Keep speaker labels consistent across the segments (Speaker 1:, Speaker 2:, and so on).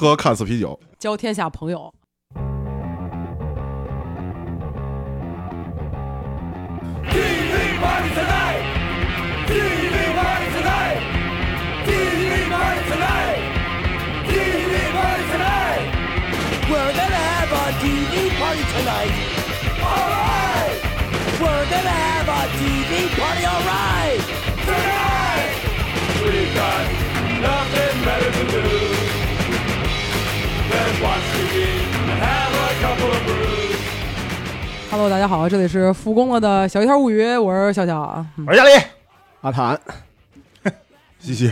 Speaker 1: 喝 Cass 啤酒。
Speaker 2: 交天下朋友。
Speaker 3: TV party tonight! TV party tonight! TV party tonight! TV party tonight! We're gonna have a TV party tonight! Alright! We're gonna have a TV party, alright! Tonight! We've got nothing better to do than watch TV and have a couple of brews.
Speaker 2: Hello，大家好，这里是复工了的小鱼摊物语，我是笑笑啊。嗯
Speaker 4: 我是佳丽，
Speaker 5: 阿谭，
Speaker 1: 西西，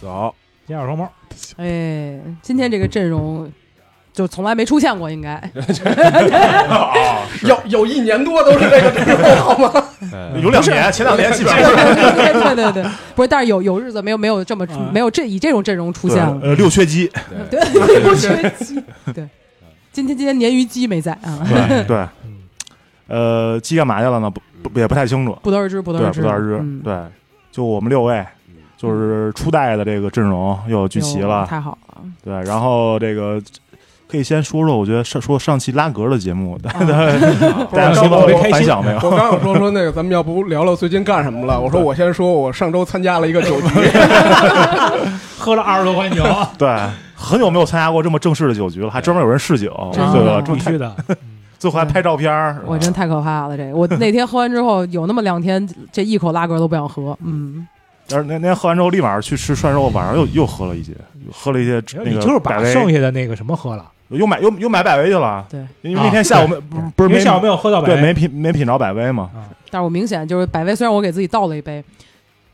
Speaker 4: 走，金耳双猫，
Speaker 2: 哎，今天这个阵容就从来没出现过，应 该
Speaker 5: 有有一年多都是这个阵容好吗？
Speaker 4: 有两年，前两年基本上
Speaker 2: 对对对对，不是，但是有有日子没有没有这么出
Speaker 4: 嗯
Speaker 2: 没有这以这种阵容出现了，
Speaker 1: 呃，六缺鸡，
Speaker 2: 对，我缺鸡， 对。今天今天鲶鱼鸡没在啊，
Speaker 4: 对
Speaker 1: 对，呃，鸡干嘛去了呢？不不也不太清楚，
Speaker 2: 不得而知，不得
Speaker 1: 对，
Speaker 2: 而知，
Speaker 1: 不得而知
Speaker 2: 嗯。
Speaker 1: 对，就我们六位，就是初代的这个阵容又聚齐
Speaker 2: 哟
Speaker 1: 了。
Speaker 2: 太好了。
Speaker 1: 对，然后这个可以先说说，我觉得上说上期拉格的节目，大
Speaker 2: 哦
Speaker 1: 家收到反响没有？
Speaker 5: 我刚想说说那个，咱们要不聊聊最近干什么了？我说我先说，我上周参加了一个酒局，
Speaker 4: 喝了二十多块 酒，
Speaker 1: 对，很久没有参加过这么正式的酒局了，还专门有人试酒，
Speaker 2: 真的
Speaker 1: 对吧？
Speaker 4: 啊必须的，
Speaker 1: 最后还拍照片儿，
Speaker 2: 哦我真太可怕了，这个我那天喝完之后，有那么两天，这一口拉格都不想喝。嗯，
Speaker 1: 但是那天喝完之后，立马去吃涮肉，晚上又又喝了一些，喝了一些 那
Speaker 4: 你
Speaker 1: 个
Speaker 4: 就是
Speaker 1: 百
Speaker 4: 把
Speaker 1: 威
Speaker 4: 剩下的那个什么喝了，
Speaker 1: 又买又又买百威去了，
Speaker 2: 对，
Speaker 1: 因为那天下午没不是不是
Speaker 4: 因为
Speaker 1: 没
Speaker 4: 下午没有喝到白，
Speaker 1: 对没品没品着百威嘛，
Speaker 2: 但是我明显就是百威，虽然我给自己倒了一杯，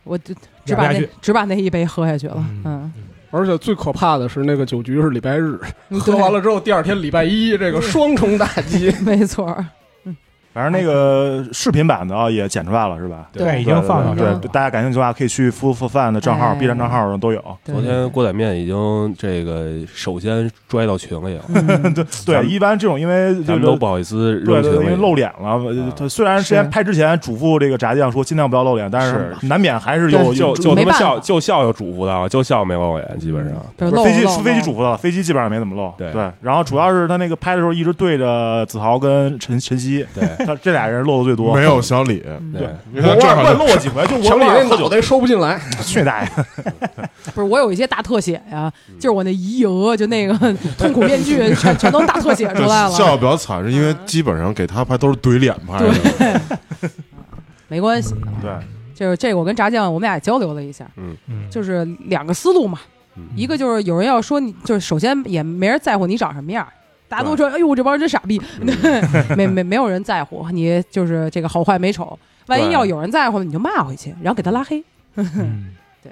Speaker 2: 我就只
Speaker 4: 咽不
Speaker 2: 把
Speaker 4: 下
Speaker 2: 那
Speaker 4: 去
Speaker 2: 只把那一杯喝下去了。嗯，
Speaker 5: 而且最可怕的是那个酒局是礼拜日，喝
Speaker 2: 对
Speaker 5: 完了之后第二天礼拜一，这个双重打 击。
Speaker 2: 嗯没错儿，
Speaker 1: 反正那个视频版的啊也剪出来了是吧？
Speaker 4: 对，已经放上
Speaker 1: 对
Speaker 4: 这
Speaker 1: 对
Speaker 4: 儿
Speaker 1: 对，
Speaker 4: 了。
Speaker 1: 大家感兴趣的话可以去 f o o 饭的账号、
Speaker 2: 哎
Speaker 1: B 站账号上都有。
Speaker 2: 对
Speaker 6: 昨天锅仔面已经这个首先拽到群里了，
Speaker 2: 嗯
Speaker 6: 咱
Speaker 1: 对，
Speaker 6: 们
Speaker 1: 一般这种因为
Speaker 6: 咱
Speaker 1: 就
Speaker 6: 们
Speaker 1: 是
Speaker 6: 都不好意思
Speaker 1: 对
Speaker 6: 扔
Speaker 1: 对，
Speaker 6: 群
Speaker 1: 对因为
Speaker 6: 里。
Speaker 1: 露脸了。呃他虽然之前
Speaker 2: 是
Speaker 1: 拍之前嘱咐这个炸酱说尽量不要露脸，但是难免还是有
Speaker 2: 对
Speaker 1: 有
Speaker 6: 就就
Speaker 2: 没
Speaker 6: 他
Speaker 2: 办
Speaker 6: 妈
Speaker 2: 法
Speaker 6: 笑就笑要嘱咐他，就笑没管我眼，基本上
Speaker 2: 对
Speaker 1: 不是
Speaker 2: 漏
Speaker 1: 飞机
Speaker 2: 漏
Speaker 1: 是
Speaker 2: 漏
Speaker 1: 飞机嘱咐了，飞机基本上没怎么漏。
Speaker 6: 对
Speaker 1: 然后主要是他那个拍的时候一直对着子豪跟陈晨曦，
Speaker 6: 对
Speaker 1: 他这俩人漏的最多。
Speaker 7: 没有小李，
Speaker 6: 对，
Speaker 7: 你
Speaker 1: 我
Speaker 7: 看正
Speaker 1: 偶尔
Speaker 7: 好
Speaker 1: 灌漏过几回，就我
Speaker 5: 小李
Speaker 1: 偶尔
Speaker 5: 那
Speaker 1: 喝酒
Speaker 5: 脑袋收不进来，
Speaker 1: 去大爷，
Speaker 2: 不是我有一些大特写呀，
Speaker 6: 嗯
Speaker 2: 就是我那姨鹅，就那个 痛苦面具，全全都大特写出
Speaker 7: 这
Speaker 2: 来
Speaker 7: 笑
Speaker 2: 了。
Speaker 7: 的比较惨，是因为基本上给他拍都是怼脸拍的，
Speaker 2: 没关系，
Speaker 1: 对，
Speaker 2: 就是这个，我跟炸酱我们俩交流了一下，
Speaker 4: 嗯
Speaker 2: 就是两个思路嘛，一个就是有人要说你，就是首先也没人在乎你长什么样儿。大家都说：“哎呦，我这帮人真傻逼， 没没没有人在乎你，就是这个好坏美丑。万一
Speaker 6: 对
Speaker 2: 要有人在乎，你就骂回去，然后给他拉黑。
Speaker 4: 嗯
Speaker 1: 对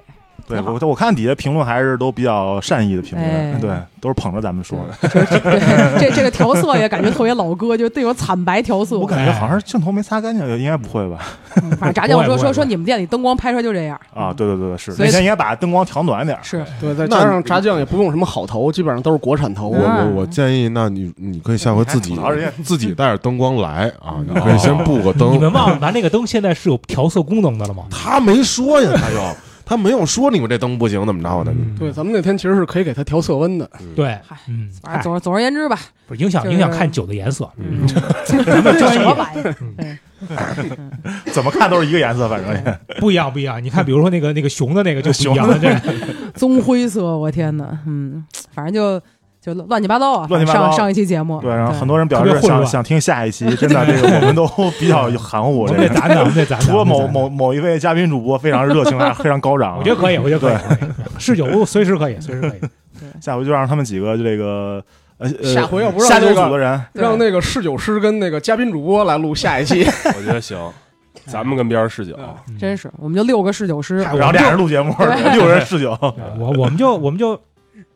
Speaker 2: 挺好
Speaker 1: 我我看底下评论还是都比较善意的评
Speaker 2: 哎
Speaker 1: 论，对，都是捧着咱们说的。
Speaker 2: 对，这这个调色也感觉特别老哥，就那种惨白调色。
Speaker 1: 我感觉
Speaker 4: 哎
Speaker 1: 好像是镜头没擦干净，应该不会吧？
Speaker 2: 嗯反正炸酱
Speaker 4: 不会
Speaker 2: 说
Speaker 4: 不会
Speaker 2: 说
Speaker 4: 不
Speaker 2: 说
Speaker 4: 会
Speaker 2: 你们店里灯光拍出来就这样
Speaker 1: 啊，，对对对对，是
Speaker 2: 所以
Speaker 1: 那天应该把灯光调暖点儿。
Speaker 2: 是
Speaker 5: 对，再加上炸酱也不用什么好头，基本上都是国产头
Speaker 7: 我。我我建议，那你你可以下回自己
Speaker 1: 你还吐槽人
Speaker 7: 自己带着灯光来啊，你可以先布个
Speaker 4: 你们
Speaker 7: 灯。
Speaker 4: 忘了咱那个灯现在是有调色功能的了吗？
Speaker 7: 他没说呀，他又他没有说你们这灯不行怎么着的，
Speaker 5: 对，咱们那天其实是可以给他调色温的，
Speaker 4: 对
Speaker 2: 嗨，
Speaker 4: 嗯，
Speaker 2: 反正总总而言之吧，
Speaker 4: 不是影响
Speaker 2: 就是
Speaker 4: 影响看酒的 颜色，
Speaker 6: 嗯
Speaker 4: 咱们专
Speaker 2: 什么
Speaker 4: 业
Speaker 2: 玩意儿？
Speaker 1: 怎么看都是一个颜色，反正也
Speaker 4: 不一样不一样。你看，比如说那个那个熊的那 个就不一样了，这
Speaker 2: 棕灰色，我天哪，嗯，反正就就乱七八糟啊，
Speaker 1: 乱七八糟
Speaker 2: 上上一期节目，
Speaker 1: 对。然后很多人表
Speaker 4: 特
Speaker 1: 示
Speaker 4: 别混
Speaker 1: 想
Speaker 4: 乱
Speaker 1: 想听下一期，真 的，这个我们都 比较含糊
Speaker 4: 我
Speaker 1: 这
Speaker 4: 们得
Speaker 1: 个。
Speaker 4: 咱的，我们得咱的。
Speaker 1: 除了
Speaker 4: 我
Speaker 1: 某
Speaker 4: 们得
Speaker 1: 某某一位嘉宾主播非常热情，还非常高涨啊，
Speaker 4: 咱的，我觉得可以，我觉得可以可以，是酒屋随时可以，随时 可以。
Speaker 1: 下回就让他们几个这个呃呃
Speaker 5: 下回要不让
Speaker 1: 下酒
Speaker 5: 这个
Speaker 1: 组的人，
Speaker 2: 对
Speaker 5: 让那个侍酒师跟那个嘉宾主播来录下一期。
Speaker 6: 我觉得行，咱们跟边儿试酒，
Speaker 5: 嗯
Speaker 2: 真是，我们就六个侍酒师，
Speaker 1: 然后俩人录节目， 六人试酒，
Speaker 4: 我我们就我们就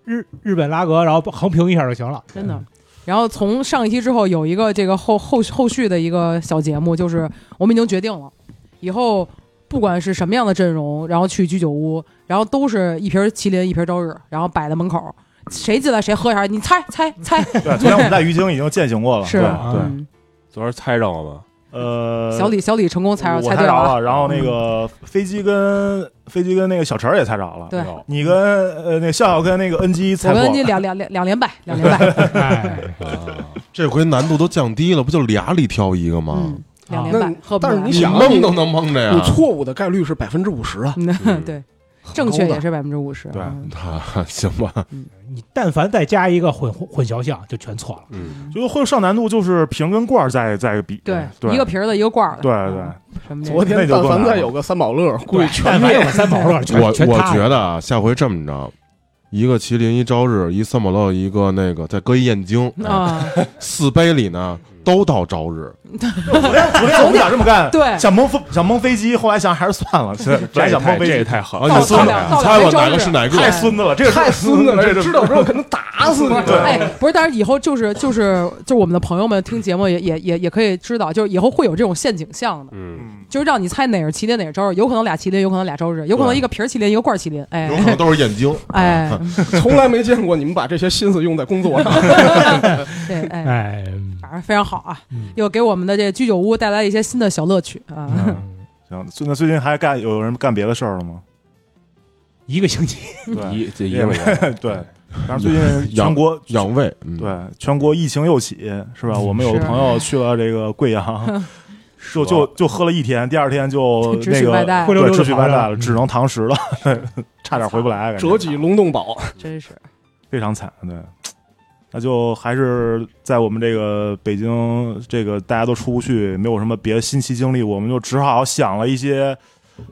Speaker 4: 日日本拉格，然后横评一下就行了。
Speaker 2: 真的。然后从上一期之后，有一个这个后后后续的一个小节目，就是我们已经决定了，以后不管是什么样的阵容，然后去居酒屋，然后都是一瓶麒麟，一瓶朝日，然后摆在门口，谁进来谁喝啥，你猜猜猜，
Speaker 1: 嗯对，昨天我们在于京已经践行过了，
Speaker 2: 是
Speaker 1: 对
Speaker 4: 啊
Speaker 1: 对，
Speaker 2: 嗯
Speaker 6: 昨儿猜着了吗？嗯
Speaker 1: 呃，
Speaker 2: 小李小李成功猜
Speaker 1: 我
Speaker 2: 猜
Speaker 1: 猜
Speaker 2: 对
Speaker 1: 着
Speaker 2: 了啊，
Speaker 1: 了，然后那个飞机跟飞机跟那个小陈儿也猜着了，
Speaker 2: 对，
Speaker 1: 你跟呃那个笑笑跟那个 N G 猜
Speaker 2: 我
Speaker 1: 错
Speaker 2: 跟你
Speaker 1: 了，
Speaker 2: 两两两两连败，两连 败，
Speaker 4: 哎，
Speaker 7: 这回难度都降低了，不就俩里挑一个吗？
Speaker 2: 嗯，两连败
Speaker 5: 那，
Speaker 2: 喝不
Speaker 5: 但是
Speaker 2: 来
Speaker 5: 你
Speaker 7: 你啊
Speaker 5: 想
Speaker 7: 蒙都能蒙着
Speaker 5: 你
Speaker 7: 呀！
Speaker 5: 错误的概率是百分之五十啊，
Speaker 2: 嗯，对，正确
Speaker 5: 高的
Speaker 2: 也是百分之五十，
Speaker 1: 对
Speaker 2: 嗯
Speaker 7: 啊，行吧，
Speaker 4: 你但凡再加一个混混淆项，就全错了。
Speaker 7: 嗯，
Speaker 1: 就是会上难度，就是瓶跟罐儿再再比，
Speaker 2: 对
Speaker 1: 对，，对
Speaker 2: 一个皮儿的，一个罐儿的，
Speaker 1: 对
Speaker 2: 嗯，什么这
Speaker 5: 昨天
Speaker 1: 那就
Speaker 5: 但
Speaker 1: 更
Speaker 5: 凡
Speaker 1: 难
Speaker 5: 再
Speaker 1: 了
Speaker 5: 有个三宝乐，估计全
Speaker 4: 但凡有个三宝乐，全
Speaker 7: 我
Speaker 4: 全
Speaker 7: 我
Speaker 4: 塌了
Speaker 7: 觉得啊，下回这么着。一个麒麟，一朝日，一三宝乐，一个那个，再搁一燕京，
Speaker 2: 啊，
Speaker 7: 四杯里呢都到朝日，
Speaker 1: 昨天昨天我们想这么 干，
Speaker 2: 对
Speaker 1: 想蒙飞想蒙飞机，后来想还是算了，现
Speaker 6: 这
Speaker 1: 来
Speaker 6: 也
Speaker 1: 想
Speaker 6: 太
Speaker 1: 蒙
Speaker 6: 这
Speaker 1: 飞
Speaker 6: 也
Speaker 1: 机，
Speaker 6: 太狠
Speaker 7: 啊，
Speaker 2: 嗯
Speaker 6: 了。
Speaker 2: 到
Speaker 7: 你孙子
Speaker 2: 到两到两
Speaker 7: 猜我
Speaker 2: 杯
Speaker 7: 哪
Speaker 2: 朝
Speaker 7: 个
Speaker 2: 日
Speaker 7: 是哪个？
Speaker 1: 太孙子了，这个
Speaker 5: 太孙子了，
Speaker 1: 这
Speaker 5: 这知道之后可能打 死你。
Speaker 2: 哎，不是，但是以后就是就是就我们的朋友们听节目也也也也可以知道，就是以后会有这种陷阱项的，
Speaker 6: 嗯，
Speaker 2: 就是让你猜哪个是麒麟，哪个是朝日，有可能俩麒麟，有可能俩朝日，有可能一个皮儿麒麟，一个罐儿麒麟，哎
Speaker 7: 有可能都是燕京。
Speaker 2: 哎，
Speaker 5: 从来没见过你们把这些心思用在工作上。
Speaker 2: 对哎，
Speaker 4: 哎，
Speaker 2: 反正非常好啊，
Speaker 1: 嗯
Speaker 2: 又给我们的这居酒屋带来一些新的小乐趣啊。
Speaker 4: 嗯
Speaker 1: 行，最那最近还干有人干别的事儿了吗？
Speaker 4: 一个星期
Speaker 1: 对
Speaker 6: 一这一个人
Speaker 1: 对，然后 最近
Speaker 7: 养
Speaker 1: 全国
Speaker 7: 养胃，嗯，
Speaker 1: 对，全国疫情又起，是吧？我们有个
Speaker 2: 是
Speaker 1: 朋友去了这个贵阳，就就就喝了一天，第二天就
Speaker 2: 只
Speaker 1: 那
Speaker 2: 许外
Speaker 1: 个
Speaker 2: 带
Speaker 4: 灰溜
Speaker 1: 对，只
Speaker 4: 溜就
Speaker 1: 许
Speaker 4: 跑
Speaker 1: 外
Speaker 4: 了
Speaker 1: 带了，
Speaker 4: 嗯
Speaker 1: 只能堂食了， 差点回不来，感觉
Speaker 5: 折戟龙洞堡，
Speaker 2: 真是
Speaker 1: 非常惨。对，那就还是在我们这个北京，这个大家都出不去，没有什么别的新奇经历，我们就只好想了一些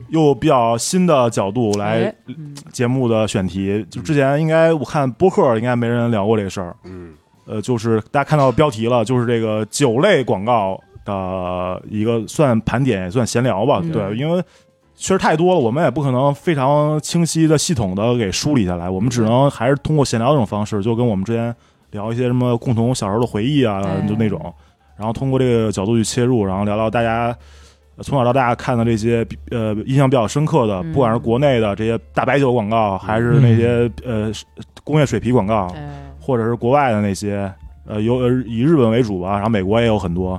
Speaker 1: 又比较新的角度来
Speaker 2: 哎嗯
Speaker 1: 节目的选题。就之前应该我看播客应该没人聊过这个事儿，
Speaker 6: 嗯，
Speaker 1: 呃，就是大家看到标题了，就是这个酒类广告的一个算盘点也算闲聊吧，
Speaker 2: 嗯
Speaker 1: 对，因为确实太多了，我们也不可能非常清晰的、系统的给梳理下来，我们只能还是通过闲聊这种方式，就跟我们之前聊一些什么共同小时候的回忆啊，
Speaker 2: 哎
Speaker 1: 就那种，然后通过这个角度去切入，然后聊聊大家。呃从小到大看的这些比呃印象比较深刻的，
Speaker 2: 嗯
Speaker 1: 不管是国内的这些大白酒广告，还是那些呃工业水啤广告，
Speaker 2: 哎，
Speaker 1: 或者是国外的那些，呃，由呃以日本为主吧，然后美国也有很多，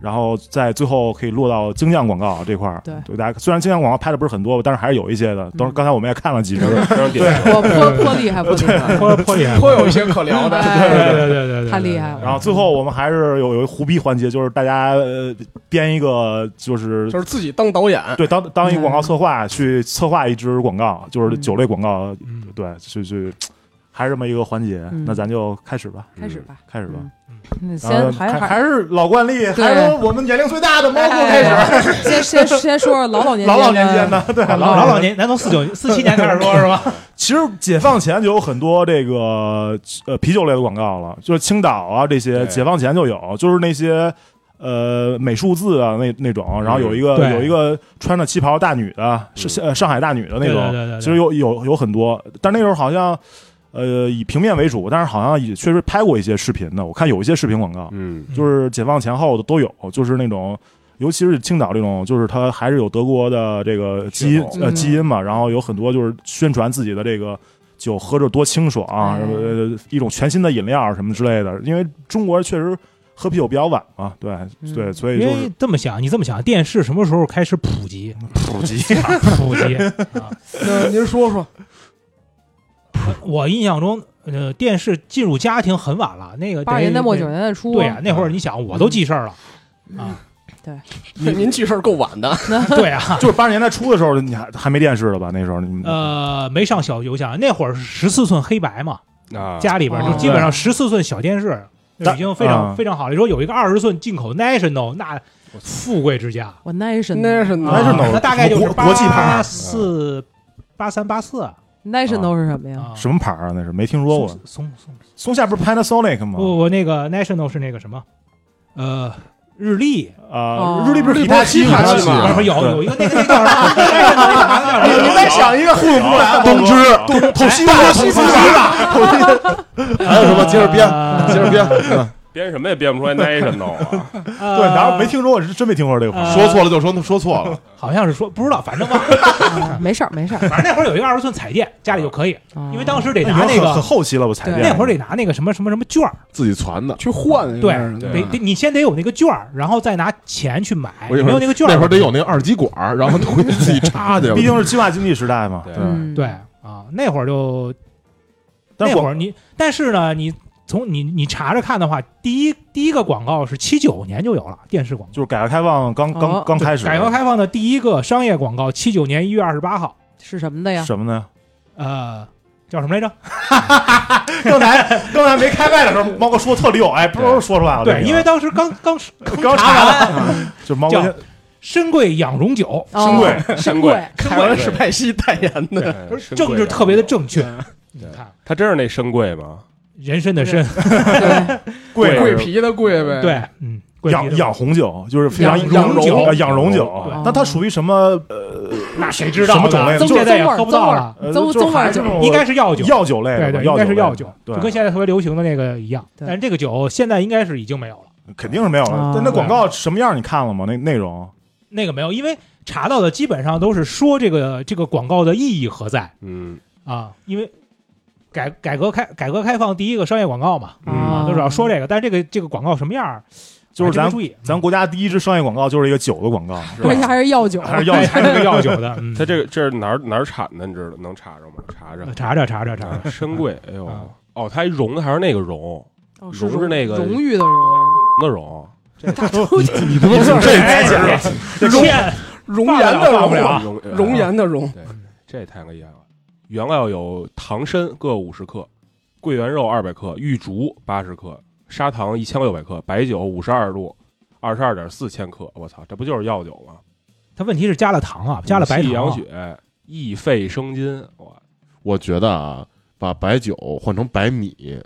Speaker 1: 然后在最后可以落到精酿广告这块儿。
Speaker 2: 对
Speaker 1: 大家虽然精酿广告拍的不是很多，但是还是有一些的。都是
Speaker 2: 嗯
Speaker 1: 刚才我们也看了几支，
Speaker 6: 非常典型。
Speaker 2: 我破破厉害，破厉害，
Speaker 4: 颇颇厉害，
Speaker 5: 颇有一些可聊 的。
Speaker 4: 对
Speaker 2: 哎
Speaker 4: 对对对对对，
Speaker 2: 太厉害了
Speaker 1: 然后最后我们还是有有一胡逼环节，就是大家呃编一个就是
Speaker 5: 就是自己当导演，
Speaker 1: 对当当
Speaker 2: 嗯
Speaker 1: 一个广告策划去策划一支广告，就是酒类广告，
Speaker 4: 嗯
Speaker 1: 对，去去还是这么一个环节。
Speaker 2: 嗯
Speaker 1: 那咱就开始吧，
Speaker 2: 开始吧，
Speaker 1: 开始吧。
Speaker 2: 嗯那
Speaker 1: 然后
Speaker 2: 先还哎
Speaker 1: 还
Speaker 2: 还。
Speaker 1: 是老惯例，还是我们年龄最大的蘑菇开始。
Speaker 2: 始，先先先说说老老年
Speaker 1: 老老年间的，对，
Speaker 4: 老老老年，难道四九四七年开始说是吧？
Speaker 1: 其实解放前就有很多这个呃啤酒类的广告了，就是青岛啊这些，
Speaker 6: 对
Speaker 1: 解放前就有，就是那些呃美术字啊那那种，然后有一个、
Speaker 4: 嗯对嗯
Speaker 1: 有一个穿着旗袍大女的，是、呃上海大女的那种，
Speaker 4: 对对对对对
Speaker 1: 其实有有有很多，但那时候好像呃以平面为主，但是好像也确实拍过一些视频的，我看有一些视频广告，
Speaker 6: 嗯，
Speaker 1: 就是解放前后的都有，就是那种，尤其是青岛这种，就是它还是有德国的这个基因
Speaker 6: 血
Speaker 2: 统
Speaker 1: 呃
Speaker 2: 嗯
Speaker 1: 基因嘛，然后有很多就是宣传自己的这个酒喝着多清爽、
Speaker 2: 哎
Speaker 1: 什么、呃一种全新的饮料什么之类的。因为中国确实喝啤酒比较晚嘛，对、
Speaker 2: 嗯
Speaker 1: 对，所以
Speaker 4: 因
Speaker 1: 就
Speaker 4: 为
Speaker 1: 是
Speaker 4: 这么想，你这么想，电视什么时候开始普及？
Speaker 7: 嗯
Speaker 1: 普 及
Speaker 4: 普及，
Speaker 5: 那您说说，
Speaker 4: 我印象中，呃，电视进入家庭很晚了，呃那个
Speaker 2: 八十
Speaker 4: 得
Speaker 2: 年代末九十年代初，
Speaker 4: 对啊，那会儿你想，我都记事儿了，啊，
Speaker 5: 您记事儿够晚的，
Speaker 4: 对啊，
Speaker 1: 就是八十年代初的时候，你还还没电视了吧？那时候你们、
Speaker 4: 呃，没上小学，我想那会儿十四寸黑白嘛，
Speaker 6: 啊，
Speaker 4: 家里边
Speaker 2: 哦
Speaker 4: 就基本上十四寸小电视就已经非常
Speaker 1: 嗯
Speaker 4: 非常好了。你说有一个二十寸进口 National，那富贵之家
Speaker 2: 我 national
Speaker 5: 那是
Speaker 1: 啊 National
Speaker 4: 那大概就是
Speaker 1: 国国际牌
Speaker 4: 八
Speaker 1: 儿
Speaker 4: 四八三八四啊，
Speaker 2: national 是什么呀？
Speaker 1: 什么牌儿啊？那是没听说过。
Speaker 4: 松哦松
Speaker 1: 松下不是 Panasonic 吗？
Speaker 4: 不不不，那个 National 是那个什么，呃，日立。
Speaker 1: 啊、
Speaker 2: 哦
Speaker 1: 日立不是
Speaker 5: 日立不是
Speaker 1: Hitachi 吗啊
Speaker 5: Hitachi
Speaker 4: 不是
Speaker 5: 吗
Speaker 4: 不是有有一个那个那 叫什么
Speaker 7: 哎
Speaker 4: National 叫啥来着？
Speaker 5: 你再想一个糊弄不来，
Speaker 1: 啊东芝
Speaker 7: 东
Speaker 1: 透析吧，透析吧。
Speaker 7: 哎还有什么？接着编， 嗯
Speaker 4: 呃
Speaker 7: 接着编。
Speaker 6: 编什么也编不出来 national 啊，
Speaker 4: 呃
Speaker 1: 对，然后没
Speaker 4: 听。
Speaker 1: 听说过，是真没听说过这个话。
Speaker 4: 呃
Speaker 7: 说错了就说说错了，
Speaker 4: 好像是说不知道，反正忘了。
Speaker 2: 啊没事儿，没事儿，啊
Speaker 4: 反正那会儿有一个二十寸彩电，家里就可以，因为当时得拿
Speaker 1: 那
Speaker 4: 那
Speaker 1: 已经很很
Speaker 4: 个，
Speaker 1: 后期了吧？彩电
Speaker 2: 对
Speaker 4: 那会儿得拿那个什么什么什么券儿，
Speaker 7: 自己传的。
Speaker 5: 去换应
Speaker 4: 对
Speaker 5: 该是，啊
Speaker 4: 得得你先得有那个券儿，然后再拿钱去买。
Speaker 7: 我以为
Speaker 4: 没有那个券儿，
Speaker 7: 那会儿得有那个二极管儿，然后回去自己插去 了。
Speaker 1: 毕竟是计划经济时代嘛。
Speaker 6: 对
Speaker 2: 嗯，
Speaker 4: 对啊，那会儿就
Speaker 1: 但
Speaker 4: 那会
Speaker 1: 广
Speaker 4: 儿你，但是呢，你从你你查着看的话，第一第一个广告是七九年就有了电视广告，
Speaker 1: 就是改革开放刚刚
Speaker 2: 哦
Speaker 1: 刚开始，
Speaker 4: 改革开放的第一个商业广告，七九年一月二十八号，
Speaker 2: 是什么的呀？
Speaker 1: 什么呢？
Speaker 4: 呃，叫什么来着？
Speaker 1: 刚才刚才没开麦的时候，猫哥说特溜，哎，不是说出来了。
Speaker 4: 对，因为当时刚刚
Speaker 1: 刚查完，就猫哥
Speaker 4: 叫深贵养荣酒，
Speaker 2: 哦
Speaker 1: 深贵，
Speaker 2: 深贵，
Speaker 5: 凯文史派西代言的，
Speaker 6: 对深
Speaker 4: 政
Speaker 6: 柜
Speaker 4: 治
Speaker 6: 的
Speaker 4: 特别的正确。你看，
Speaker 6: 他真是那深贵吗？
Speaker 4: 人参的参，
Speaker 2: 对，
Speaker 1: 贵
Speaker 5: 桂皮的贵呗，，
Speaker 4: 对，嗯，贵
Speaker 1: 养
Speaker 4: 族
Speaker 1: 养红酒，就是非常
Speaker 2: 养
Speaker 1: 养
Speaker 4: 荣酒
Speaker 1: 啊养荣酒
Speaker 4: 对。嗯
Speaker 1: 但它属于什么？呃，
Speaker 4: 那谁知道
Speaker 1: 什么
Speaker 4: 呢？
Speaker 1: 种类
Speaker 4: 增
Speaker 1: 就是
Speaker 4: 现在也
Speaker 2: 棕味儿
Speaker 4: 喝不到了，
Speaker 1: 呃
Speaker 2: 邹
Speaker 1: 就是
Speaker 2: 邹
Speaker 1: 还
Speaker 2: 味儿
Speaker 1: 是这
Speaker 2: 酒
Speaker 1: 种
Speaker 4: 应该是药酒，
Speaker 1: 药酒类的
Speaker 4: 对
Speaker 1: 吧，
Speaker 4: 对，应该是
Speaker 1: 类
Speaker 4: 药
Speaker 1: 的
Speaker 4: 酒，
Speaker 1: 对
Speaker 4: 就跟现在特别流行的那个一样。
Speaker 2: 对
Speaker 4: 但是这个酒现在应该是已经没有了，
Speaker 1: 肯定是没有了
Speaker 2: 啊。
Speaker 1: 但那广告什么样你看了吗？那内容
Speaker 4: 那个没有，因为查到的基本上都是说这个这个广告的意义何在
Speaker 6: 嗯，
Speaker 4: 啊，因为。改改革开改革开放第一个商业广告嘛，
Speaker 1: 嗯
Speaker 4: 啊，都是要说这个，但是这个这个广告什么样儿，
Speaker 1: 就是
Speaker 4: 还真没
Speaker 1: 咱
Speaker 4: 注意，嗯
Speaker 1: 咱国家第一支商业广告就是一个酒的广告，是吧
Speaker 2: 而且 还是药酒，
Speaker 1: 还是药
Speaker 4: 还
Speaker 1: 酒。
Speaker 4: 还是个药酒的，嗯呃
Speaker 6: 他这个这是哪儿哪儿产的？你知道能查着吗？查着，
Speaker 4: 查查查查查查，
Speaker 6: 深贵， 哎呦
Speaker 4: 啊，
Speaker 6: 哦，他还绒的还是那个绒
Speaker 2: 哦
Speaker 6: 荣是那个
Speaker 2: 荣誉的 荣，
Speaker 6: 那绒，
Speaker 7: 你不能 说这
Speaker 4: 哎欠
Speaker 5: 熔岩的
Speaker 4: 放不了
Speaker 5: 熔，
Speaker 6: 绒哎
Speaker 5: 熔岩的熔，
Speaker 6: 这太厉害了。原料有糖参各五十克，桂圆肉二百克，玉竹八十克，砂糖一千六百克，白酒五十二度，二十二点四千克。我操，这不就是药酒吗？
Speaker 4: 他问题是加了糖啊，加了白
Speaker 6: 补气
Speaker 4: 糖
Speaker 6: 养
Speaker 4: 啊，
Speaker 6: 血，益肺生津。哇，
Speaker 7: 我觉得啊，把白酒换成白米，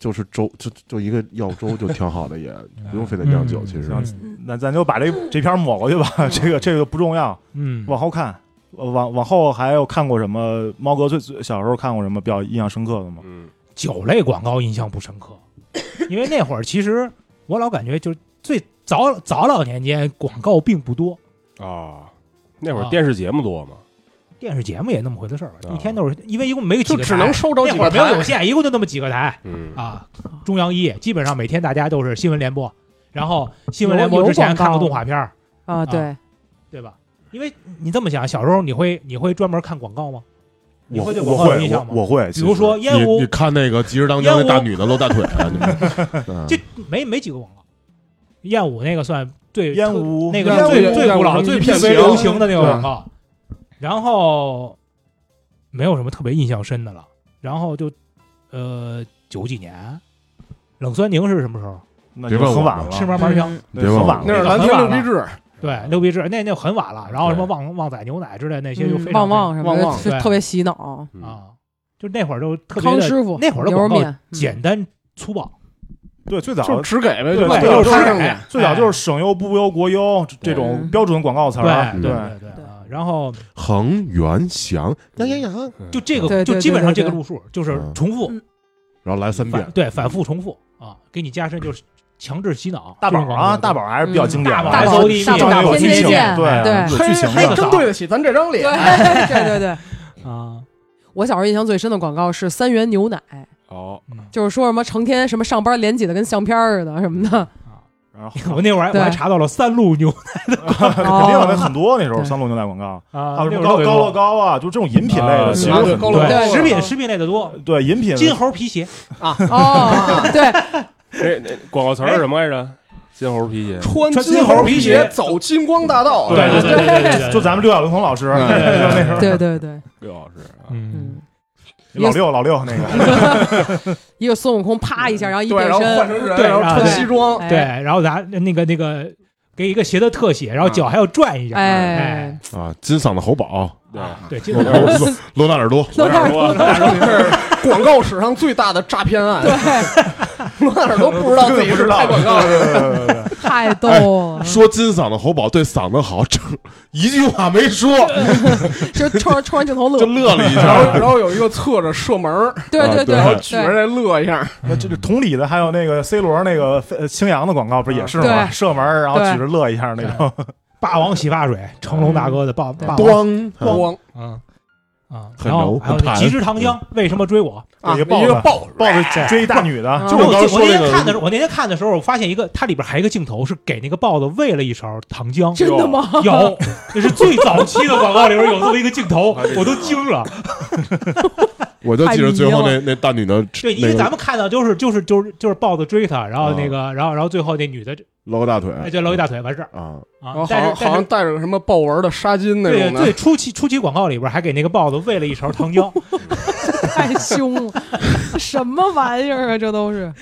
Speaker 7: 就是粥，就就一个药粥就挺好的，也不用非得酿酒。
Speaker 4: 嗯
Speaker 7: 其实
Speaker 1: 嗯那咱就把这这篇抹过去吧，这个这个不重要，
Speaker 4: 嗯，
Speaker 1: 往后看。呃往往后还有看过什么？猫哥最最小时候看过什么比较印象深刻的吗？
Speaker 6: 嗯，
Speaker 4: 酒类广告印象不深刻， 因为那会儿其实我老感觉就是最早早老年间广告并不多，
Speaker 6: 啊，那会儿
Speaker 4: 啊
Speaker 6: 电视节目多嘛，
Speaker 4: 电视节目也那么回事儿吧，
Speaker 6: 啊
Speaker 4: 一天都是因为一共没有几
Speaker 5: 就
Speaker 4: 个
Speaker 5: 只
Speaker 4: 台，
Speaker 5: 能收着
Speaker 4: 那会
Speaker 5: 几个
Speaker 4: 儿没有
Speaker 5: 台
Speaker 4: 有。线，一共就那么几个台
Speaker 6: 嗯，
Speaker 4: 啊。中央一基本上每天大家都是新闻联播，然后新闻联播之前
Speaker 2: 有有广告
Speaker 4: 看个动画片儿，
Speaker 2: 啊，对，
Speaker 4: 对吧？因为你这么想，小时候你会你会专门看广告吗？你
Speaker 1: 我
Speaker 4: 会对
Speaker 1: 我
Speaker 4: 广告有
Speaker 1: 会
Speaker 4: 印象
Speaker 1: 我
Speaker 4: 吗？
Speaker 1: 我会，
Speaker 4: 比
Speaker 1: 其
Speaker 4: 如
Speaker 1: 实
Speaker 4: 说烟
Speaker 7: 你
Speaker 4: 雾
Speaker 7: 你看那个《即时当家》那大女的露大 腿啊，你 们
Speaker 4: 这没没几个广告，燕舞那个算最
Speaker 1: 烟雾
Speaker 4: 那
Speaker 5: 烟
Speaker 4: 个
Speaker 5: 雾
Speaker 4: 最最
Speaker 5: 烟雾
Speaker 4: 古老、
Speaker 5: 什么
Speaker 4: 最
Speaker 5: 一
Speaker 4: 片
Speaker 5: 片
Speaker 4: 尾
Speaker 5: 行
Speaker 4: 流行的那个广告，然后没有什么特别印象深的了。然后就呃九几年，冷酸宁是什么时候？
Speaker 1: 那
Speaker 7: 别
Speaker 1: 就
Speaker 7: 问
Speaker 1: 很
Speaker 7: 我
Speaker 1: 晚
Speaker 7: 了
Speaker 1: 了，
Speaker 4: 吃嘛嘛香，
Speaker 2: 嗯
Speaker 1: 对
Speaker 7: 别
Speaker 1: 很
Speaker 7: 忘
Speaker 1: 晚
Speaker 7: 了
Speaker 5: 那是蓝天六必治，
Speaker 4: 对，六必治那那很晚了。然后什么
Speaker 6: 对
Speaker 4: 旺旺仔牛奶之类那些就
Speaker 2: 嗯
Speaker 4: 非常
Speaker 2: 旺旺什么
Speaker 5: 旺旺
Speaker 2: 的，就
Speaker 4: 对
Speaker 2: 特别洗脑。
Speaker 6: 嗯
Speaker 4: 啊，就那会儿就特别
Speaker 2: 康
Speaker 4: 的
Speaker 2: 师嗯傅
Speaker 4: 那会儿的
Speaker 2: 牛肉
Speaker 4: 广告
Speaker 2: 面，嗯
Speaker 4: 简单粗暴，
Speaker 1: 对，最早
Speaker 5: 就是只给呗，
Speaker 1: 对
Speaker 5: 把
Speaker 1: 对
Speaker 5: 表
Speaker 1: 就是
Speaker 5: 插
Speaker 1: 只
Speaker 5: 上
Speaker 4: 给
Speaker 5: 去。
Speaker 1: 最早就是省优不优国优这这种
Speaker 2: 嗯
Speaker 1: 标准广告词
Speaker 4: 对
Speaker 1: 儿啊，
Speaker 4: 对对对啊。然后
Speaker 7: 恒源 祥，羊羊羊，
Speaker 4: 就这个
Speaker 2: 对对
Speaker 4: 就
Speaker 2: 对
Speaker 4: 基本上
Speaker 2: 对
Speaker 4: 这
Speaker 2: 对
Speaker 4: 个路数，就是
Speaker 7: 嗯
Speaker 4: 重复
Speaker 2: 嗯
Speaker 7: 然后来三遍
Speaker 4: 反，对反复重复啊，给你加深就是强制洗脑。
Speaker 1: 大宝
Speaker 4: 这种
Speaker 1: 啊，
Speaker 4: 东西
Speaker 1: 大宝还是比较经典的，
Speaker 4: 嗯
Speaker 2: 大宝
Speaker 4: 还是
Speaker 2: 大
Speaker 1: 上面
Speaker 2: 宝
Speaker 1: 有
Speaker 2: 天
Speaker 1: 剧
Speaker 2: 天
Speaker 1: 情，
Speaker 2: 见，
Speaker 4: 啊
Speaker 1: 对
Speaker 2: 对
Speaker 1: 有剧情
Speaker 5: 嘿，
Speaker 4: 那
Speaker 1: 的，
Speaker 4: 个
Speaker 5: 真哎对得起咱这张脸。
Speaker 2: 对对对对，
Speaker 4: 啊，
Speaker 2: 我小时候印象最深的广告是三元牛奶，
Speaker 6: 哦，
Speaker 2: 就是说什么成天什么上班连挤的跟相片儿似的什么 的，
Speaker 1: 然后
Speaker 4: 我那会儿还
Speaker 2: 对
Speaker 4: 我还查到了三鹿 牛
Speaker 1: 肯定有那很多那时候三鹿牛奶广告，
Speaker 4: 啊
Speaker 1: 还有什么
Speaker 4: 那
Speaker 1: 高
Speaker 4: 会儿
Speaker 1: 高乐高啊，就这种饮品类的，
Speaker 6: 啊
Speaker 1: 其实
Speaker 5: 对
Speaker 1: 很
Speaker 5: 高
Speaker 1: 多
Speaker 5: 乐高
Speaker 4: 对
Speaker 5: 对
Speaker 4: 食品食品类的多，
Speaker 1: 对饮品
Speaker 4: 金猴皮鞋
Speaker 2: 哦，对，
Speaker 6: 哎那那广告词儿是什么来着？金猴 皮鞋，
Speaker 5: 穿
Speaker 4: 穿
Speaker 5: 金
Speaker 4: 金猴
Speaker 5: 猴
Speaker 4: 皮
Speaker 5: 皮
Speaker 4: 鞋
Speaker 5: 鞋走金光大道，
Speaker 1: 对对
Speaker 4: 对对对对
Speaker 1: 就咱们六小龄童老师，
Speaker 5: 嗯
Speaker 1: 就那时候
Speaker 2: 对对对，
Speaker 6: 刘老师啊，
Speaker 4: 嗯
Speaker 2: 嗯，
Speaker 1: 老六老六那个，
Speaker 2: 一个孙悟空啪一下，然后一
Speaker 5: 对，
Speaker 2: 变
Speaker 5: 然后换
Speaker 2: 身，哎
Speaker 5: 成人，
Speaker 4: 对
Speaker 5: 然后穿
Speaker 2: 对
Speaker 5: 西装，
Speaker 4: 对，然后咱那个那个给一个鞋的特写，然后
Speaker 1: 嗯
Speaker 4: 脚还要转一下，哎
Speaker 2: 哎，
Speaker 7: 啊，金嗓子猴 宝，
Speaker 6: 对，
Speaker 4: 对，金
Speaker 7: 罗
Speaker 4: 猴
Speaker 7: 罗罗纳尔多，
Speaker 2: 露
Speaker 6: 有点
Speaker 2: 点
Speaker 6: 多
Speaker 5: 这是广告史上最大的诈骗案。
Speaker 2: 对，
Speaker 5: 我哪儿都不知道自己是拍 广告，
Speaker 2: 太逗了，
Speaker 7: 说金嗓子喉宝对嗓子好，整一句话没说
Speaker 2: 就冲着冲着镜头乐
Speaker 7: 就，乐了一
Speaker 5: 然后
Speaker 7: 下。
Speaker 5: 然后有一个侧着射门儿，
Speaker 2: 对对
Speaker 7: 啊
Speaker 2: 对
Speaker 7: 对
Speaker 5: 举着
Speaker 2: 对
Speaker 5: 来乐一下，
Speaker 1: 那这这同理的还有那个 C 罗那个呃青阳的广告不是也是吗？
Speaker 2: 对
Speaker 1: 射门然后
Speaker 2: 对
Speaker 1: 举着乐一下那种，
Speaker 4: 霸王洗发水，成龙大哥的
Speaker 2: 嗯
Speaker 4: 霸霸王
Speaker 7: 咣
Speaker 5: 咣
Speaker 4: 啊啊，
Speaker 7: 很
Speaker 4: 然后
Speaker 7: 柔
Speaker 4: 还有
Speaker 7: 很
Speaker 4: 那
Speaker 7: 弹
Speaker 4: 及时糖
Speaker 1: 嗯
Speaker 4: 浆，为什么追我？
Speaker 5: 啊，
Speaker 1: 一个
Speaker 5: 一个
Speaker 1: 豹子豹子追一大女的，
Speaker 2: 啊
Speaker 7: 就
Speaker 4: 我
Speaker 7: 我刚
Speaker 4: 记
Speaker 7: 说
Speaker 4: 我
Speaker 7: 那
Speaker 4: 那天看的
Speaker 7: 个
Speaker 4: 时候，我那天看的时候，我发现一个，它里边还有一个镜头是给那个豹子喂了一勺糖浆，
Speaker 2: 真的吗？
Speaker 4: 有，那是最早期的广告里边有这么一个镜头，我都惊了。
Speaker 7: 我就记着最后那那大女的，
Speaker 4: 对，因
Speaker 7: 那
Speaker 4: 为咱
Speaker 7: 个
Speaker 4: 们看到就是就是就是就是豹子追他，然后那个然后然后最后那女的
Speaker 7: 搂个大腿，
Speaker 4: 哎就搂一大腿完事儿
Speaker 7: 啊，
Speaker 5: 然
Speaker 4: 啊
Speaker 5: 后。好
Speaker 4: 但是
Speaker 5: 像哦好
Speaker 4: 但
Speaker 5: 像
Speaker 4: 是
Speaker 5: 带着个什么豹纹的纱巾那
Speaker 4: 对
Speaker 5: 种
Speaker 4: 对，
Speaker 5: 的，
Speaker 4: 初期初期广告里边还给那个豹子喂了一勺 糖浆，
Speaker 2: 太凶了，什么玩意儿啊？这都是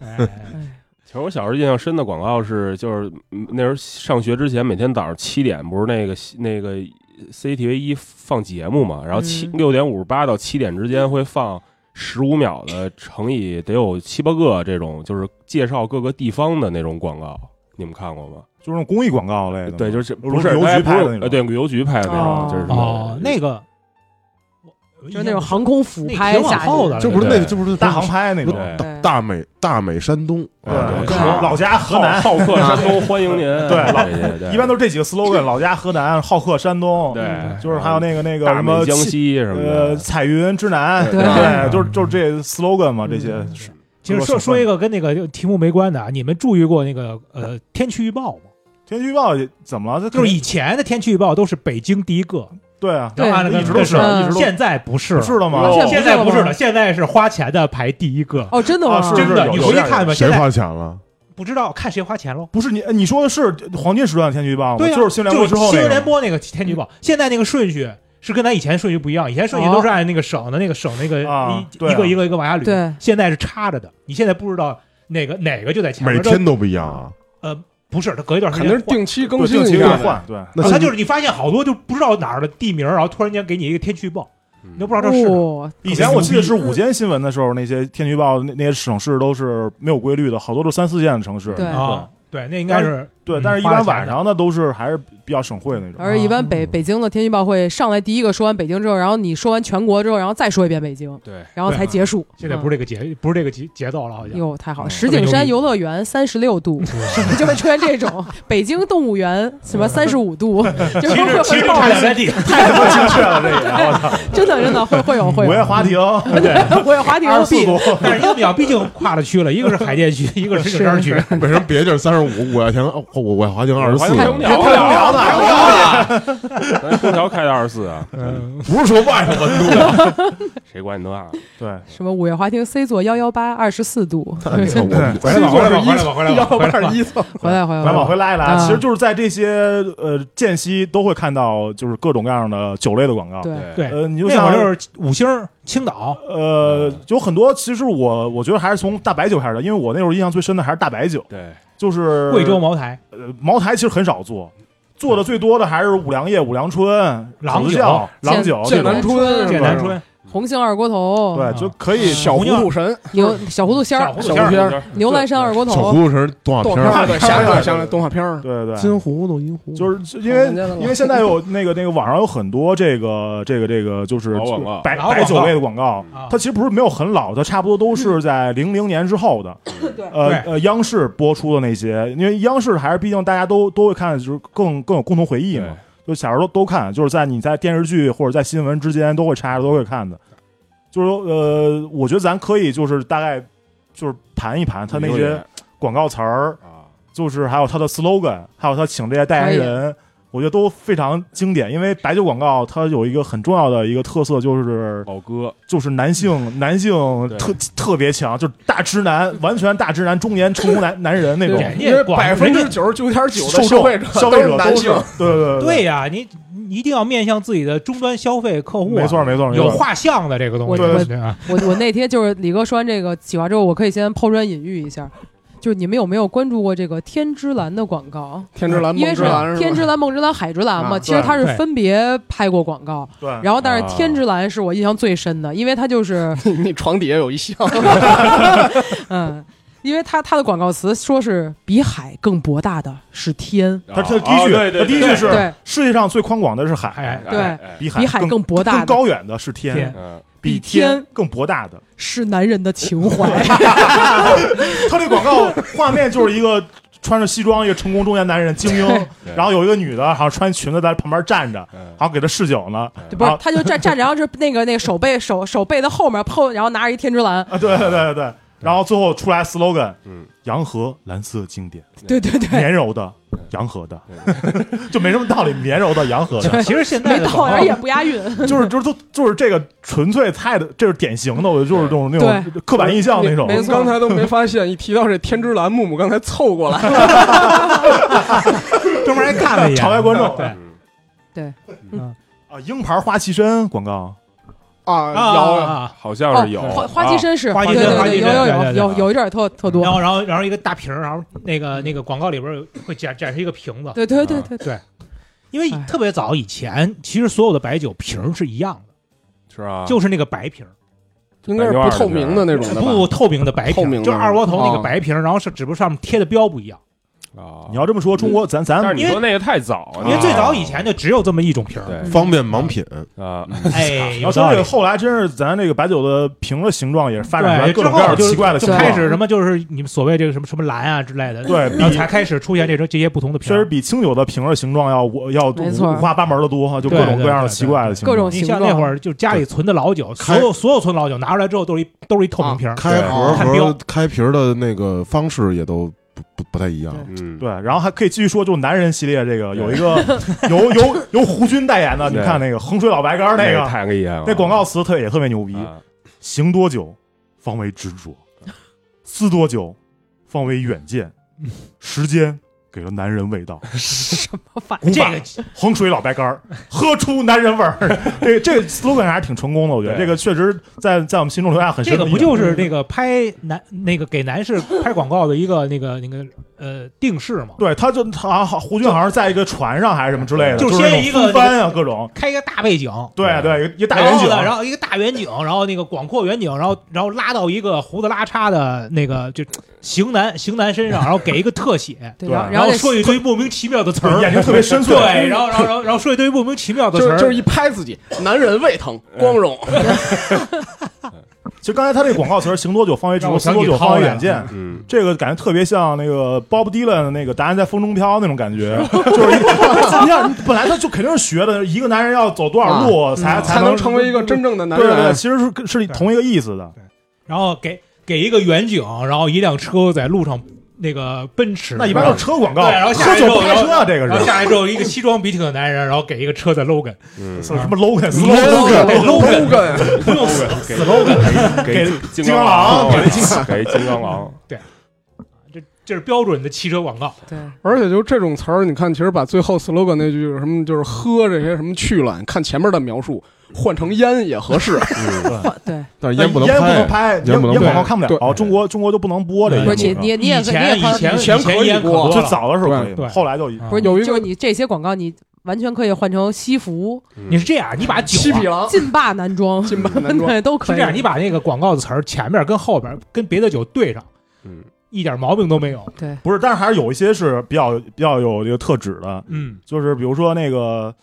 Speaker 4: 哎
Speaker 6: 其实我小时候印象深的广告是，就是嗯那时候上学之前，每天早上七点不是那个那个 CCTV 一放节目嘛，然后七
Speaker 2: 嗯
Speaker 6: 六点五十八到七点之间会放十五秒的，乘以得有七八个这种，就是介绍各个地方的那种广告，你们看过吗？
Speaker 1: 就是那种公益广告类的嘛。
Speaker 6: 对，就是
Speaker 1: 如
Speaker 6: 不是
Speaker 1: 邮局
Speaker 6: 它还不是
Speaker 1: 拍的那种
Speaker 6: 呃对，邮局拍的那
Speaker 2: 哦
Speaker 6: 种，就是什么
Speaker 4: 哦，那个我
Speaker 2: 就是那种航空俯
Speaker 4: 那
Speaker 2: 拍
Speaker 4: 挺往
Speaker 2: 下
Speaker 4: 后
Speaker 2: 去
Speaker 4: 的了
Speaker 7: 这不是
Speaker 6: 对
Speaker 7: 那个，这不是
Speaker 1: 大航拍那种，哎
Speaker 6: 对
Speaker 2: 对
Speaker 7: 大美大美山东啊，
Speaker 1: 对
Speaker 2: 对
Speaker 1: 老家河南，
Speaker 6: 好客山东，欢迎您。
Speaker 1: 对老
Speaker 6: 对对，
Speaker 1: 一般都是这几个 slogan：老家河南，好客山东。
Speaker 6: 对，
Speaker 1: 就是还有那个那个
Speaker 6: 大
Speaker 1: 什
Speaker 6: 美
Speaker 1: 么
Speaker 6: 江
Speaker 1: 气
Speaker 6: 西什么
Speaker 1: 呃，
Speaker 6: 的，
Speaker 1: 彩云之南，
Speaker 2: 对
Speaker 1: 对，就是就是这 slogan 嘛，这些是
Speaker 4: 其实说说一个跟那个就题目没关的啊，你们注意过那个呃天气预报吗？
Speaker 1: 天气预报怎么了？这
Speaker 4: 就是以前的天气预报都是北京第一个，
Speaker 1: 对啊，
Speaker 2: 对
Speaker 4: 然后按照
Speaker 1: 一直都是
Speaker 2: 嗯
Speaker 1: 一直都
Speaker 4: 现在不是
Speaker 1: 不
Speaker 4: 了，
Speaker 1: 是了吗？
Speaker 2: 现
Speaker 4: 现在不
Speaker 2: 不
Speaker 4: 是
Speaker 2: 是了
Speaker 4: 了，现在是花钱的排第一个，
Speaker 2: 哦，真的
Speaker 1: 啊
Speaker 2: 吗？
Speaker 1: 是
Speaker 4: 真的，
Speaker 1: 有
Speaker 4: 你
Speaker 1: 有
Speaker 4: 回去
Speaker 1: 这样
Speaker 4: 看吧。
Speaker 7: 谁
Speaker 4: 现在
Speaker 7: 花钱了？
Speaker 4: 不知道看谁花钱喽。
Speaker 1: 不是你，呃你说的是黄金时段天气预报吗？
Speaker 4: 对呀，
Speaker 1: 哦
Speaker 4: 啊
Speaker 1: 就是新闻联播之后
Speaker 4: 新
Speaker 1: 那个嗯
Speaker 4: 闻联
Speaker 1: 吗。
Speaker 4: 播那个天气预报，现在那个顺序是跟咱以前顺序不一样，以前顺序
Speaker 2: 哦
Speaker 4: 都是按那个省的那个省那个
Speaker 1: 啊
Speaker 4: 一
Speaker 1: 对啊
Speaker 4: 一个一个一个往下
Speaker 2: 对
Speaker 4: 捋，现在是插着的，你现在不知道哪个哪个就在前面。
Speaker 7: 每天都不一样啊。
Speaker 4: 这呃不是，它隔一段时
Speaker 5: 肯
Speaker 4: 间
Speaker 5: 定是
Speaker 4: 换啊
Speaker 5: 定期更
Speaker 1: 对，
Speaker 5: 新
Speaker 1: 定期
Speaker 5: 一
Speaker 1: 会
Speaker 5: 下的。
Speaker 1: 换，对，
Speaker 7: 那
Speaker 4: 它
Speaker 7: 现
Speaker 4: 就是你发现好多就不知道哪儿的地名，然后突然间给你一个天气预报，你都嗯不知道这是哪儿。
Speaker 2: 哦，
Speaker 1: 以前我记得是午间新闻的时候，那些天气预报那那些省市都是没有规律的，好多都是三四线的城市。
Speaker 2: 对
Speaker 1: 哦
Speaker 4: 啊，对，那应该是
Speaker 1: 对
Speaker 4: 嗯
Speaker 1: 但是一
Speaker 4: 花
Speaker 1: 般
Speaker 4: 了钱
Speaker 1: 晚
Speaker 4: 的
Speaker 1: 上呢都是还是比较省会那种。
Speaker 2: 而一般北北京的天气预报会上来第一个说完北京之后，然后你说完全国之后，然后再说一遍北京，
Speaker 6: 对，
Speaker 2: 然后才结束。
Speaker 4: 现在不是这个节，不是这个节节奏了，好
Speaker 2: 嗯。
Speaker 4: 像。
Speaker 2: 哟，太好了！
Speaker 1: 嗯
Speaker 2: 石景
Speaker 4: 特别牛
Speaker 2: 山
Speaker 4: 逼
Speaker 2: 游乐园三十六度， 就会出现这种；北京动物园什么三十五度，就
Speaker 4: 其
Speaker 2: 是
Speaker 4: 实
Speaker 2: 会
Speaker 4: 其实
Speaker 2: 会
Speaker 4: 差
Speaker 2: 爆
Speaker 4: 两
Speaker 2: 雷
Speaker 4: 三地，
Speaker 1: 太他妈精确了，这也我操！
Speaker 2: 真的真的会会有会
Speaker 1: 午夜
Speaker 2: 有。
Speaker 1: 滑亭， 对，
Speaker 2: 我也滑艇
Speaker 1: 二十四度，
Speaker 4: 但是因为比较，毕竟跨了区了，一个是海 淀区，一个是石景山区。
Speaker 7: 在为什么别地儿三十五，我要钱我我我华强二十四
Speaker 6: 我？还空调
Speaker 1: 聊呢，
Speaker 6: 咱
Speaker 1: 呃
Speaker 6: 空调开到二十四啊，
Speaker 1: 嗯
Speaker 7: 不是说外头温度啊，
Speaker 6: 谁管你那啊？
Speaker 1: 对，
Speaker 2: 什么午夜滑亭 C 座幺幺八二十四度，
Speaker 7: 操我
Speaker 4: 回来吧，回来吧，回来吧，回来
Speaker 5: 幺
Speaker 4: 吧，
Speaker 5: 八
Speaker 4: 回来
Speaker 5: 二
Speaker 4: 吧。
Speaker 5: 一层，
Speaker 2: 回来回
Speaker 4: 嗯
Speaker 2: 来
Speaker 1: 来往回拉一拉，
Speaker 2: 啊
Speaker 1: 其实就是在这些呃间隙都会看到，就是各种各样的酒类的广告。
Speaker 2: 对，
Speaker 4: 对，
Speaker 1: 呃，你就
Speaker 4: 那会
Speaker 1: 像
Speaker 4: 儿就是五星儿青岛，
Speaker 1: 呃，有很多其实我我觉得还是从大白酒开始的，因为我那时候印象最深的还是大白酒，
Speaker 6: 对，
Speaker 1: 就是
Speaker 4: 贵州茅台，
Speaker 1: 呃茅台其实很少做，做的最多的还是五粮液、五粮春、
Speaker 4: 郎
Speaker 1: 子
Speaker 4: 酒啊
Speaker 1: 酱、郎酒这
Speaker 5: 剑
Speaker 1: 种
Speaker 5: 南春，
Speaker 4: 剑南春，
Speaker 2: 红星二锅头，
Speaker 1: 对，就可以
Speaker 2: 嗯
Speaker 5: 小糊涂神，
Speaker 2: 牛小糊涂仙
Speaker 4: 小
Speaker 2: 儿
Speaker 4: 胡，
Speaker 5: 小
Speaker 4: 同
Speaker 5: 片儿，
Speaker 2: 牛栏山二锅
Speaker 7: 小
Speaker 2: 头
Speaker 7: 葫，芦是动画
Speaker 5: 动
Speaker 7: 片
Speaker 5: 画
Speaker 7: 儿，
Speaker 5: 片儿，对，想想想想动画片儿，
Speaker 1: 对对对，
Speaker 7: 金葫芦银葫芦
Speaker 1: 就是因为
Speaker 5: 看人家的了
Speaker 1: 因为现在有那个那个网上有很多这个这个这个就是
Speaker 6: 老广告
Speaker 1: 白
Speaker 4: 老广告
Speaker 1: 白酒类的广告
Speaker 4: 啊，
Speaker 1: 它其实不是没有很老，它差不多都是在零零年之后的，呃
Speaker 4: 嗯对
Speaker 1: 呃央视播出的那些，因为央视还是毕竟大家都都会看，就是更更有共同回忆嘛，就小时候都都看，就是在你在电视剧或者在新闻之间都会插着都会看的，就是说呃，我觉得咱可以就是大概就是盘一盘它那些广告词儿，
Speaker 6: 啊，
Speaker 1: 就是还有他的 slogan，还有他请这些代言人，我觉得都非常经典。因为白酒广告它有一个很重要的一个特色，就是
Speaker 6: 老哥，
Speaker 1: 就是男性男性
Speaker 6: 对
Speaker 1: 特特别强，就是大直男，完全大直男，中年成功 男男人那种
Speaker 4: 对
Speaker 5: 因为百分之九十九点九的
Speaker 1: 受众
Speaker 5: 消费者
Speaker 1: 消费者
Speaker 5: 都是
Speaker 1: 都
Speaker 5: 男
Speaker 1: 是
Speaker 5: 性，
Speaker 1: 对对
Speaker 4: 对呀，你你一定要面向自己的终端消费客户啊，
Speaker 1: 没错没错没
Speaker 4: 有
Speaker 1: 错。
Speaker 4: 画像的这个东西，
Speaker 2: 我
Speaker 4: 对啊，
Speaker 2: 我我那天就是李哥说完这个企划之后，我可以先抛砖引玉一下。就是你们有没有关注过这个天之蓝的广告？
Speaker 5: 天之蓝、
Speaker 2: 因为
Speaker 5: 梦
Speaker 2: 是
Speaker 5: 之蓝是
Speaker 2: 天之
Speaker 5: 吧？
Speaker 2: 蓝、梦之蓝、海之蓝嘛，
Speaker 1: 啊
Speaker 2: 其实它是
Speaker 4: 对
Speaker 2: 分别拍过广告。
Speaker 1: 对，
Speaker 2: 然后，但是
Speaker 6: 啊
Speaker 2: 天之蓝 是我印象最深的，因为它就是
Speaker 5: 你床底下有一箱，
Speaker 2: 嗯，因为他他的广告词说是比海更博大的是天，
Speaker 1: 他他第一句，
Speaker 6: 啊哦对对
Speaker 1: 他第一句
Speaker 6: 对
Speaker 1: 是
Speaker 2: 对
Speaker 1: 世界上最宽广的是海，
Speaker 4: 哎，
Speaker 2: 对
Speaker 6: 哎哎
Speaker 1: 比海
Speaker 2: 比海
Speaker 1: 更
Speaker 2: 更博大
Speaker 1: 更
Speaker 2: 的
Speaker 1: 高远的是天
Speaker 4: 天，
Speaker 6: 嗯，
Speaker 1: 比
Speaker 2: 比天
Speaker 1: 天更博大的。
Speaker 2: 是男人的情怀。
Speaker 1: 他这广告画面就是一个穿着西装一个成功中年男人精英，
Speaker 6: 对
Speaker 1: 然后有一个女的，好像穿裙子在旁边站着，
Speaker 6: 嗯
Speaker 1: 好像给他试酒呢。
Speaker 2: 对不是
Speaker 1: 啊，
Speaker 2: 他就站站着，然后是那个那个手背手手背的后面后，然后拿着一天之蓝，
Speaker 1: 啊，对对对对，然后最后出来 slogan，
Speaker 6: 嗯，
Speaker 1: 洋河蓝色经典，
Speaker 2: 对对对，
Speaker 1: 绵柔的洋河的，就没什么道理，绵柔的洋河的，
Speaker 2: 对
Speaker 4: 其实现在
Speaker 2: 没
Speaker 4: 的
Speaker 2: 到
Speaker 4: 广
Speaker 2: 然后也
Speaker 4: 告，
Speaker 2: 不押韵，
Speaker 1: 就是就是就就是这个纯粹菜的，这是典型的，我就是这种那种刻板印象那种。
Speaker 2: 没错
Speaker 5: 刚才都没发现，一提到这天之蓝，木木刚才凑过 来，
Speaker 4: 专门还看 了一眼，
Speaker 1: 场外观众
Speaker 4: 对
Speaker 1: 啊，鹰牌花旗参广告，
Speaker 5: 啊，
Speaker 4: 啊
Speaker 5: 摇，
Speaker 4: 啊，
Speaker 6: 嗯好像
Speaker 2: 哦
Speaker 6: 是有，啊
Speaker 2: 花花旗参是，
Speaker 4: 花旗
Speaker 2: 对
Speaker 4: 参
Speaker 2: 对
Speaker 4: 花
Speaker 2: 对，
Speaker 4: 旗
Speaker 2: 有
Speaker 4: 参
Speaker 2: 有
Speaker 4: 对
Speaker 2: 有
Speaker 4: 对对
Speaker 2: 有有一点特
Speaker 1: 啊
Speaker 2: 特
Speaker 4: 然
Speaker 2: 多，
Speaker 4: 后然后然后一个大瓶儿，然后那个那个广告里边儿有会展展示一个瓶子，
Speaker 2: 对对对对，
Speaker 4: 因为
Speaker 2: 哎
Speaker 4: 特别早以前，其实所有的白酒瓶儿是一样的，
Speaker 6: 是吧？
Speaker 4: 就是那个白瓶儿，
Speaker 5: 应该是不透明的那种的吧？
Speaker 4: 不透明的白瓶
Speaker 5: 透明
Speaker 4: 儿，
Speaker 5: 的
Speaker 4: 就二锅头那个
Speaker 5: 哦
Speaker 4: 白瓶儿，然后是只不过上面贴的标不一样，
Speaker 6: 啊，
Speaker 1: 你要这么说，中国咱咱
Speaker 6: 但是你说那个太早，
Speaker 4: 因为最早以前就只有这么一种瓶儿。
Speaker 6: 啊对
Speaker 7: 方便盲品，
Speaker 6: 啊，
Speaker 4: 哎，
Speaker 1: 你要
Speaker 4: 有
Speaker 1: 说
Speaker 4: 道
Speaker 1: 这
Speaker 4: 理
Speaker 1: 个。后来真是咱这个白酒的瓶的形状也是发展出来
Speaker 4: 对，
Speaker 1: 各
Speaker 4: 之
Speaker 1: 种各
Speaker 4: 后
Speaker 1: 样
Speaker 4: 就
Speaker 1: 奇怪的
Speaker 4: 就
Speaker 1: 形状，
Speaker 4: 开始什么，就是你们所谓这个什么什么蓝啊之类的，
Speaker 1: 对
Speaker 4: 然后
Speaker 1: 比
Speaker 4: 才开始出现这种这些不同的瓶
Speaker 1: 确实
Speaker 4: 儿。
Speaker 1: 比清酒的瓶的形状要我要
Speaker 2: 没错
Speaker 1: 五花八门的多，就各种各样的奇怪的形状。
Speaker 2: 各种
Speaker 4: 你
Speaker 2: 形
Speaker 4: 像
Speaker 2: 状，
Speaker 4: 那会儿就家里存的老酒，所有所有存老酒拿出来之后都是一都是一透明瓶儿，
Speaker 7: 开盒
Speaker 4: 看标
Speaker 7: 和开瓶的那个方式也都不不不太一样。
Speaker 6: 嗯，
Speaker 1: 对，然后还可以继续说，就男人系列这个
Speaker 6: 对
Speaker 1: 有一 个由由由胡军代言的，你
Speaker 6: 对
Speaker 1: 看那个衡水老白干儿那个，
Speaker 6: 太厉害了，
Speaker 1: 那广告词特也特别牛逼，
Speaker 6: 啊
Speaker 1: 行多久方为执着，思多久方为远见，时间给了男人味道，
Speaker 2: 反
Speaker 1: 古
Speaker 4: 这
Speaker 1: 板
Speaker 4: 个
Speaker 1: 衡水老白干儿喝出男人味 儿，这个这个 slogan 还是挺成功的，我觉得
Speaker 6: 对
Speaker 1: 这个确实在在我们心中留下很深
Speaker 4: 这
Speaker 1: 的
Speaker 4: 个
Speaker 1: 印
Speaker 4: 不
Speaker 1: 象。
Speaker 4: 就是那个拍男那个给男士拍广告的一个那个那个呃定式吗？
Speaker 1: 对，他就他好胡军好像是在一个船上还是什么之类的，
Speaker 4: 就
Speaker 1: 就是
Speaker 4: 先
Speaker 1: 那种
Speaker 4: 一
Speaker 1: 风
Speaker 4: 个
Speaker 1: 帆啊，各种。
Speaker 4: 开一个大背景，
Speaker 1: 对对，一个大
Speaker 4: 然
Speaker 1: 远
Speaker 4: 后
Speaker 1: 景，
Speaker 4: 呢，然后一个大远景， 然后那个广阔远景，然后然后拉到一个胡子拉碴的那个就型男型男身上，然后给一个特 写，
Speaker 2: 对，
Speaker 1: 对
Speaker 2: 然后
Speaker 4: 然后
Speaker 2: 那
Speaker 4: 说一堆莫名其妙的词儿，
Speaker 1: 眼睛特别深邃
Speaker 4: 对，然后然后然后然后说一堆莫名其妙的
Speaker 5: 就
Speaker 4: 词
Speaker 5: 是
Speaker 4: 儿，
Speaker 5: 就是一拍自己，男人胃疼，光荣，
Speaker 1: 其实刚才他这广告词儿“行多久方为执
Speaker 4: 让
Speaker 1: 着，
Speaker 4: 我
Speaker 1: 思
Speaker 4: 想
Speaker 1: 多
Speaker 4: 起
Speaker 1: 久方为
Speaker 4: 涛来
Speaker 1: 远见”，
Speaker 6: 嗯，
Speaker 1: 这个感觉特别像那个 Bob Dylan 的那个“答案在风中飘”那种感觉，就是一个你想，本来他就肯定是学的，一个男人要走多少路才
Speaker 5: 才
Speaker 1: 能
Speaker 5: 能成为一个真正的男
Speaker 1: 对对对，
Speaker 5: 人。
Speaker 1: 其实是是同一个意思的。
Speaker 4: 然后给给一个远景，然后一辆车在路上那个奔驰，
Speaker 1: 那一般都是车广告，
Speaker 4: 对然后下
Speaker 1: 喝
Speaker 4: 一
Speaker 1: 酒
Speaker 4: 周
Speaker 1: 不开车啊，这个
Speaker 4: 然后
Speaker 1: 是
Speaker 4: 下来之后，一个西装笔挺的男人，然后给一个车 在 logan，
Speaker 1: 是什么 Logan
Speaker 5: 嗯
Speaker 4: 对 logan
Speaker 5: Logan，
Speaker 4: 不用死
Speaker 6: 给
Speaker 4: 死 logan，
Speaker 1: 给
Speaker 6: 金
Speaker 1: 金
Speaker 6: 刚
Speaker 1: 刚狼
Speaker 6: 给给金刚狼，
Speaker 4: 这这是标准的汽车广告。
Speaker 2: 对
Speaker 5: 而且就这种词儿，你看，其实把最后 slogan 那句什么，就是喝这些什么去了，你看前面的描述换成烟也合适。
Speaker 2: 换对，
Speaker 7: 但是
Speaker 1: 烟
Speaker 7: 烟不能
Speaker 1: 不能
Speaker 7: 拍，
Speaker 1: 拍，
Speaker 7: 烟
Speaker 1: 烟
Speaker 7: 不能
Speaker 1: 烟广告
Speaker 7: 拍
Speaker 1: 看不了，哦
Speaker 5: 对
Speaker 1: 中国中国就不能播这个。
Speaker 4: 对
Speaker 2: 不是
Speaker 1: 就
Speaker 2: 你你你也
Speaker 4: 以
Speaker 2: 可你也
Speaker 4: 前以前
Speaker 2: 看
Speaker 5: 以前可以
Speaker 4: 以前
Speaker 5: 播
Speaker 4: 播
Speaker 1: 最早的时候可以
Speaker 4: 对，对
Speaker 1: 后来就
Speaker 4: 啊
Speaker 2: 不是
Speaker 5: 有一
Speaker 2: 你
Speaker 5: 个
Speaker 2: 就是你这些广告你完全可以换成西服、
Speaker 4: 你是这样，你把酒
Speaker 5: 七
Speaker 4: 啊
Speaker 5: 匹狼，、
Speaker 2: 劲霸男装
Speaker 5: 金版男装，
Speaker 2: 对都
Speaker 4: 是
Speaker 2: 可以
Speaker 4: 这。样，你把那个广告的词儿前面跟后边跟别的酒对上，
Speaker 6: 嗯，
Speaker 4: 一点毛病都没有。
Speaker 2: 对，
Speaker 1: 不是，但是还是有一些是比较比较有这个特指的，
Speaker 4: 嗯，
Speaker 1: 就是比如说那个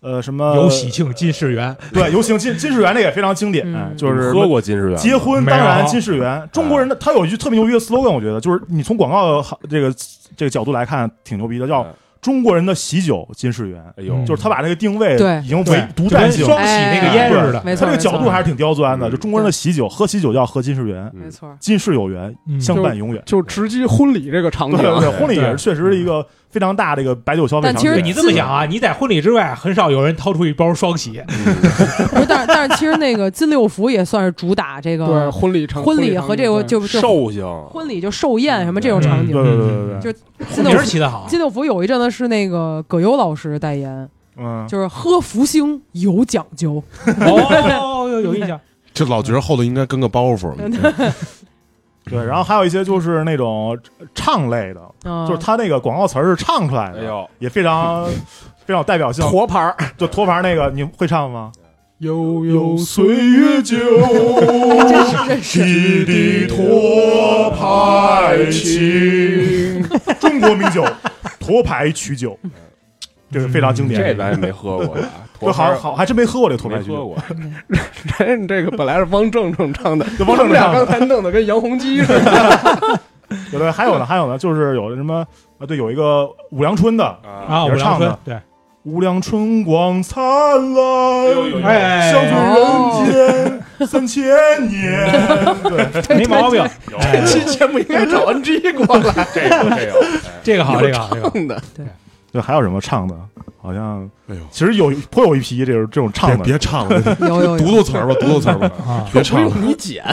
Speaker 1: 呃什么
Speaker 4: 有喜庆金世缘，
Speaker 1: 对游行金金世元那个也非常经典，哎
Speaker 2: 嗯
Speaker 1: 就是
Speaker 6: 喝过金世元，
Speaker 1: 结婚
Speaker 4: 没
Speaker 1: 当
Speaker 4: 有
Speaker 1: 然金世元。中国人的他有一句特别牛逼的 slogan，我觉得就是你从广告这个这个角度来看挺牛逼的，叫
Speaker 6: 嗯
Speaker 1: “中国人的喜酒金世元
Speaker 6: 哎呦，”，
Speaker 4: 嗯
Speaker 1: 就是他把那个定位
Speaker 2: 对
Speaker 1: 已经
Speaker 4: 对
Speaker 1: 为独
Speaker 4: 就跟
Speaker 1: 占性
Speaker 4: 双喜那个烟似的，
Speaker 2: 哎没
Speaker 1: 他
Speaker 2: 错，
Speaker 1: 这个角度还是挺刁钻的，
Speaker 6: 嗯
Speaker 1: 就中国人的喜酒，喝喜酒要喝金世元，
Speaker 2: 没错，
Speaker 1: 今世有缘，
Speaker 4: 嗯
Speaker 1: 相伴永远。
Speaker 5: 就直击婚礼这个场
Speaker 1: 对
Speaker 5: 景。
Speaker 1: 对对，婚礼也是
Speaker 4: 对
Speaker 1: 确实是一个非常大的一个白酒消费
Speaker 2: 但
Speaker 1: 场
Speaker 2: 其实
Speaker 1: 景。
Speaker 4: 对你这么想啊，你在婚礼之外，很少有人掏出一包双喜。
Speaker 2: 不是，但是但是其实那个金六福也算是主打这
Speaker 5: 对
Speaker 2: 个
Speaker 5: 婚礼场，
Speaker 2: 婚
Speaker 5: 礼
Speaker 2: 礼
Speaker 5: 场景
Speaker 2: 和这个
Speaker 5: 对
Speaker 2: 就就
Speaker 6: 寿星，
Speaker 2: 婚礼就寿宴什么这种
Speaker 4: 嗯
Speaker 2: 场景。
Speaker 1: 对对对对对，
Speaker 2: 就金
Speaker 4: 名
Speaker 2: 六
Speaker 4: 儿
Speaker 2: 福
Speaker 4: 起得好，
Speaker 2: 金六福有一阵子是那个葛优老师代言，
Speaker 1: 嗯，
Speaker 2: 就是喝福星有讲究，
Speaker 4: 哦，有有印象。
Speaker 7: 这老觉得后头应该跟个包袱。
Speaker 1: 对。然后还有一些就是那种唱类的，
Speaker 2: 嗯，
Speaker 1: 就是他那个广告词儿是唱出来
Speaker 6: 哎
Speaker 1: 的，
Speaker 6: 呦，
Speaker 1: 也非常非常有代表性。
Speaker 5: 驼牌儿，
Speaker 1: 就托盘那个，你会唱 吗？
Speaker 5: 悠悠
Speaker 1: 岁月久，
Speaker 2: 真是
Speaker 1: 滴滴托盘。国名酒，沱牌曲酒，这是非常经典的
Speaker 6: 嗯这
Speaker 1: 一个。
Speaker 6: 咱也没喝过啊 呀，
Speaker 1: 这好好还真没喝过这沱
Speaker 6: 没
Speaker 1: 牌曲
Speaker 6: 喝
Speaker 1: 酒，
Speaker 6: 过，
Speaker 5: 这 这个本来是汪正正唱的，
Speaker 1: 就汪
Speaker 5: 他
Speaker 1: 正
Speaker 5: 们
Speaker 1: 正
Speaker 5: 俩
Speaker 1: 唱的。
Speaker 5: 刚才弄得跟杨洪基似的。
Speaker 1: 有的还有呢，还有呢，就是有的什么啊，对，有一个武梁春的
Speaker 6: 啊，
Speaker 4: 啊，
Speaker 1: 也
Speaker 4: 五
Speaker 1: 是
Speaker 4: 粮
Speaker 1: 唱的
Speaker 4: 春对，
Speaker 1: “无量春光灿
Speaker 6: 呦
Speaker 1: 烂，
Speaker 4: 哎，
Speaker 1: 乡村人间三千年”， 对，
Speaker 4: 没毛病，
Speaker 6: 有
Speaker 4: 哎
Speaker 5: 这期节目应该找 NG 过来
Speaker 6: 这有这有，哎
Speaker 4: 这个好，这个好，这个好
Speaker 5: 弄的，
Speaker 1: 对，还有什么唱的？好像
Speaker 7: 哎呦，
Speaker 1: 其实有颇有一批这种这种唱
Speaker 7: 别
Speaker 1: 的，
Speaker 7: 别唱了，
Speaker 2: 有有
Speaker 7: 读读
Speaker 2: 有。
Speaker 7: 词儿吧，读读词儿吧，
Speaker 4: 啊，
Speaker 7: 别
Speaker 5: 不
Speaker 7: 唱了，
Speaker 5: 用你剪，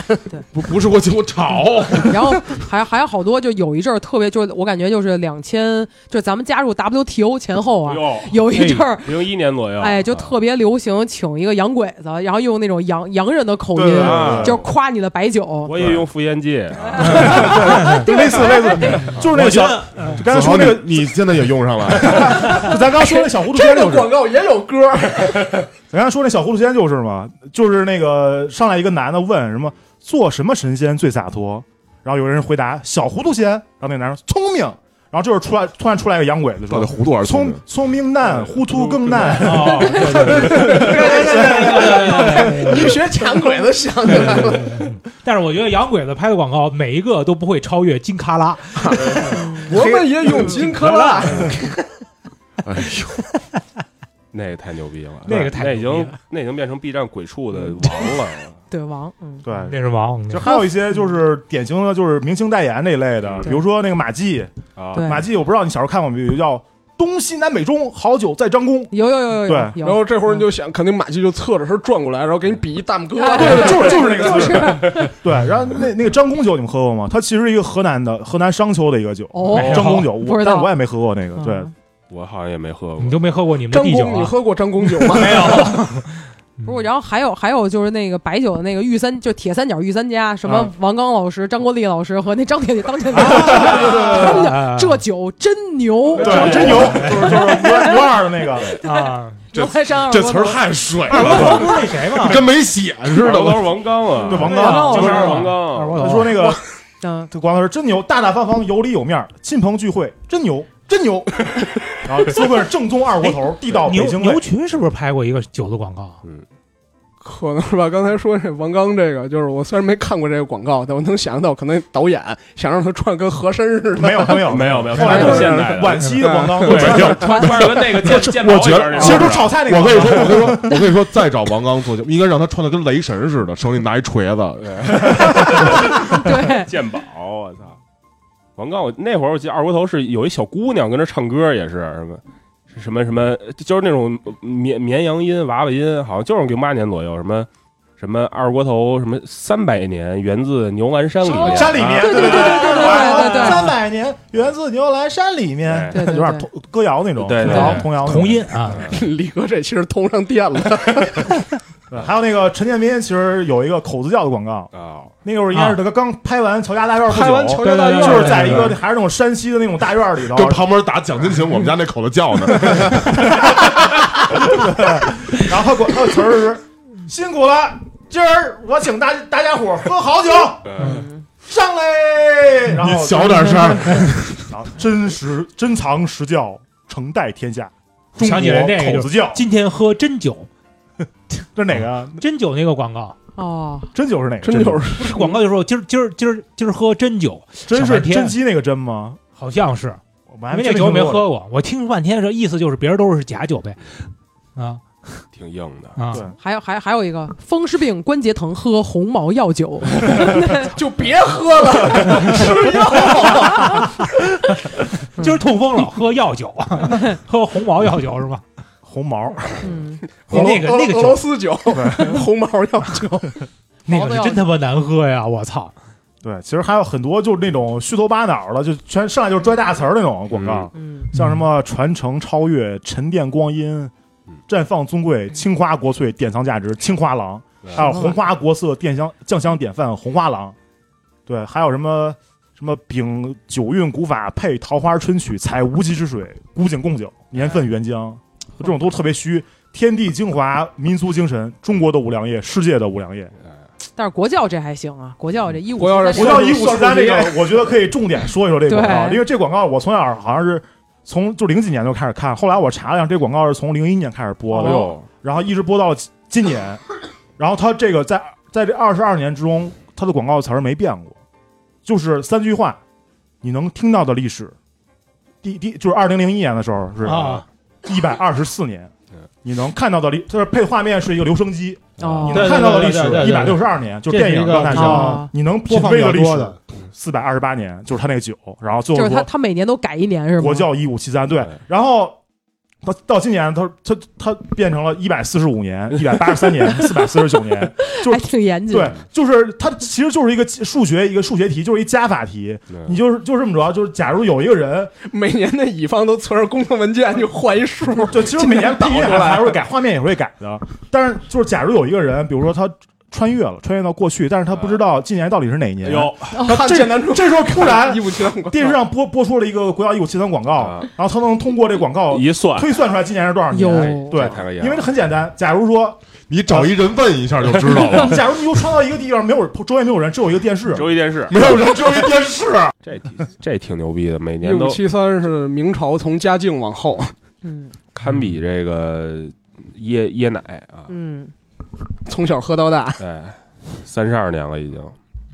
Speaker 7: 不不是我请我吵，
Speaker 2: 然后还还有好多，就有一阵儿特别，就是我感觉就是两千，就咱们加入 WTO 前后啊，
Speaker 6: 哟，
Speaker 2: 有
Speaker 1: 哎
Speaker 2: 一阵儿。
Speaker 6: 零一年左右，啊
Speaker 2: 哎，
Speaker 1: 啊
Speaker 2: 就特别流行请一个洋鬼子，然后用那种洋洋人的口
Speaker 1: 对
Speaker 2: 音
Speaker 1: 对，
Speaker 6: 啊
Speaker 1: 对
Speaker 2: 就是夸你的白
Speaker 6: 啊，
Speaker 2: 酒。
Speaker 6: 我也用复烟剂啊，
Speaker 1: 对，类似类似，就是那个小，就刚才
Speaker 7: 子豪
Speaker 1: 说那个，
Speaker 7: 你你现在也用上了，
Speaker 1: 就咱刚才说那小糊涂
Speaker 5: 这
Speaker 1: 仙
Speaker 5: 个
Speaker 1: 就是，
Speaker 5: 广告也有歌。
Speaker 1: 咱刚才说那小糊涂仙就是嘛，就是那个上来一个男的问什么做什么神仙最洒脱，然后有人回答小糊涂仙，然后那男人说聪明，然后就是出来突然出来一个洋鬼子
Speaker 7: 到底
Speaker 1: 说
Speaker 7: 糊涂还是聪
Speaker 1: 聪
Speaker 7: 明？
Speaker 1: 聪明难，糊涂更难，
Speaker 4: 哦，对对对
Speaker 5: 你学抢鬼子想起来了，
Speaker 4: 但是我觉得洋鬼子拍的广告每一个都不会超越金卡拉，
Speaker 5: 我们也用金克拉。
Speaker 7: 哎呦，
Speaker 6: 那个太牛逼了，
Speaker 4: 那个太
Speaker 6: 那已
Speaker 4: 牛逼
Speaker 6: 经
Speaker 4: 了嗯
Speaker 6: 那已经变成 B 站鬼畜的王 了，
Speaker 2: 对，王，嗯，
Speaker 1: 对。
Speaker 4: 那是王，
Speaker 1: 就还有一些就是典型的，就是明星代言这一类
Speaker 4: 嗯
Speaker 1: 的，
Speaker 6: 对
Speaker 1: 比如说那个马季，
Speaker 6: 啊，
Speaker 2: 对
Speaker 1: 马季，我不知道你小时候看过没有，叫《东西南北中，好酒在张公》，
Speaker 2: 有有有有有。
Speaker 1: 对
Speaker 2: 有
Speaker 5: 然后这会儿你就想，肯定马季就侧着身转过来，然后给你比一大拇哥。
Speaker 2: 啊
Speaker 1: 对对，就是就是那个姿势。对，然后那那个张公酒你们喝过吗？它其实是一个河南的，河南商丘的一个酒。
Speaker 2: 哦
Speaker 4: 没有
Speaker 1: 张公酒，
Speaker 2: 不
Speaker 1: 我
Speaker 2: 知道
Speaker 1: 但我也没喝过那个。对，
Speaker 2: 嗯
Speaker 6: 我好像也没喝过
Speaker 4: 你，都没喝过你们的
Speaker 5: 张
Speaker 4: 地酒
Speaker 5: 公，你
Speaker 4: 啊？
Speaker 5: 喝过张公酒吗？没有。
Speaker 4: 嗯
Speaker 2: 不是，然后还有还有就是那个白酒的那个御三，就是铁三角御三家，什么
Speaker 1: 啊
Speaker 2: 王刚老师、张国立老师和那张铁当前
Speaker 4: 对
Speaker 2: 他们
Speaker 4: 对
Speaker 2: 俩这酒真牛，
Speaker 1: 对，真牛，就是就是不二不二的那个。
Speaker 4: 啊，
Speaker 2: 这
Speaker 7: 这
Speaker 2: 这
Speaker 7: 词儿太水了，
Speaker 4: 二锅头不是那谁吗？
Speaker 7: 跟没写似的，
Speaker 6: 都
Speaker 7: 我
Speaker 6: 是王刚啊，
Speaker 1: 对，王
Speaker 4: 对
Speaker 1: 刚，
Speaker 4: 王刚老
Speaker 1: 就
Speaker 4: 师
Speaker 1: 是
Speaker 4: 啊
Speaker 6: 王
Speaker 4: 二
Speaker 6: 刚，
Speaker 4: 锅头
Speaker 1: 他说那个，
Speaker 2: 嗯，
Speaker 1: 这王老师真牛，大大方方，有理有面儿，亲朋聚会真牛，真牛。 然后 slogan 是正宗二锅头，地道北
Speaker 4: 牛
Speaker 1: 京
Speaker 4: 牛
Speaker 1: 味。
Speaker 4: 群是不是拍过一个酒的广告？
Speaker 5: 可能是吧。刚才说这王刚这个，就是我虽然没看过这个广告，但我能想到，可能导演想让他穿跟和珅似的。
Speaker 1: 没有没有
Speaker 6: 没有没有
Speaker 1: 后来
Speaker 5: 都
Speaker 1: 就是是
Speaker 5: 现
Speaker 6: 代的
Speaker 1: 惋惜的王刚，
Speaker 6: 对，
Speaker 1: 对
Speaker 6: 就穿着跟那个剑剑
Speaker 7: 我觉得
Speaker 1: 其实都是炒菜那个。
Speaker 7: 跟你说，我跟你说，我跟你说，再找王刚做酒，应该让他穿的跟雷神似的，手里拿一锤子，
Speaker 2: 对，
Speaker 6: 鉴宝，我操！王刚，我那会儿我记得二锅头是有一小姑娘跟那唱歌，也是什么是什么什么，就是那种绵绵羊音、娃娃音，好像就是零八年左右，什么什么二锅头什么三百年，源自牛栏山里面，
Speaker 1: 山里面，
Speaker 6: 啊
Speaker 1: 对对对对
Speaker 2: 对对对
Speaker 1: 三百年源自牛栏山里面，
Speaker 2: 对对对
Speaker 1: 有点童歌谣那种，
Speaker 6: 对
Speaker 1: 童
Speaker 6: 对
Speaker 1: 谣
Speaker 6: 对
Speaker 1: 童谣那种
Speaker 4: 同。音啊，
Speaker 5: 李哥这其实通上电了，
Speaker 1: 对还有那个陈建斌，其实有一个口子窖的广告，
Speaker 6: 啊，
Speaker 1: 那个时候应该是他刚拍完《乔家大院》不久，
Speaker 5: 拍完乔
Speaker 4: 家大院
Speaker 1: 就是在一个还是那种山西的那种大院里头，
Speaker 7: 跟旁边打蒋勤勤，我们家那口子叫呢。
Speaker 1: 然后广告词儿是辛苦了。今儿我请大大家伙儿喝好酒，上来！然
Speaker 7: 你
Speaker 1: 后
Speaker 7: 小点声儿，
Speaker 1: 然后真实珍藏实教，承代天下。中国
Speaker 4: 想起来那个就是
Speaker 1: 口子窖，
Speaker 4: 今天喝真酒，
Speaker 1: 这是哪个啊？
Speaker 4: 真酒那个广告
Speaker 2: 哦，
Speaker 1: 真酒是哪个？酒
Speaker 5: 真就是
Speaker 4: 不是广告就说今儿今儿今儿今儿喝真酒，
Speaker 1: 真
Speaker 4: 小
Speaker 1: 是
Speaker 4: 半天
Speaker 1: 真鸡那个真吗？
Speaker 4: 好像是，
Speaker 1: 我们
Speaker 4: 因
Speaker 1: 还
Speaker 4: 为
Speaker 1: 真
Speaker 4: 那酒我没
Speaker 1: 听过
Speaker 4: 喝过，我听半天这意思就是别人都是假酒呗，啊
Speaker 6: 挺硬的。
Speaker 4: 啊，
Speaker 1: 对
Speaker 2: 还有还还有一个风湿病关节疼，喝红毛药酒，
Speaker 5: 就别喝了，
Speaker 4: 今儿痛风了喝药酒，喝红毛药酒是吧？
Speaker 1: 红毛，
Speaker 2: 嗯，
Speaker 4: 那个
Speaker 5: 俄罗
Speaker 4: 那个
Speaker 5: 俄罗
Speaker 4: 酒
Speaker 5: 斯酒，红毛药酒，
Speaker 4: 那
Speaker 2: 毛都
Speaker 4: 个
Speaker 2: 要
Speaker 4: 是真他妈难喝呀！我操，
Speaker 1: 对，其实还有很多就是那种虚头巴脑的，就全上来就是拽大词儿那种广告，
Speaker 2: 嗯，
Speaker 1: 像什么传承、超越、沉淀光阴
Speaker 6: 嗯、
Speaker 1: 绽放尊贵、青花国粹、典藏价值、青花郎，
Speaker 6: 对
Speaker 1: 还有红花国色、店香酱香典范、红花郎，对，还有什么什么秉九韵古法配桃花春曲，采无极之水，古井贡酒，年份原浆，这种都特别虚。天地精华、民族精神，中国的五粮液，世界的五粮液，
Speaker 2: 但是国窖这还行啊，国窖这一五
Speaker 5: 国窖这
Speaker 1: 我叫一五四
Speaker 5: 算是
Speaker 1: 三这
Speaker 5: 算
Speaker 1: 个，我觉得可以重点说一说这个广告，
Speaker 2: 对
Speaker 1: 因为这广告我从小好像是从就零几年就开始看，后来我查了一下，这广告是从零一年开始播的，
Speaker 6: 哟，
Speaker 1: 然后一直播到了今 年，然后它这个在在这二十二年之中，它的广告词儿没变过，就是三句话，你能听到的历史，第第就是二零零一年的时候是
Speaker 4: 啊，
Speaker 1: 一百二十四年
Speaker 6: 对，
Speaker 1: 你能看到的历就是配画面是一个留声机，
Speaker 2: 哦
Speaker 1: 你
Speaker 8: 对
Speaker 1: 能看到的历史
Speaker 8: 对对对
Speaker 1: 一
Speaker 8: 对
Speaker 1: 百六十二年，就是电影的诞
Speaker 8: 这是一个
Speaker 1: 生
Speaker 8: 啊
Speaker 2: 哦，
Speaker 1: 你能
Speaker 8: 播
Speaker 1: 品
Speaker 8: 放比
Speaker 1: 味
Speaker 8: 较
Speaker 1: 历
Speaker 8: 多
Speaker 1: 史
Speaker 8: 的，
Speaker 1: 四百二十八年，就是他那个酒，然后最
Speaker 2: 就
Speaker 1: 后
Speaker 2: 是他
Speaker 1: 说
Speaker 2: 他每年都改一年是吗？
Speaker 1: 国窖一五七三，对
Speaker 6: 对，
Speaker 1: 然后。到到今年，他他他变成了一百四十五年、一百八十三年、四百四十九 年，
Speaker 2: 还挺严谨。
Speaker 1: 对，就是它其实就是一个数学一个数学题，就是一加法题。你就是就是这么着，就是假如有一个人，
Speaker 5: 每年的乙方都存着公证文件，就换一数。
Speaker 1: 就其实每年
Speaker 5: 导
Speaker 1: 第一
Speaker 5: 出来
Speaker 1: 还会改，画面也会改的。但是就是假如有一个人，比如说他穿越了，穿越到过去，但是他不
Speaker 8: 啊
Speaker 1: 知道今年到底是哪年。
Speaker 6: 有
Speaker 5: 看
Speaker 1: 这
Speaker 5: 剑南春，
Speaker 1: 这时候突然
Speaker 5: 一五七三广告
Speaker 1: 电视上播播出了一个国药一五七三广告
Speaker 6: 啊，
Speaker 1: 然后他能通过这广告
Speaker 6: 一算，
Speaker 1: 推算出来今年是多少年。
Speaker 2: 有
Speaker 1: 对
Speaker 6: 这太厉害，了
Speaker 1: 因为这很简单。假如 说，
Speaker 8: 你找一人问一下就知道 了。
Speaker 1: 假如你又穿到一个地方，没有周围没有人，只有一个电视，
Speaker 6: 周一电视，
Speaker 8: 没有人，只有一电视。
Speaker 6: 这挺这挺牛逼的，每
Speaker 5: 一
Speaker 6: 年
Speaker 5: 五
Speaker 6: 都
Speaker 5: 七三是明朝从嘉靖往后，
Speaker 2: 嗯
Speaker 6: 堪比这个椰椰奶啊，
Speaker 2: 嗯，
Speaker 5: 从小喝到大。
Speaker 6: 哎，三十二年了已经，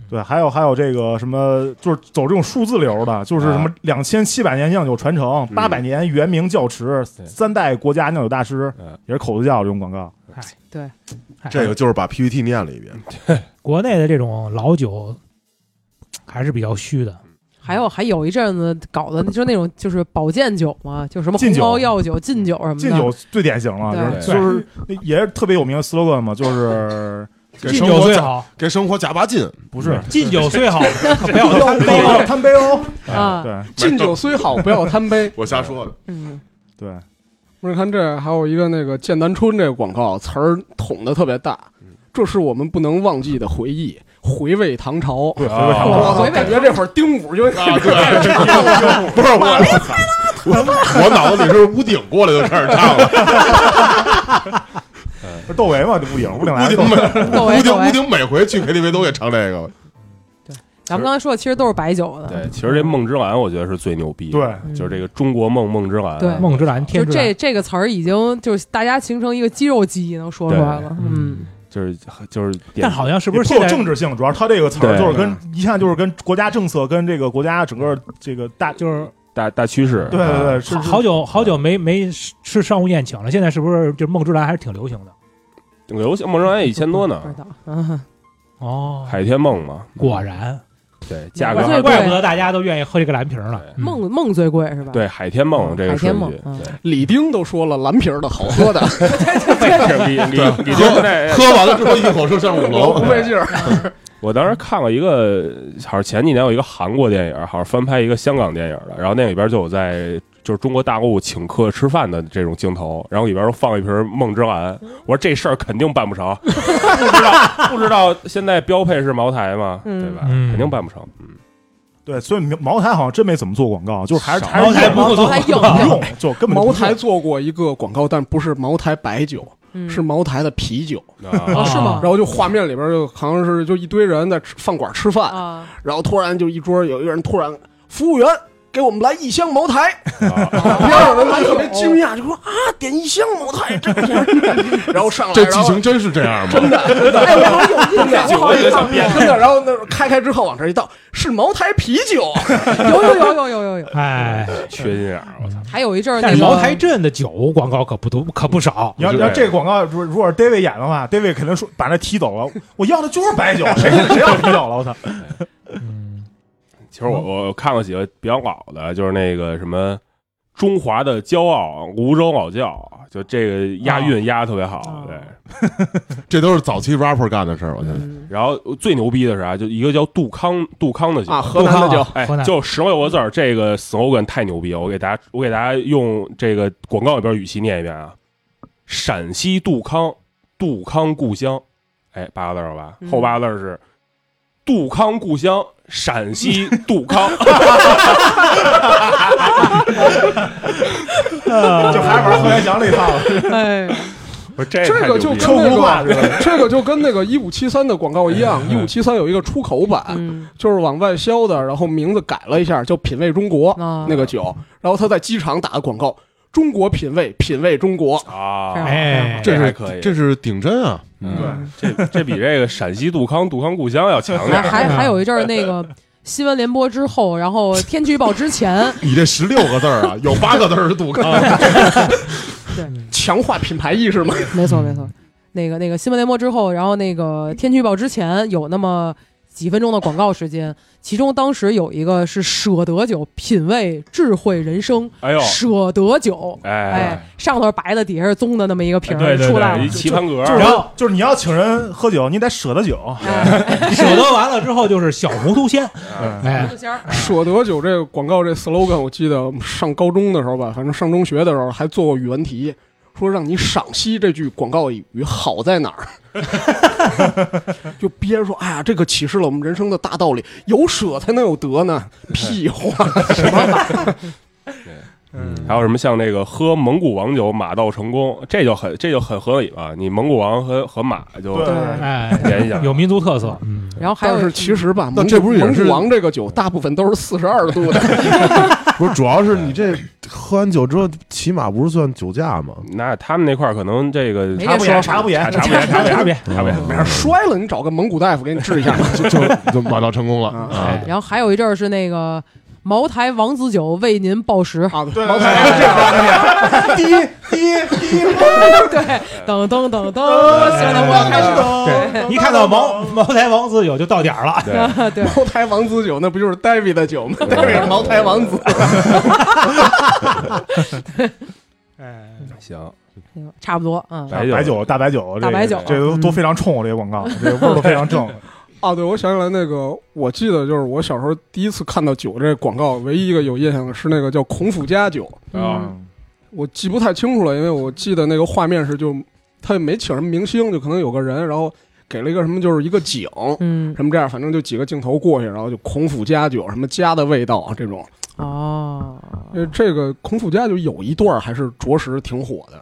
Speaker 1: 对，还有还有这个什么，就是走这种数字流的，就是什么两千七百年酿酒传承，
Speaker 6: 啊嗯
Speaker 1: 八百年元明教池，
Speaker 6: 对
Speaker 1: 三代国家酿酒大师
Speaker 6: 嗯，
Speaker 1: 也是口子窖这种广告。
Speaker 4: 哎
Speaker 7: 这个就是把 PPT 念了一遍，
Speaker 4: 国内的这种老酒还是比较虚的，
Speaker 2: 还有还有一阵子搞的就是那种就是保健酒嘛，就是什么
Speaker 1: 禁
Speaker 2: 红
Speaker 1: 酒
Speaker 2: 包药酒、禁酒什么的。
Speaker 1: 敬酒最典型了，
Speaker 2: 嗯对
Speaker 1: 就是就是 那也是特别有名的 slogan 嘛，就是
Speaker 8: 给
Speaker 4: 敬
Speaker 8: 生
Speaker 4: 酒
Speaker 8: 活
Speaker 4: 最
Speaker 8: 加
Speaker 4: 好，
Speaker 8: 给生活加把劲，
Speaker 1: 不是
Speaker 4: 敬酒最好， 不
Speaker 1: 不
Speaker 4: 要
Speaker 1: 要
Speaker 4: 贪
Speaker 1: 不要
Speaker 4: 杯。
Speaker 1: 贪杯哦，
Speaker 2: 啊，
Speaker 1: 对
Speaker 5: 敬酒虽好，不要贪杯。
Speaker 8: 我瞎说的。
Speaker 2: 嗯，
Speaker 1: 对，
Speaker 5: 不是看这还有一个那个剑南春这个广告词儿捅的特别大，这是我们不能忘记的回忆，回味唐 朝。
Speaker 1: 对，回味唐
Speaker 5: 我
Speaker 1: 朝
Speaker 2: 哦
Speaker 5: 操，感觉这会儿丁武就
Speaker 7: 啊
Speaker 8: 不是我，我
Speaker 7: 啊
Speaker 8: 我脑子里是屋顶过来就开始唱了，
Speaker 1: 不是窦唯嘛，就不顶不顶
Speaker 8: 屋
Speaker 1: 来
Speaker 8: 顶
Speaker 1: 窦
Speaker 2: 窦唯窦
Speaker 1: 唯
Speaker 8: 每屋顶
Speaker 2: 唯
Speaker 8: 屋顶每回去 KTV 都给唱这个，
Speaker 2: 咱们刚才说的其实都是白酒的，
Speaker 6: 对，其实这梦之蓝我觉得是最牛逼，，
Speaker 1: 对。
Speaker 2: 嗯
Speaker 6: 就是这个中国梦梦之蓝，
Speaker 2: 对
Speaker 4: 梦之蓝，
Speaker 2: 就
Speaker 4: 天之蓝
Speaker 2: 这这个词儿已经就是大家形成一个肌肉记忆，能说出来了。嗯，
Speaker 6: 就是就是典，
Speaker 4: 但好像是
Speaker 1: 也
Speaker 4: 不
Speaker 1: 颇
Speaker 4: 是现
Speaker 1: 有
Speaker 4: 在
Speaker 1: 政治性，主要它这个词儿
Speaker 6: 对
Speaker 1: 就是跟一下就是跟国家政策跟这个国家整个这个大，对
Speaker 4: 就是
Speaker 6: 大大趋势，
Speaker 1: 对
Speaker 6: 啊
Speaker 1: 对，是
Speaker 4: 好好久好久没没吃上午宴请了，现在是不是就是梦之蓝还是挺流行的？
Speaker 6: 挺流行梦之蓝一千多
Speaker 2: 不
Speaker 6: 呢
Speaker 2: 知，道。嗯，
Speaker 4: 哦，
Speaker 6: 海天梦嘛，
Speaker 4: 果然，
Speaker 6: 对，价格
Speaker 2: 我
Speaker 6: 还
Speaker 2: 最
Speaker 6: 是
Speaker 2: 贵
Speaker 4: 怪不得大家都愿意喝这个蓝瓶了。嗯
Speaker 2: 梦梦最贵是吧？
Speaker 6: 对海天梦这个顺
Speaker 2: 海
Speaker 6: 序
Speaker 2: 天，梦 嗯
Speaker 5: 李丁都说了蓝瓶儿的好喝 的，
Speaker 6: 对，李李李丁这
Speaker 8: 喝完了之后一口就上五
Speaker 5: 我
Speaker 8: 楼
Speaker 5: 不。费劲儿。
Speaker 6: 我当时看过一个，好像前几年有一个韩国电影，好像翻拍一个香港电影的，然后那里边就有在就是中国大陆请客吃饭的这种镜头，然后里边又放一瓶梦之蓝，我说这事儿肯定办不成， 不知道不知道现在标配是茅台嘛，
Speaker 2: 嗯
Speaker 6: 对吧？
Speaker 4: 嗯
Speaker 6: 肯定办不成，嗯，
Speaker 1: 对，所以茅台好像真没怎么做广告，就是还是还是
Speaker 4: 茅台不
Speaker 1: 用
Speaker 4: 够
Speaker 2: 茅台硬
Speaker 1: 不用，就根本就不
Speaker 5: 茅
Speaker 1: 用
Speaker 5: 台做过一个广告，但不是茅台白酒，
Speaker 2: 嗯
Speaker 5: 是茅台的啤酒。
Speaker 2: 哦是吗？
Speaker 5: 然后就画面里边就好像是就一堆人在吃饭馆吃饭，
Speaker 2: 啊，
Speaker 5: 然后突然就一桌有一个人突然，服务员给我们来一箱茅台，
Speaker 6: 啊
Speaker 5: 边上人还特别惊讶，就说啊点一箱茅台，这个人， 然后上来
Speaker 8: 这
Speaker 5: 然
Speaker 8: 剧
Speaker 5: 后
Speaker 8: 情真是这 样吗？
Speaker 5: 哎，我好像 有印象，我好像有印象真哎 的。然后那开开之后往这一倒，是茅台啤 酒，
Speaker 2: 有有有有有有有，
Speaker 4: 哎，
Speaker 6: 缺心眼儿，我操！
Speaker 2: 还有一阵儿
Speaker 4: 但
Speaker 2: 那
Speaker 4: 是
Speaker 2: 个嗯
Speaker 4: 茅台镇的酒广告可不多，可不少。
Speaker 1: 你要
Speaker 6: 对
Speaker 1: 要这个广告，如果如果是 David 演的话，David 肯定说把那踢走了。我要的就是白酒，谁谁要啤酒了？我操！
Speaker 4: 嗯，
Speaker 6: 其实我我看过几个比较老的，就是那个什么“中华的骄傲”，泸州老窖，就这个押韵押得特别好，
Speaker 2: 哦
Speaker 6: 对。
Speaker 8: 这都是早期 rapper 干的事儿，我觉得。
Speaker 2: 嗯
Speaker 6: 然后最牛逼的是啥、啊就一个叫杜康杜康的酒，
Speaker 5: 啊河南的酒
Speaker 6: 哎
Speaker 4: 河，南
Speaker 6: 就十六个字儿，这个 slogan 太牛逼了，我给大家，我给大家用这个广告里边语气念一遍啊：陕西杜康，杜康故乡，哎，八个字儿吧，
Speaker 2: 嗯
Speaker 6: 后八个字儿是杜康故乡，陕西杜康，
Speaker 1: 就还是玩贺元祥这一套。
Speaker 2: 哎，
Speaker 6: 不是这
Speaker 5: 这个就跟
Speaker 1: 臭
Speaker 5: 那
Speaker 1: 葫芦
Speaker 5: 个
Speaker 1: 吧是吧？
Speaker 5: 这个哎就跟那个一五七三的广告一样，一五七三有一个出口版，
Speaker 2: 嗯
Speaker 5: 就是往外销的，然后名字改了一下，叫“品味中国”
Speaker 2: 啊
Speaker 5: 那个酒，然后他在机场打的广告：“中国品味，品味中国。
Speaker 6: 啊，
Speaker 4: 哎，
Speaker 7: 这
Speaker 6: 还
Speaker 7: 是
Speaker 6: 可以，
Speaker 7: 这是顶针啊！
Speaker 6: 嗯这这比这个陕西杜康、杜康故乡要强点
Speaker 2: 还
Speaker 6: 儿。
Speaker 2: 还还 有一阵儿那个新闻联播之后，然后天气预报之 前，
Speaker 8: 你这十六个字儿啊，有八个字儿是啊杜康，
Speaker 5: 强化品牌意识嘛。
Speaker 2: 没错没错，那个那个新闻联播之后，然后那个天气预报之前有那么几分钟的广告时间，其中当时有一个是舍得酒，品味智慧人生，
Speaker 6: 哎呦，
Speaker 2: 舍得酒，
Speaker 6: 哎
Speaker 2: 哎，，上头是白的，底下是棕的那么一个瓶
Speaker 4: 哎
Speaker 2: 儿
Speaker 4: 对对
Speaker 2: 出来
Speaker 6: 一
Speaker 2: 了，
Speaker 6: 棋盘格，
Speaker 1: 就是
Speaker 4: 然后
Speaker 1: 就是你要请人喝酒，你得舍得酒。
Speaker 2: 哎，
Speaker 4: 舍得完了之后就是小糊涂仙，
Speaker 1: 嗯
Speaker 4: 哎，
Speaker 2: 仙儿”
Speaker 5: 舍得酒这个广告这 slogan，我记得我们上高中的时候吧，反正上中学的时候还做过语文题，说让你赏析这句广告语好在哪儿。 就别人说，哎呀，这个启示了我们人生的大道理，有舍才能有得呢。屁话，什么玩意儿
Speaker 6: 还有什么像那个喝蒙古王酒马到成功，这就很这就很合理嘛。你蒙古王和和马就
Speaker 1: 对
Speaker 4: 哎，
Speaker 6: 联系上
Speaker 4: 有民族特色，
Speaker 2: 然后还有
Speaker 5: 但是其实吧，
Speaker 7: 那
Speaker 5: 蒙
Speaker 7: 这不是也
Speaker 5: 蒙
Speaker 7: 是
Speaker 5: 古王这个酒，大部分都是四十二度 的。
Speaker 7: 不是，主要是你这喝完酒之后，起码不是算酒驾 吗？
Speaker 6: 那他们那块儿可能这个
Speaker 2: 没
Speaker 1: 查不
Speaker 2: 这说
Speaker 1: 严，
Speaker 2: 法
Speaker 1: 查不严，
Speaker 6: 查不严，查不严，
Speaker 4: 差别
Speaker 6: 查不严。
Speaker 5: 哪儿摔了，你找个蒙古大夫给你治一下。
Speaker 7: 就就就马到成功了
Speaker 5: 啊
Speaker 7: 啊！
Speaker 2: 嗯然后还有一阵儿是那个茅台王子酒为您报 时，
Speaker 5: 啊， 对
Speaker 1: 对对对，第一第一第一，
Speaker 2: 对，噔噔噔噔，
Speaker 6: 哎
Speaker 2: 新闻联播开始哦了，
Speaker 4: 一看到茅茅台王子酒就到点儿了，
Speaker 6: 对，
Speaker 2: 对，
Speaker 5: 茅台王子酒，那不就是 David 的酒吗？David 是 茅台王子。
Speaker 4: 哎，
Speaker 6: 行，
Speaker 2: 差不多，嗯，
Speaker 6: 白酒
Speaker 1: 白酒大白酒，这个
Speaker 2: 大白酒啊嗯
Speaker 1: 这个都都非常冲，我这个广告，这个味儿都非 常正。
Speaker 5: 啊，对，我想起来那个，我记得就是我小时候第一次看到酒这广告，唯一一个有印象的是那个叫孔府家酒，
Speaker 6: 啊
Speaker 2: 嗯，
Speaker 5: 我记不太清楚了，因为我记得那个画面是就他也没请什么明星，就可能有个人，然后给了一个什么就是一个景，
Speaker 2: 嗯，
Speaker 5: 什么这样，反正就几个镜头过去，然后就孔府家酒什么家的味道啊这种，
Speaker 2: 哦，
Speaker 5: 因为这个孔府家酒有一段还是着实挺火的，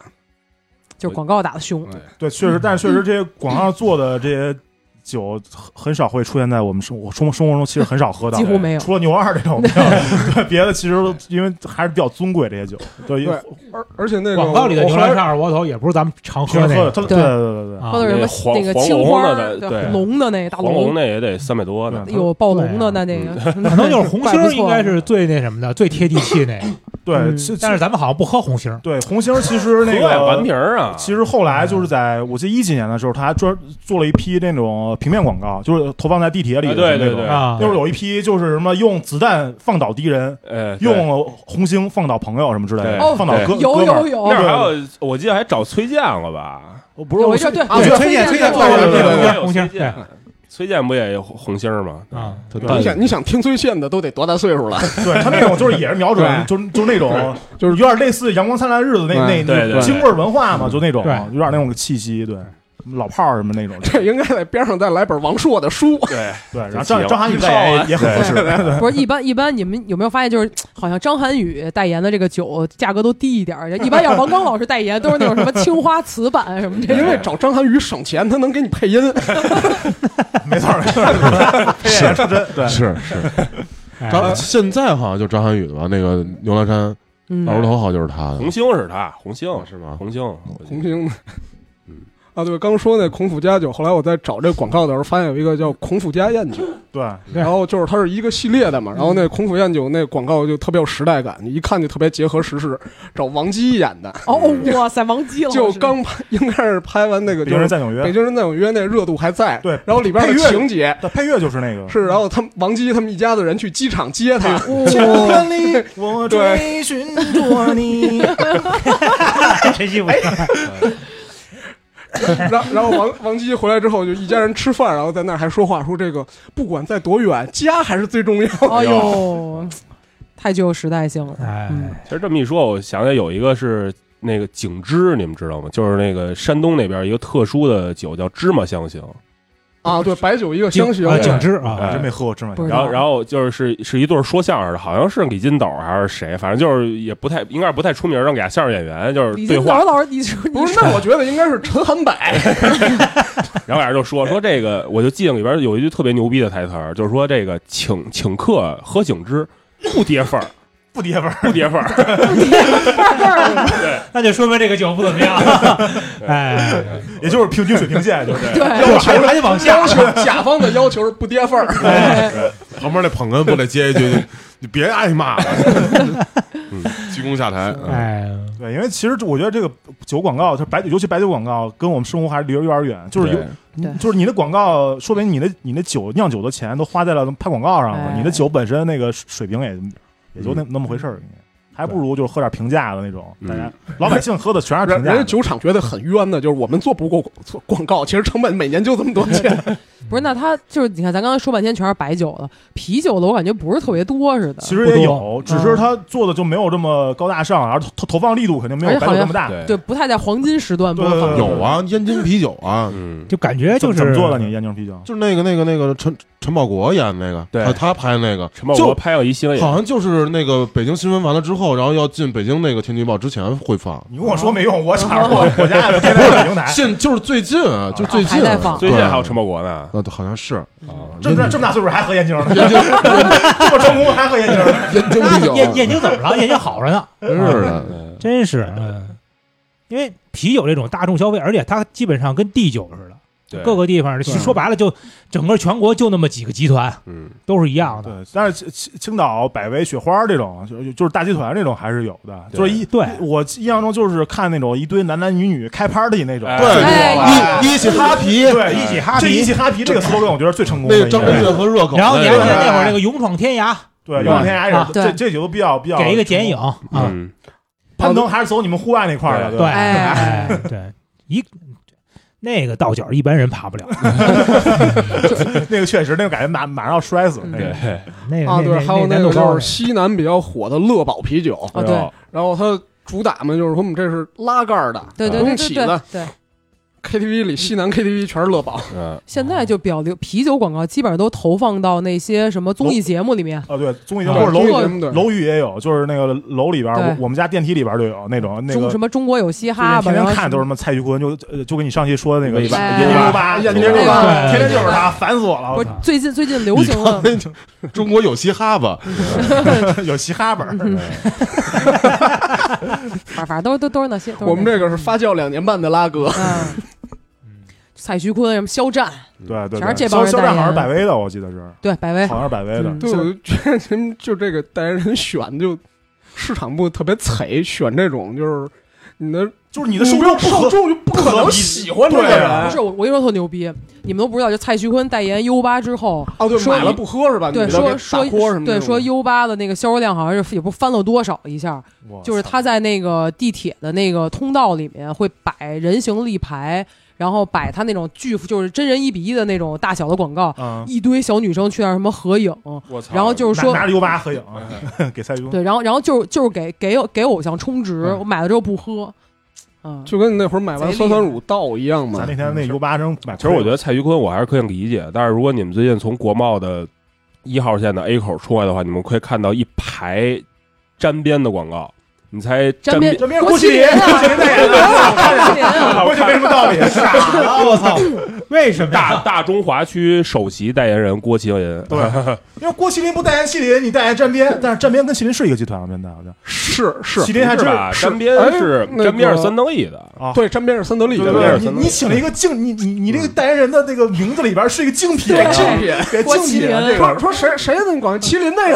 Speaker 2: 就是广告打的凶，
Speaker 1: 对，确实，但是确实这些广告做的这些酒很很少会出现在我们生活生活生活中，其实很少喝到
Speaker 2: 几，乎没有，
Speaker 1: 除了牛二 这种，没有对别的其实都因为还是比较尊贵这些酒，对，
Speaker 5: 对而而且那个
Speaker 4: 广告里的
Speaker 5: 我
Speaker 4: 牛
Speaker 5: 后
Speaker 4: 栏
Speaker 5: 来
Speaker 4: 上二锅头也不是咱们常
Speaker 1: 平
Speaker 4: 喝
Speaker 1: 时
Speaker 4: 那
Speaker 1: 喝的，对
Speaker 4: 个
Speaker 2: 对
Speaker 1: 对对
Speaker 4: 啊
Speaker 2: 喝的是什
Speaker 6: 那
Speaker 2: 么
Speaker 6: 黄
Speaker 2: 那个
Speaker 6: 黄
Speaker 2: 青
Speaker 6: 龙
Speaker 2: 花
Speaker 6: 的
Speaker 2: 儿
Speaker 6: 对
Speaker 2: 对龙的那大
Speaker 6: 黄龙啊
Speaker 2: 龙，
Speaker 6: 那也得三百多呢。
Speaker 1: 对
Speaker 2: 有暴龙的那 那个，
Speaker 6: 嗯
Speaker 4: 可能就是红
Speaker 2: 怪不
Speaker 4: 星
Speaker 2: 错
Speaker 4: 应该是最那什么的，最贴地 气那个。
Speaker 1: 对对，
Speaker 2: 嗯
Speaker 1: 其其
Speaker 4: 但是咱们好像不喝红星，
Speaker 1: 对红星其实那
Speaker 6: 喝呀
Speaker 1: 个
Speaker 6: 蓝瓶儿啊，
Speaker 1: 其实后来就是在我记得一几年的时候，他还专做了一批那种平面广告，就是投放在地铁里
Speaker 6: 啊
Speaker 1: 的
Speaker 6: 对对
Speaker 1: 那种
Speaker 6: 对
Speaker 4: 啊
Speaker 1: 那会儿有一批就是什么用子弹放倒敌人，
Speaker 6: 呃，对
Speaker 1: 用红星放倒朋友什么之类的
Speaker 6: 对，
Speaker 1: 放倒哥
Speaker 2: 哦有
Speaker 1: 哥们儿
Speaker 2: 有有
Speaker 6: 那儿
Speaker 1: 哦
Speaker 6: 还有，我记得还找崔健了吧？
Speaker 1: 我不是
Speaker 2: 有
Speaker 1: 我
Speaker 2: 一阵对
Speaker 1: 啊
Speaker 2: 对
Speaker 1: 对
Speaker 2: 崔健
Speaker 1: 崔
Speaker 2: 健
Speaker 1: 健
Speaker 2: 做
Speaker 1: 对对
Speaker 4: 对
Speaker 1: 对
Speaker 4: 对
Speaker 1: 对
Speaker 4: 对红星对
Speaker 6: 崔健不也有红星儿吗？
Speaker 4: 啊，
Speaker 5: 你
Speaker 7: 但
Speaker 5: 想你想听崔健的都得多大岁数了？
Speaker 1: 对他那种就是也是瞄准，就就那种就是有点类似《阳光灿烂日子》那那
Speaker 5: 对
Speaker 6: 对
Speaker 1: 那
Speaker 6: 对
Speaker 1: 京味儿文化嘛，就那种
Speaker 4: 对
Speaker 1: 有点那种气息，对老炮儿什么那种，
Speaker 5: 这应该在边上再来本王朔的书。
Speaker 6: 对，
Speaker 1: 对，然后张张涵予
Speaker 6: 套啊
Speaker 1: 代言也很合适，对
Speaker 2: 不是一般一般，你们有没有发现，就是好像张涵予代言的这个酒价格都低一点儿，一般要是王刚老师代言，都是那种什么青花瓷版什么这
Speaker 5: 因
Speaker 2: 种。
Speaker 5: 为找张涵予省钱，他能给你配音。
Speaker 1: 没错儿没 错儿，是说真对。
Speaker 7: 是是，
Speaker 4: 哎
Speaker 7: 张现在好像就张涵予吧，那个牛栏山二锅
Speaker 2: 嗯，
Speaker 7: 头好像就是他的
Speaker 6: 红星是他，红星
Speaker 7: 是吗？
Speaker 6: 红星，
Speaker 5: 红 星的，啊，对，刚说那孔府家酒，后来我在找这广告的时候，发现有一个叫孔府家宴酒，
Speaker 1: 对，
Speaker 4: 对
Speaker 5: 然后就是它是一个系列的嘛，然后
Speaker 1: 嗯
Speaker 5: 那孔府宴酒那广告就特别有时代感，一看就特别结合时事，找王姬演的，
Speaker 2: 哦哦，哇塞，王姬了，
Speaker 5: 就
Speaker 2: 老师
Speaker 5: 刚拍，应该是拍完那个
Speaker 1: 北
Speaker 5: 就
Speaker 1: 京人
Speaker 5: 是
Speaker 1: 在纽
Speaker 5: 《北
Speaker 1: 约，
Speaker 5: 京人在纽约》那热度还在，
Speaker 1: 对
Speaker 5: 然后里边的
Speaker 1: 配乐嗯
Speaker 5: 情节。
Speaker 1: 的配乐就是那个。
Speaker 5: 是，然后他们王姬他们一家子人去机场接他，
Speaker 2: 哦
Speaker 6: 哦
Speaker 1: 千里 我追寻 着你，
Speaker 6: 啊
Speaker 4: 谁欺负谁？
Speaker 5: 然后然后王 王姬回来之后，就一家人吃饭，然后在那儿还说话，说这个不管在多远，家还是最重要的。
Speaker 2: 哎呦，太具有时代性了。
Speaker 4: 哎，
Speaker 2: 嗯
Speaker 6: 其实这么一说，我想起来有一个是那个景芝，你们知道吗？就是那个山东那边一个特殊的酒叫芝麻香型，
Speaker 5: 啊，对，白酒一个香型
Speaker 4: 啊，，景芝啊，
Speaker 6: 哎
Speaker 1: 真没喝过芝麻
Speaker 2: 不
Speaker 1: 酱
Speaker 2: 是。
Speaker 6: 然后，然后就是是一对说相声的，好像是李金斗还是谁，反正就是也不太，应该是不太出名的俩相声演员，就是
Speaker 2: 李
Speaker 6: 对
Speaker 2: 金斗
Speaker 6: 话，
Speaker 2: 老师，你说
Speaker 5: 不
Speaker 2: 你
Speaker 5: 是，
Speaker 2: 说
Speaker 5: 那我觉得应该是陈寒柏，
Speaker 6: 然后俩人就说说这个，我就记得里边有一句特别牛逼的台词儿，就是说这个请请客喝景芝，不跌份儿，
Speaker 1: 不跌份儿，
Speaker 6: 不跌份儿，
Speaker 4: 那就说明这个酒不怎么样。哎，
Speaker 1: 也就是平均水平线，就是
Speaker 2: 对，
Speaker 4: 要还还得往下
Speaker 5: 要 求甲方的要求是不跌份儿。
Speaker 8: 旁边那捧哏不得接一句，你别挨骂了，嗯，鞠躬下台，嗯
Speaker 4: 哎，
Speaker 1: 对，因为其实我觉得这个酒广告，它白酒，尤其白酒广告，跟我们生活还是离得有点远。就是有
Speaker 6: 对，
Speaker 2: 对
Speaker 1: 就是你的广告，说明你的你的酒酿酒的钱都花在了拍广告上了，
Speaker 2: 哎
Speaker 1: 你的酒本身那个水平也也就那、那么回事儿，还不如就是喝点平价的那种，
Speaker 6: 嗯
Speaker 1: 大家老百姓喝的全是
Speaker 5: 人
Speaker 1: 平价
Speaker 5: 人
Speaker 1: 的。
Speaker 5: 家酒厂觉得很冤的，就是我们做不过做广告，其实成本每年就这么多钱。
Speaker 2: 不是，那他就是你看，咱刚才说半天全是白酒的，啤酒的我感觉不是特别多似的。
Speaker 1: 其实也
Speaker 4: 不
Speaker 1: 有，只
Speaker 2: 嗯
Speaker 1: 是他做的就没有这么高大上，而投投投放力度肯定没
Speaker 2: 而
Speaker 1: 有
Speaker 2: 且
Speaker 1: 白
Speaker 2: 好
Speaker 1: 酒
Speaker 2: 像
Speaker 1: 这么大。
Speaker 6: 对
Speaker 2: 对，不太在黄金时段播
Speaker 1: 对
Speaker 2: 放。
Speaker 8: 有啊，燕京啤酒啊，
Speaker 6: 嗯，
Speaker 4: 就感觉
Speaker 1: 怎
Speaker 4: 就
Speaker 1: 么
Speaker 4: 是
Speaker 1: 怎么做的你燕京啤酒？
Speaker 7: 就是那个那个那个陈陈宝国演那个，
Speaker 6: 对
Speaker 7: 他他拍那个，
Speaker 6: 陈宝
Speaker 7: 就
Speaker 6: 国拍了一新闻，
Speaker 7: 好像就是那个北京新闻完了之后，然后要进北京那个天气预报之前会放，
Speaker 1: 你跟我
Speaker 2: 哦
Speaker 1: 说没用，我 查我我家也不贴在北京台。
Speaker 7: 现就是最近啊，就最近
Speaker 2: 还在放
Speaker 6: 最近还有
Speaker 7: 对
Speaker 6: 陈宝国呢，
Speaker 7: 啊，对好像是嗯
Speaker 1: 这么大这么大岁数还喝燕京呢？ 这么成功还喝燕京呢？
Speaker 7: 燕京
Speaker 4: 那
Speaker 7: 啤酒
Speaker 4: 燕燕京怎么了？燕京好着呢，啊
Speaker 7: 真是的，
Speaker 4: 真是，嗯，因为啤酒这种大众消费，而且它基本上跟地酒似的，
Speaker 6: 对，
Speaker 4: 各个地方其实说白了就整个全国就那么几个集团
Speaker 6: 嗯，
Speaker 4: 都是一样 的，
Speaker 1: 对，但是青青岛百威、雪花这种，就就是大集团这种还是有的。
Speaker 6: 对
Speaker 1: 就是一
Speaker 4: 对
Speaker 1: 我印象中就是看那种一堆男男女女开 party 那种，
Speaker 6: 哎
Speaker 2: 哎
Speaker 7: 对，一一起哈啤，
Speaker 1: 对，
Speaker 6: 一起
Speaker 1: 哎哈这一起哈皮这个 slogan 我觉得是最成功的
Speaker 7: 那
Speaker 1: 应
Speaker 7: 个
Speaker 1: 该。
Speaker 7: 张震岳和热狗，
Speaker 4: 然后你还
Speaker 7: 那
Speaker 4: 看
Speaker 7: 个
Speaker 4: 那会儿那个勇闯天涯，
Speaker 1: 对，有两天还
Speaker 4: 啊
Speaker 1: 是这
Speaker 2: 对
Speaker 1: 这几个都比较比较
Speaker 4: 给一个剪影啊，
Speaker 6: 嗯，
Speaker 1: 攀登还是走你们户外那块儿的，
Speaker 4: 对，
Speaker 1: 吧？
Speaker 2: 哎
Speaker 4: 哎对，一那个道角一般人爬不
Speaker 2: 哦
Speaker 4: 了，
Speaker 1: 那个确实，那个感觉马马上要摔死了那
Speaker 6: 对
Speaker 1: 个。，
Speaker 4: 那个
Speaker 5: 啊，对，还有
Speaker 4: 那
Speaker 5: 那个
Speaker 4: 高
Speaker 5: 就是西南比较火的乐宝啤酒，
Speaker 2: 哦，
Speaker 6: 然后
Speaker 5: 然后它主打嘛就是说我们这是拉盖儿的，
Speaker 2: 对对
Speaker 5: 不
Speaker 2: 对
Speaker 5: 用
Speaker 2: 对
Speaker 5: 起
Speaker 2: 对对
Speaker 5: 的
Speaker 2: 对，
Speaker 5: KTV 里西南 KTV 全是乐宝，
Speaker 6: 嗯，
Speaker 2: 现在就比较流啤酒广告，基本上都投放到那些什么综艺节目里面。
Speaker 1: 啊，对，综艺节
Speaker 4: 啊
Speaker 1: 目或者
Speaker 5: 对综艺
Speaker 1: 楼
Speaker 5: 节目对
Speaker 1: 楼宇也有，就是那个楼里边儿，
Speaker 2: 对
Speaker 1: 我我们家电梯里边儿就有那种那
Speaker 2: 中
Speaker 1: 个
Speaker 2: 什。么中国有嘻
Speaker 1: 最近
Speaker 2: 哈吧，
Speaker 1: 天
Speaker 2: 然
Speaker 1: 天
Speaker 2: 后
Speaker 1: 看都是什么蔡徐坤，就呃就跟你上期说的那个
Speaker 6: 尾巴
Speaker 1: 一
Speaker 2: 尾
Speaker 1: 零
Speaker 2: 巴
Speaker 1: 六八，
Speaker 5: 眼
Speaker 1: 天天
Speaker 5: 睛溜
Speaker 1: 就是
Speaker 5: 达
Speaker 2: 对
Speaker 1: 天天就是他，烦死我了！
Speaker 2: 不
Speaker 1: 我
Speaker 2: 是
Speaker 1: 操，
Speaker 2: 最近最近流
Speaker 7: 你
Speaker 2: 行
Speaker 7: 看
Speaker 2: 了，
Speaker 7: 那就 中国有嘻哈吧，
Speaker 1: 有嘻哈本儿，
Speaker 2: 嗯反反正都都都是那些。都是
Speaker 5: 我们
Speaker 2: 那
Speaker 5: 这个是发酵两年半的拉格，
Speaker 2: 些嗯，蔡徐坤什么肖战，
Speaker 1: 对对，
Speaker 2: 全是
Speaker 1: 对
Speaker 2: 这帮人
Speaker 1: 肖
Speaker 2: 代
Speaker 1: 肖战
Speaker 2: 言
Speaker 1: 好像是百威的，我记得是，
Speaker 2: 对，百威嗯
Speaker 1: 好像是百威的。
Speaker 5: 对，我就觉得你们就这个代言人选就市场部特别贼，选这种就是你的
Speaker 1: 就是你的受众不
Speaker 5: 受
Speaker 1: 合，
Speaker 5: 众就不可能喜欢这个
Speaker 1: 对
Speaker 5: 人
Speaker 1: 啊
Speaker 2: 不是我，我跟你说特牛逼，你们都不知道，就蔡徐坤代言 U 八之后，
Speaker 5: 哦，对，
Speaker 2: 说
Speaker 5: 买了不喝是吧？
Speaker 2: 对
Speaker 5: 你知道
Speaker 2: 说
Speaker 5: 那
Speaker 2: 说
Speaker 5: 打锅什么
Speaker 2: 对
Speaker 5: 的
Speaker 2: 说 U 八的那个销售量好像是也不翻了多少一下，
Speaker 1: 哇
Speaker 2: 就是
Speaker 1: 操
Speaker 2: 他在那个地铁的那个通道里面会摆人形立牌，然后摆他那种巨幅就是真人一比一的那种大小的广告，
Speaker 1: 嗯，
Speaker 2: 一堆小女生去那儿什么合影，
Speaker 6: 我操，
Speaker 2: 然后就是说
Speaker 1: 拿拿着 U 八合影，给蔡徐坤。
Speaker 2: 对，然后然后就是就是给给偶给偶像充值，我买了之后不喝，嗯，
Speaker 5: 就跟你那会儿买完酸酸乳倒一样嘛
Speaker 1: 咱。那天那 U 八真买亏了，
Speaker 6: 其实我觉得蔡徐坤我还是可以理解，但是如果你们最近从国贸的一号线的 A 口出来的话，你们会看到一排沾边的广告，你猜沾
Speaker 2: 沾边
Speaker 1: 这边
Speaker 2: 郭
Speaker 1: 郭
Speaker 2: 麒
Speaker 1: 麒
Speaker 2: 麟
Speaker 1: 麟，
Speaker 2: 啊
Speaker 1: 郭麒麟代言 的，
Speaker 2: 郭麒麟啊
Speaker 1: 我就没什么道理，傻了，我操！
Speaker 4: 为什么呀？
Speaker 6: 大大中华区首席代言人郭麒麟，
Speaker 1: 对，因为郭麒麟不代言麒麟，你代言沾边，但是沾边跟麒麟是一个集团啊吗？真的好像
Speaker 5: 是是，
Speaker 1: 麒麟还
Speaker 6: 是
Speaker 1: 真
Speaker 6: 吧？
Speaker 1: 是
Speaker 6: 沾边
Speaker 5: 哎
Speaker 6: 是
Speaker 5: 那个
Speaker 6: 沾边是三得利的，
Speaker 5: 对，沾边是三得利，
Speaker 1: 对
Speaker 6: 对
Speaker 5: 不
Speaker 1: 对
Speaker 6: 对
Speaker 1: 对，你你请了一个竞，你你你这
Speaker 6: 嗯
Speaker 1: 个代言人的那个名字里边是一个竞品，
Speaker 5: 对竞品
Speaker 1: 给
Speaker 2: 郭
Speaker 1: 竞
Speaker 2: 麒
Speaker 1: 品
Speaker 2: 麟
Speaker 1: 啊这
Speaker 5: 说
Speaker 1: 个，
Speaker 5: 说谁谁那你管麒麟那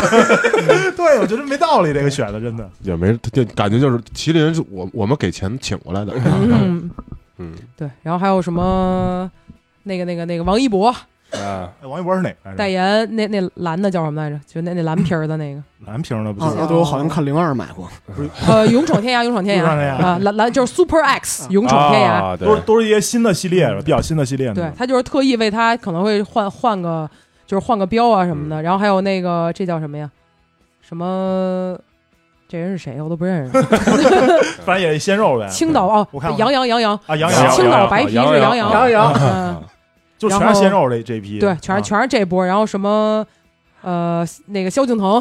Speaker 5: 个？
Speaker 1: 对我觉得没道理，这个选的真的。
Speaker 7: 也没就感觉就是麒麟是我我们给钱请过来的，
Speaker 2: 嗯
Speaker 6: 嗯
Speaker 2: 对，然后还有什么那个那个那个王一博
Speaker 6: 啊，
Speaker 1: 哎王一博是哪个来着？
Speaker 2: 代言那那蓝的叫什么来着？就那那蓝皮儿的那个，
Speaker 1: 蓝瓶
Speaker 2: 嗯
Speaker 1: 的不
Speaker 5: 啊
Speaker 1: 是？，
Speaker 5: 对，我好像看零二买过，
Speaker 2: 呃，勇闯天涯，勇闯天
Speaker 1: 勇
Speaker 2: 涯
Speaker 1: 闯天涯
Speaker 2: 啊，蓝蓝就是 Super X 勇闯天涯，
Speaker 6: 啊，对
Speaker 1: 都是都是一些新的系列，比较新的系列。
Speaker 2: 对，他就是特意为他可能会换换个，就是换个标啊什么的。然后还有那个这叫什么呀？什么？这人是谁呀？我都不认识。
Speaker 1: 反正也是鲜肉呗。
Speaker 2: 青岛哦
Speaker 1: 我看，过
Speaker 2: 杨洋杨洋，
Speaker 1: 啊，杨
Speaker 6: 洋
Speaker 1: 洋
Speaker 2: 青
Speaker 6: 洋
Speaker 2: 岛
Speaker 6: 洋
Speaker 2: 白
Speaker 6: 啊
Speaker 2: 皮
Speaker 6: 杨
Speaker 2: 是杨
Speaker 6: 洋
Speaker 2: 洋，
Speaker 5: 杨洋
Speaker 2: 嗯，
Speaker 1: 就全
Speaker 2: 然
Speaker 1: 是
Speaker 2: 后
Speaker 1: 鲜肉这这一批，啊
Speaker 2: 对，全是、全是这波，然后什么呃那个萧敬腾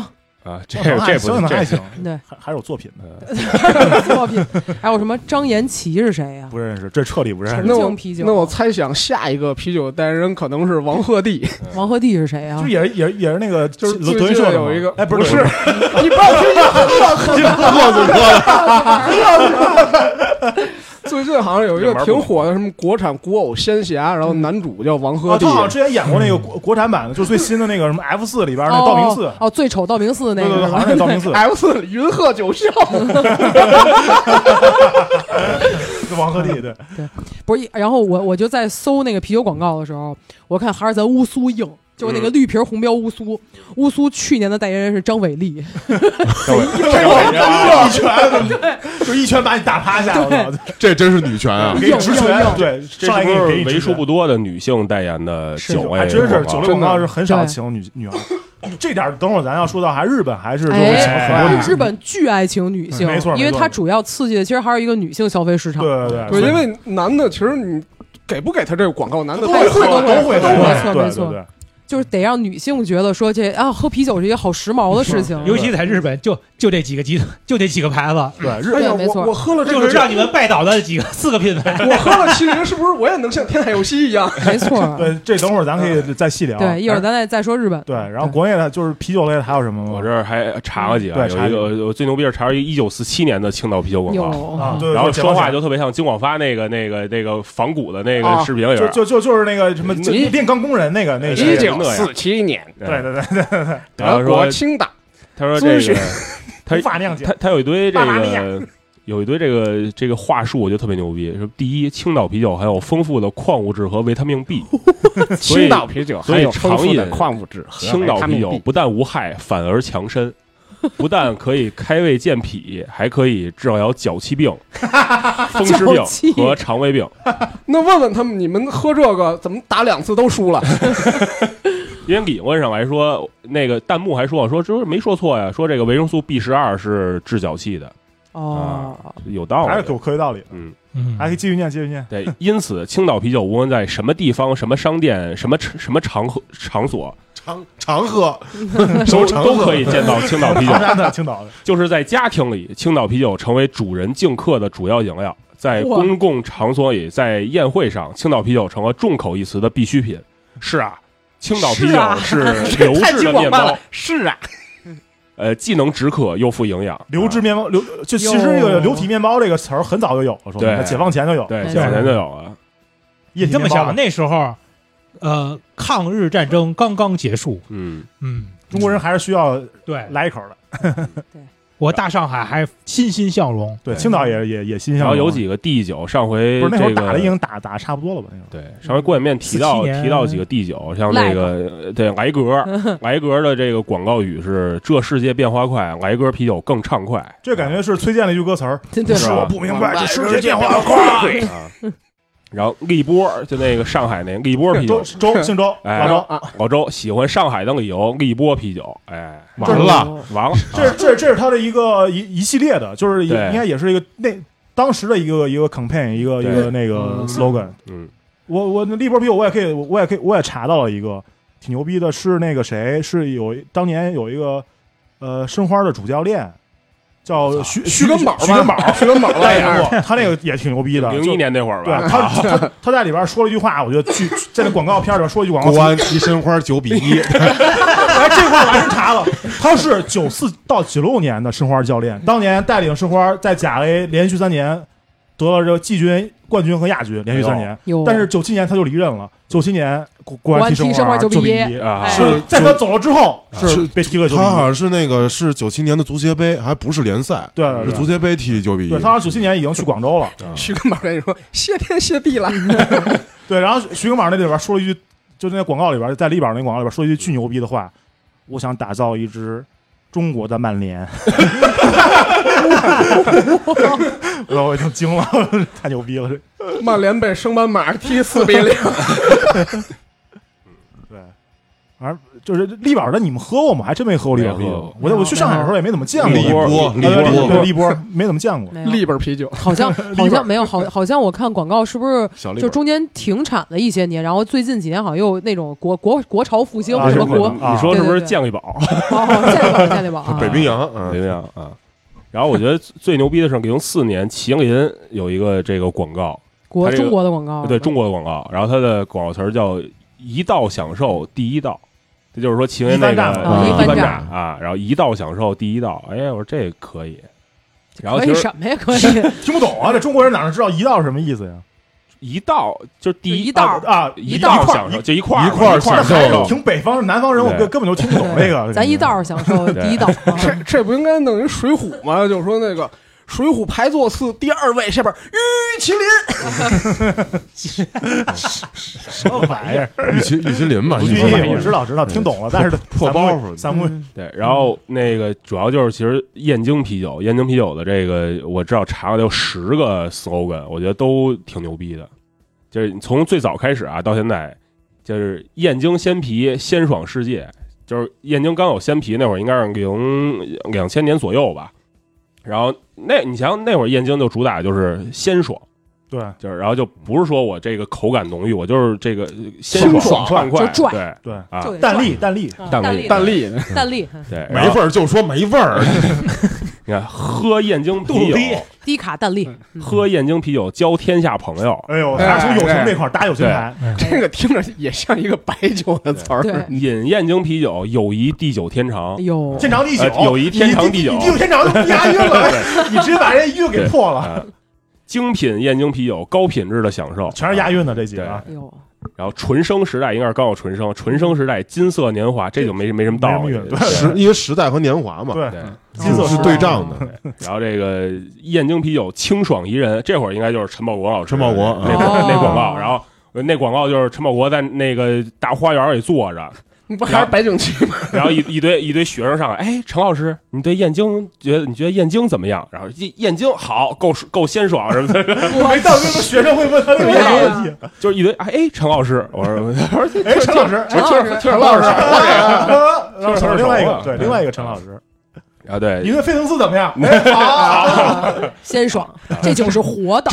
Speaker 6: 啊， 这
Speaker 1: 这
Speaker 6: 这
Speaker 1: 行
Speaker 6: 不
Speaker 1: 行
Speaker 6: 这
Speaker 1: 还行，
Speaker 2: 对
Speaker 1: 还还有作品呢，
Speaker 2: 作品，还有什么张延齐是谁啊呀、
Speaker 1: 不认识，这彻底不认识
Speaker 2: 陈。
Speaker 5: 那我
Speaker 2: 庆啤酒
Speaker 5: 那我猜想下一个啤酒代言人可能是王鹤棣，
Speaker 2: 王鹤棣是谁啊呀、
Speaker 1: 就也是也是也是那个，
Speaker 5: 就是
Speaker 1: 德
Speaker 5: 最
Speaker 1: 云
Speaker 5: 近
Speaker 1: 社的
Speaker 5: 有
Speaker 1: 吗
Speaker 5: 一个，
Speaker 1: 哎，
Speaker 5: 不
Speaker 1: 是
Speaker 5: 是
Speaker 1: 德云社，
Speaker 5: 你不要听 最近好像有一个挺火的，什么国产国偶仙侠，然后男主叫王鹤
Speaker 1: 啊，他好像
Speaker 5: 棣，
Speaker 1: 之前演过那
Speaker 6: 嗯
Speaker 1: 个国 国产版的，就最新的那个什么 F 四里边那道明寺，
Speaker 2: 哦，哦最丑道明寺那
Speaker 1: 对
Speaker 2: 个
Speaker 1: 对对，
Speaker 2: 是
Speaker 1: 好
Speaker 2: 吧
Speaker 1: 像？是道 明寺，
Speaker 5: F 四云鹤 九霄，
Speaker 1: 王鹤 棣对，
Speaker 2: 不是，然后我我就在搜那个啤酒广告的时候，我看还是咱乌苏硬，就是
Speaker 1: 嗯
Speaker 2: 那个绿瓶红标乌苏。乌苏去年的代言人是张伟丽，
Speaker 1: 一拳就一拳把你打趴下，我操，
Speaker 8: 这真是女权啊！
Speaker 1: 给你直拳，对，
Speaker 6: 这
Speaker 1: 上来
Speaker 6: 是
Speaker 1: 给
Speaker 6: 不
Speaker 1: 你给
Speaker 6: 是
Speaker 1: 你
Speaker 6: 为
Speaker 1: 直
Speaker 6: 数
Speaker 1: 拳
Speaker 6: 不多的女性代言的酒哎，
Speaker 1: 还真是酒类
Speaker 6: 类
Speaker 1: 广告
Speaker 5: 真
Speaker 1: 是
Speaker 5: 的
Speaker 1: 很少请女 女孩。这点儿等会儿咱要说到，还日本还是都会请很多
Speaker 2: 哎
Speaker 1: 女，性。
Speaker 2: 日本巨爱情女性，
Speaker 1: 嗯没错
Speaker 2: 因为
Speaker 1: 没错
Speaker 2: 它主要刺激的其实还是一个女性消费市场。
Speaker 1: 对对
Speaker 5: 对，
Speaker 1: 所以
Speaker 5: 因为男的其实你给不给他这个广告，男的
Speaker 1: 都
Speaker 5: 太
Speaker 1: 会
Speaker 5: 狠
Speaker 1: 都
Speaker 5: 了
Speaker 1: 会都会
Speaker 2: 没错
Speaker 1: 对
Speaker 2: 没错
Speaker 1: 对对
Speaker 2: 就是得让女性觉得说这啊，喝啤酒是一个好时髦的事情。
Speaker 4: 尤其在日本，就就这几个集，就这几个牌子，
Speaker 1: 对日
Speaker 5: 哎呀，
Speaker 2: 对没错
Speaker 5: 我我喝了这
Speaker 4: 就
Speaker 5: 个哎
Speaker 4: 是
Speaker 5: 酒，
Speaker 4: 让你们拜倒的几个 四个品牌。
Speaker 5: 我喝了麒麟，是不是我也能像天海佑 希一样？
Speaker 2: 没错，
Speaker 1: 对这等会儿咱可以再细聊。
Speaker 2: 嗯对，一会儿嗯咱再再说日本。
Speaker 1: 对，然后国内的就是啤酒类的还有什么吗？
Speaker 6: 我这儿还查了几
Speaker 1: 对
Speaker 6: 个，
Speaker 1: 查
Speaker 6: 有一个我最牛逼是查了一一九四七年的青岛啤酒广
Speaker 2: 有
Speaker 6: 告，
Speaker 1: 啊，对，
Speaker 6: 然后说话
Speaker 1: 就
Speaker 6: 就特别像金广发那个那个那个仿古的那
Speaker 5: 啊
Speaker 6: 个视频里
Speaker 1: 就
Speaker 6: 边，
Speaker 1: 就就就是那个什么
Speaker 6: 你
Speaker 1: 就炼钢工人那个那个
Speaker 6: 你
Speaker 1: 谁
Speaker 6: 这
Speaker 5: 七年，
Speaker 1: 对对对，
Speaker 6: 然后
Speaker 5: 德
Speaker 6: 啊说
Speaker 5: 国青岛
Speaker 6: 他说这
Speaker 5: 遵循
Speaker 6: 个他
Speaker 1: 无法谅解
Speaker 6: 他。他有一堆这
Speaker 1: 巴拿利
Speaker 6: 个有一堆这个这个话术，我觉得特别牛逼。说第一，青岛啤酒含有丰富的矿物质和维他命 B，青
Speaker 5: 哦
Speaker 6: 岛
Speaker 5: 啤酒
Speaker 6: 所以常饮
Speaker 5: 物质和
Speaker 6: 青岛
Speaker 5: 维他
Speaker 6: 啤
Speaker 5: 命
Speaker 6: 酒
Speaker 5: B
Speaker 6: 不但无害，反而强身。不但可以开胃健脾，还可以治疗脚气 病、风湿
Speaker 2: 脚气
Speaker 6: 病和肠胃病。
Speaker 5: 那问问他们，你们喝这个怎么打两次都输了？
Speaker 6: 因为理论上来说，那个弹幕还说说这没说错呀，说这个维生素 B 十二是治脚气的，
Speaker 2: 哦，
Speaker 6: 有道
Speaker 1: 还是
Speaker 6: 理的
Speaker 1: 有。科学道理的，
Speaker 6: 嗯，
Speaker 4: 嗯
Speaker 1: 还可以继续念，继续念。
Speaker 6: 对，因此青岛啤酒无论在什么地方、什么商店、什么场什么场合场所，
Speaker 8: 常常 喝，
Speaker 6: 都
Speaker 8: 都常
Speaker 6: 都
Speaker 8: 喝
Speaker 6: 可以见到青岛啤酒
Speaker 1: 唐。山的、青岛的，
Speaker 6: 就是在家庭里，青岛啤酒成为主人敬客的主要饮料；在
Speaker 2: 哇
Speaker 6: 公共场所里，在宴会上，青岛啤酒成了众口一词的必需品。是啊，青岛啤
Speaker 2: 是
Speaker 6: 酒
Speaker 2: 啊
Speaker 6: 是流质的面包，
Speaker 5: 是啊，
Speaker 6: 呃，既能止渴又富营养。
Speaker 1: 流质
Speaker 6: 啊
Speaker 1: 面包，流就其实这个流体面包这个词儿很早就有了，说明
Speaker 6: 对
Speaker 1: 解放前就有，
Speaker 6: 对，
Speaker 2: 没
Speaker 6: 解
Speaker 2: 错
Speaker 6: 放前就有了。
Speaker 1: 液体
Speaker 4: 你这么
Speaker 1: 面包
Speaker 4: 想，啊
Speaker 1: 嘛。
Speaker 4: 那时候，呃，抗日战争刚刚结束，
Speaker 6: 嗯，
Speaker 4: 嗯，
Speaker 1: 中国人还是需要
Speaker 4: 对
Speaker 1: 来一口的。
Speaker 4: 我大上海还欣欣向荣，
Speaker 1: 对，青岛也也也心
Speaker 6: 然
Speaker 1: 向
Speaker 6: 后有
Speaker 1: 往
Speaker 6: 几个地酒，上回
Speaker 1: 不是那
Speaker 6: 这
Speaker 1: 会儿打的已
Speaker 6: 个
Speaker 1: 经打打差不多了吧？那会儿
Speaker 6: 对，上回郭演面提到
Speaker 4: 47年
Speaker 6: 提到几个地酒，像那个呃对莱格，莱格的这个广告语是“这世界变化快，莱格啤酒更畅快”，
Speaker 1: 这感觉是崔健的一句歌词儿，
Speaker 2: 真的
Speaker 6: 是吧
Speaker 1: 我不明白这世界变化快。
Speaker 6: 啊。然后立波就那个上海那立波啤酒
Speaker 1: 周，周姓周，
Speaker 6: 哎
Speaker 1: 老周，
Speaker 6: 老周喜欢上海的理由，立波啤酒，哎，
Speaker 1: 完了，
Speaker 6: 完了，
Speaker 1: 这是这是这是他的一个一一系列的，就是一
Speaker 6: 啊对
Speaker 1: 应该也是一个那当时的一个一个 campaign，一个一
Speaker 6: 对
Speaker 1: 个那个 slogan。
Speaker 6: 嗯，
Speaker 1: 我我那利波啤酒我也可以，我也可以，我也查到了一个挺牛逼的，是那个谁，是有当年有一个呃申花的主教练叫徐
Speaker 5: 徐根宝吧，哎
Speaker 1: 徐根 宝
Speaker 5: 徐根宝
Speaker 1: 代
Speaker 5: 代
Speaker 1: 言
Speaker 5: 言。
Speaker 1: 过，他那个也挺牛逼的。
Speaker 6: 零
Speaker 1: 就
Speaker 6: 一年那会儿
Speaker 1: 对
Speaker 6: 吧，
Speaker 1: 他他他在里边说了一句话，我觉得巨在那广告片里边说一句广告
Speaker 8: 国，安提申花九比 一，
Speaker 1: 哎，这块儿我还真查了，他是九四到九六年的申花教练，当年带领申花在甲 A 连续三年得了这个季军、冠军和亚军，连续三
Speaker 8: 哎
Speaker 1: 年。
Speaker 2: 有，
Speaker 1: 但是九七年他就离任了，九七年国国安
Speaker 2: 国安
Speaker 1: 踢
Speaker 2: 踢申
Speaker 1: 花
Speaker 2: 花
Speaker 1: 九
Speaker 2: 9比
Speaker 1: 比
Speaker 2: 1
Speaker 1: 一，
Speaker 6: 啊，
Speaker 2: 哎
Speaker 1: 是在他走了之后是
Speaker 8: 是
Speaker 1: 被踢了九比
Speaker 8: 他好
Speaker 1: 一。
Speaker 8: 像是那个是九七年的足协杯，还不是联赛，
Speaker 1: 对对
Speaker 8: 是
Speaker 1: 对
Speaker 8: 足协杯踢九比一啊
Speaker 1: 对，。他好像九七年已经去广州了。
Speaker 5: 徐根宝跟你说谢天谢地 了，
Speaker 1: 对，然后徐根宝那里边说了一句，就是那广告里边，在力宝那广告里边说了一句巨牛逼的话：“我想打造一支中国的曼联。” 我操我已经惊了，太牛逼了！这
Speaker 5: 曼联被升班马踢四比零。
Speaker 1: 对，反正就是力宝的，你们喝过吗？还真没喝过力宝啤
Speaker 6: 没喝
Speaker 1: 酒
Speaker 6: 过。
Speaker 1: 我在我去上海的时候也没怎么见过
Speaker 8: 立
Speaker 1: 呃
Speaker 8: 波，
Speaker 1: 对
Speaker 8: 立波，
Speaker 1: 对立波没怎么见过。
Speaker 2: 没有，
Speaker 5: 利本啤酒，
Speaker 2: 好像好像没有，好好像我看广告是不是
Speaker 7: 小立
Speaker 2: 就
Speaker 7: 本
Speaker 2: 中间停产了一些年，然后最近几年好像又有那种国国国潮复兴
Speaker 1: 啊
Speaker 2: 什么
Speaker 1: 有可
Speaker 2: 国
Speaker 1: 能啊
Speaker 6: 你说是不
Speaker 2: 对对
Speaker 6: 是
Speaker 2: 对
Speaker 6: 酱一宝？
Speaker 2: 哦，健力宝健力宝 啊
Speaker 8: 北冰洋，嗯
Speaker 6: 怎么样啊？然后我觉得最牛逼的是，零四年麒麟有一个这个广告，
Speaker 2: 国
Speaker 6: 它这个
Speaker 2: 中国的广告
Speaker 6: 对中国的广告，然后它的广告词儿叫“一道享受第一道”，这就是说麒麟那
Speaker 1: 一番
Speaker 6: 个
Speaker 1: 炸
Speaker 2: 嘛
Speaker 6: 一
Speaker 2: 啊一
Speaker 6: 番
Speaker 2: 番炸
Speaker 6: 啊，然后一道享受第一道，哎，我说这可以。然后
Speaker 2: 可
Speaker 6: 其
Speaker 2: 以
Speaker 6: 实
Speaker 2: 什么呀？可以
Speaker 1: 听不懂啊，这中国人哪能知道一道是什么意思呀？
Speaker 6: 一道就是第
Speaker 2: 就一道
Speaker 6: 道
Speaker 2: 儿
Speaker 1: 啊，
Speaker 6: 一
Speaker 1: 道
Speaker 6: 道享受就一块
Speaker 8: 一块
Speaker 6: 儿
Speaker 8: 儿
Speaker 6: 一块儿
Speaker 8: 享受
Speaker 6: 受，
Speaker 1: 挺北方南方人，我根
Speaker 6: 对
Speaker 1: 根本就听不懂这个。
Speaker 2: 咱一道儿享受第一道，啊
Speaker 5: 这这不应该弄一水浒吗？就说那个水浒排座次第二位下边，玉麒麟，
Speaker 1: 什么玩意儿？
Speaker 8: 玉麒玉麒麟吧，
Speaker 1: 不
Speaker 8: 玉
Speaker 1: 拘
Speaker 8: 麒
Speaker 1: 一，
Speaker 8: 麟
Speaker 1: 我知道知道，听懂了，但是
Speaker 8: 破包袱
Speaker 1: 散
Speaker 4: 嗯
Speaker 1: 会
Speaker 6: 对，然后那个主要就是，其实燕京啤酒，燕京啤酒的这个我至少查了有十个 slogan，我觉得都挺牛逼的。就是你从最早开始啊，到现在，就是燕京鲜啤鲜爽世界，就是燕京刚有鲜啤那会儿，应该是零两千年左右吧。然后那你想想那会儿燕京就主打就是鲜爽，
Speaker 1: 对，
Speaker 6: 就是然后就不是说我这个口感浓郁，我就是这个鲜
Speaker 5: 清
Speaker 6: 爽
Speaker 5: 爽
Speaker 6: 畅快，
Speaker 2: 就拽
Speaker 6: 对
Speaker 1: 对
Speaker 6: 啊
Speaker 2: 就，得
Speaker 1: 蛋力蛋力，
Speaker 2: 啊
Speaker 6: 蛋
Speaker 2: 蛋
Speaker 6: 力
Speaker 5: 蛋力，
Speaker 2: 蛋力嗯
Speaker 6: 对，然
Speaker 8: 没
Speaker 6: 后
Speaker 8: 味儿就说没味儿，
Speaker 6: 你看喝燕京
Speaker 1: 肚
Speaker 6: 啤
Speaker 1: 子
Speaker 6: 酒。
Speaker 1: 逼
Speaker 2: 低卡蛋力，
Speaker 6: 喝燕京啤酒交天下朋友，
Speaker 1: 哎呦，
Speaker 5: 哎
Speaker 1: 还是从友情这块儿打友情牌，
Speaker 5: 这个听着也像一个白酒的词儿。
Speaker 2: 对
Speaker 6: 饮燕京啤酒，友谊地久天长
Speaker 2: 哎。呦，
Speaker 1: 天长地久，
Speaker 6: 呃友谊天长地久
Speaker 1: 你你地久天长就不押韵了，你直接把人韵给破了，
Speaker 6: 啊，精品燕京啤酒，高品质的享受，
Speaker 1: 全是押韵的这几个啊，
Speaker 2: 哎呦，
Speaker 6: 然后纯生时代应该是刚有纯生，纯生时代金色年华，这就没没什么
Speaker 1: 嗯没什
Speaker 6: 道
Speaker 1: 么
Speaker 6: 理。
Speaker 1: 韵，对
Speaker 7: 时因为时代和年华嘛，
Speaker 1: 对，
Speaker 6: 对，
Speaker 1: 金色
Speaker 7: 是
Speaker 1: 时代
Speaker 7: 对仗的。
Speaker 6: 然后这个燕京啤酒清爽宜人，这会儿应该就是陈宝国老师，
Speaker 8: 陈宝国
Speaker 6: 那
Speaker 1: 啊
Speaker 2: 哦
Speaker 6: 那广告，然后。呃那广告就是陈宝国在那个大花园里坐着，
Speaker 5: 你不还是白景区吗？
Speaker 6: 然后一一堆一堆学生上来，哎，陈老师，你对燕京觉得你觉得燕京怎么样？然后燕燕京好，够够鲜爽什么的，
Speaker 1: 没到那个学生会问他这个问题，
Speaker 6: 就是一堆哎，哎陈老师，我说我 说
Speaker 1: 哎，陈老师，哎
Speaker 2: 陈老师
Speaker 6: 陈 老师，啊
Speaker 1: 陈老师，另外一个，
Speaker 6: 嗯
Speaker 1: 啊对，另外一个陈老师，
Speaker 6: 啊
Speaker 1: 你
Speaker 6: 对，
Speaker 1: 对费滕斯怎么样？哎好，
Speaker 2: 啊鲜爽，这酒是活的，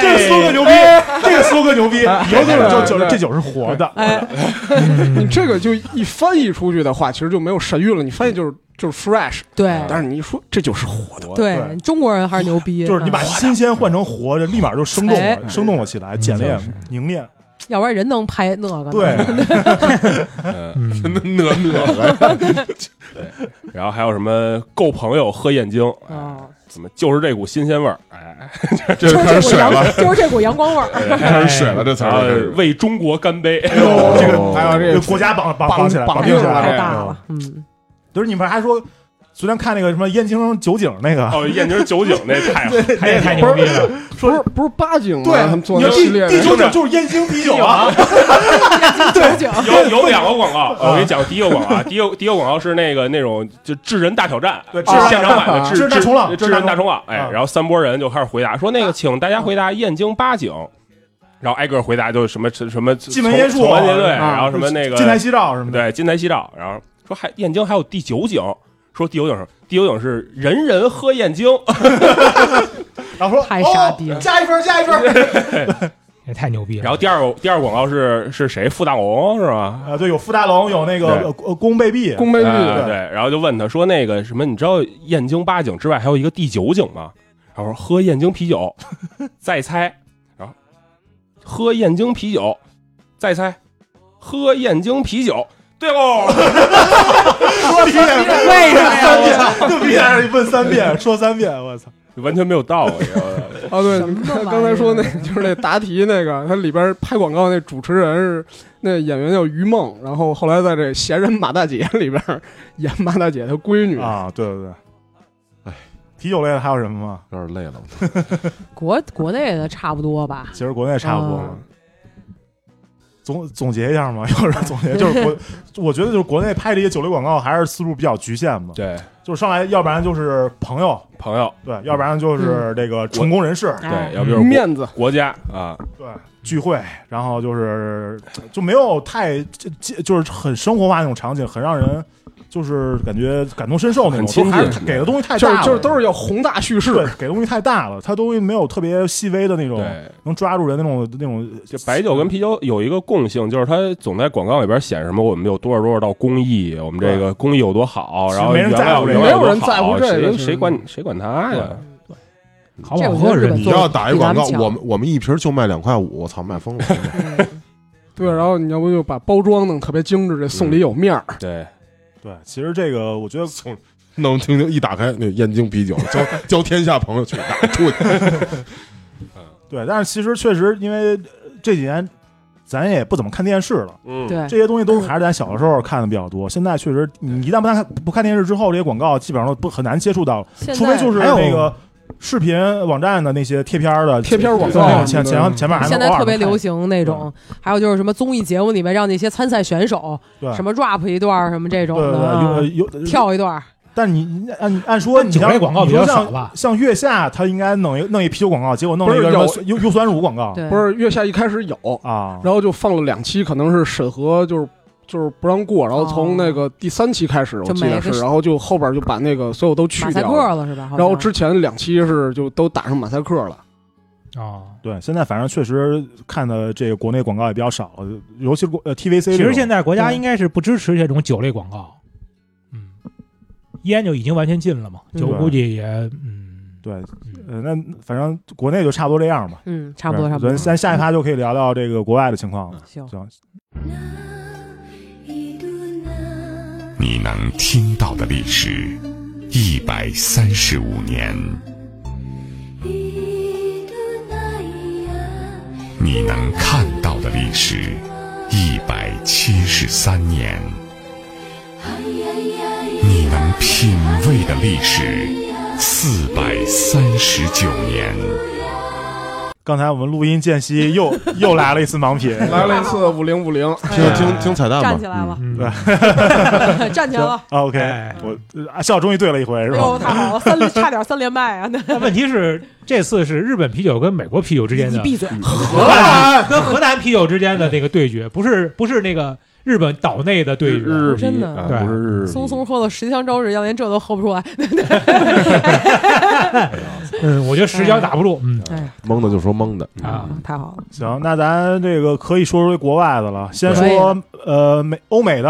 Speaker 1: 这个苏格牛逼，这个苏格牛逼，以后就是就就是这酒是活的，
Speaker 2: 哎，
Speaker 5: 你这个就一翻译出去的话，其实就没有神韵了。你翻译就是就是 fresh，
Speaker 2: 对
Speaker 5: 但是你一说这就是活的，
Speaker 2: 对，中国人还是牛逼，
Speaker 1: 就是你把
Speaker 2: 嗯
Speaker 1: 新鲜换成活着，立马就生动了，生动了起来，
Speaker 5: 嗯
Speaker 1: 简练凝练，
Speaker 2: 要不然人能拍那个呢
Speaker 1: 对，
Speaker 6: 嗯，
Speaker 4: 嗯，
Speaker 8: 那那那，
Speaker 6: 然后还有什么够朋友喝燕京，哎
Speaker 2: 啊，
Speaker 6: 怎么就是这股新鲜味儿，哎，
Speaker 2: 就
Speaker 8: 这
Speaker 2: 是
Speaker 8: 开
Speaker 2: 这股
Speaker 8: 始水
Speaker 2: 阳
Speaker 8: 了，，哎
Speaker 2: 就是这股阳光味儿，
Speaker 5: 哎
Speaker 8: 开始水了，这词
Speaker 6: 然后
Speaker 8: 儿
Speaker 6: 为中国干杯，
Speaker 1: 哎呦这个
Speaker 5: 还哦有这
Speaker 1: 这
Speaker 5: 个
Speaker 1: 国家绑绑绑起来，
Speaker 5: 绑
Speaker 1: 绑
Speaker 5: 绑
Speaker 1: 定
Speaker 5: 定
Speaker 1: 起
Speaker 5: 起
Speaker 1: 来
Speaker 5: 来
Speaker 1: 哎
Speaker 2: 太
Speaker 5: 了
Speaker 2: 大了，嗯，
Speaker 1: 就是你们还说，昨天看那个什么燕京酒井那个，
Speaker 6: 哦，燕京酒井那太
Speaker 4: 他也太牛逼了，
Speaker 5: 不是不是八景吗？他们做
Speaker 1: 你
Speaker 5: 那
Speaker 1: 要
Speaker 5: 系
Speaker 1: 第
Speaker 5: 列
Speaker 1: 第
Speaker 5: 的，
Speaker 1: 九种就是燕京啤酒啊，
Speaker 2: 酒井
Speaker 6: 有有两个广 告，我跟你讲，第一个广告啊，第一个第一个广告是那个那种就智人大挑战，
Speaker 1: 对
Speaker 6: 就
Speaker 1: 智
Speaker 6: 是
Speaker 1: 人
Speaker 6: 现场啊版的
Speaker 1: 智
Speaker 6: 智
Speaker 1: 啊人大冲浪
Speaker 6: 智
Speaker 1: 智
Speaker 6: 智
Speaker 1: 人
Speaker 6: 人
Speaker 1: 大
Speaker 6: 大
Speaker 1: 冲
Speaker 6: 冲浪，哎
Speaker 1: 啊，
Speaker 6: 然后三波人就开始回答说那个，请大家回答燕京八景，然后挨个回答就是什么什么
Speaker 1: 进门烟树
Speaker 6: 重重门结队，
Speaker 5: 啊
Speaker 6: 然后什么那个
Speaker 1: 金台夕照什么的，
Speaker 6: 对金台夕照，然后说还燕京还有第九景，说第九景是第九景是人人喝燕京，
Speaker 1: 然后说
Speaker 2: 太傻逼了
Speaker 1: 哦加一分加一分，
Speaker 4: 也太牛逼了。
Speaker 6: 然后第二个第二广告是是谁傅大龙是吧？
Speaker 1: 啊，对，有傅大龙，有那
Speaker 6: 对
Speaker 1: 个呃宫贝币，
Speaker 5: 宫杯玉
Speaker 6: 啊，对，然后就问他说那个什么，你知道燕京八景之外还有一个第九景吗？然后说喝燕京啤酒，再猜，然后喝燕京啤酒，再猜，喝燕京啤酒，对喽，
Speaker 1: 说三遍，
Speaker 2: 为什么
Speaker 1: 三遍，就必须在这问三遍，说三遍，我操，
Speaker 6: 完全没有道理。
Speaker 5: 啊，对，
Speaker 2: 什
Speaker 5: 你
Speaker 2: 么玩
Speaker 5: 看
Speaker 2: 意儿
Speaker 5: 刚才说那就是那答题那个，它里边拍广告那主持人是那演员叫于梦，然后后来在这《闲人马大姐》 里边演马大姐她闺女，
Speaker 1: 啊，对对对，
Speaker 7: 哎，
Speaker 1: 啤酒类的还有什么吗？
Speaker 7: 有点累了，我
Speaker 2: 国国内的差不多吧，
Speaker 1: 其实国内差不多
Speaker 2: 嗯。
Speaker 1: 总总结一下嘛，要是总结就是国，我觉得就是国内拍这些酒类广告还是思路比较局限嘛，
Speaker 6: 对，
Speaker 1: 就是上来要不然就是朋友，
Speaker 6: 朋友，
Speaker 2: 嗯
Speaker 1: 对，要不然就是这个成功人士，
Speaker 6: 对，
Speaker 2: 哎
Speaker 6: 要不就是国
Speaker 5: 面子
Speaker 6: 国家啊，
Speaker 1: 对，聚会，然后就是就没有太就就是很生活化那种场景，很让人就是感觉感同身受那种，
Speaker 6: 很亲
Speaker 1: 都
Speaker 6: 近
Speaker 1: 还是给的东西太
Speaker 5: 就
Speaker 1: 大
Speaker 5: 是
Speaker 1: 了，
Speaker 5: 就是都是要宏大叙事，
Speaker 1: 对给的东西太大了，它东西没有特别细微的那种
Speaker 6: 对，
Speaker 1: 能抓住人那种那种
Speaker 6: 就白酒跟啤酒有一个共性，就是它总在广告里边显什么我们有多少多少道工艺，我们这个工艺有多好，
Speaker 1: 其实
Speaker 6: 然后
Speaker 1: 没人
Speaker 6: 原料
Speaker 1: 在乎这个
Speaker 6: 原料有多
Speaker 5: 没有人在乎这个
Speaker 6: 好谁
Speaker 5: 是
Speaker 6: 谁管谁管它呀？
Speaker 4: 好不
Speaker 2: 这我觉
Speaker 4: 好
Speaker 2: 得
Speaker 4: 喝
Speaker 2: 日
Speaker 4: 是
Speaker 2: 本
Speaker 7: 你
Speaker 4: 你
Speaker 2: 做
Speaker 7: 要打一广告
Speaker 2: 比咱们，强
Speaker 7: 我们我们一瓶就卖两块五，我操，卖疯了！
Speaker 5: 对，然后你要不就把包装弄特别精致，这送礼有面儿，
Speaker 6: 对，
Speaker 1: 对，其实这个我觉得
Speaker 8: 从那我们听听，一打开那燕京啤酒，交交天下朋友去打出去，
Speaker 1: 对，但是其实确实因为呃这几年咱也不怎么看电视了。
Speaker 6: 嗯，
Speaker 2: 对
Speaker 1: 这些东西都还是咱小的时候看的比较多，现在确实，你一旦不看不看电视之后，这些广告基本上都不很难接触到，
Speaker 9: 现
Speaker 1: 除非
Speaker 9: 在
Speaker 1: 就是
Speaker 5: 还有
Speaker 1: 那个视频网站的那些贴片儿的
Speaker 5: 贴片广告
Speaker 1: 那种前前
Speaker 5: 嗯
Speaker 1: 前面还能
Speaker 2: 现在
Speaker 1: 偶尔
Speaker 2: 特别
Speaker 1: 能看嗯
Speaker 2: 流行那种，还有就是什么综艺节目里面让那些参赛选手
Speaker 1: 对
Speaker 2: 什么 rap 一段儿什么这种
Speaker 1: 对对
Speaker 2: 的，啊
Speaker 1: 对，有呃啊有，
Speaker 2: 跳一段儿，
Speaker 1: 但你你按按说你
Speaker 4: 酒
Speaker 1: 像
Speaker 4: 类广告
Speaker 1: 你
Speaker 4: 比较
Speaker 1: 说
Speaker 4: 少
Speaker 1: 像
Speaker 4: 吧
Speaker 1: 像月下他应该弄一弄一啤酒广告，结果弄
Speaker 5: 不
Speaker 1: 了
Speaker 5: 是
Speaker 1: 一个什么
Speaker 5: 有
Speaker 1: 酸优优酸乳广告
Speaker 2: 对，
Speaker 5: 不是月下一开始有，
Speaker 1: 啊，
Speaker 5: 然后就放了两期，可能是审核就是就是不让过，然后从那个第三期开始，我
Speaker 2: 哦就
Speaker 5: 记得
Speaker 2: 每个
Speaker 5: 是，然后就后边就把那个所有都去
Speaker 2: 马赛
Speaker 5: 掉
Speaker 2: 克
Speaker 5: 了，
Speaker 2: 了是吧？好像
Speaker 5: 然后之前两期是就都打上马赛克了，
Speaker 4: 啊。
Speaker 1: 对，现在反正确实看的这个国内广告也比较少了，尤其是国呃 TVC 这
Speaker 4: 其
Speaker 1: 种。
Speaker 4: 实现在国家
Speaker 2: 对
Speaker 4: 应该是不支持这种酒类广告，嗯，烟就已经完全禁了嘛，
Speaker 2: 嗯
Speaker 4: 酒估计也嗯，
Speaker 1: 对，
Speaker 4: 嗯
Speaker 1: 呃，那反正国内就差不多这样吧。
Speaker 2: 嗯，差不多差不多
Speaker 1: 咱。咱下一趴就可以聊聊这个国外的情况了。
Speaker 2: 行，
Speaker 1: 行，
Speaker 10: 你能听到的历史，一百三十五年；你能看到的历史，一百七十三年；你能品味的历史，四百三十九年。
Speaker 1: 刚才我们录音间隙又又来了一次盲品，哎
Speaker 5: 来了一次五零五零，
Speaker 7: 听听听彩蛋吧，
Speaker 9: 站起来了，
Speaker 1: 嗯
Speaker 2: 站起来了，
Speaker 1: 啊 OK，
Speaker 4: 哎
Speaker 1: 我啊笑终于对了一回
Speaker 2: 哎
Speaker 1: 是吧
Speaker 2: 呦，？太 好了，三连差点三连败啊！那
Speaker 4: 但问题是这次是日本啤酒跟美国啤酒之间
Speaker 2: 你
Speaker 4: 的
Speaker 2: 闭嘴，
Speaker 4: 荷兰跟荷兰啤酒之间的那个对决，不是不是那个日本岛内的对决，
Speaker 6: 日
Speaker 2: 真
Speaker 6: 啤
Speaker 2: 的
Speaker 6: 啊
Speaker 4: 对
Speaker 6: 不是日啤
Speaker 2: 松松喝了十箱朝日，要连这都喝不出来。
Speaker 4: 嗯，我觉得十脚打不住，嗯
Speaker 2: 哎，
Speaker 7: 蒙的就说蒙的，
Speaker 4: 啊，
Speaker 2: 太好了，
Speaker 1: 行，那咱这个可以说说国外的了。先
Speaker 2: 可以
Speaker 1: 说呃美欧美的，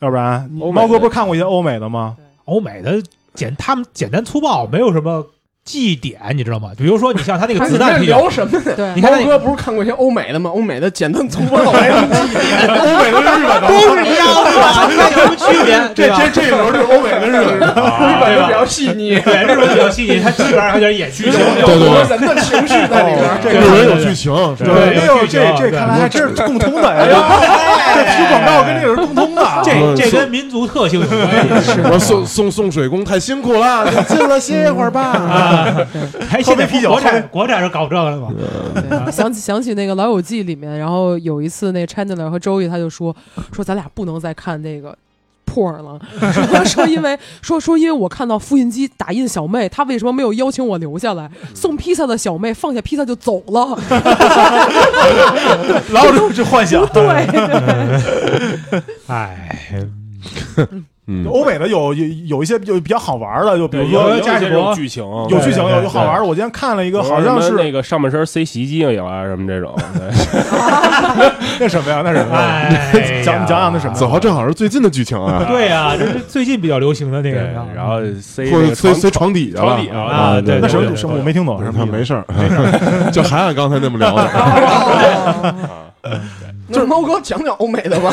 Speaker 1: 要不然
Speaker 6: 欧美的
Speaker 1: 猫哥不是看过一些欧美的吗？
Speaker 4: 欧美的简他们简单粗暴，没有什么记忆点，你知道吗？比如说你像他那个子弹
Speaker 5: 你
Speaker 4: 啤
Speaker 5: 在
Speaker 4: 酒，
Speaker 5: 聊什 么呢？
Speaker 2: 对
Speaker 4: 你，看那
Speaker 5: 猫哥不是看过一些欧美的吗？欧美的简单粗 暴，没什么记忆点
Speaker 1: 欧美的日本的，
Speaker 4: 都是一样的，那有什么区别？对吧？
Speaker 5: 啊这一轮是欧美跟日本，日
Speaker 4: 啊
Speaker 5: 本就比较细腻，
Speaker 4: 对，日本比较细腻，它基本上有点演虚
Speaker 5: 有
Speaker 4: 构。
Speaker 5: 有很多
Speaker 4: 啊
Speaker 5: 人的情绪在里边。
Speaker 1: 这
Speaker 4: 对
Speaker 1: 个
Speaker 8: 有人
Speaker 4: 对
Speaker 8: 有
Speaker 4: 对
Speaker 8: 剧情，是吧
Speaker 4: 对
Speaker 1: 哎呦
Speaker 4: 有剧情
Speaker 1: 这这
Speaker 4: 对
Speaker 1: 看来还真是共通的哎呀，这皮广告跟这个是共通的。啊
Speaker 4: 这这跟民族特性有关系。
Speaker 8: 我说送送送水工太辛苦了，就进了歇一会儿吧。
Speaker 4: 啊，还现
Speaker 1: 喝杯
Speaker 4: 在
Speaker 1: 啤酒
Speaker 4: 国
Speaker 1: 喝
Speaker 4: 产
Speaker 1: 杯
Speaker 4: 国产是搞这个的嘛？
Speaker 2: 对想起想起那个《老友记》里面，然后有一次那 Chandler 和 Joey 他就说说咱俩不能再看那个。porn 了， 说说因为说说因为我看到复印机打印小妹，她为什么没有邀请我留下来？
Speaker 7: 嗯
Speaker 2: 送披萨的小妹放下披萨就走 了，
Speaker 1: 老有这种幻想。
Speaker 2: 对，
Speaker 4: 哎，
Speaker 7: 嗯，
Speaker 1: 欧美的有有有一些就比较好玩的，就比如
Speaker 6: 对
Speaker 1: 说
Speaker 6: 有
Speaker 1: 家
Speaker 6: 有
Speaker 1: 里
Speaker 6: 这
Speaker 1: 有
Speaker 6: 种剧情，
Speaker 1: 有
Speaker 4: 对
Speaker 1: 剧情
Speaker 4: 对
Speaker 1: 有
Speaker 4: 对
Speaker 1: 有好玩的。我今天看了一
Speaker 6: 对
Speaker 1: 个，好像
Speaker 6: 什
Speaker 1: 是
Speaker 6: 么那个上半身塞洗衣机里了什么这种，对。
Speaker 1: 那什么呀？那什么呀？
Speaker 4: 哎，
Speaker 1: 嗯讲讲讲那什么
Speaker 8: 子豪正好是最近的剧情啊，
Speaker 4: 对呀，这是最近比较流行的那个
Speaker 6: 对，
Speaker 4: 什么，
Speaker 6: 然后塞
Speaker 8: 或
Speaker 6: 那
Speaker 8: 者
Speaker 6: 个
Speaker 8: 塞
Speaker 6: 床
Speaker 8: 塞床底下了
Speaker 6: 床底下了
Speaker 4: 啊，对，
Speaker 1: 那
Speaker 4: 对
Speaker 1: 什
Speaker 4: 对
Speaker 1: 么什么？我没听懂，什
Speaker 7: 他
Speaker 1: 么
Speaker 7: 没事儿，就还按刚才那么聊的。
Speaker 5: 就是猫哥讲讲欧美的吧，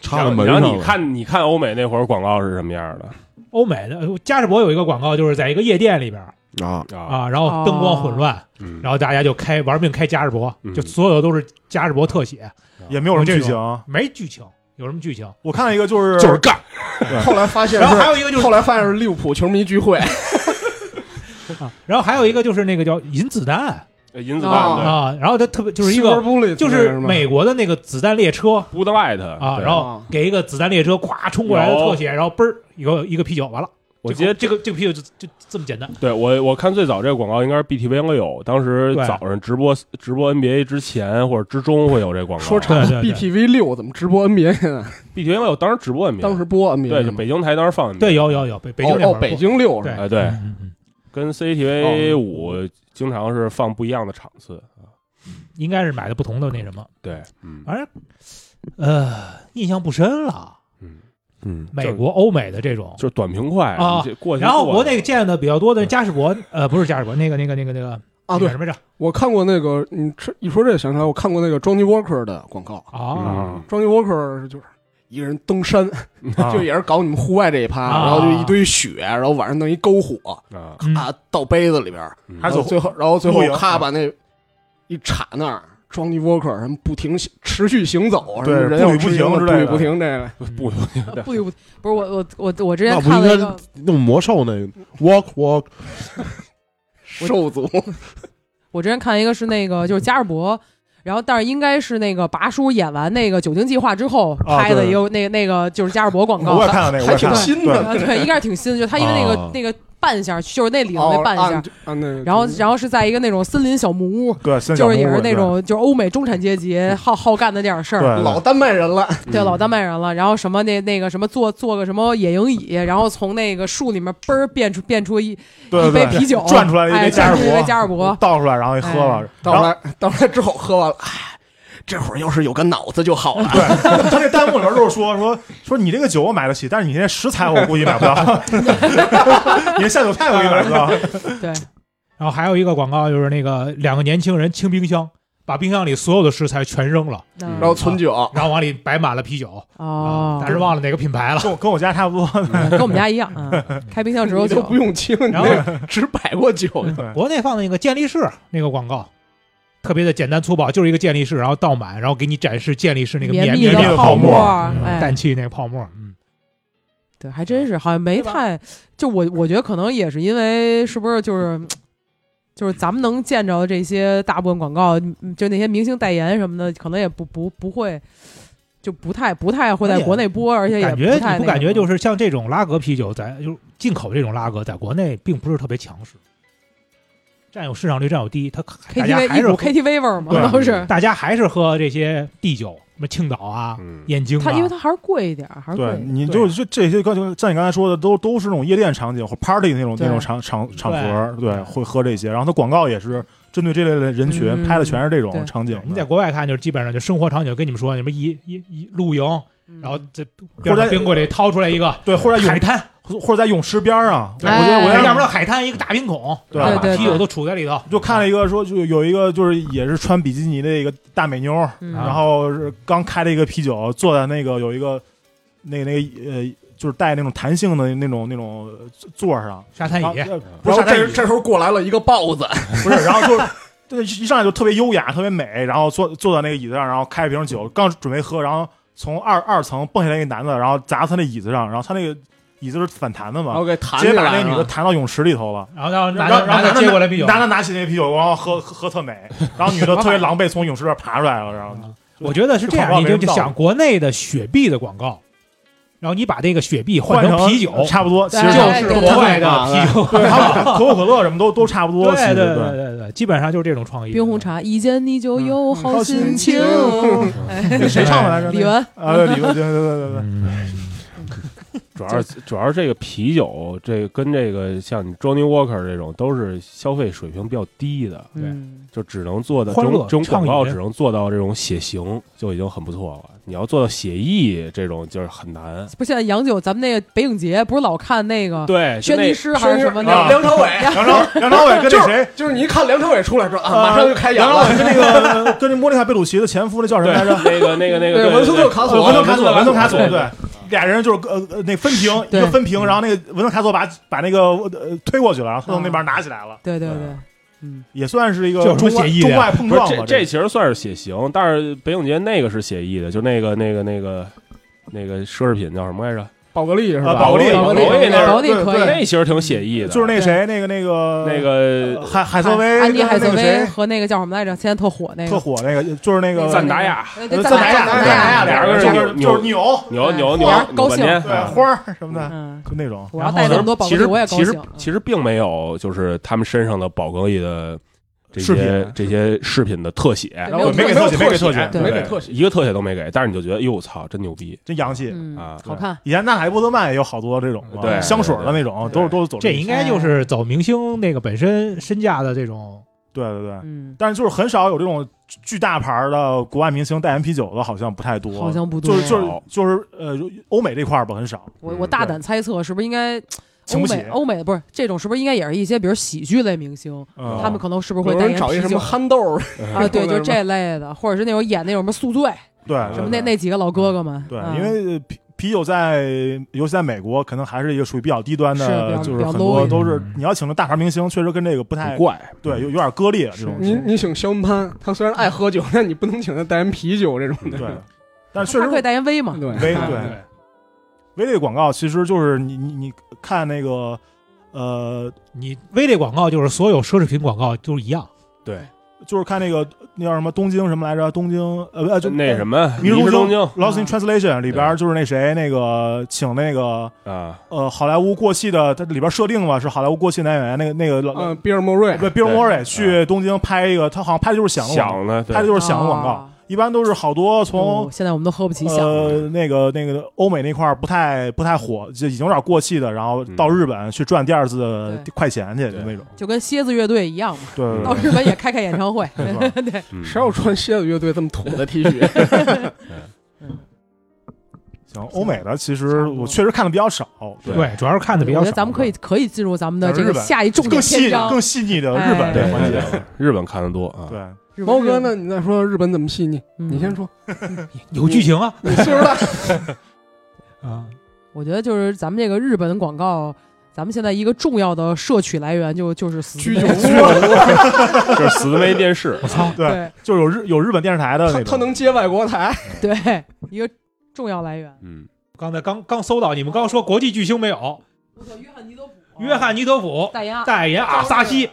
Speaker 7: 插了门
Speaker 6: 然
Speaker 7: 上
Speaker 6: 后你
Speaker 7: 了，
Speaker 6: 看，你看欧美那会儿广告是什么样的
Speaker 4: 欧美的呃嘉士伯有一个广告，就是在一个夜店里边儿
Speaker 7: 啊，
Speaker 6: 啊？
Speaker 4: 啊，然后灯光混乱，
Speaker 6: 嗯
Speaker 4: 然后大家就开玩命开嘉士伯，
Speaker 6: 嗯
Speaker 4: 就所有的都是嘉士伯特写，
Speaker 1: 也没有什么
Speaker 4: 这
Speaker 1: 剧
Speaker 4: 种
Speaker 1: 情。
Speaker 4: 没剧情，有什么剧情？
Speaker 1: 我看了一个就是
Speaker 8: 就是干，
Speaker 5: 后来发现
Speaker 4: 然后还
Speaker 5: 是
Speaker 4: 有一个就是
Speaker 5: 后来发现是利物浦球迷聚会，
Speaker 4: 啊，然后还有一个就是那个叫银子弹
Speaker 6: 呃银子弹对
Speaker 4: 啊，然后它特别就是一个
Speaker 5: Silver Bullet
Speaker 4: 就是
Speaker 5: 吗
Speaker 4: 美国的那个子弹列车
Speaker 6: Good Light
Speaker 4: 啊，
Speaker 6: 对
Speaker 4: 然后给一个子弹列车咵冲过来的特写，然后嘣儿有一个啤酒，完了
Speaker 6: 我记得嗯
Speaker 4: 这个这个啤酒就就这么简单。
Speaker 6: 对我我看最早这个广告应该是 BTV 应该有，当时
Speaker 4: 对
Speaker 6: 早上直播直播 NBA 之前或者之中会有这广告。
Speaker 5: 说长
Speaker 4: 对对对
Speaker 5: BTV 六怎么直播 NBA 现在？
Speaker 6: BTV 应该有，当时直播 NBA，
Speaker 5: 当时播 NBA
Speaker 6: 对，就
Speaker 5: 吗
Speaker 6: 北京台当时放 NBA
Speaker 4: 对，有有有北北京那
Speaker 5: 哦
Speaker 4: 会
Speaker 5: 哦
Speaker 4: 儿
Speaker 5: 北京六是吧？
Speaker 4: 对
Speaker 6: 哎对，
Speaker 4: 嗯嗯
Speaker 6: 跟 CCTV 五经常是放不一样的场次。
Speaker 4: 应该是买的不同的那什么，
Speaker 6: 对，嗯
Speaker 4: 反正呃印象不深了。
Speaker 6: 嗯嗯，
Speaker 4: 美国、欧美的这种
Speaker 6: 就，是短平快
Speaker 4: 啊，
Speaker 6: 你这过去
Speaker 4: 然后
Speaker 6: 过
Speaker 4: 国
Speaker 6: 了
Speaker 4: 内见的比较多的嘉士伯，呃，不是嘉士伯，那个那个那个那个
Speaker 5: 啊，
Speaker 4: 叫
Speaker 5: 对
Speaker 4: 什，么来着？
Speaker 5: 我看过那个，你这一说这想起来，我看过那个 Johnny Walker 的广告。
Speaker 4: 啊，
Speaker 6: 嗯
Speaker 5: Johnny Walker 就是一个人登山，
Speaker 4: 啊
Speaker 5: 就也是搞你们户外这一趴，
Speaker 4: 啊
Speaker 5: 然后就一堆雪，然后晚上弄一篝火，
Speaker 6: 啊，
Speaker 4: 嗯
Speaker 5: 啊，倒杯子里边，
Speaker 6: 嗯
Speaker 1: 还
Speaker 5: 然
Speaker 1: 走
Speaker 5: 后最后，然后最后
Speaker 1: 露营
Speaker 4: 啊
Speaker 5: 咔把那一插那儿。Johnny Walker 什么不停行持续行走，什么
Speaker 1: 对
Speaker 5: 人要
Speaker 1: 步履不
Speaker 5: 知行
Speaker 1: 停之
Speaker 5: 步
Speaker 1: 类
Speaker 5: 履
Speaker 1: 的
Speaker 5: 不停这个，
Speaker 6: 不
Speaker 2: 不不不是我我我我之
Speaker 7: 那
Speaker 2: 前
Speaker 7: 不
Speaker 2: 看
Speaker 7: 应
Speaker 2: 了一
Speaker 7: 该
Speaker 2: 个，
Speaker 7: 弄魔兽那个 walk walk
Speaker 5: 兽族
Speaker 2: 我之前看一个是那个就是加尔伯，然后但是应该是那个拔叔演完那个《酒精计划》之后
Speaker 1: 啊
Speaker 2: 拍的
Speaker 1: 对
Speaker 2: 一个那个那个就是加尔伯广告，
Speaker 1: 我也看到那个，我
Speaker 5: 还
Speaker 1: 也看
Speaker 5: 挺
Speaker 1: 到
Speaker 5: 新
Speaker 1: 对
Speaker 5: 的，
Speaker 2: 啊，对，应该是挺新的，就他因为那个、
Speaker 7: 啊
Speaker 2: 那个半下，就是那里头
Speaker 5: 哦
Speaker 2: 那半下
Speaker 1: 啊
Speaker 5: 按，按那个，
Speaker 2: 然后然后是在一个那种森林小木屋，
Speaker 1: 对，三角
Speaker 2: 就是也
Speaker 1: 嗯木
Speaker 2: 是
Speaker 1: 屋嗯
Speaker 2: 那种就是欧美中产阶级好好干的那点事
Speaker 1: 对
Speaker 2: 儿，
Speaker 1: 对
Speaker 5: 老丹麦人了，
Speaker 2: 对，
Speaker 1: 嗯
Speaker 2: 老丹麦人了，然后什么那那个什么做做个什么野营椅，然后从那个树里面嘣儿变出变出一
Speaker 1: 对
Speaker 2: 一杯
Speaker 1: 对对
Speaker 2: 啤酒，
Speaker 1: 转出来一杯
Speaker 2: 哎
Speaker 1: 加
Speaker 2: 转
Speaker 1: 尔
Speaker 2: 出一杯
Speaker 1: 伯
Speaker 2: 加尔哎伯，
Speaker 1: 倒出来，然后一喝了，
Speaker 5: 到
Speaker 1: 然后
Speaker 5: 来到来之后喝完了，哎，这会儿要是有个脑子就好了。
Speaker 1: 对，他那弹幕里边就是说说说你这个酒我买得起，但是你那食材我估计 买不到，你那下酒菜我估计买不
Speaker 2: 哎
Speaker 1: 到。
Speaker 2: 对，
Speaker 4: 然后还有一个广告就是那个两个年轻人清冰箱，把冰箱里所有的食材全扔了，
Speaker 2: 那
Speaker 6: 然
Speaker 5: 然后存酒，
Speaker 4: 然后往里摆满了啤酒，
Speaker 2: 哦，
Speaker 4: 啊但是忘了哪个品 牌了。
Speaker 1: 跟我跟我家差不多，
Speaker 2: 跟我们家一样， 嗯，开冰箱只有
Speaker 5: 你都
Speaker 2: 酒，
Speaker 5: 不用清，你
Speaker 4: 然后
Speaker 5: 那只摆过酒，
Speaker 1: 对
Speaker 4: 国内放的那个健力士那个广告，特别的简单粗暴，就是一个健力士，然后倒满，然后给你展示健力士那个绵
Speaker 2: 密
Speaker 4: 密
Speaker 1: 的
Speaker 2: 的
Speaker 1: 泡
Speaker 2: 沫
Speaker 4: 嗯
Speaker 1: 沫
Speaker 2: 儿，哎，
Speaker 4: 氮气那个泡沫。嗯，
Speaker 2: 对，还真是，好像没太就我，我觉得可能也是因为是不是就是就是咱们能见着的这些大部分广告，嗯就那些明星代言什么的，可能也不不不会，就不太不太会在国内播，而且也
Speaker 4: 哎感觉
Speaker 2: 太
Speaker 4: 你不感觉就是是像这种拉格啤酒在就是进口这种拉格，在国内并不是特别强势，占有市场率占有低，它大家
Speaker 2: KTV
Speaker 4: 还
Speaker 2: 一
Speaker 4: 是
Speaker 2: 股
Speaker 4: 喝
Speaker 2: KTV 味儿嘛，
Speaker 1: 对
Speaker 2: 都是
Speaker 4: 大家还是喝这些地酒，什么青岛啊、
Speaker 6: 嗯
Speaker 4: 燕京啊
Speaker 2: 它，因为它还是贵一点儿，还是贵
Speaker 1: 对
Speaker 2: 一点儿。
Speaker 1: 你就这这些歌，就像你刚才说的，都都是那种夜店场景或 party 那种
Speaker 2: 对
Speaker 1: 那种场场场
Speaker 4: 对
Speaker 1: 合，对，会喝这些。然后它广告也是针对这类的人群
Speaker 2: 嗯
Speaker 1: 拍的，全是这
Speaker 2: 对
Speaker 1: 种场景
Speaker 4: 你在
Speaker 1: 的。
Speaker 4: 国外看就是基本上就生活场景，跟你们说什么一一一露营，
Speaker 2: 嗯
Speaker 4: 然后这边上冰柜里掏出来一个
Speaker 1: 对，或者在
Speaker 4: 海
Speaker 1: 泳
Speaker 4: 滩。
Speaker 1: 或者在泳池边上，我
Speaker 2: 哎
Speaker 1: 觉得我
Speaker 4: 哎，要
Speaker 1: 要
Speaker 4: 不然海滩一个大冰桶，
Speaker 1: 对
Speaker 4: 然
Speaker 2: 对
Speaker 4: 后把
Speaker 2: 对
Speaker 4: 啤酒都杵在里头，
Speaker 1: 就看了一个说，就有一个就是也是穿比基尼的一个大美妞，
Speaker 2: 嗯
Speaker 5: 啊
Speaker 1: 然后是刚开了一个啤酒，坐在那个有一个那个那个呃，就是带那种弹性的那种那种呃座儿上，
Speaker 4: 沙
Speaker 5: 哎
Speaker 4: 滩椅
Speaker 1: 然后，呃不
Speaker 5: 然
Speaker 1: 是
Speaker 5: 后
Speaker 1: 沙滩
Speaker 5: 这
Speaker 1: 椅，
Speaker 5: 这时候过来了一个豹子，
Speaker 1: 不是，然后 就是。对，一上来就特别优雅，特别美，然后坐坐在那个椅子上，然后开了瓶酒，刚准备喝，然后从二二层蹦下来一个男的，然后砸他那椅子上，然后他那个椅子是反弹的
Speaker 5: 然
Speaker 1: 嘛
Speaker 5: 后，给哦弹
Speaker 1: 直
Speaker 5: 起
Speaker 1: 接
Speaker 5: 来
Speaker 1: 把
Speaker 5: 了。
Speaker 1: 那女的弹到泳池里头了。
Speaker 4: 然后让
Speaker 1: 然
Speaker 4: 男
Speaker 1: 后
Speaker 4: 的
Speaker 1: 然后
Speaker 4: 男
Speaker 1: 男的
Speaker 4: 的接过来啤酒，
Speaker 1: 男的拿起那啤酒，然后喝喝喝特 美，然后女的特别狼狈从泳池边爬出来了，然后
Speaker 4: 我觉得是这样，
Speaker 1: 广告
Speaker 4: 你
Speaker 1: 没
Speaker 4: 就
Speaker 1: 人
Speaker 4: 就
Speaker 1: 造
Speaker 4: 想国内的雪碧的广告，然后你把这个雪碧换
Speaker 1: 成
Speaker 4: 啤酒，
Speaker 1: 差不多，其实
Speaker 2: 对
Speaker 1: 就
Speaker 4: 就是是国外的啤酒，
Speaker 1: 对，还有可口可乐什么都都差不多，
Speaker 4: 对
Speaker 1: 其实
Speaker 4: 对对对对，基本上就是这种创意。
Speaker 2: 冰红茶，一见你就有
Speaker 4: 嗯
Speaker 2: 好心情。 哎
Speaker 1: 对，谁唱的来着？
Speaker 2: 李玟，
Speaker 1: 啊，对李玟，对对对对对，
Speaker 4: 嗯
Speaker 6: 主要是主要是这个啤酒，这个跟这个像你 Johnny Walker 这种都是消费水平比较低的，
Speaker 2: 嗯，
Speaker 6: 就只能做到这
Speaker 4: 欢乐
Speaker 6: 种这种广
Speaker 4: 畅
Speaker 6: 告
Speaker 4: 饮
Speaker 6: 只能做到这种写形就已经很不错了。你要做到写意这种就是很难。
Speaker 2: 不是现在洋酒，咱们那个北影节不是老看那个
Speaker 6: 对，就
Speaker 2: 轩
Speaker 6: 那
Speaker 2: 尼诗还是什么
Speaker 1: 轩尼诗
Speaker 2: 那
Speaker 1: 啊
Speaker 2: 个
Speaker 5: 梁朝伟，
Speaker 1: 梁朝梁朝伟 跟
Speaker 5: 就
Speaker 1: 那
Speaker 5: 是
Speaker 1: 谁，
Speaker 5: 就是你一看梁朝伟出来之后啊，
Speaker 1: 呃
Speaker 5: 马上就开演
Speaker 1: 梁朝
Speaker 5: 了。
Speaker 1: 伟跟那个跟那莫妮卡贝鲁奇的前夫，那叫什么来着？
Speaker 6: 对那个那个那个
Speaker 5: 对文斯特卡索
Speaker 1: 文森
Speaker 4: 哦
Speaker 1: 卡索，文森卡索，
Speaker 6: 对
Speaker 1: 对。俩人就是呃呃那分屏一
Speaker 2: 对
Speaker 1: 个分屏，然后那个文森卡索把把那个呃推过去了，然后他从那边拿起来了，
Speaker 2: 对对对，嗯。
Speaker 1: 也算是一个
Speaker 4: 这有什么
Speaker 1: 中外
Speaker 4: 写意的
Speaker 1: 中
Speaker 4: 呀
Speaker 1: 外碰
Speaker 6: 不是
Speaker 1: 撞吧
Speaker 6: 这。这其实算是写形，但是北影节那个是写意的，就那个那个那个那个奢侈品叫什么来着？
Speaker 5: 宝格丽是
Speaker 1: 啊
Speaker 5: 吧？
Speaker 1: 宝格丽
Speaker 5: 宝
Speaker 2: 宝
Speaker 5: 格
Speaker 2: 丽
Speaker 5: 丽，
Speaker 2: 宝
Speaker 1: 对
Speaker 2: 丽可
Speaker 1: 对
Speaker 2: 以，
Speaker 6: 那其实挺写意的，
Speaker 1: 就是那谁，那个那个
Speaker 6: 那个
Speaker 1: 海海瑟薇，
Speaker 2: 安迪
Speaker 1: 跟
Speaker 2: 海瑟
Speaker 1: 那个
Speaker 2: 薇
Speaker 1: 谁
Speaker 2: 和那个叫什么来着？现在特火那
Speaker 1: 特
Speaker 2: 个
Speaker 1: 火那个，就是那个
Speaker 6: 赞达亚，
Speaker 2: 呃
Speaker 1: 呃
Speaker 2: 对
Speaker 1: 赞
Speaker 2: 达
Speaker 1: 达
Speaker 2: 亚，
Speaker 1: 亚，
Speaker 2: 赞
Speaker 1: 赞
Speaker 2: 达
Speaker 1: 达
Speaker 2: 亚
Speaker 1: 亚，
Speaker 6: 俩
Speaker 1: 俩
Speaker 6: 人
Speaker 1: 人
Speaker 6: 扭
Speaker 1: 就是扭，
Speaker 6: 扭扭扭
Speaker 2: 花儿
Speaker 6: 扭
Speaker 2: 高
Speaker 6: 半
Speaker 2: 兴
Speaker 6: 天。
Speaker 1: 对花儿什么的，
Speaker 2: 嗯，
Speaker 1: 就那种。
Speaker 2: 我要带那么多宝
Speaker 6: 其
Speaker 2: 格丽，
Speaker 6: 实
Speaker 2: 我也高
Speaker 6: 其实
Speaker 2: 兴。
Speaker 6: 其实并没有，就是他们身上的宝格丽的这
Speaker 1: 饰
Speaker 6: 些
Speaker 1: 品
Speaker 6: 这些饰品的特写，
Speaker 2: 对
Speaker 5: 然
Speaker 2: 没有
Speaker 5: 后
Speaker 2: 没给
Speaker 1: 特
Speaker 5: 特
Speaker 1: 写没给特写
Speaker 5: 写，没给特写，
Speaker 6: 一个特写都没给，但是你就觉得，哟，我操，真牛逼
Speaker 1: 真洋气。
Speaker 2: 嗯，
Speaker 6: 啊！
Speaker 2: 好看。
Speaker 1: 以前娜塔莉波特曼也有好多这种嘛
Speaker 6: 对
Speaker 1: 香水的那种，都是都是走
Speaker 4: 这
Speaker 1: 一
Speaker 4: 应该就是走明星那个本身身价的这种，
Speaker 1: 对对对。
Speaker 2: 嗯，
Speaker 1: 但是就是很少有这种巨大牌儿的国外明星代言啤酒的，好像不太多，
Speaker 2: 好像不多。
Speaker 1: 嗯就是就是就是呃，欧美这块儿吧很少。
Speaker 2: 我我大胆猜测，是不是应该
Speaker 1: 请
Speaker 2: 欧
Speaker 1: 不起
Speaker 2: 美欧美的不是这种，是不是应该也是一些比如喜剧类明星，
Speaker 1: 嗯
Speaker 2: 他们可能是不是
Speaker 5: 有
Speaker 2: 会代
Speaker 5: 人
Speaker 2: 言
Speaker 5: 找一
Speaker 2: 啤
Speaker 5: 什
Speaker 2: 酒
Speaker 5: 么 憨豆儿，
Speaker 2: 啊？对，
Speaker 5: 什么
Speaker 2: 就这类的，或者是那种演那种什么宿醉
Speaker 1: 对
Speaker 2: 什么
Speaker 1: 对
Speaker 2: 那那几个老哥哥们。
Speaker 1: 对，
Speaker 2: 啊
Speaker 1: 因为啤啤酒在尤其在美国，可能还是一个属于比较低端
Speaker 2: 是比
Speaker 1: 的
Speaker 2: 较，
Speaker 1: 就
Speaker 2: 比
Speaker 1: 是
Speaker 2: 较
Speaker 1: 很
Speaker 2: low
Speaker 1: 多
Speaker 2: 一点
Speaker 1: 都是
Speaker 4: 嗯
Speaker 1: 你要请的大牌明星，确实跟这个不
Speaker 6: 很
Speaker 1: 太
Speaker 6: 怪，
Speaker 1: 对，有有点割裂这种。
Speaker 5: 你你请肖恩潘，他虽然爱喝酒，但你不能请他代言啤酒这种的。
Speaker 1: 对， 但是确
Speaker 2: 他可以
Speaker 1: 实
Speaker 2: 代言威嘛？
Speaker 5: 对，啊
Speaker 1: 微嗯对微类广告，其实就是你你你看那个呃，
Speaker 4: 你微类广告就是所有奢侈品广告都是一样，
Speaker 1: 就是看那个那叫什么东京什么来着？东京呃呃就
Speaker 6: 那什么，
Speaker 1: 迷
Speaker 6: 迷
Speaker 1: 失
Speaker 6: 失
Speaker 1: 东
Speaker 6: 京
Speaker 1: 《Lost
Speaker 2: 嗯
Speaker 1: in Translation》里边就是那谁那个请那个
Speaker 6: 啊，
Speaker 1: 呃好莱坞过气的，它里边设定嘛是好莱坞过气男演员那个那个老
Speaker 5: 嗯，比尔莫瑞，
Speaker 1: 不 Bill Murray
Speaker 6: 嗯
Speaker 1: 去东京拍一个，他好像拍的就是响的广
Speaker 6: 想呢，
Speaker 1: 告，拍的就是响的广
Speaker 5: 哦
Speaker 1: 告，
Speaker 2: 啊
Speaker 1: 一般都是好多从
Speaker 2: 哦。现在我们都喝不起想了。
Speaker 1: 呃，那个那个欧美那块儿不太不太火，就已经有点过气的，然后到日本去赚第二次的
Speaker 2: 对
Speaker 1: 快钱去，就
Speaker 6: 嗯对
Speaker 1: 那种。
Speaker 2: 就跟蝎子乐队一样嘛，
Speaker 1: 对对
Speaker 2: 到
Speaker 1: 对
Speaker 2: 日本也开开演唱会。
Speaker 1: 没错
Speaker 2: 对，
Speaker 6: 嗯
Speaker 5: 谁要穿蝎子乐队这么土的 T 恤？
Speaker 1: 行，欧美的其实我确实看的比较少，
Speaker 6: 对
Speaker 4: 对，主要是看的比
Speaker 2: 我
Speaker 4: 较
Speaker 2: 觉
Speaker 4: 少。
Speaker 2: 得咱们可以可以进入咱们的
Speaker 1: 咱
Speaker 2: 这
Speaker 1: 们
Speaker 2: 个
Speaker 1: 日本
Speaker 2: 下一重
Speaker 1: 更
Speaker 2: 点
Speaker 1: 细
Speaker 2: 篇章。
Speaker 1: 更细腻的日
Speaker 5: 哎
Speaker 1: 本
Speaker 6: 对
Speaker 1: 这环节。
Speaker 6: 对对日本看的多啊，
Speaker 1: 对，
Speaker 2: 日本
Speaker 5: 毛哥呢？？你再说日本怎么细腻？
Speaker 2: 嗯
Speaker 5: 你先说，
Speaker 4: 有剧情啊
Speaker 5: 你岁数大，
Speaker 1: 嗯
Speaker 4: 啊，
Speaker 2: 我觉得就是咱们这个日本广告，咱们现在一个重要的摄取来源就就是死
Speaker 5: 居酒
Speaker 2: 对
Speaker 5: 屋，
Speaker 6: 就是死梅电视
Speaker 4: 我操，
Speaker 1: 对就是有日有日本电视台的那
Speaker 5: 他
Speaker 1: 种，
Speaker 5: 他能接外国台，
Speaker 2: 对对一个重要来 源。
Speaker 6: 嗯，
Speaker 4: 刚才刚刚搜到你们刚说国际巨星没
Speaker 2: 哦
Speaker 4: 有，
Speaker 2: 我操，约翰尼德普
Speaker 4: 约翰尼德普
Speaker 2: 代言
Speaker 4: 代言阿萨西，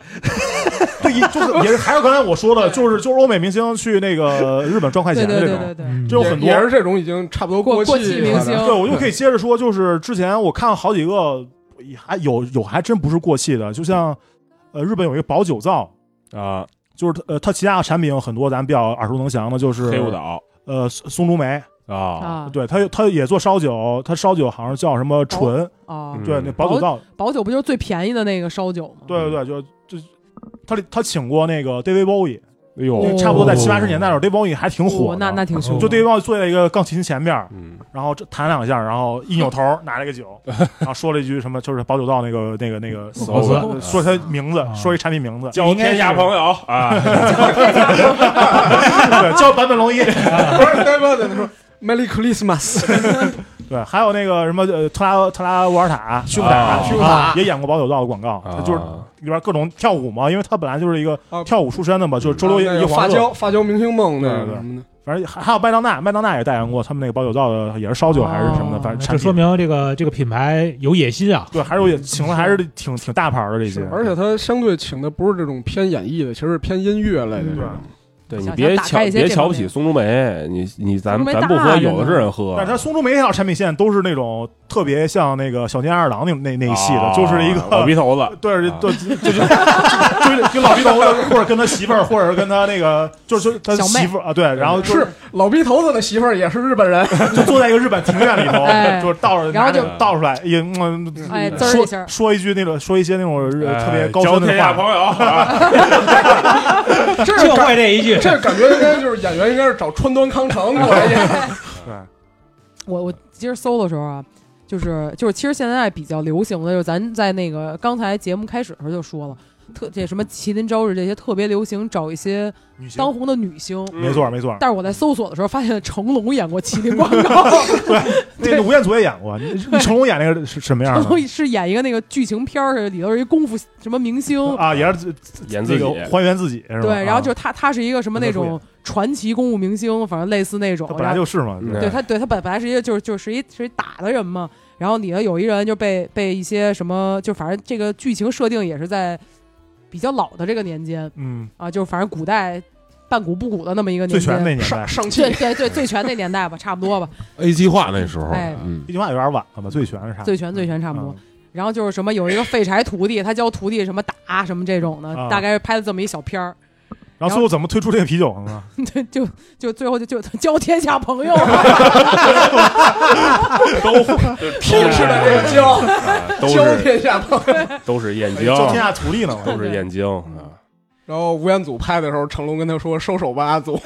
Speaker 1: 对，一就是也是还有刚才我说的，就是就是欧美明星去那个日本赚快
Speaker 2: 对
Speaker 1: 钱的
Speaker 2: 对
Speaker 1: 这
Speaker 2: 对
Speaker 1: 种。嗯
Speaker 2: 对对，
Speaker 6: 嗯
Speaker 1: 这有很多
Speaker 5: 也是这种已经差不多
Speaker 2: 过
Speaker 5: 过
Speaker 2: 气明
Speaker 5: 了的
Speaker 2: 星，
Speaker 1: 对，我就可以接着说，就是之前我看好几个，还有有还真不是过气的，就像呃日本有一个保酒造，
Speaker 6: 啊，
Speaker 1: 就是它呃它旗下的产品有很多咱们比较耳熟能详的，就是
Speaker 6: 黑舞蹈
Speaker 1: 呃松松竹梅，
Speaker 6: 啊，
Speaker 2: 啊，
Speaker 1: 对它它也做烧酒，它烧酒好像叫什么醇，
Speaker 2: 啊，
Speaker 6: 嗯
Speaker 1: 对，那保酒造，
Speaker 2: 宝酒不就是最便宜的那个烧酒吗？
Speaker 1: 对对对，就就他他请过那个 David Bowie，
Speaker 6: 哎
Speaker 1: 因为
Speaker 6: 呦，
Speaker 1: 差不多在七八十年代的时候，David Bowie 还挺
Speaker 2: 哦
Speaker 1: 火的，嗯
Speaker 2: 那那挺凶的，
Speaker 1: 就 David Bowie 坐在一个钢琴前面，
Speaker 6: 嗯，
Speaker 1: 然后这弹两下，然后一扭头拿了个酒， 然后说了一句什么，就是保酒道那个那个那个，
Speaker 6: 死
Speaker 4: 我
Speaker 6: 猴
Speaker 4: 操
Speaker 6: 子
Speaker 1: 说他名字
Speaker 4: 啊，
Speaker 1: 说一产品名字，
Speaker 6: 交天下朋友啊，
Speaker 1: 对，叫坂本龙一，
Speaker 5: 不是他妈的他说 Merry Christmas，
Speaker 1: 对，还有那个什么呃特拉特拉沃尔塔虚
Speaker 6: 啊
Speaker 1: 塔
Speaker 5: 虚
Speaker 1: 胸
Speaker 5: 无塔
Speaker 1: 也演过保酒道的广告，
Speaker 6: 啊
Speaker 1: 就是里边各种跳舞嘛，因为他本来就是一个
Speaker 5: 啊
Speaker 1: 跳舞出身的嘛，
Speaker 4: 嗯
Speaker 1: 就是周六
Speaker 5: 啊那
Speaker 1: 夜
Speaker 5: 个
Speaker 1: 夜
Speaker 5: 发
Speaker 1: 黄色，
Speaker 5: 胶发胶明星梦那
Speaker 1: 对
Speaker 5: 个
Speaker 1: 对
Speaker 5: 什么的，
Speaker 1: 反正还还有麦当娜，麦当娜也代言过他们那个保酒道的，也是烧酒还是什么的，
Speaker 2: 哦
Speaker 1: 反正
Speaker 4: 那
Speaker 1: 产
Speaker 4: 这说
Speaker 1: 品
Speaker 4: 明这个这个品牌有野心啊。
Speaker 1: 对，还是有也请了还是挺挺大牌的这些，
Speaker 5: 而且他相对请的不是这种偏演绎的，其实是偏音乐类的
Speaker 1: 对
Speaker 5: 这种。。
Speaker 6: 对
Speaker 2: 想
Speaker 6: 你
Speaker 2: 想
Speaker 6: 别
Speaker 2: 打
Speaker 6: 瞧
Speaker 2: 开一些
Speaker 6: 别
Speaker 2: 这
Speaker 6: 瞧
Speaker 2: 方
Speaker 6: 不起
Speaker 2: 面
Speaker 6: 松竹梅，你你咱
Speaker 2: 松竹梅
Speaker 6: 咱不
Speaker 2: 大
Speaker 6: 喝，
Speaker 2: 着
Speaker 6: 有
Speaker 2: 呢
Speaker 6: 的是人喝，
Speaker 1: 但是他松竹梅那条产品线都是那种特别像那个小津安二郎那那那一系的，
Speaker 6: 啊
Speaker 1: 就是一个
Speaker 6: 老逼头子，
Speaker 1: 对
Speaker 6: 啊
Speaker 1: 对对，就是 就是跟老逼头子，或者跟他媳妇儿，或者是跟他那个，就是他
Speaker 2: 小妹
Speaker 1: 媳妇儿啊，对，然后就是
Speaker 5: 老逼头子的媳妇儿也是日 本人，
Speaker 1: 就坐在一个日本庭院里头
Speaker 2: 哎，
Speaker 1: 就是倒着，
Speaker 2: 然后就
Speaker 1: 拿着倒出来，也嗯
Speaker 2: 哎滋儿一下
Speaker 1: 说说一句那种说一些那种日
Speaker 6: 哎
Speaker 1: 特别高
Speaker 6: 交
Speaker 1: 深
Speaker 6: 天
Speaker 1: 的
Speaker 6: 下
Speaker 1: 话，
Speaker 6: 朋 友啊，
Speaker 5: 这
Speaker 4: 就
Speaker 5: 感
Speaker 4: 会这一句，
Speaker 5: 这感觉应该就是演员应该是找川端康成 过来演。
Speaker 2: 我我今儿搜的时候啊，就是就是，其实现在比较流行的，就是咱在那个刚才节目开始的时候就说了，特这什么麒麟朝日这些特别流行找一些
Speaker 1: 女性
Speaker 2: 当红的女星。
Speaker 1: 没错没错，
Speaker 2: 但是我在搜索的时候发现成龙演过麒麟广告，
Speaker 1: 那个吴彦祖也演过，你你成龙演那个是什么样
Speaker 2: 成
Speaker 1: 的
Speaker 2: 龙是演一个那个剧情片儿，里头是一功夫什么明星，
Speaker 1: 啊？也是
Speaker 6: 演自
Speaker 1: 那
Speaker 6: 己
Speaker 1: 个还原自己是吧？
Speaker 2: 对，然后就是
Speaker 1: 啊
Speaker 2: 他他是一个什么那
Speaker 1: 不得
Speaker 2: 种传奇公务明星，反正类似那种。
Speaker 1: 他本来
Speaker 2: 然后
Speaker 1: 就是嘛，
Speaker 6: 嗯
Speaker 2: 对他对他本本来是一个就是就是一是一打的人嘛，然后里头有一人就被被一些什么，就反正这个剧情设定也是在比较老的这个年间
Speaker 1: 嗯，
Speaker 2: 啊，就是反正古代半古不古的那么一个
Speaker 1: 最
Speaker 2: 年
Speaker 1: 全那
Speaker 2: 间。
Speaker 1: 年代
Speaker 5: 上，上气
Speaker 2: 对对对，最全那年代吧，差不多吧，
Speaker 8: A 计划那时候，
Speaker 2: 哎
Speaker 7: 嗯
Speaker 1: 一句话有点晚了吧？最全是啥？嗯
Speaker 2: 最全最全差不多。然后就是什么有一个废柴徒弟，他教徒弟什么打什么这种的
Speaker 1: 啊，
Speaker 2: 大概是拍的这么一小片儿，
Speaker 1: 然后最后怎么推出这个啤酒呢？
Speaker 2: 对，就就最后就就交天下朋 友。
Speaker 5: 拼似的这个交
Speaker 6: 都
Speaker 5: 交
Speaker 6: 是
Speaker 5: 天下朋友。
Speaker 6: 都是燕京，
Speaker 1: 叫天下徒弟呢？
Speaker 6: 都是燕京啊。
Speaker 5: 然后吴彦祖拍的时候，成龙跟他说：“收手吧，阿祖。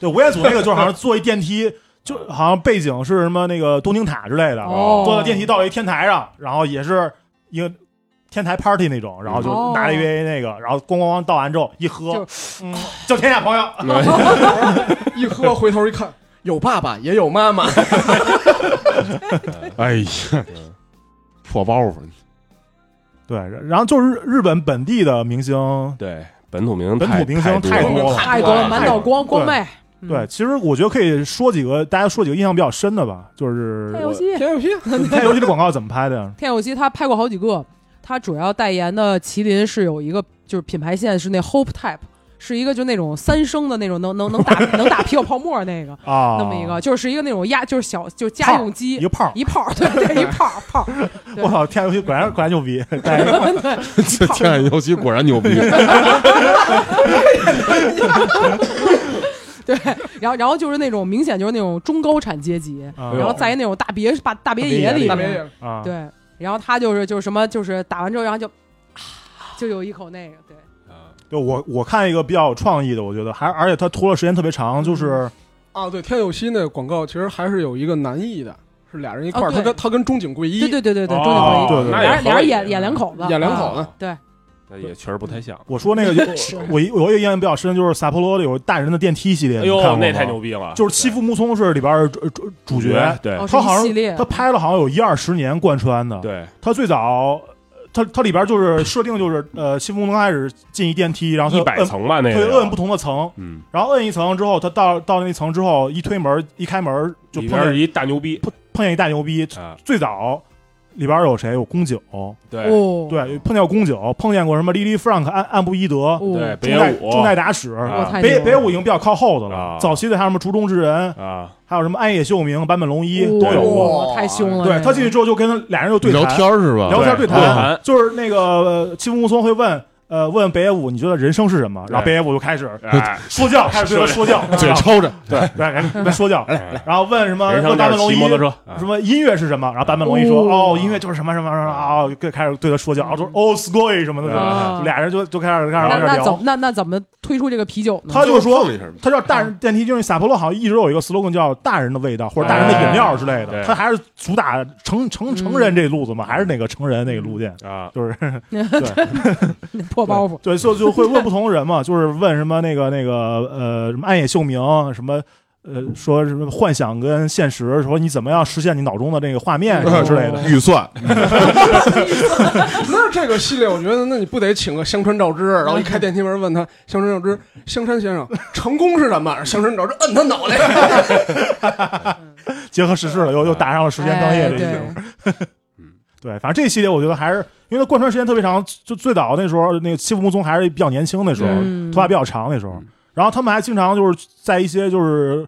Speaker 1: 对，吴彦祖那个就是好像坐一电梯，就好像背景是什么那个东京塔之类的，
Speaker 2: 哦
Speaker 1: 坐在电梯到了一天台上，然后也是一个天台 party 那种，然后就
Speaker 2: 哦
Speaker 1: 拿了一杯那个，然后咣咣咣倒完之后一喝
Speaker 2: 就，
Speaker 1: 嗯，叫天下朋友，
Speaker 5: 一喝回头一看，有爸爸也有妈妈。
Speaker 8: 哎呀，
Speaker 7: 破包袱，
Speaker 1: 对，然后就是日日本本地的明星，
Speaker 6: 对，本土明星
Speaker 1: 本
Speaker 6: 太
Speaker 1: 土明星
Speaker 6: 太
Speaker 1: 太
Speaker 6: 多了
Speaker 1: 多了。
Speaker 2: 太多了，满脑光光
Speaker 1: 对
Speaker 2: 妹，嗯
Speaker 1: 对，，其实我觉得可以说几个，大家说几个印象比较深的吧，就是
Speaker 2: 天有希，
Speaker 5: 天有屁，
Speaker 1: 他游戏的广告怎么拍的呀？
Speaker 2: 天有希他拍过好几个，他主要代言的麒麟是有一个就是品牌线是那 Hope Type，是一个就那种三升的那种能能能打能打啤酒泡沫那个
Speaker 1: 啊，
Speaker 2: 那么一个，就是一个那种压就是小就是家用
Speaker 1: 一
Speaker 2: 机。
Speaker 1: 个胖，
Speaker 2: 一 泡，对对，一泡泡，对
Speaker 1: 我操，天下游戏果然果然牛逼，
Speaker 7: 这天眼游戏果然牛逼，
Speaker 2: 对， 然后然后就是那种明显就是那种中高产阶级，
Speaker 1: 啊
Speaker 2: 然后在那种大别大大别
Speaker 1: 大
Speaker 2: 野
Speaker 1: 别
Speaker 2: 里
Speaker 1: 野
Speaker 5: 大
Speaker 2: 面，
Speaker 5: 别野，
Speaker 1: 啊，
Speaker 2: 对，然后他就是就是什么就是打完之后，然后就， 啊就有一口那个，对，
Speaker 1: 对我我看一个比较有创意的，我觉得还而且它拖了时间特别长，
Speaker 2: 嗯
Speaker 1: 就是
Speaker 5: 啊，对，天有希那个广告其实还是有一个男艺的，是俩人一块儿，
Speaker 2: 啊对
Speaker 5: 他跟他跟中井贵一
Speaker 2: 对对对对对，
Speaker 6: 哦
Speaker 2: 中井贵一，
Speaker 1: 啊对对
Speaker 6: 那
Speaker 2: 俩
Speaker 6: 也
Speaker 2: 人俩人
Speaker 6: 合
Speaker 2: 演
Speaker 6: 理
Speaker 2: 演两口子，
Speaker 5: 演两
Speaker 2: 啊
Speaker 5: 口子，
Speaker 2: 对，
Speaker 6: 那也确实不太像。
Speaker 1: 我说那个 我我一我有一个印象比较深，就是萨波罗里有大人的电梯系列，
Speaker 6: 哎
Speaker 1: 你嗯看过
Speaker 6: 呦，
Speaker 1: 吗
Speaker 6: 那太牛逼了！
Speaker 1: 就是欺负木松是里边儿主主主
Speaker 6: 主
Speaker 1: 角，
Speaker 6: 对
Speaker 2: 哦，
Speaker 1: 他好
Speaker 2: 是一系
Speaker 1: 像
Speaker 2: 列
Speaker 1: 他拍了好像有一二十年贯穿的，
Speaker 6: 对
Speaker 1: 他最早。呃他他里边就是设定就是呃，欺负木松开始进一电梯，然后
Speaker 6: 一
Speaker 1: 他
Speaker 6: 百
Speaker 1: 嗯摁
Speaker 6: 层吧，那
Speaker 1: 对
Speaker 6: 个
Speaker 1: 摁不同的层，
Speaker 6: 嗯，
Speaker 1: 然后摁一层之后，他到到那一层之后，一推门一开门就
Speaker 6: 里
Speaker 1: 碰
Speaker 6: 边是
Speaker 1: 见
Speaker 6: 一大牛逼
Speaker 1: 碰见一大牛逼。
Speaker 6: 啊，
Speaker 1: 最早里边有谁？有宫九，
Speaker 6: 对
Speaker 2: 哦，
Speaker 1: 对，碰见过宫九，碰见过什么莉莉弗朗克、安安布伊德、
Speaker 2: 哦
Speaker 6: 对，北
Speaker 1: 中代
Speaker 6: 野武
Speaker 1: 中代达史。
Speaker 2: 我
Speaker 6: 啊
Speaker 2: 太
Speaker 1: 北
Speaker 2: 牛了
Speaker 1: 北武已经比较靠后的了，
Speaker 6: 啊
Speaker 1: 早期的还有什么竹中之人，
Speaker 6: 啊，
Speaker 1: 还有什么暗野秀明、坂本龙一、
Speaker 2: 哦
Speaker 1: 都有过。
Speaker 5: 哇
Speaker 2: 太凶了，
Speaker 1: 对
Speaker 2: 这
Speaker 1: 他
Speaker 2: 个
Speaker 1: 进去之后就跟俩人就对
Speaker 7: 聊
Speaker 1: 谈，
Speaker 7: 天儿是吧？
Speaker 1: 聊天
Speaker 6: 啊对
Speaker 1: 谈，
Speaker 6: 对谈
Speaker 1: 就是那个呃欺负木松会问呃问北野武你觉得人生是什么，然后
Speaker 6: 对
Speaker 1: 北野武就开始
Speaker 6: 哎，
Speaker 1: 说教，开始对他说教，啊
Speaker 7: 嘴抽着，
Speaker 1: 来来来说教，然后问什么
Speaker 6: 哎人
Speaker 1: 问
Speaker 6: 生
Speaker 1: 坂
Speaker 6: 就是
Speaker 1: 呃本龙
Speaker 6: 骑
Speaker 1: 一
Speaker 6: 摩托车，啊
Speaker 1: 什么音乐是什么？然后坂本龙一说：“
Speaker 2: 哦嗯
Speaker 1: 哦，音乐就是什么什么什么啊！”就开始对他说教，啊，就是 old school 什么的，
Speaker 2: 啊
Speaker 1: 就俩人就就开始
Speaker 6: 啊
Speaker 1: 开始
Speaker 2: 那
Speaker 1: 开始
Speaker 2: 那怎么
Speaker 1: 聊。
Speaker 2: 那那怎么推出这个啤酒呢？
Speaker 1: 他就说
Speaker 7: 碰一 下，
Speaker 1: 他叫大人电梯，就是萨婆罗好像一直有一个 slogan 叫“大人的味道”或者“大人的饮料”之类
Speaker 6: 哎
Speaker 1: 的，他还是主打成成成人这路子
Speaker 6: 嗯
Speaker 1: 嘛，还是哪个成人那个路线。
Speaker 6: 啊，
Speaker 1: 就是
Speaker 2: 破包袱，
Speaker 1: 对，就就会问不同的人 嘛，就是问什么那个那个呃什么暗野秀明什么呃说什么幻想跟现实，说你怎么样实现你脑中的那个画面
Speaker 7: 嗯
Speaker 1: 什么啊之类的，
Speaker 7: 预算
Speaker 5: 那这个系列，我觉得那你不得请个香川照之，然后一开电梯门问他香川照之，香川先生成功是什么？香川照之摁他脑袋。
Speaker 1: 结合时事了，又又打上了时间专业
Speaker 2: 哎
Speaker 1: 这一
Speaker 2: 对
Speaker 1: 种。对，反正这一系列我觉得还是因为它贯穿时间特别长，就最早那时候那个欺负木松还是比较年轻那时候，
Speaker 2: 嗯
Speaker 1: 头发比较长那时候，然后他们还经常就是在一些就是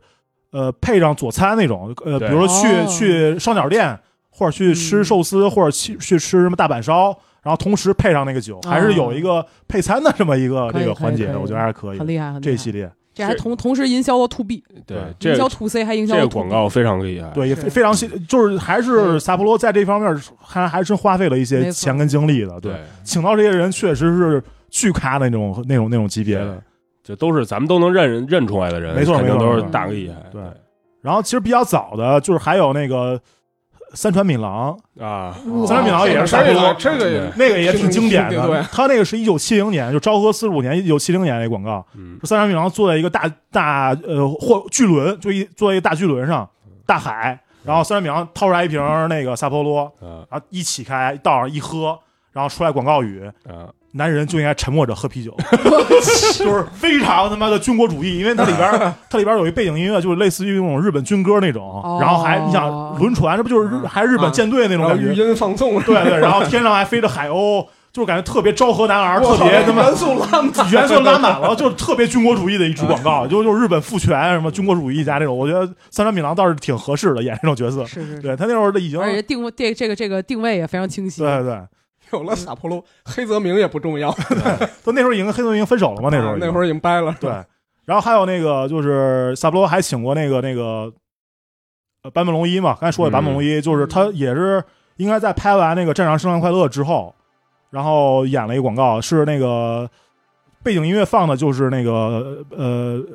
Speaker 1: 呃配上佐餐那种，呃，比
Speaker 6: 对
Speaker 1: 如说去、
Speaker 2: 哦
Speaker 1: 去烧鸟店或者去吃
Speaker 2: 嗯
Speaker 1: 寿司、或者去去吃什么大阪烧，然后同时配上那个酒，还是有一个配餐的这么一个
Speaker 2: 哦可以
Speaker 1: 这个
Speaker 2: 可以
Speaker 1: 环节
Speaker 2: 可
Speaker 1: 的，
Speaker 2: 以
Speaker 1: 我觉得还是可
Speaker 2: 很
Speaker 1: 以的。
Speaker 2: 厉害，很厉害
Speaker 1: 这一系列
Speaker 2: 这还同同时营销了 to B，
Speaker 6: 对，
Speaker 2: 营
Speaker 6: 这
Speaker 2: 销
Speaker 6: 个
Speaker 2: to C 还营销
Speaker 6: 这
Speaker 2: 了 to
Speaker 6: 个
Speaker 2: B
Speaker 6: 广告非常厉害，
Speaker 1: 对也
Speaker 2: 是嗯
Speaker 1: 非非常细，就是还是萨婆罗在这方面还还真花费了一
Speaker 2: 没
Speaker 1: 些
Speaker 2: 错
Speaker 1: 钱跟精力的，对
Speaker 6: 对。，
Speaker 1: 请到这些人确实是巨咖的那种、那种、那种级别的。
Speaker 6: 就都是咱们都能认认出来的人，
Speaker 1: 没错
Speaker 6: 肯定
Speaker 1: 没错
Speaker 6: 都
Speaker 1: 没
Speaker 6: 是
Speaker 1: 错
Speaker 6: 大厉害。
Speaker 1: 对然后其实比较早的就是还有那个呃三船敏郎，
Speaker 6: 啊，
Speaker 1: 三船敏郎也是
Speaker 5: 这
Speaker 1: 大
Speaker 5: 个
Speaker 1: 波，
Speaker 5: 这个也
Speaker 1: 那个也挺经典
Speaker 5: 挺对
Speaker 1: 的。他那个是一九七零年，就昭和四十五年，一九七零年那广告，
Speaker 6: 嗯
Speaker 1: 说三船敏郎坐在一个大大呃或巨轮，就一坐在一个大巨轮上，大海，然后三船敏郎掏出来一瓶那个萨波罗，
Speaker 6: 啊
Speaker 1: 然后一起开，倒上一喝，然后出来广告语。
Speaker 6: 啊，
Speaker 1: 男人就应该沉默着喝 啤酒， 就是非常他妈的军国主义，因为它里边 儿它里边儿有一背景音乐，就是类似于那种日本军歌那种，
Speaker 5: 哦
Speaker 1: 然后还你想轮船，这不就是日还是日本舰队那种
Speaker 5: 嗯然后
Speaker 1: 感
Speaker 5: 语
Speaker 1: 觉？
Speaker 5: 音放纵，
Speaker 1: 对对，然后天上还飞着海鸥，就是感觉特别昭和男儿，特
Speaker 5: 我操
Speaker 1: 别他妈
Speaker 5: 元素拉满，
Speaker 1: 元素拉满了， 就是特别军国主义的一支广告，就就是日本父权什么军国主义家那种，我觉得三山敏郎倒是挺合适的演这种角色，
Speaker 2: 是是是，
Speaker 1: 对他那会儿已经
Speaker 2: 而且定位这这个这个定位也非常清晰。
Speaker 1: 对对，
Speaker 5: 有了撒泼罗，黑泽明也不重要。
Speaker 1: 他那时候已经黑泽明分手了嘛，那时候已经
Speaker 5: 那会儿已经掰了，
Speaker 1: 对，然后还有那个就是萨布罗还请过那个那个呃坂本龙一嘛，刚才说的坂本龙一，就是他也是应该在拍完那个《战场胜利快乐》之后，然后演了一个广告，是那个背景音乐放的就是那个呃《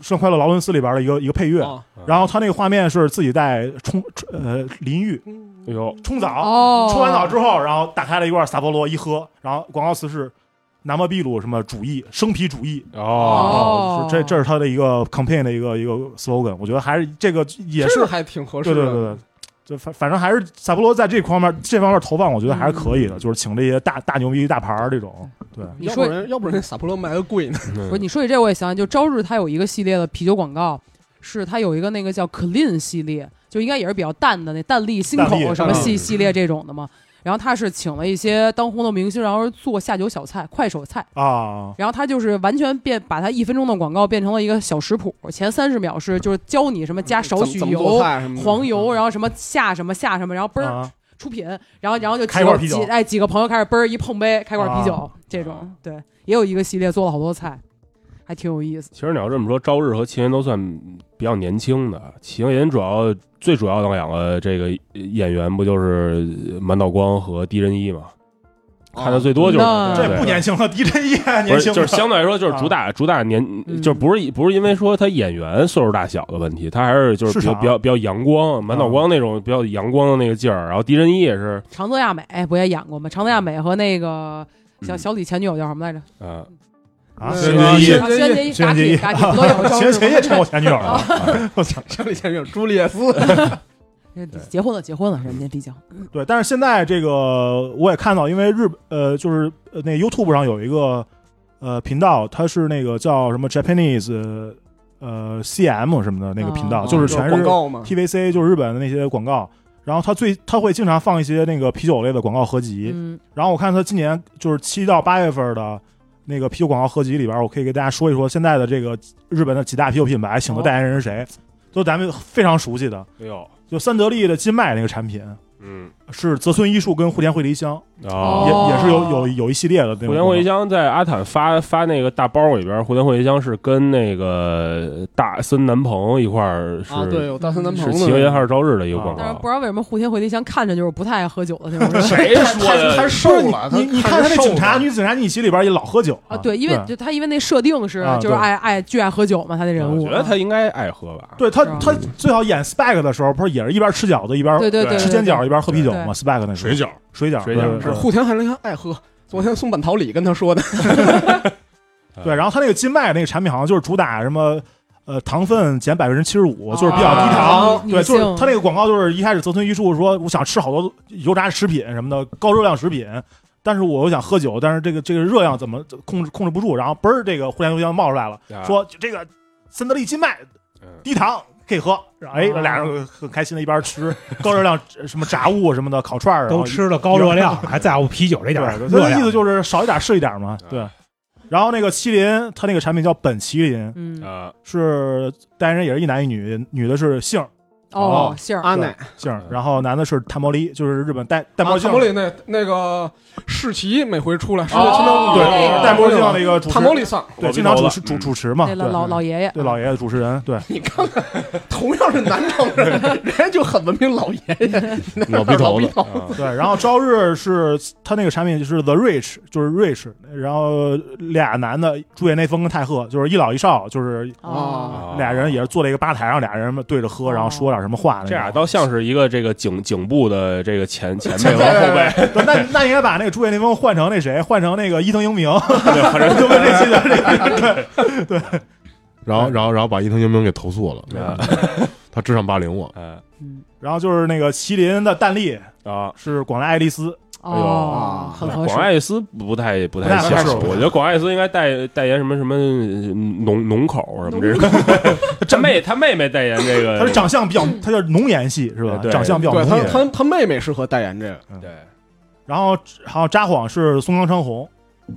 Speaker 1: 圣快乐劳伦斯》里边的一个一个配乐。
Speaker 5: 啊
Speaker 1: 然后他那个画面是自己在冲冲呃淋浴
Speaker 5: 嗯
Speaker 6: 哎呦，
Speaker 1: 冲澡，
Speaker 2: 哦，
Speaker 1: 冲完澡之后，然后打开了一罐萨波罗一喝，然后广告词是南摩秘鲁什么主义生啤主义，
Speaker 6: 哦，
Speaker 2: 哦
Speaker 1: 是这这是他的一个 campaign 的一个一个 slogan，我觉得还是这个也
Speaker 5: 这
Speaker 1: 是
Speaker 5: 个还挺合
Speaker 1: 对
Speaker 5: 适
Speaker 1: 对
Speaker 5: 的。
Speaker 1: 对对，就反反正还是萨波罗在这方面这方面投放，我觉得还是可以的，就是请这些大大牛逼大牌儿这种，对，
Speaker 2: 你
Speaker 5: 要
Speaker 2: 说
Speaker 5: 不然要不然撒泼罗卖的贵呢？
Speaker 2: 不是你说起这我也想起，就朝日它有一个系列的啤酒广告，是它有一个那个叫 Clean 系列，就应该也是比较淡的那淡丽新
Speaker 1: 淡丽
Speaker 2: 口什么系
Speaker 5: 嗯
Speaker 2: 系列这种的嘛。然后他是请了一些当红的明星，然后做下酒小菜、快手菜。
Speaker 1: 啊，
Speaker 2: 然后他就是完全变把他一分钟的广告变成了一个小食谱，前三十秒是就是教你什么加少许
Speaker 5: 嗯怎么怎么
Speaker 2: 油
Speaker 5: 做、菜什么嗯的
Speaker 2: 黄油，然后什么下什么下什么，然后嘣儿
Speaker 1: 啊
Speaker 2: 出品，然后然后就
Speaker 1: 开
Speaker 2: 几
Speaker 1: 罐
Speaker 2: 个
Speaker 1: 啤酒
Speaker 2: 几哎几个朋友开始嘣儿一碰杯，开罐
Speaker 1: 啊
Speaker 2: 啤酒、这种，对，也有一个系列做了好多菜，还挺有意思。
Speaker 6: 其实你要这么说，朝日和秦岩都算比较年轻的。啊秦岩主要最主要的两个这个演员不就是呃满岛光和狄仁一嘛？看的最多就是
Speaker 2: 那
Speaker 1: 这
Speaker 6: 对
Speaker 1: 啊不年轻了，狄仁一还
Speaker 6: 不
Speaker 1: 年
Speaker 6: 是
Speaker 1: 轻啊
Speaker 6: 就
Speaker 1: 了
Speaker 6: 是相对来说就是主打主打年，
Speaker 2: 嗯
Speaker 6: 就不是不是因为说他演员岁数大小的问题，他还是就是比较
Speaker 1: 市场啊
Speaker 6: 比较比较阳光，满岛光那种比较阳光的那个劲儿。然后狄仁一也是，
Speaker 2: 长泽雅美、哎、不也演过吗？长泽雅美和那个小
Speaker 6: 嗯
Speaker 2: 小李前女友叫什么来着？
Speaker 6: 啊，
Speaker 1: 啊，
Speaker 5: 嗯
Speaker 1: 轩
Speaker 5: 轩
Speaker 2: 啊
Speaker 1: 辕一
Speaker 5: 轩嗯
Speaker 2: 轩辕一打
Speaker 1: 轩辕啊
Speaker 2: 铁
Speaker 1: 一
Speaker 2: 打铁不都有招
Speaker 1: 前
Speaker 2: 式
Speaker 1: 前也成
Speaker 2: 吗？
Speaker 1: 我前女友了，我操！
Speaker 5: 上里前面有朱丽叶 斯，
Speaker 2: 结婚了，结婚了，人家毕竟
Speaker 1: 对，但是现在这个我也看到，因为日呃，就是呃那 YouTube 上有一个呃频道，它是那个叫什么 Japanese 呃 CM 什么的那个频道，
Speaker 2: 哦
Speaker 1: 就是
Speaker 5: 啊就是
Speaker 1: 全
Speaker 5: 广
Speaker 1: 是
Speaker 5: 告嘛。
Speaker 1: TVC，就是日本的那些广告。然后它最它会经常放一些那个啤酒类的广告合集。
Speaker 2: 嗯
Speaker 1: 然后我看它今年就是七到八月份的那个啤酒广告合集里边，我可以给大家说一说现在的这个日本的几大啤酒品牌请的代言人是谁，都咱们非常熟悉的，
Speaker 6: 哎呦，
Speaker 1: 就三得利的金麦那个产品。
Speaker 6: 嗯，
Speaker 1: 是泽村一树跟户田惠梨香，
Speaker 6: 啊，
Speaker 1: 也
Speaker 2: 哦
Speaker 1: 也是有有有一系列的
Speaker 6: 胡
Speaker 1: 那种
Speaker 6: 田惠香在阿坦发发那个大包里边，胡田惠香是跟那个大森南朋一块儿是、
Speaker 5: 啊，对，有大森南
Speaker 6: 是
Speaker 5: 朋
Speaker 6: 齐
Speaker 5: 的
Speaker 6: 文还是朝日的
Speaker 1: 啊
Speaker 6: 一个广
Speaker 2: 但是不
Speaker 6: 告。
Speaker 2: 知道为什么户田惠梨香看着就是不太爱喝酒的那种人
Speaker 6: 谁
Speaker 5: 哎
Speaker 6: 说的？
Speaker 5: 他瘦了，
Speaker 1: 你你看他那警察女警察逆袭里边也老喝酒
Speaker 2: 啊。对，因为就他因为那设定是
Speaker 1: 啊
Speaker 2: 就是
Speaker 1: 对
Speaker 2: 爱爱巨爱喝酒嘛，他的人
Speaker 6: 我
Speaker 2: 物。啊
Speaker 6: 觉得他应该爱喝吧。
Speaker 1: 对他
Speaker 2: 是吧
Speaker 1: 他最好演 Spag 的时候，不是也是一边吃饺子一边
Speaker 2: 对对对，
Speaker 1: 吃
Speaker 2: 对
Speaker 1: 煎饺
Speaker 2: 对
Speaker 1: 一边喝啤酒吗
Speaker 2: 对
Speaker 1: ？Spag 那时候
Speaker 8: 水饺，
Speaker 1: 水饺
Speaker 6: 水饺
Speaker 1: 对
Speaker 5: 是
Speaker 1: 对
Speaker 5: 户田寒香爱喝。昨天松坂桃李跟他说的，
Speaker 1: 对对，然后他那个金麦那个产品好像就是主打什么。呃，糖分减百分之七十五，就是比较低
Speaker 2: 啊
Speaker 1: 糖。对，
Speaker 2: 女性
Speaker 1: 就是他那个广告，就是一开始泽村一树说我想吃好多油炸食品什么的，高热量食品，但是我又想喝酒，但是这个这个热量怎么控制控制不住？然后嘣儿，这个互联互相冒出来了，
Speaker 6: 啊
Speaker 1: 说这个森得利金麦
Speaker 6: 嗯
Speaker 1: 低糖可以喝，然后哎，
Speaker 4: 哦
Speaker 2: 啊
Speaker 1: 俩人很开心的一边吃高热量呃什么炸物什么的烤串儿，然后
Speaker 4: 都吃了高热量，还在乎啤酒这
Speaker 1: 一
Speaker 4: 点
Speaker 1: 点
Speaker 4: 儿
Speaker 1: 儿。
Speaker 4: 热
Speaker 1: 他
Speaker 4: 量
Speaker 1: 意思就是少一点是一点
Speaker 6: 啊
Speaker 1: 嘛，对。然后那个麒麟，它那个产品叫本麒麟，
Speaker 2: 嗯
Speaker 6: 啊，
Speaker 1: 是代言人也是一男一女，女的是杏儿
Speaker 2: 哦杏儿
Speaker 5: 阿奶、
Speaker 1: 杏儿，然后男的是炭毛梨，就是日本戴戴
Speaker 5: 啊
Speaker 1: 墨
Speaker 5: 塔
Speaker 1: 镜，
Speaker 5: 摩里那那个世奇每回出来，世界
Speaker 2: 哦
Speaker 5: 青标
Speaker 1: 对
Speaker 2: 哦，
Speaker 1: 戴墨镜
Speaker 5: 那
Speaker 1: 那个主持
Speaker 5: 啊塔摩里桑，
Speaker 1: 对，
Speaker 6: 我
Speaker 1: 经常
Speaker 6: 记
Speaker 1: 主
Speaker 6: 得
Speaker 1: 持
Speaker 6: 了
Speaker 1: 主
Speaker 6: 嗯
Speaker 1: 主持嘛，
Speaker 2: 那
Speaker 1: 对
Speaker 2: 老老老爷爷
Speaker 1: 对老爷爷主持人，对
Speaker 5: 你看看， 同样是南城人，人家就很文明老爷爷，
Speaker 7: 老鼻头
Speaker 5: 鼻
Speaker 7: 子
Speaker 5: 头
Speaker 6: 啊
Speaker 1: 对。然后朝日是他那个产品就是 The Rich，就是 Rich，然后俩男的主演内丰跟太赫，就是一老一少，就是
Speaker 2: 哦
Speaker 6: 啊
Speaker 1: 俩人也是坐在一个吧台上，俩人对着喝，然后说点点什么话那种。
Speaker 2: 哎
Speaker 6: 这俩倒像是一个这个警警部的这个前前
Speaker 1: 前
Speaker 6: 辈和后辈，
Speaker 1: 对那那应该把那个竹野内丰换成那谁，换成那个伊藤英明，反正就问这些人，对
Speaker 7: 然后然后然后把伊藤英明给投诉
Speaker 6: 啊
Speaker 7: 了，他智商霸凌我，
Speaker 6: 嗯
Speaker 1: 然后就是那个麒麟的蛋力
Speaker 6: 啊。
Speaker 1: 是广濑爱丽丝，
Speaker 6: 哎
Speaker 2: 哦，很合
Speaker 6: 广
Speaker 2: 适。
Speaker 6: 爱斯不太不
Speaker 1: 不
Speaker 6: 太
Speaker 1: 太合
Speaker 6: 像
Speaker 1: 适，
Speaker 6: 我觉得广爱斯应该代代言什么什么呃浓浓口什么这种。 他妹他妹妹代言这个，
Speaker 1: 她是长相比较，
Speaker 2: 嗯
Speaker 1: 她叫浓颜系是吧？
Speaker 6: 呃对
Speaker 1: 长相比较
Speaker 5: 对
Speaker 1: 浓
Speaker 5: 他
Speaker 1: 颜。
Speaker 5: 他他妹妹适合代言这个
Speaker 6: 对
Speaker 1: 然后还有札幌是松冈昌宏，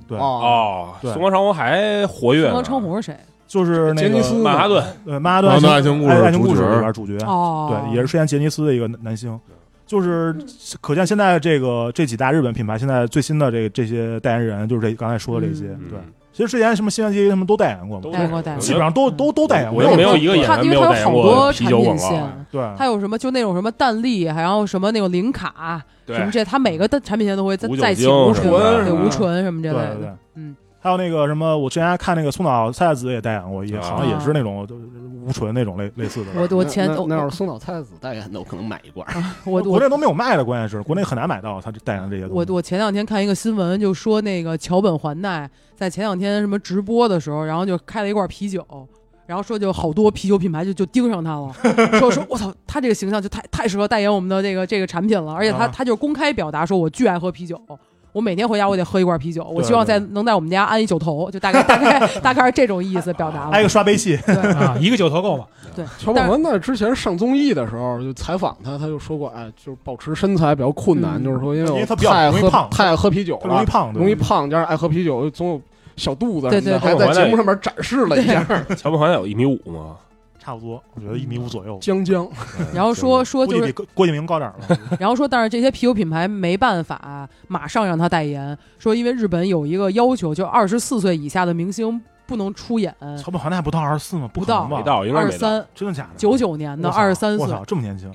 Speaker 1: 对，
Speaker 5: 哦，
Speaker 6: 哦，
Speaker 1: 对
Speaker 6: 松冈长宏还活跃
Speaker 2: 东
Speaker 6: 呢，
Speaker 2: 方称呼是谁？
Speaker 1: 就是那
Speaker 5: 杰尼斯
Speaker 1: 个
Speaker 6: 曼哈顿
Speaker 1: 呃曼哈
Speaker 7: 然后
Speaker 1: 顿
Speaker 7: 那爱情故
Speaker 1: 爱
Speaker 7: 事
Speaker 1: 爱情
Speaker 7: 主
Speaker 1: 故事里
Speaker 7: 角
Speaker 1: 边主角，
Speaker 6: 啊
Speaker 2: 哦，
Speaker 1: 对，也是饰演杰尼斯的一个男男星。就是可见现在这个这几大日本品牌现在最新的这这些代言人，就是这刚才说的这些，
Speaker 6: 嗯
Speaker 1: 对。其实之前什么新垣结衣他们都代言过嘛，
Speaker 6: 都
Speaker 2: 代言过代言过
Speaker 1: 基本上都
Speaker 2: 嗯
Speaker 1: 都都代言过
Speaker 6: 我。又没有一个演
Speaker 2: 他
Speaker 6: 员
Speaker 2: 因
Speaker 6: 没
Speaker 2: 为
Speaker 6: 有
Speaker 2: 他
Speaker 6: 代
Speaker 2: 有
Speaker 6: 言
Speaker 2: 好
Speaker 6: 过
Speaker 2: 多
Speaker 6: 啤
Speaker 2: 产
Speaker 6: 酒广
Speaker 2: 品
Speaker 6: 告啊
Speaker 2: 线，
Speaker 1: 对，
Speaker 2: 他有什么就那种什么蛋力，还有什么那种零卡
Speaker 6: 对
Speaker 2: 什么这，他每个的产品线都会再
Speaker 6: 无酒
Speaker 2: 再起
Speaker 6: 精
Speaker 2: 无
Speaker 6: 什
Speaker 2: 醇
Speaker 6: 么的，啊
Speaker 2: 对
Speaker 5: 嗯
Speaker 2: 无醇什么之
Speaker 1: 对
Speaker 2: 类
Speaker 1: 对对
Speaker 2: 的，，嗯，
Speaker 1: 还有那个什么，我之前还看那个松岛菜菜子也代言过，也
Speaker 6: 啊
Speaker 1: 好像也是那种就是无醇那种类类似的。
Speaker 2: 我我前
Speaker 5: 那那那要
Speaker 2: 我
Speaker 5: 是松岛菜子代言的，我可能买一罐。
Speaker 2: 我
Speaker 1: 国
Speaker 2: 我
Speaker 1: 内都没有卖的，关键是国内很难买到他代言的这些东西。
Speaker 2: 我我前两天看一个新闻，就说那个桥本环奈在前两天什么直播的时候，然后就开了一罐啤酒，然后说就好多啤酒品牌就就盯上他了，说说我操，他这个形象就太太适合代言我们的这个这个产品了，而且他、
Speaker 1: 啊
Speaker 2: 他就公开表达说我巨爱喝啤酒。我每天回家我得喝一罐啤酒，我
Speaker 1: 对
Speaker 2: 希望
Speaker 1: 对
Speaker 2: 在能在我们家安一酒头，就大概大概大概是这种意思表
Speaker 6: 啊
Speaker 2: 达
Speaker 1: 挨
Speaker 2: 了
Speaker 1: 个。刷杯器，
Speaker 2: 对
Speaker 4: 啊，一个九头够吗？
Speaker 2: 对，
Speaker 5: 乔
Speaker 2: 但
Speaker 5: 本
Speaker 2: 是
Speaker 5: 文在之前上综艺的时候，就采访他，他就说过，哎，就是保持身材比较困难，
Speaker 2: 嗯
Speaker 5: 就是说因
Speaker 1: 因为
Speaker 5: 为
Speaker 1: 他
Speaker 5: 我
Speaker 1: 比较
Speaker 5: 太爱
Speaker 1: 容易
Speaker 5: 喝
Speaker 1: 胖
Speaker 5: 太爱喝啤酒
Speaker 1: 他容易
Speaker 5: 了，
Speaker 1: 胖，对
Speaker 5: 容易胖，加上爱喝啤酒，总有小肚子什
Speaker 2: 对
Speaker 5: 么的，
Speaker 2: 对
Speaker 5: 还
Speaker 6: 对
Speaker 5: 在节目上面展示了一下，
Speaker 6: 乔本环有一米五吗？
Speaker 1: 差不多，我觉得一米五左右，
Speaker 5: 江江
Speaker 2: 然后说说
Speaker 1: 估
Speaker 2: 就
Speaker 1: 计
Speaker 2: 是
Speaker 1: 比郭郭敬明高点儿了。
Speaker 2: 然后说，但是这些啤酒品牌没办法啊马上让他代言，说因为日本有一个要求，就二十四岁以下的明星不能出演，
Speaker 1: 曹本环奈不到二十四吗？不可能吧
Speaker 6: 没到，应该
Speaker 2: 二
Speaker 6: 是
Speaker 2: 十
Speaker 6: 没到。
Speaker 2: 三
Speaker 1: 真的假的？
Speaker 2: 九九年的
Speaker 1: 我操
Speaker 2: 二十三
Speaker 1: 我
Speaker 2: 岁，
Speaker 1: 操，这么年轻，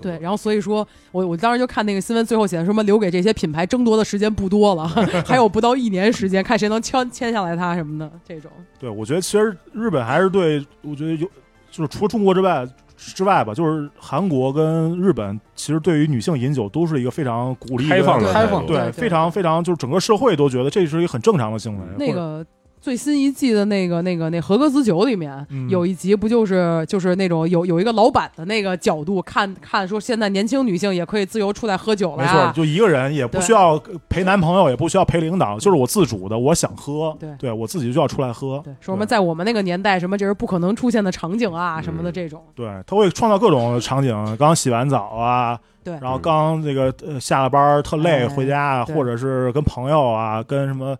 Speaker 2: 对，然后所以说我我当时就看那个新闻，最后写的什么留给这些品牌争夺的时间不多了， 还有不到一年时间，看谁能签签下来他什么的这种，
Speaker 1: 对我觉得其实日本还是对，我觉得有就是除了中国之外之外吧，就是韩国跟日本，其实对于女性饮酒都是一个非常鼓励
Speaker 6: 开放的
Speaker 5: 开放
Speaker 6: 态度
Speaker 1: 对，
Speaker 2: 对对
Speaker 1: 非常非常就是整个社会都觉得这是一个很正常的行为。
Speaker 2: 那个最新一季的那个那个那合格子酒里面、
Speaker 1: 嗯
Speaker 2: 有一集，不就是就是那种有有一个老板的那个角度看看说，现在年轻女性也可以自由出来喝酒
Speaker 1: 或
Speaker 2: 了
Speaker 1: 者没错，
Speaker 2: 呀。
Speaker 1: 就一个人也不
Speaker 2: 对
Speaker 1: 需要陪男朋友，也不需要陪领导，就是我自主的，我想喝，
Speaker 2: 对
Speaker 1: 我自己就要出来喝。
Speaker 2: 对，说什么在我们那个年代，什么这是不可能出现的场景啊，什么
Speaker 1: 嗯
Speaker 2: 的这种。
Speaker 1: 对，他会创造各种场景，刚洗完澡啊，
Speaker 2: 对
Speaker 1: 然后刚这个呃下了班儿特累
Speaker 2: 哎
Speaker 1: 回家啊，
Speaker 2: 对
Speaker 1: 或者是跟朋友啊，跟什么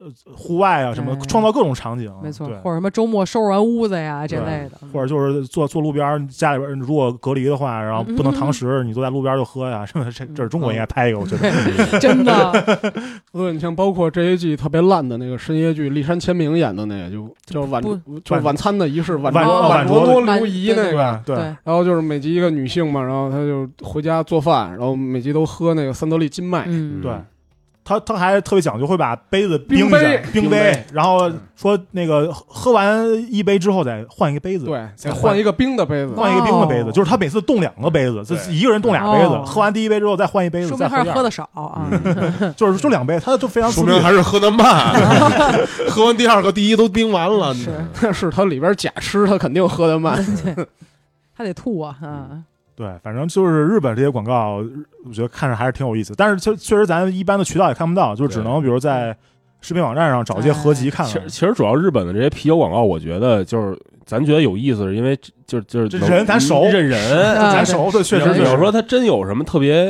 Speaker 1: 呃户外啊什么
Speaker 2: 哎，
Speaker 1: 创造各种场景，
Speaker 2: 没错
Speaker 1: 啊对，
Speaker 2: 或者什么周末收拾完屋子呀这
Speaker 1: 对
Speaker 2: 类的，
Speaker 1: 或者就是坐坐路边儿，家里边儿如果隔离的话，然后 不能堂食，你坐在路边儿就喝呀，什么这这是中
Speaker 2: 嗯
Speaker 1: 国应该拍一个，我觉 得。
Speaker 2: 对，嗯真的
Speaker 5: 对，你像包括这一季特别烂的那个深夜剧，立山千明演的那个，就叫晚
Speaker 2: 不哦
Speaker 5: 就是晚餐的仪式，晚
Speaker 1: 晚
Speaker 5: 酌
Speaker 1: 晚
Speaker 5: 晚酌
Speaker 1: 酌
Speaker 5: 多
Speaker 2: 晚
Speaker 5: 留
Speaker 2: 对
Speaker 5: 遗那
Speaker 2: 对
Speaker 5: 个。
Speaker 1: 吧？ 对，
Speaker 2: 对，
Speaker 5: 然后就是每集一个女性嘛，然后她就回家做饭，然后每集都喝那个三得利金麦，
Speaker 2: 嗯，
Speaker 1: 对，他他还特别讲究，会把杯子冰
Speaker 5: 冰
Speaker 1: 一下
Speaker 5: 杯
Speaker 1: 冰
Speaker 5: 冰
Speaker 1: 杯
Speaker 5: 杯，
Speaker 1: 然后
Speaker 2: 嗯
Speaker 1: 说那个喝喝完一杯之后再换一个杯子，
Speaker 5: 对，
Speaker 1: 再
Speaker 5: 再
Speaker 1: 换
Speaker 5: 换一个冰的杯子，
Speaker 1: 换一个冰的杯子，
Speaker 2: 哦
Speaker 1: 就是他每次动两个杯子，这一个人动俩杯子，
Speaker 2: 哦
Speaker 1: 喝完第一杯之后嗯再换一杯子，
Speaker 2: 说
Speaker 1: 再
Speaker 2: 明
Speaker 1: 喝
Speaker 2: 还是
Speaker 1: 第二
Speaker 2: 喝的少啊。
Speaker 1: 杯，就是就两杯，他就非常自
Speaker 8: 说
Speaker 1: 律
Speaker 8: 明。还是喝 的慢，喝完第二个、第一都冰完了。
Speaker 2: 是，
Speaker 5: 但 是它里边假吃，它肯定喝得慢。
Speaker 2: 还得吐啊，嗯，
Speaker 1: 对，反正就是日本这些广告，我觉得看着还是挺有意思。但是确确实咱一般的渠道也看不到，就只
Speaker 6: 对
Speaker 1: 能比如在视频网站上找一些合集看
Speaker 6: 其
Speaker 1: 看
Speaker 6: 实。其实主要日本的这些啤酒广告，我觉得就是咱觉得有意思，是因为就就是
Speaker 1: 这
Speaker 6: 能
Speaker 1: 人咱熟
Speaker 6: 认 人，
Speaker 2: 啊
Speaker 1: 咱熟的确实
Speaker 2: 对
Speaker 1: 是
Speaker 6: 你要说他真有什么特别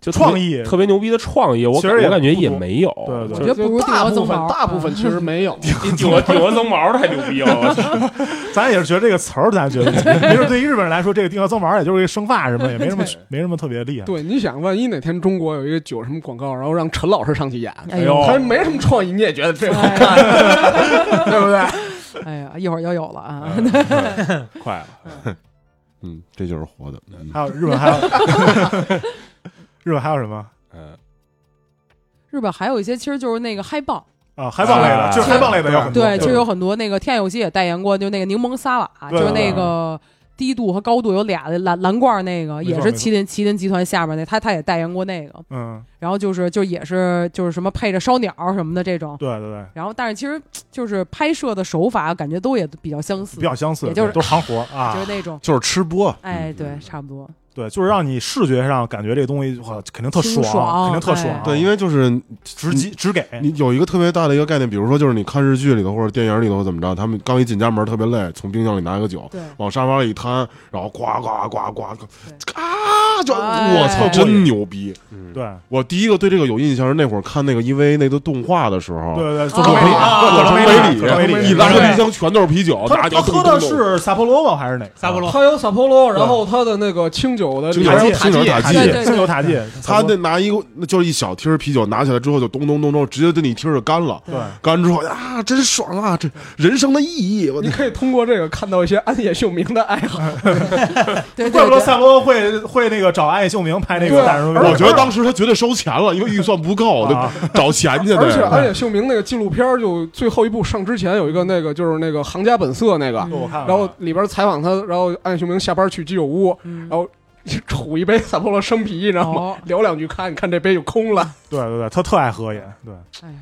Speaker 6: 就特别
Speaker 1: 创意，
Speaker 6: 特别牛逼的创意，我
Speaker 1: 其
Speaker 6: 感
Speaker 1: 实也
Speaker 6: 我感觉
Speaker 1: 不
Speaker 6: 也
Speaker 1: 多
Speaker 6: 没有，
Speaker 1: 对对
Speaker 2: 我觉得不如
Speaker 5: 就大
Speaker 2: 顶
Speaker 5: 部
Speaker 2: 增
Speaker 5: 分
Speaker 2: 毛，
Speaker 5: 大部分其
Speaker 2: 嗯
Speaker 5: 实 没有，
Speaker 6: 你顶个顶个增毛太牛逼啊了，我操！
Speaker 1: 咱也是觉得这个词儿，咱觉得没准对于日本人来说，这个地方增毛也就是一个生发什么的，也没什么区没什么特别厉害。
Speaker 5: 对，你想，万一哪天中国有一个酒什么广告，然后让陈老师上去演，
Speaker 2: 哎
Speaker 6: 哎呦
Speaker 5: 他没什么创意，你也觉得
Speaker 1: 嗯
Speaker 5: 这好
Speaker 2: 哎
Speaker 5: 看，对不 对？
Speaker 2: 哎呀，一会儿要有了啊，
Speaker 1: 嗯
Speaker 6: 快了，
Speaker 7: 嗯，这就是 活的。嗯
Speaker 1: 还有日本还有 日本还有什么
Speaker 6: 嗯，
Speaker 2: 日本还有一些其实就是那个嗨棒，
Speaker 1: 啊？嗨棒类的，
Speaker 6: 啊
Speaker 1: 就是嗨棒类的有很多。
Speaker 2: 对，其
Speaker 1: 就
Speaker 2: 实有很多那个天有希也代言过，就那个柠檬沙瓦，
Speaker 1: 对
Speaker 2: 就是那个低度和高度有俩的蓝蓝罐儿那个
Speaker 1: 没错
Speaker 2: 也是麒麟麒麟集团下面那，他他也代言过那个，
Speaker 1: 嗯，
Speaker 2: 然后就是就也是就是什么配着烧鸟儿什么的这种，
Speaker 1: 对对对，
Speaker 2: 然后但是其实就是拍摄的手法感觉都也比较相似，
Speaker 1: 比较相似，
Speaker 2: 也就是
Speaker 1: 对都是行活啊
Speaker 2: 就，是那种
Speaker 7: 就是吃播，
Speaker 2: 哎
Speaker 1: 嗯
Speaker 2: 对差不多，
Speaker 1: 对，就是让你视觉上感觉这个东西哇，肯定特
Speaker 2: 清
Speaker 1: 爽，
Speaker 2: 爽
Speaker 1: 肯定特
Speaker 2: 哎
Speaker 1: 爽，
Speaker 7: 对，因为就是
Speaker 1: 直击直给，
Speaker 7: 你有一个特别大的一个概念，比如说就是你看日剧里头或者电影里头怎么着，他们刚一进家门特别累，从冰箱里拿一个酒，
Speaker 2: 对
Speaker 7: 往沙发里一摊，然后呱呱呱呱呱，啊，就
Speaker 2: 哎
Speaker 7: 我操，
Speaker 1: 特过
Speaker 7: 真
Speaker 1: 瘾
Speaker 7: 牛逼！
Speaker 1: 对
Speaker 7: 我第一个对这个有印象是那会儿看那个 EVA 那个动画的时候，
Speaker 1: 对对，
Speaker 2: 啊
Speaker 1: 做成美
Speaker 7: 哦
Speaker 2: 啊
Speaker 7: 我从
Speaker 1: 成做成
Speaker 7: 北
Speaker 1: 北
Speaker 7: 里
Speaker 1: 里
Speaker 7: 一拉
Speaker 1: 对
Speaker 7: 开冰箱全都是啤酒，
Speaker 1: 他
Speaker 7: 大家
Speaker 1: 他
Speaker 7: 咚
Speaker 1: 喝的
Speaker 7: 咚咚
Speaker 1: 是萨波罗吗？还是哪个？
Speaker 4: 萨波罗
Speaker 5: 它有 Sapporo，然后它的那个清酒的
Speaker 7: 清
Speaker 5: 里
Speaker 7: 酒
Speaker 5: 边有
Speaker 7: 清酒塔
Speaker 1: 塔
Speaker 7: 基
Speaker 2: 对对对
Speaker 1: 清酒塔基，
Speaker 7: 他那拿一个那就是一小听儿啤酒，拿起来之后就咚咚咚咚，直接对你听儿就干了，
Speaker 1: 对
Speaker 7: 干之后啊，真爽啊！这人生的意义，我
Speaker 5: 你可以通过这个看到一些安野秀明的爱好。
Speaker 2: 对对
Speaker 1: 怪不得
Speaker 2: 对，
Speaker 1: 萨波会会那个找安野秀明拍那
Speaker 5: 对
Speaker 1: 个大人物，
Speaker 7: 我觉得当时他绝对收钱了，因为预算不够，
Speaker 1: 啊
Speaker 7: 得找钱 去。
Speaker 5: 而且
Speaker 7: 得
Speaker 5: 安野秀明那个纪录片儿，就最后一部上之前有一个那个就是那个行家本色那个，
Speaker 7: 嗯
Speaker 1: 对我看了，
Speaker 5: 然后里边采访他，然后安野秀明下班去居酒屋，
Speaker 2: 嗯
Speaker 5: 然后杵一杯萨波罗生啤，你知道吗
Speaker 2: 哦？
Speaker 5: 聊两句看，看这杯就空了。
Speaker 1: 对对对，他特爱喝也对，
Speaker 2: 哎呀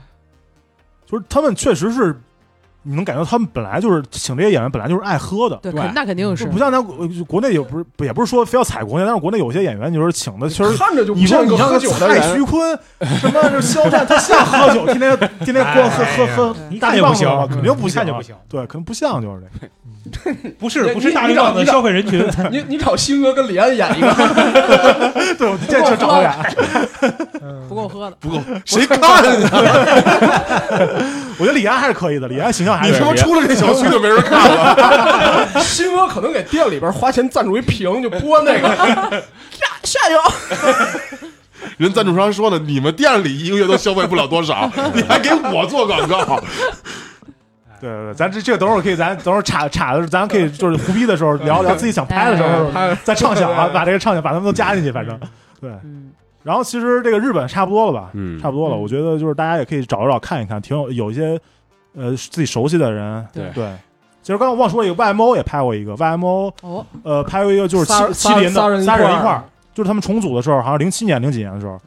Speaker 1: 就是他们确实是，你能感觉他们本来就是请这些演员本来就是爱喝的，
Speaker 2: 对
Speaker 5: 对
Speaker 2: 肯那肯定是
Speaker 1: 就嗯不像咱国国内也不是也不是说非要踩国内，但是国内有些演员你说请的确实。
Speaker 5: 看着就不
Speaker 1: 你像
Speaker 5: 像
Speaker 1: 你
Speaker 5: 一个
Speaker 1: 像
Speaker 5: 喝
Speaker 1: 个
Speaker 5: 酒的人
Speaker 1: 蔡。徐坤，什么这肖 战，他像喝酒，天天天天光喝喝喝
Speaker 4: 你
Speaker 1: 大
Speaker 4: 看
Speaker 1: 力
Speaker 4: 就
Speaker 1: 棒
Speaker 4: 不
Speaker 1: 子
Speaker 4: 行
Speaker 1: 嘛，，肯定不
Speaker 4: 一看就
Speaker 1: 行
Speaker 4: 不行，
Speaker 1: 对，可能不像就是这个。
Speaker 4: 不是
Speaker 5: 你
Speaker 4: 不是
Speaker 5: 你
Speaker 4: 大力
Speaker 5: 你找
Speaker 4: 棒
Speaker 5: 你
Speaker 4: 子
Speaker 5: 找
Speaker 4: 消费人群，
Speaker 5: 你你找星哥跟李安演一个，
Speaker 1: 对，我这就找俩。
Speaker 2: 不够喝的，
Speaker 7: 不够，谁看呀？
Speaker 1: 我觉得李安还是可以的，李安形象还
Speaker 7: 你
Speaker 1: 是
Speaker 7: 他妈
Speaker 1: 可以的。
Speaker 7: 出了这小区就没人看了。
Speaker 5: 星哥可能给店里边花钱赞助一瓶，就播那个下下药。
Speaker 7: 人赞助商说了，你们店里一个月都消费不了多 少，你还给我做广告，
Speaker 1: 对对对，咱这这个等会儿可以，咱等会儿插插，咱可以就是胡逼的时候聊聊自己想拍的时
Speaker 5: 哎
Speaker 1: 候， 再畅想 啊，把这个畅想把他们都加进去，反正对。
Speaker 2: 嗯，
Speaker 1: 然后其实这个日本差不多了吧，
Speaker 7: 嗯
Speaker 1: 差不多了。
Speaker 2: 嗯
Speaker 1: 我觉得就是大家也可以找找看一看，挺有有一些呃自己熟悉的人。
Speaker 2: 对
Speaker 1: 其实刚刚忘说一个 YMO 也拍过一个 YMO，
Speaker 2: 哦
Speaker 1: 呃，拍过一个就是
Speaker 5: 仨
Speaker 1: 麒麒麟的
Speaker 5: 仨仨人一块儿
Speaker 1: 一块儿，就是他们重组的时候，好像零七年零几年的时候，
Speaker 2: 哦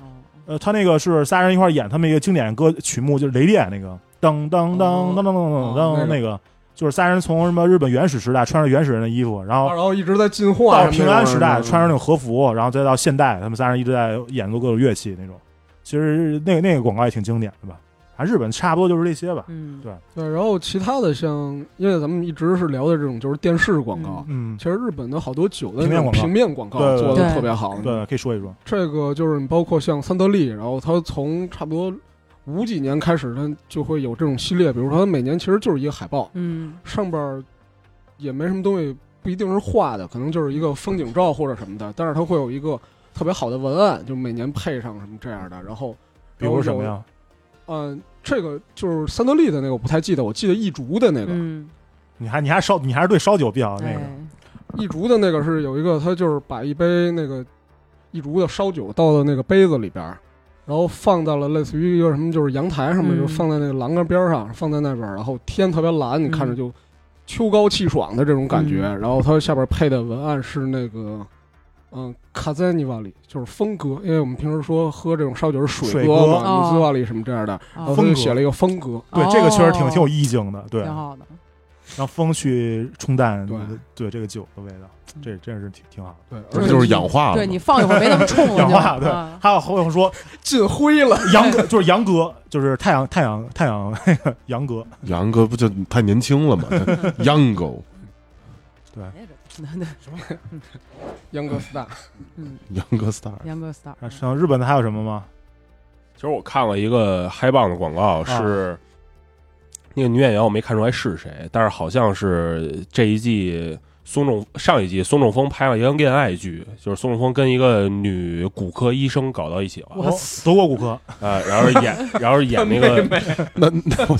Speaker 1: 呃，他那个是仨人一块儿演他们一个经典歌曲目，就是雷电那个当当当当当当当
Speaker 5: 哦
Speaker 1: 当那个，就是仨人从什么日本原始时代穿着原始人的衣服，然后
Speaker 5: 然后一直在进化。
Speaker 1: 到平安时代穿上那
Speaker 5: 着
Speaker 1: 种和服，然后再到现代，他们三人一直在演奏各种乐器那种。其实那个那个广告也挺经典的吧？啊，日本差不多就是这些吧。
Speaker 2: 嗯
Speaker 1: 对
Speaker 5: 对，然后其他的像，因为咱们一直是聊的这种就是电视广告，
Speaker 1: 嗯
Speaker 5: 其，实日本的好多酒的
Speaker 1: 平面
Speaker 5: 那种
Speaker 1: 广告
Speaker 5: 平面广告
Speaker 1: 对对
Speaker 5: 做的
Speaker 2: 对
Speaker 5: 特别好。
Speaker 1: 对，可以说一说。
Speaker 5: 这个就是你包括像三得利，然后它从差不多五几年开始，它就会有这种系列，比如说它每年其实就是一个海报，
Speaker 2: 嗯
Speaker 5: 上边儿也没什么东西，不一定是画的，可能就是一个风景照或者什么的，但是它会有一个特别好的文案，就每年配上什么这样的，然后
Speaker 1: 比如什么？呀？
Speaker 5: 嗯、这个就是三得利的那个我不太记得，我记得一竹的那个，
Speaker 2: 嗯，
Speaker 1: 你还你还烧你还是对烧酒比哦较那个。
Speaker 2: 哎
Speaker 5: 一竹的那个是有一个，它就是把一杯那个一竹的烧酒倒到那个杯子里边儿，然后放到了类似于一个什么就是阳台上面，
Speaker 2: 嗯
Speaker 5: 就是放在那个栏杆边儿上，放在那边儿，然后天特别蓝，你看着就秋高气爽的这种感觉。然后它下边配的文案是那个。嗯，卡赞尼瓦里就是风格，因为我们平时说喝这种烧酒是
Speaker 1: 水
Speaker 5: 哥
Speaker 1: 哥
Speaker 5: 嘛，
Speaker 2: 哦
Speaker 5: 尼兹瓦里什么这样的，然后
Speaker 2: 哦
Speaker 5: 他
Speaker 1: 风
Speaker 5: 就
Speaker 1: 格
Speaker 5: 写了一个风格，
Speaker 1: 对，这个确实挺
Speaker 2: 哦
Speaker 1: 挺有意境的。对，
Speaker 2: 挺好的，
Speaker 1: 让风去冲淡
Speaker 5: 对
Speaker 1: 对这个酒的味道，这真是挺挺好的。
Speaker 5: 对，
Speaker 7: 这
Speaker 5: 而 且
Speaker 7: 就是氧化了。
Speaker 2: 对你放一会儿没那么冲了就，
Speaker 1: 氧化对
Speaker 2: 啊，
Speaker 1: 还有后面说
Speaker 5: 进灰了，
Speaker 1: 杨哥就是杨哥，就是太阳太阳太阳 那个杨哥，
Speaker 7: 杨哥不就太年轻了 吗？杨哥，
Speaker 5: 杨哥斯大，
Speaker 2: 嗯，
Speaker 7: 杨哥 star，
Speaker 2: 严格 star，
Speaker 1: 啊像日本的还有什么吗？
Speaker 6: 其实我看了一个嗨棒的广
Speaker 1: 啊
Speaker 6: 告，是那个女演员，我没看出来是谁，但是好像是这一季松仲上一季松仲峰拍了一个恋爱剧，就是松仲峰跟一个女骨科医生搞到一起了，
Speaker 1: 哦德国骨科，
Speaker 6: 呃，然后演然后演那个
Speaker 7: 那那我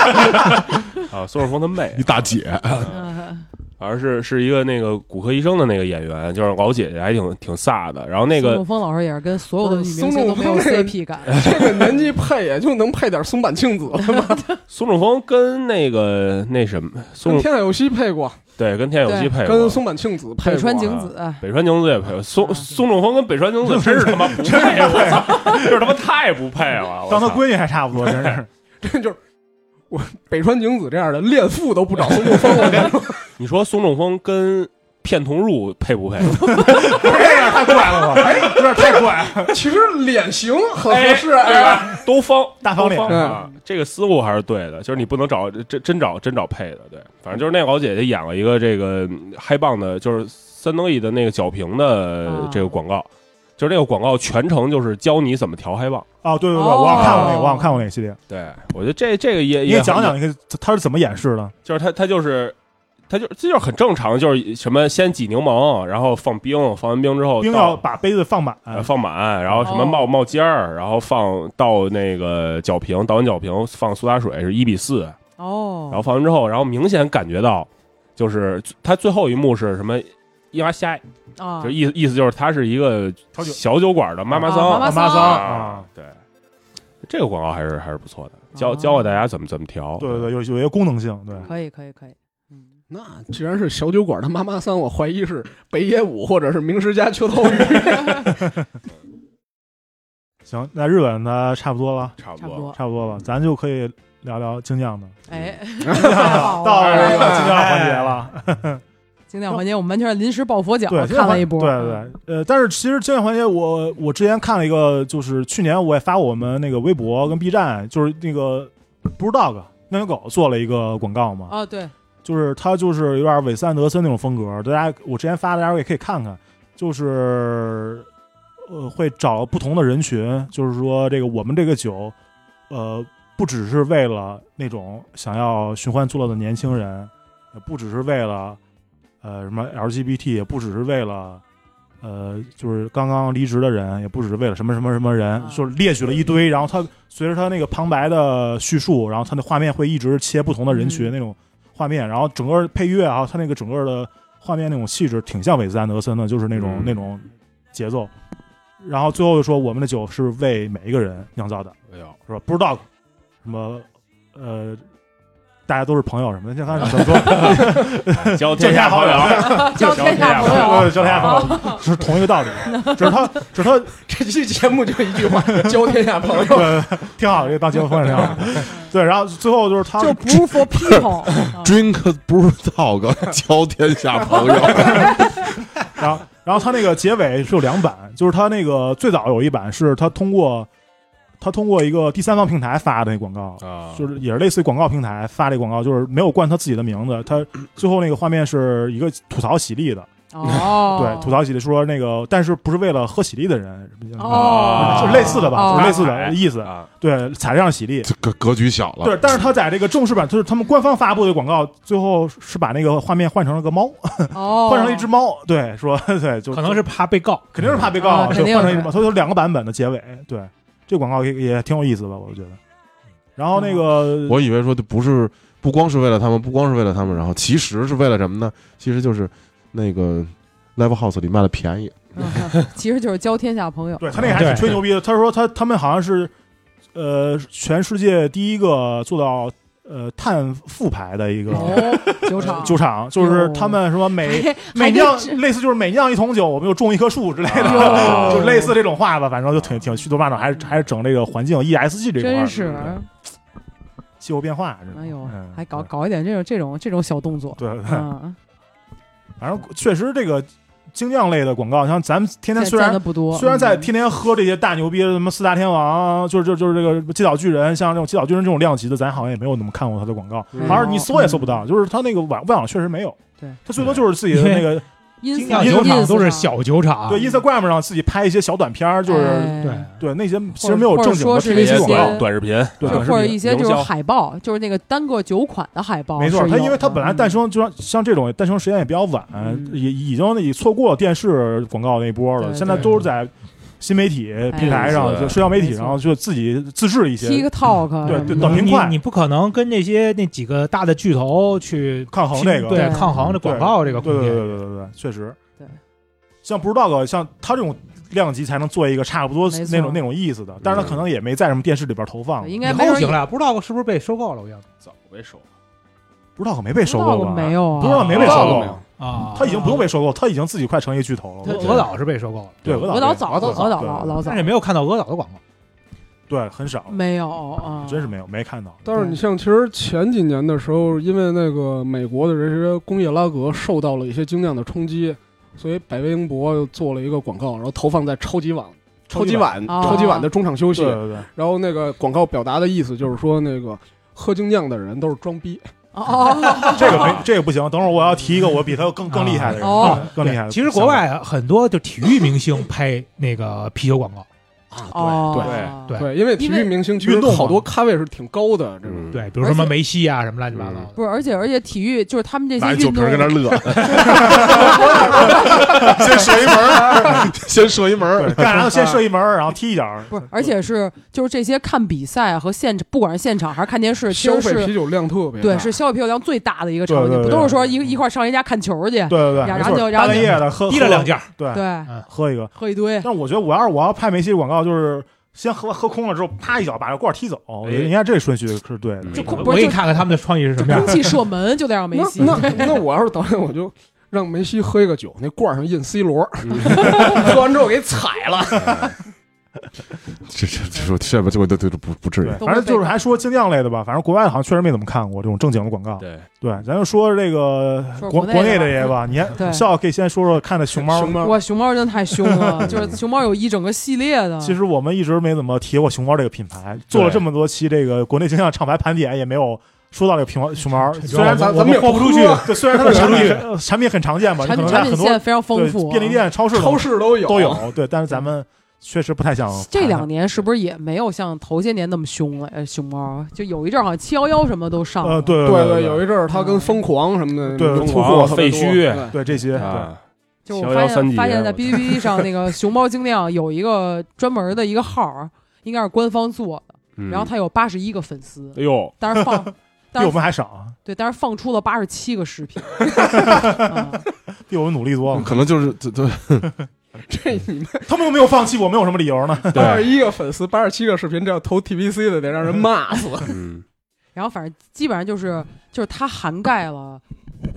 Speaker 6: 啊松仲峰的妹
Speaker 7: 你大姐，
Speaker 2: 嗯
Speaker 6: 而是是一个那个骨科医生的那个演员，就是老姐姐，还挺挺飒的。然后那
Speaker 2: 孙
Speaker 6: 个
Speaker 2: 仲峰老师也是跟所有的
Speaker 5: 不
Speaker 2: 女
Speaker 5: 是
Speaker 2: 明星都没有
Speaker 5: 孙仲峰那个
Speaker 2: CP 感，
Speaker 5: 这个年纪配也就能配点松坂庆子了吧？
Speaker 6: 孙仲峰跟那个那什么
Speaker 5: 跟
Speaker 6: 孙
Speaker 5: 天海佑希配过，
Speaker 6: 对跟天有希配
Speaker 5: 跟
Speaker 6: 过，
Speaker 5: 松坂庆子配
Speaker 2: 北
Speaker 5: 过。
Speaker 2: 川景子，
Speaker 6: 北川景子也配过。
Speaker 2: 啊
Speaker 6: 孙孙仲峰跟北川景子真是他妈不配，我操，就是他妈太不配了。我
Speaker 1: 当他
Speaker 6: 操
Speaker 1: 闺女还差不多，真 是。
Speaker 5: 这 就是我北川景子这样的恋父都不找孙仲峰，我跟你说，
Speaker 6: 你说孙仲峰跟片桐入配不配？
Speaker 1: 这样太怪了吧？有点太怪。
Speaker 5: 其实脸型很合适，哎
Speaker 6: 对吧？都方
Speaker 1: 大方脸
Speaker 6: 都啊，这个思路还是对的，就是你不能找真真找真找配的，对，反正就是那老姐姐演了一个这个嗯嗨棒的，就是三得意的那个脚瓶的
Speaker 2: 啊
Speaker 6: 这个广告，就是那个广告全程就是教你怎么调嗨棒。
Speaker 1: 哦，对对对，
Speaker 2: 哦
Speaker 1: 我好像看过那个，我好像看过那个系列。
Speaker 6: 对，我觉得这这个也
Speaker 1: 你
Speaker 6: 也
Speaker 1: 给
Speaker 6: 很
Speaker 1: 讲讲，，你看他是怎么演示的？
Speaker 6: 就是他他就是。他就这就是很正常，就是什么先挤柠檬，然后放冰，放完冰之后
Speaker 1: 冰
Speaker 6: 倒
Speaker 1: 要把杯子放满，
Speaker 6: 呃，放满，然后什么
Speaker 2: 嗯哦
Speaker 6: 冒冒尖儿，然后放到那个酒瓶，倒完酒瓶放苏打水是一比四，然
Speaker 2: 哦，
Speaker 6: 后放完之后，然后明显感觉到，就是他最后一幕是什么一拉虾，
Speaker 2: 啊
Speaker 6: 就，意意思就是他是一个
Speaker 1: 调酒
Speaker 6: 小酒馆的妈哦妈
Speaker 2: 啊
Speaker 6: 桑
Speaker 2: 妈
Speaker 1: 妈
Speaker 2: 妈
Speaker 1: 桑
Speaker 2: 桑
Speaker 1: 啊。，
Speaker 6: 对，这个广告还是还是不错的，
Speaker 2: 哦
Speaker 6: 教教给大家怎么怎么调，
Speaker 1: 对对对，有有一个功能性，对。
Speaker 2: 可以可以可以， 嗯，
Speaker 5: 那既然是小酒馆的妈妈桑，我怀疑是北野武或者是名师家秋刀鱼。
Speaker 1: 行，那日本的差不多了，
Speaker 6: 差不
Speaker 2: 差不
Speaker 6: 多。
Speaker 2: 多，
Speaker 1: 差不多了，咱就可以聊聊精酿的，
Speaker 2: 哎，
Speaker 1: 到了
Speaker 6: 哎
Speaker 1: 这个精酿环节了。
Speaker 2: 经典环节，我们完全是临时抱佛脚，
Speaker 1: 对，
Speaker 2: 看了一波，嗯
Speaker 1: 对对对，呃，但是其实经典环节我，我之前看了一个，就是去年我也发我们那个微博跟 B 站，就是那个 Brewdog 那条狗做了一个广告嘛，
Speaker 2: 啊，对，
Speaker 1: 就是它就是有点韦斯安德森那种风格，大家我之前发的，大家也可以看看，就是呃会找不同的人群，就是说这个我们这个酒，呃不只是为了那种想要寻欢作乐的年轻人，也不只是为了呃什么 LGBT，也不只是为了。呃，就是刚刚离职的人，也不只是为了什么什么什么人，
Speaker 2: 啊
Speaker 1: 就是列举了一堆，然后他随着他那个旁白的叙述，然后他那画面会一直切不同的人群、
Speaker 2: 嗯
Speaker 1: 那种画面，然后整个配乐啊，他那个整个的画面那种气质挺像韦斯安德森的，就是那种、
Speaker 6: 嗯
Speaker 1: 那种节奏。然后最后就说我们的酒是为每一个人酿造的，
Speaker 6: 哎呦，
Speaker 1: 是吧？不知道什么呃，大家都是朋友什么的，像刚才怎 么说？
Speaker 6: 交天下好友，
Speaker 2: 交天下朋友，
Speaker 1: 交天下朋友，是同一个道理，只是他只是他
Speaker 5: 这期节目就一句话：交天下朋 友。
Speaker 1: 对，挺好，这个当结婚方式挺好。对，然后最后 就是他
Speaker 2: 就 Brew 哦 for People，啊
Speaker 7: Drink Brew Dog，交天下朋 友。
Speaker 1: 然后，然后他那个结尾是有两版，就是他那个最早有一版是他通过他通过一个第三方平台发的那广告，
Speaker 6: 啊
Speaker 1: 就是也是类似于广告平台发这广告，就是没有冠他自己的名字，他最后那个画面是一个吐槽喜力的，
Speaker 2: 哦，
Speaker 1: 对，吐槽喜力说那个，但是不是为了喝喜力的人，
Speaker 2: 哦，
Speaker 1: 啊就类似的吧，
Speaker 2: 哦
Speaker 1: 就类似的意思，
Speaker 6: 啊，
Speaker 1: 对，踩上喜力。
Speaker 7: 这格格局小了，
Speaker 1: 对，但是他在这个正式版，就是他们官方发布的广告，最后是把那个画面换成了个猫，
Speaker 2: 哦，
Speaker 1: 换成了一只猫。对，说 对，就
Speaker 4: 可能是怕被告，
Speaker 1: 肯定是怕被
Speaker 2: 啊
Speaker 1: 告，
Speaker 2: 肯
Speaker 1: 就
Speaker 2: 定
Speaker 1: 换成
Speaker 2: 是
Speaker 1: 一种，所以有两个版本的结尾。对，这广告也也挺有意思吧，我觉得。然后那个，
Speaker 7: 我以为说的不是不光是为了他们，不光是为了他们，然后其实是为了什么呢？其实就是那个 Live House 里卖的便宜，
Speaker 2: 嗯，其实就是交天下朋友，
Speaker 1: 对他那个还挺
Speaker 4: 对
Speaker 1: 吹牛逼的，他说他他们好像是，呃，全世界第一个做到呃碳复牌的一个
Speaker 2: 哦，酒厂，
Speaker 1: 酒厂， 就是他们说每
Speaker 2: 还
Speaker 1: 每
Speaker 2: 还
Speaker 1: 酿
Speaker 2: 真是
Speaker 1: 类似就是每酿一桶酒，我们就种一棵树之类的，
Speaker 2: 哎呦
Speaker 1: 就类似这种话吧，反正就挺挺虚头巴脑，还是还是整这个环境 ESG 这块儿，
Speaker 2: 真是，
Speaker 1: 气候变化，这种
Speaker 2: 哎呦
Speaker 1: 嗯，
Speaker 2: 还搞搞一点这种这种这种小动作，
Speaker 1: 对，对
Speaker 2: 嗯，
Speaker 1: 反正确实这个精酿类的广告，像咱们天天虽
Speaker 2: 见
Speaker 1: 然
Speaker 2: 的不多，
Speaker 1: 虽然在
Speaker 2: 嗯
Speaker 1: 天天喝这些大牛逼的什么四大天王，就是就是就是这个击倒巨人，像这种击倒巨人这种量级的，咱好像也没有怎么看过他的广告，
Speaker 5: 嗯
Speaker 1: 好像你搜也搜不到，就是他那个网外网确实没有，
Speaker 2: 对
Speaker 1: 他最多就是自己的那个
Speaker 2: 音
Speaker 1: 酿
Speaker 4: 酿
Speaker 1: 酒
Speaker 4: 酒
Speaker 1: 厂
Speaker 4: 厂
Speaker 2: ins
Speaker 4: 都
Speaker 2: 上
Speaker 4: 是小酒厂，
Speaker 1: 对 Instagram 上自己拍一些小短片儿，就是
Speaker 2: 哎
Speaker 4: 对，啊
Speaker 1: 对那些其实没有正经的
Speaker 2: 或者说是
Speaker 6: 这
Speaker 1: TVC
Speaker 6: 些
Speaker 2: 一
Speaker 1: 广
Speaker 2: 些
Speaker 1: 告
Speaker 6: 短，短视频，
Speaker 2: 就
Speaker 1: 对短视
Speaker 2: 或者
Speaker 1: 频。
Speaker 2: 一些就
Speaker 6: 营
Speaker 2: 是
Speaker 6: 销
Speaker 2: 海报，就是那个单个酒款的海报是
Speaker 1: 没
Speaker 2: 有的，
Speaker 1: 错，它因为它本来诞生就像像这种诞生时间也比较晚
Speaker 2: 嗯，
Speaker 1: 也已经已错过电视广告那一波了，
Speaker 2: 对
Speaker 1: 现在
Speaker 4: 对
Speaker 1: 都是在新媒体
Speaker 2: 哎
Speaker 1: 平台上，
Speaker 6: 是
Speaker 1: 就社交媒体
Speaker 2: 没错
Speaker 1: 上就自己自制一些
Speaker 2: TikTok
Speaker 1: 对
Speaker 2: 什么的
Speaker 1: 对短平
Speaker 4: 你
Speaker 1: 快
Speaker 4: 你不可能跟那些那几个大的巨头去
Speaker 1: 抗衡这个嗯
Speaker 4: 对
Speaker 2: 对
Speaker 4: 抗衡这广告这个
Speaker 1: 对
Speaker 4: 空
Speaker 1: 对对
Speaker 4: 间。
Speaker 1: 对对对，对确实。
Speaker 2: 对，
Speaker 1: 像不知道个像他这种量级才能做一个差不多
Speaker 2: 没错
Speaker 1: 那种那种意思的，但是他可能也没在什么电视里边投放，
Speaker 2: 对应
Speaker 1: 不
Speaker 2: 该
Speaker 4: 以
Speaker 2: 没
Speaker 4: 后
Speaker 2: 人
Speaker 4: 行了，不知道是不是被收购了？我想
Speaker 6: 早被收了，
Speaker 1: 知道可没被收购
Speaker 2: 不知
Speaker 1: 吧？
Speaker 2: 道没有啊
Speaker 1: 不知道没被收
Speaker 5: 到了
Speaker 1: 购
Speaker 5: 没有，？
Speaker 4: 啊，
Speaker 1: 他已经不用被收购，他已经自己快成一巨头
Speaker 2: 对
Speaker 1: 了。
Speaker 2: 对
Speaker 4: 鹅岛是被收购了，
Speaker 1: 对，
Speaker 2: 我老
Speaker 1: 我岛
Speaker 2: 早都，我
Speaker 1: 岛
Speaker 2: 老老老早
Speaker 4: 但是也没有看到鹅岛的广告。
Speaker 1: 对很少，
Speaker 2: 没有啊，
Speaker 1: 真是没有没看到。
Speaker 5: 但是你像，其实前几年的时候，因为那个美国的这些工业拉格受到了一些经验的冲击，所以百威英博又做了一个广告，然后投放在超级碗、超级碗、
Speaker 2: 哦
Speaker 5: 超级碗的中场休息
Speaker 1: 对。对对，
Speaker 5: 然后那个广告表达的意思就是说，那个喝精酿的人都是装逼，
Speaker 2: 哦 哦
Speaker 1: 这个没这个不行。等会儿我要提一个我比他更更厉害的人，
Speaker 2: 哦
Speaker 1: 更更厉害的。
Speaker 4: 其实国外很多就体育明星拍那个啤酒广告，
Speaker 1: 嗯
Speaker 2: 哦，
Speaker 6: 对
Speaker 4: 对
Speaker 5: 对，因为体
Speaker 2: 因为
Speaker 5: 育明星其实
Speaker 1: 运动嘛
Speaker 5: 好多咖位是挺高的，这种。
Speaker 6: 嗯，
Speaker 4: 对，比如说什么梅西啊，什么乱七八糟
Speaker 1: 嗯
Speaker 4: 的。
Speaker 2: 不是，而且而且体育就是他们这
Speaker 8: 拿
Speaker 2: 些
Speaker 8: 一酒
Speaker 2: 运
Speaker 8: 瓶
Speaker 2: 动
Speaker 8: 儿跟那儿乐， 先射一门 儿，先射一门
Speaker 1: 对
Speaker 8: 儿，
Speaker 1: 干啥都先射一门儿，然后踢一脚儿。
Speaker 2: 不是，而且是就是这些看比赛和现不管是现场还是看电视，其实
Speaker 5: 消费啤
Speaker 2: 是
Speaker 5: 酒量特别大，
Speaker 2: 对是消费啤酒量最大的一个场景，
Speaker 1: 对对对
Speaker 2: 不都是说一一块儿上人家看球去，
Speaker 1: 对对对，
Speaker 2: 然
Speaker 1: 没
Speaker 2: 后
Speaker 1: 错
Speaker 2: 就然
Speaker 1: 大
Speaker 2: 后
Speaker 1: 半
Speaker 2: 就
Speaker 1: 夜的喝
Speaker 4: 滴了两，下，
Speaker 1: 喝对，
Speaker 2: 对，
Speaker 1: 喝一个。
Speaker 2: 喝一堆，
Speaker 1: 但我觉得我要是我要拍梅西广告，就是先喝喝空了之后，啪一脚把这罐儿踢走。我觉得应该这顺序是对
Speaker 6: 嗯
Speaker 1: 的。
Speaker 2: 就空
Speaker 6: 啊
Speaker 4: 我
Speaker 2: 不
Speaker 4: 给
Speaker 2: 是
Speaker 4: 你
Speaker 2: 就
Speaker 4: 看看他们的创意是什么样
Speaker 2: 空。气射门就得让梅
Speaker 5: 那
Speaker 2: 西，
Speaker 5: 那那我要是导演，我就让梅西喝一个酒，那罐儿上印 C 罗， 喝完之后给踩了。
Speaker 7: 这这这说这不这我都都都不不至于
Speaker 1: 对，反正就是还说精酿类的吧，反正国外好像确实没怎么看过这种正经的广告。
Speaker 6: 对，
Speaker 1: 对，咱就说这个
Speaker 2: 说
Speaker 1: 国
Speaker 2: 国内
Speaker 1: 内
Speaker 2: 的
Speaker 1: 的也吧，你
Speaker 2: 对
Speaker 1: 看笑可以先说说看的熊猫。
Speaker 5: 熊猫
Speaker 2: 哇，熊猫真的太凶 了，就是熊猫有一整个系列的，
Speaker 1: 其实我们一直没怎么提过熊猫这个品牌，做了这么多期这个国内形象厂牌盘点，也没有说到这个品牌熊猫。虽然咱
Speaker 4: 我
Speaker 1: 咱
Speaker 4: 们
Speaker 1: 们
Speaker 4: 豁不出去，
Speaker 1: 对，虽然它的产品呃产品很常见吧，你
Speaker 2: 产
Speaker 1: 可能在
Speaker 2: 产品
Speaker 1: 很多
Speaker 2: 线非常丰
Speaker 1: 对
Speaker 2: 富，啊
Speaker 1: 便利。店、超市
Speaker 5: 超
Speaker 1: 市
Speaker 5: 市都有，
Speaker 1: 都。有，对，但是咱们确实不太想谈
Speaker 2: 这两年是不是也没有像头些年那么凶了？呃，熊猫就有一阵儿好像七幺幺什么都上了，
Speaker 1: 呃，对
Speaker 5: 对
Speaker 1: 对
Speaker 5: 有一阵儿他跟疯狂什么的，
Speaker 1: 对
Speaker 5: 出
Speaker 6: 疯
Speaker 5: 货
Speaker 6: 狂
Speaker 5: 特别多
Speaker 6: 废墟
Speaker 5: 对
Speaker 1: 对这些，对
Speaker 6: 啊，
Speaker 2: 就是我
Speaker 6: 逍
Speaker 2: 发
Speaker 6: 遥三
Speaker 2: 现
Speaker 6: 姐
Speaker 2: 发现，在
Speaker 6: 我
Speaker 2: 哔哩哔哩上那个熊猫精酿有一个专门的一个号儿，应该是官方做的，
Speaker 6: 嗯
Speaker 2: 然后它有八十一个粉丝，
Speaker 6: 哎呦，
Speaker 2: 但是 放但
Speaker 1: 比我
Speaker 2: 是
Speaker 1: 们还少，
Speaker 2: 对，但是放出了八十七个视 频，嗯
Speaker 1: 比我们努力多了。
Speaker 7: 可能就是这这
Speaker 5: 这你们
Speaker 1: 他们又没有放弃，我们有什么理由呢？
Speaker 5: 八
Speaker 6: 对，
Speaker 5: 十一个粉丝，八十七个视频，这要投 TVC 的得让人骂死。
Speaker 6: 嗯，
Speaker 2: 然后反正基本上就是就是它涵盖了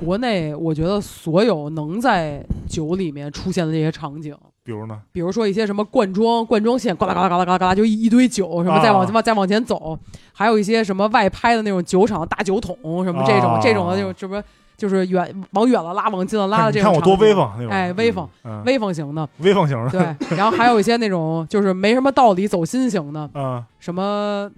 Speaker 2: 国内，我觉得所有能在酒里面出现的这些场景。
Speaker 1: 比如呢？
Speaker 2: 比如说一些什么灌装、灌装线，呱啦呱啦呱啦呱啦呱啦，就一一堆酒，什么
Speaker 1: 啊
Speaker 2: 再往前、再往前走，还有一些什么外拍的那种酒厂大酒桶，什么这种、
Speaker 1: 啊
Speaker 2: 这种的那种什么，就是远往远了拉，往近了拉的这
Speaker 1: 你
Speaker 2: 种。
Speaker 1: 看我多威，风那种，
Speaker 2: 哎，威风，
Speaker 1: 嗯，
Speaker 2: 威风型的，
Speaker 1: 威风型的，
Speaker 2: 对。然后还有一些那种就是没什么道理、走心型的，
Speaker 1: 嗯，
Speaker 2: 什么。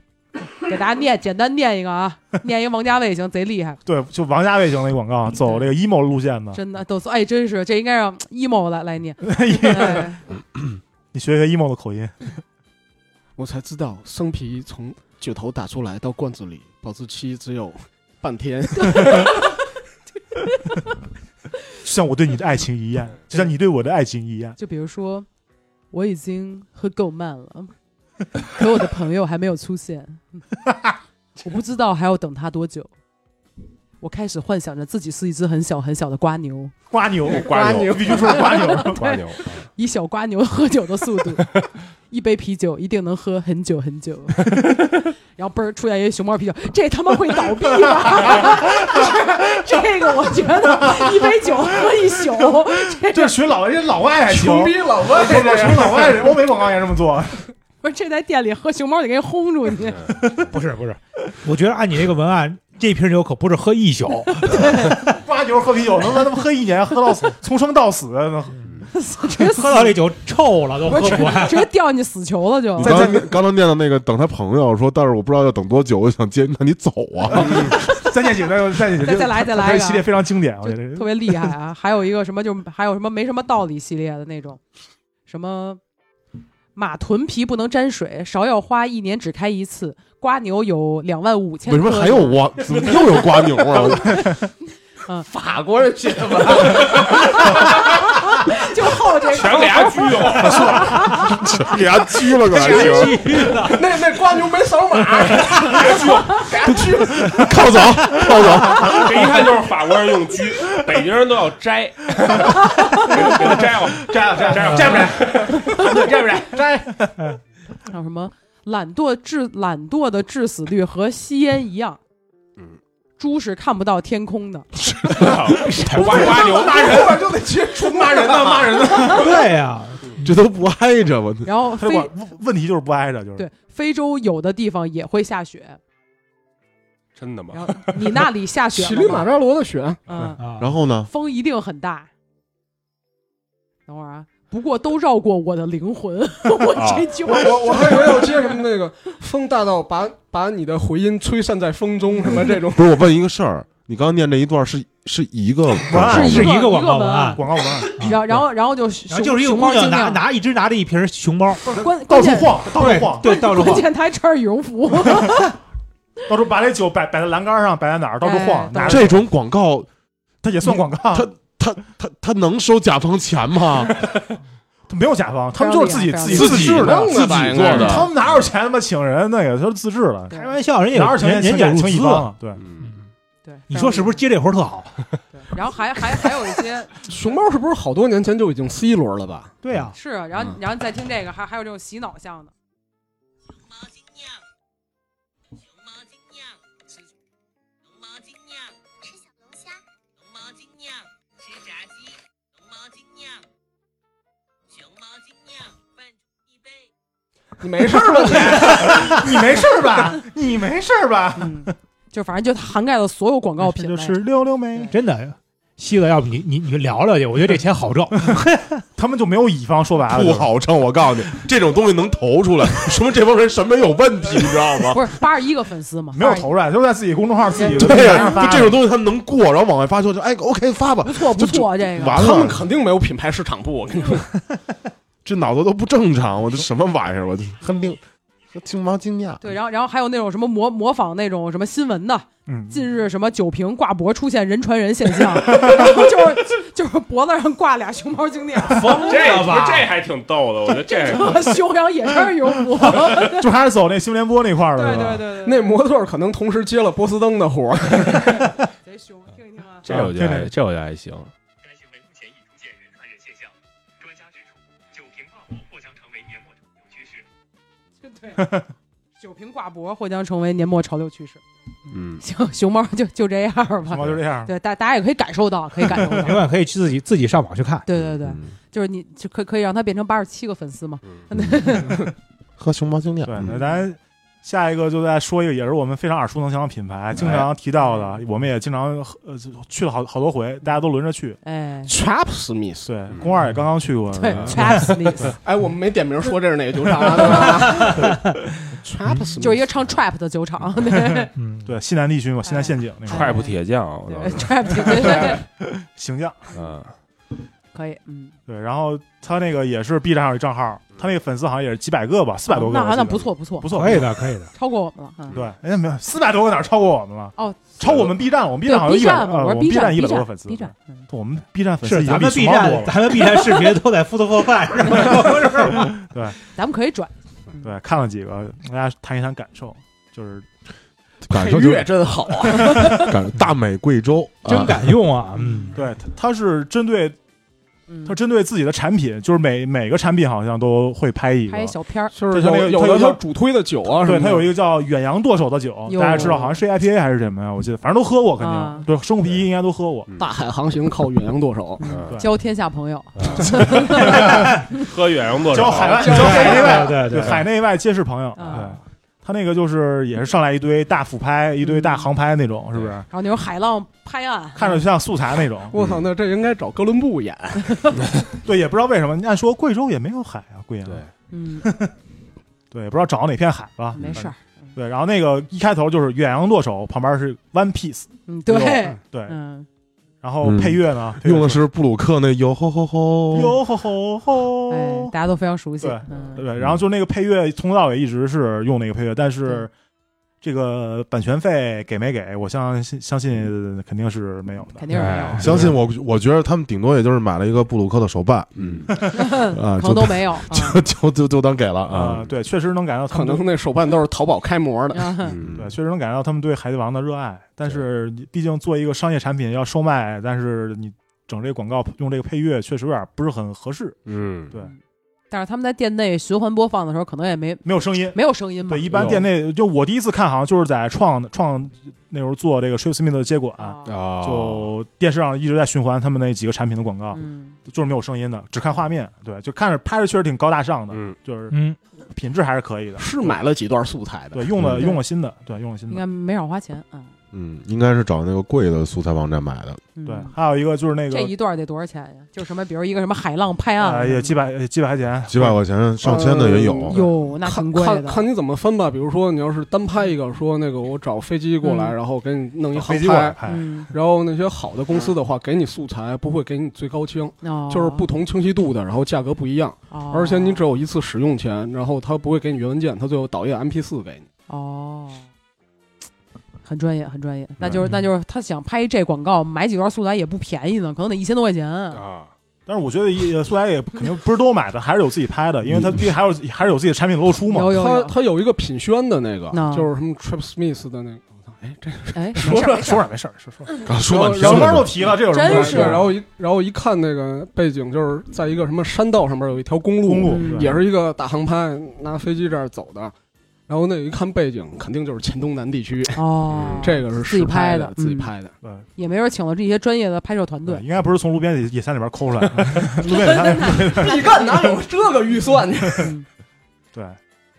Speaker 2: 给大家念，简单念一个啊，念一个王家卫型，贼厉害，
Speaker 1: 对，就王家卫型那广告，走这个 emo 路线的，
Speaker 2: 嗯真的都是哎，真是这应该让 emo 来来念。哎
Speaker 1: 你学学 emo 的口音，
Speaker 5: 我才知道生啤从酒头打出来到罐子里，保质期只有半 天。
Speaker 1: 像我对你的爱情一样，就像你对我的爱情一样。
Speaker 2: 就比如说，我已经喝够慢了，可我的朋友还没有出现，我不知道还要等他多久。我开始幻想着自己是一只很小很小的瓜牛，
Speaker 1: 瓜 牛，
Speaker 6: 瓜牛
Speaker 1: 必须说是瓜牛。
Speaker 6: 瓜牛，
Speaker 2: 以小瓜牛喝酒的速度， 一杯啤酒一定能喝很久很久。 然后嘣儿出现一熊猫啤酒，这他妈会倒闭吧？ 这这个我觉得一杯酒喝一宿，这
Speaker 1: 这是学老人家老外还行，
Speaker 5: 穷逼老外，
Speaker 1: 我我学老外人，欧美广告也这么做。
Speaker 2: 不是这在店里喝熊猫得给人轰出
Speaker 1: 嗯
Speaker 2: 去。
Speaker 4: 不是不是，我觉得按你这个文案，这瓶酒可不是喝一宿，
Speaker 1: 瓜牛喝啤酒，能他妈喝一年，喝到死，从生到死，
Speaker 2: 直接死
Speaker 4: 喝到这酒臭了都喝
Speaker 2: 不是
Speaker 4: 不完。
Speaker 2: 直接掉进死球了就
Speaker 7: 你。刚刚刚念到那个等他朋友说，但是我不知道要等多久，我想接，那你走 啊！
Speaker 1: 再见景，再见景，
Speaker 2: 再再来再来一
Speaker 1: 这
Speaker 2: 个啊
Speaker 1: 系列非常经
Speaker 7: 哦
Speaker 1: 典，我
Speaker 2: 就
Speaker 1: 觉得
Speaker 2: 特别厉害啊！ 还有一个什么就还有什么没什么道理系列的那种，什么马臀皮不能沾水，芍药花一年只开一次，瓜牛有两万五千。
Speaker 7: 为什么还有？我？怎么又有瓜牛 啊？
Speaker 5: 法国人写的吧？
Speaker 2: 就好这
Speaker 6: 全给他拘了。
Speaker 8: 给他拘了个还行，
Speaker 5: 那那瓜牛没扫码，给他去，
Speaker 7: 靠走，靠走，
Speaker 6: 这一看就是法国人用 狙，北京人都要摘，给他给他摘了，摘了，摘了，摘了，摘不摘？ 摘不摘？
Speaker 2: 还有什么懒惰致懒惰的致死率和吸烟一样，
Speaker 6: 嗯，
Speaker 2: 猪是看不到天空的，
Speaker 6: 挖挖牛
Speaker 5: 骂人吧就得接触骂人呢，骂人呢。
Speaker 4: 对呀，
Speaker 7: 这都不挨着我。
Speaker 2: 然后
Speaker 1: 他
Speaker 2: 非
Speaker 1: 管问题就是不挨着，就是
Speaker 2: 对非洲有的地方也会下雪，
Speaker 6: 真的
Speaker 2: 然
Speaker 6: 吗？
Speaker 2: 后你那里下雪
Speaker 5: 乞
Speaker 2: 了
Speaker 5: 力
Speaker 2: 吗
Speaker 5: 马扎罗的雪，
Speaker 2: 嗯，
Speaker 4: 啊
Speaker 7: 然后呢？
Speaker 2: 风一定很大。等会儿啊，不过都绕过我的灵 魂，我
Speaker 4: 啊
Speaker 2: 这句话
Speaker 5: 我我我还以为要接什么那个风大到把把你的回音吹散在风中什么这 种。
Speaker 7: 不是我问一个事儿，你刚刚念这一段是是一个广告
Speaker 1: 是
Speaker 7: 吗
Speaker 2: 一
Speaker 4: 啊是
Speaker 2: 个
Speaker 4: 一个广告
Speaker 2: 一个文
Speaker 4: 文
Speaker 2: 案
Speaker 4: 案，
Speaker 1: 广 告文案，
Speaker 2: 然后然后然后就
Speaker 4: 然
Speaker 2: 熊
Speaker 4: 后就是一个
Speaker 2: 熊
Speaker 4: 姑
Speaker 2: 猫
Speaker 4: 娘
Speaker 2: 精
Speaker 4: 拿
Speaker 2: 酿，
Speaker 4: 拿一直拿着一瓶熊猫，
Speaker 2: 关
Speaker 1: 到
Speaker 2: 关
Speaker 1: 处
Speaker 2: 键
Speaker 1: 晃，到
Speaker 4: 对
Speaker 1: 处晃，
Speaker 4: 对，到处
Speaker 2: 关
Speaker 4: 晃，
Speaker 2: 键他还穿着羽绒 服，
Speaker 1: 到处把这酒摆摆在栏杆上，摆在哪儿，到处
Speaker 2: 哎
Speaker 1: 晃，拿着
Speaker 7: 这种广告，
Speaker 1: 它也算广告，
Speaker 7: 他他他他能收甲方钱吗？
Speaker 1: 它没有甲方，他们就是自己
Speaker 2: 非常
Speaker 1: 自
Speaker 2: 厉
Speaker 1: 己
Speaker 2: 害
Speaker 7: 自己
Speaker 1: 制
Speaker 7: 弄
Speaker 1: 的
Speaker 7: 的，自己
Speaker 8: 吧应
Speaker 7: 做
Speaker 8: 该是
Speaker 7: 的。
Speaker 1: 他们哪有钱他妈请人那个，他是自制的，
Speaker 4: 开玩笑，人家
Speaker 1: 哪有
Speaker 4: 有
Speaker 1: 钱
Speaker 4: 人人
Speaker 1: 请
Speaker 4: 家有
Speaker 1: 甲
Speaker 4: 入
Speaker 1: 请乙
Speaker 4: 资
Speaker 1: 方啊？对，
Speaker 6: 嗯，
Speaker 2: 对，
Speaker 4: 你说是不是接这活儿特好？
Speaker 2: 对？然后还还还有一些
Speaker 5: 熊猫是不是好多年前就已经 C 轮了 吧？
Speaker 4: 对呀，
Speaker 2: 是，然
Speaker 4: 嗯
Speaker 2: 后然后你再听这个，还还有这种洗脑向的，
Speaker 3: 熊猫精酿，吃熊猫精酿，吃小龙虾；熊猫精酿，吃炸鸡；熊猫精酿，熊猫精酿，饭煮一杯。
Speaker 5: 你没事儿 吧你？
Speaker 1: 你没事儿吧？你没事儿吧？
Speaker 2: 嗯， 就反正就它涵盖了所有广告品
Speaker 1: 就
Speaker 2: 类，
Speaker 1: 是溜溜梅，
Speaker 4: 真的。西子，要不你你你聊聊去？我觉得这钱好挣。
Speaker 1: 他们就没有乙方，说白了
Speaker 7: 不
Speaker 1: 就是
Speaker 7: 好挣，我告诉你，这种东西能投出来，说明这帮人审美有问题，你知道吗？
Speaker 2: 不是八十一个粉丝嘛，
Speaker 1: 没有
Speaker 2: 81
Speaker 1: 投出来，就在自己公众号自己
Speaker 7: 对呀、
Speaker 1: 发
Speaker 7: 就这种东西他们能过，然后往外发，就就哎，OK，发吧
Speaker 2: 不，错不错，啊这个
Speaker 7: 完
Speaker 5: 他
Speaker 7: 了，
Speaker 5: 们肯定没有品牌市场部，我跟你 说。
Speaker 7: 这脑子都不正常，我这什么玩意儿，我这很令，惊毛惊讶。
Speaker 2: 对，然后然后还有那种什么模模仿那种什么新闻的，
Speaker 1: 嗯，
Speaker 2: 近日什么酒瓶挂脖出现人传人现象， 然后就是就是脖子上挂俩熊猫精酿，
Speaker 6: 哎 这不是这还挺逗的，我觉得这
Speaker 2: 熊羊也穿羽绒服，
Speaker 1: 就还是走那新闻联播那块儿
Speaker 2: 对
Speaker 1: 了，是
Speaker 2: 对
Speaker 1: 吧
Speaker 2: 对对，
Speaker 5: 那模特儿可能同时接了波司登的活儿，
Speaker 2: 贼熊，听一听啊，
Speaker 6: 这我觉得还这我觉得还行。
Speaker 9: 该行为目前已出现人传人现象。专家指出，酒瓶挂脖或将成为年末潮流趋势。
Speaker 2: 对，酒瓶挂脖或将成为年末潮流趋势。
Speaker 6: 嗯，
Speaker 2: 行，熊猫就就这样
Speaker 1: 熊
Speaker 2: 吧，
Speaker 1: 猫就这样，
Speaker 2: 对，大大家也可以感受到，可以感受
Speaker 4: 另
Speaker 2: 到。
Speaker 4: 外可以去自己自己上网去看。
Speaker 2: 对对对，就是你就可可以让他变成八十七个粉丝嘛？
Speaker 7: 喝熊猫精酿，
Speaker 1: 对，那
Speaker 7: 嗯
Speaker 1: 咱下一个就再说一个，也是我们非常耳熟能详的品牌，经常提到的，我们也经常呃去了好好多回，大家都轮着去。
Speaker 2: 哎，
Speaker 5: Trap Smith。
Speaker 1: 对，宫二也刚刚去过，
Speaker 2: 对
Speaker 1: 是吧
Speaker 2: t r a p Smith
Speaker 5: 哎，我们没点名说这是哪个酒厂啊，对 吧？Trap Smith
Speaker 2: 就是一个唱 trap 的酒厂，对
Speaker 4: 嗯，
Speaker 1: 对西南地区嘛，西南陷阱那
Speaker 2: 哎
Speaker 1: 块儿，
Speaker 6: 踹不铁匠，我
Speaker 2: 对
Speaker 6: 倒是
Speaker 2: trap 对对对，
Speaker 1: 行将。
Speaker 6: 嗯，
Speaker 2: 可以，嗯，
Speaker 1: 对，然后他那个也是 B 站上有一账号，他那个粉丝好像也是几百个吧，四百多个，
Speaker 2: 哦那还
Speaker 1: 我记
Speaker 2: 那
Speaker 1: 得
Speaker 2: 不，错不错
Speaker 1: 不，错，
Speaker 4: 可以的，可以的。
Speaker 2: 超过我们了，嗯。
Speaker 1: 对，哎，没有四百多个哪儿超过我们了？
Speaker 2: 哦，
Speaker 1: 超过我们 B 站，我们 B 站好像
Speaker 2: 对
Speaker 1: 一
Speaker 2: B
Speaker 1: 百，
Speaker 2: 站嘛，
Speaker 1: 呃，
Speaker 2: 我
Speaker 1: 我
Speaker 2: 是
Speaker 1: 们
Speaker 2: B
Speaker 1: 站一
Speaker 2: B
Speaker 1: 百多
Speaker 2: 站
Speaker 1: 个粉丝
Speaker 2: B 站，嗯
Speaker 1: 我们 B 站粉丝
Speaker 4: 是
Speaker 1: 已
Speaker 4: 咱
Speaker 1: 经比
Speaker 4: 们
Speaker 1: 熊
Speaker 4: B
Speaker 1: 猫多
Speaker 4: 站，
Speaker 1: 了。
Speaker 4: 咱们 B 站视频都在 f o o d 饭上，
Speaker 2: 咱们可以转，
Speaker 1: 对，看了几个，跟大家谈一谈感受，就是
Speaker 7: 感
Speaker 5: 配
Speaker 7: 受就
Speaker 5: 乐哎真好啊！
Speaker 7: 感大美贵 州，
Speaker 4: 真
Speaker 7: 感
Speaker 4: 敢用啊！嗯，
Speaker 1: 对，它它是针对
Speaker 2: 嗯
Speaker 1: 它，针对自己的产品，就是每每个产品好像都会拍一个
Speaker 2: 拍。一小片儿，
Speaker 5: 就是
Speaker 1: 它那个
Speaker 5: 有有
Speaker 1: 它有
Speaker 5: 的
Speaker 1: 一
Speaker 5: 叫
Speaker 1: 个
Speaker 5: 主推的酒啊，
Speaker 1: 对，它有
Speaker 5: 一
Speaker 1: 一个叫远洋剁手的酒，
Speaker 2: 有
Speaker 1: 大家知道好像是 IPA 还是什么呀？我记得，反正都喝过，肯定。
Speaker 2: 啊
Speaker 1: 对，生物啤应该都喝过。
Speaker 5: 嗯大海航行靠远洋舵手，
Speaker 6: 嗯
Speaker 1: 对
Speaker 2: 交天下朋友，
Speaker 6: 喝远洋多
Speaker 1: 交
Speaker 6: 少？
Speaker 1: 海外，
Speaker 5: 交
Speaker 1: 交海内外，
Speaker 4: 嗯对对对
Speaker 1: 海内外皆是朋友。
Speaker 2: 啊
Speaker 1: 对，它那个就是也是上来一堆大俯拍，一堆
Speaker 2: 嗯
Speaker 1: 大航拍那种，是不是？
Speaker 2: 然后那种海浪拍岸，
Speaker 1: 看着像素材那 种。
Speaker 5: 我操，那这应该找哥伦 布演。
Speaker 1: 对，也不知道为什么，按说贵州也没有海啊，贵阳。
Speaker 6: 对
Speaker 2: 嗯，
Speaker 1: 对，也不知道找哪片海吧。
Speaker 2: 没事儿，
Speaker 1: 对，然后那个一开头就是远洋舵手，旁边是 One Piece，
Speaker 2: 嗯，对，
Speaker 1: 对，
Speaker 2: 嗯，
Speaker 1: 然后配乐呢，配乐
Speaker 7: 用的是布鲁克那哟吼吼吼，
Speaker 1: 哟吼吼
Speaker 2: 哎
Speaker 1: 吼，，
Speaker 2: 大家都非常熟悉
Speaker 1: 对，
Speaker 2: 嗯，
Speaker 1: 对，然后就那个配乐从头到尾一直是用那个配乐，但是这个版权费给没给？我相信相信肯定是没有的，
Speaker 2: 肯定是没有
Speaker 4: 哎，
Speaker 8: 相信我，我觉得他们顶多也就是买了一个布鲁克的手办，
Speaker 6: 嗯，
Speaker 8: 啊，
Speaker 2: 可
Speaker 8: 就
Speaker 2: 能都没有。 嗯
Speaker 8: 就就就就当给了
Speaker 1: 啊、
Speaker 8: 啊。
Speaker 1: 对，确实能感到他
Speaker 5: 可
Speaker 1: 们
Speaker 5: 能那手办都是淘宝开模 的，
Speaker 2: 啊
Speaker 6: 嗯
Speaker 1: 对，确实能感觉到他们对《海贼王》的热爱。但是，毕竟做一个商业产品要售卖，但是你整这个广告用这个配乐，确实有点不是很合适，
Speaker 6: 嗯，
Speaker 1: 对
Speaker 2: 但是他们在店内循环播放的时候，可能也没
Speaker 1: 没有声音。
Speaker 2: 没有声音嘛
Speaker 1: 对，。一般店内就我第一次看，好像就是在创创那时候做这个 Shave Smith 的接管，
Speaker 2: 啊，
Speaker 6: 啊，
Speaker 1: 就电视上一直在循环他们那几个产品的广告，
Speaker 2: 嗯，
Speaker 1: 就是没有声音的，只看画面。对，就看着拍着确实挺高大上的，
Speaker 6: 嗯
Speaker 1: 就是
Speaker 4: 嗯，
Speaker 1: 品质还是可以的。
Speaker 5: 是买了几段素材的
Speaker 1: 对，。用了
Speaker 2: 嗯
Speaker 1: 用了新的，对，用了新
Speaker 2: 应
Speaker 1: 的。
Speaker 2: 该没少花钱啊。
Speaker 7: 嗯，应该是找那个贵的素材网站买的，
Speaker 2: 嗯
Speaker 1: 对，还有一个就是那个
Speaker 2: 这一段得多少钱呀？就什么，比如一个什么海浪拍岸
Speaker 1: 呃，
Speaker 2: 了
Speaker 1: 也几百呃几百块钱，
Speaker 7: 几百块钱、上千的也有。
Speaker 5: 呃
Speaker 2: 哟，那
Speaker 5: 看
Speaker 2: 挺贵
Speaker 5: 看
Speaker 2: 的。
Speaker 5: 看你怎么分吧。比如说，你要是单拍一个，说那个我找飞机过来，
Speaker 2: 嗯
Speaker 5: 然后给你弄一航
Speaker 1: 飞机过来
Speaker 5: 拍，
Speaker 1: 拍。
Speaker 2: 嗯，
Speaker 5: 然后那些好的公司的话，给你素材不会给你最高清，
Speaker 2: 哦
Speaker 5: 就是不，同清晰度的，然后价格不一样，
Speaker 2: 哦
Speaker 5: 而且你只有一次使用权，然后它不会给你原文件，它最后导一个 MP 四给你。
Speaker 2: 哦，很专业，很专业。那就是那就是他想拍这广告，买几段素材也不便宜呢，可能得一千多块钱。
Speaker 6: 啊，
Speaker 1: 但是我觉得也素来也肯定不是都买的，还是有自己拍的，因为它毕竟还有还是有自己的产品露出嘛。
Speaker 2: 有有
Speaker 5: 它
Speaker 2: 哎有，
Speaker 5: 它有一个品宣的那个
Speaker 2: 那，
Speaker 5: 就是什么 Trip Smith 的那个，我操哎，这
Speaker 2: 哎，
Speaker 1: 说着说点没事儿，说说
Speaker 8: 刚说半天
Speaker 1: 什
Speaker 8: 了
Speaker 1: 么玩意儿都提了，这有什么
Speaker 2: 真
Speaker 1: 关
Speaker 2: 哎是啊
Speaker 1: 系？
Speaker 5: 对然后一然后一看那个背景，就是在一个什么山道上面有一条公路，
Speaker 1: 公路
Speaker 2: 嗯
Speaker 1: 对
Speaker 5: 也是一个大航拍，拿飞机这儿走的。然后那一看背景，肯定就是黔东南地区，
Speaker 2: 哦，
Speaker 5: 嗯这个是
Speaker 2: 自己
Speaker 5: 实拍
Speaker 2: 的，
Speaker 5: 自己
Speaker 2: 嗯，
Speaker 5: 拍的。
Speaker 1: 对
Speaker 2: 也没准请了这些专业的拍摄团队
Speaker 1: 对，。应该不是从路边野野餐里边抠出来的，路边野餐里
Speaker 5: 你看哪有这个预算呢？
Speaker 1: 对
Speaker 2: 嗯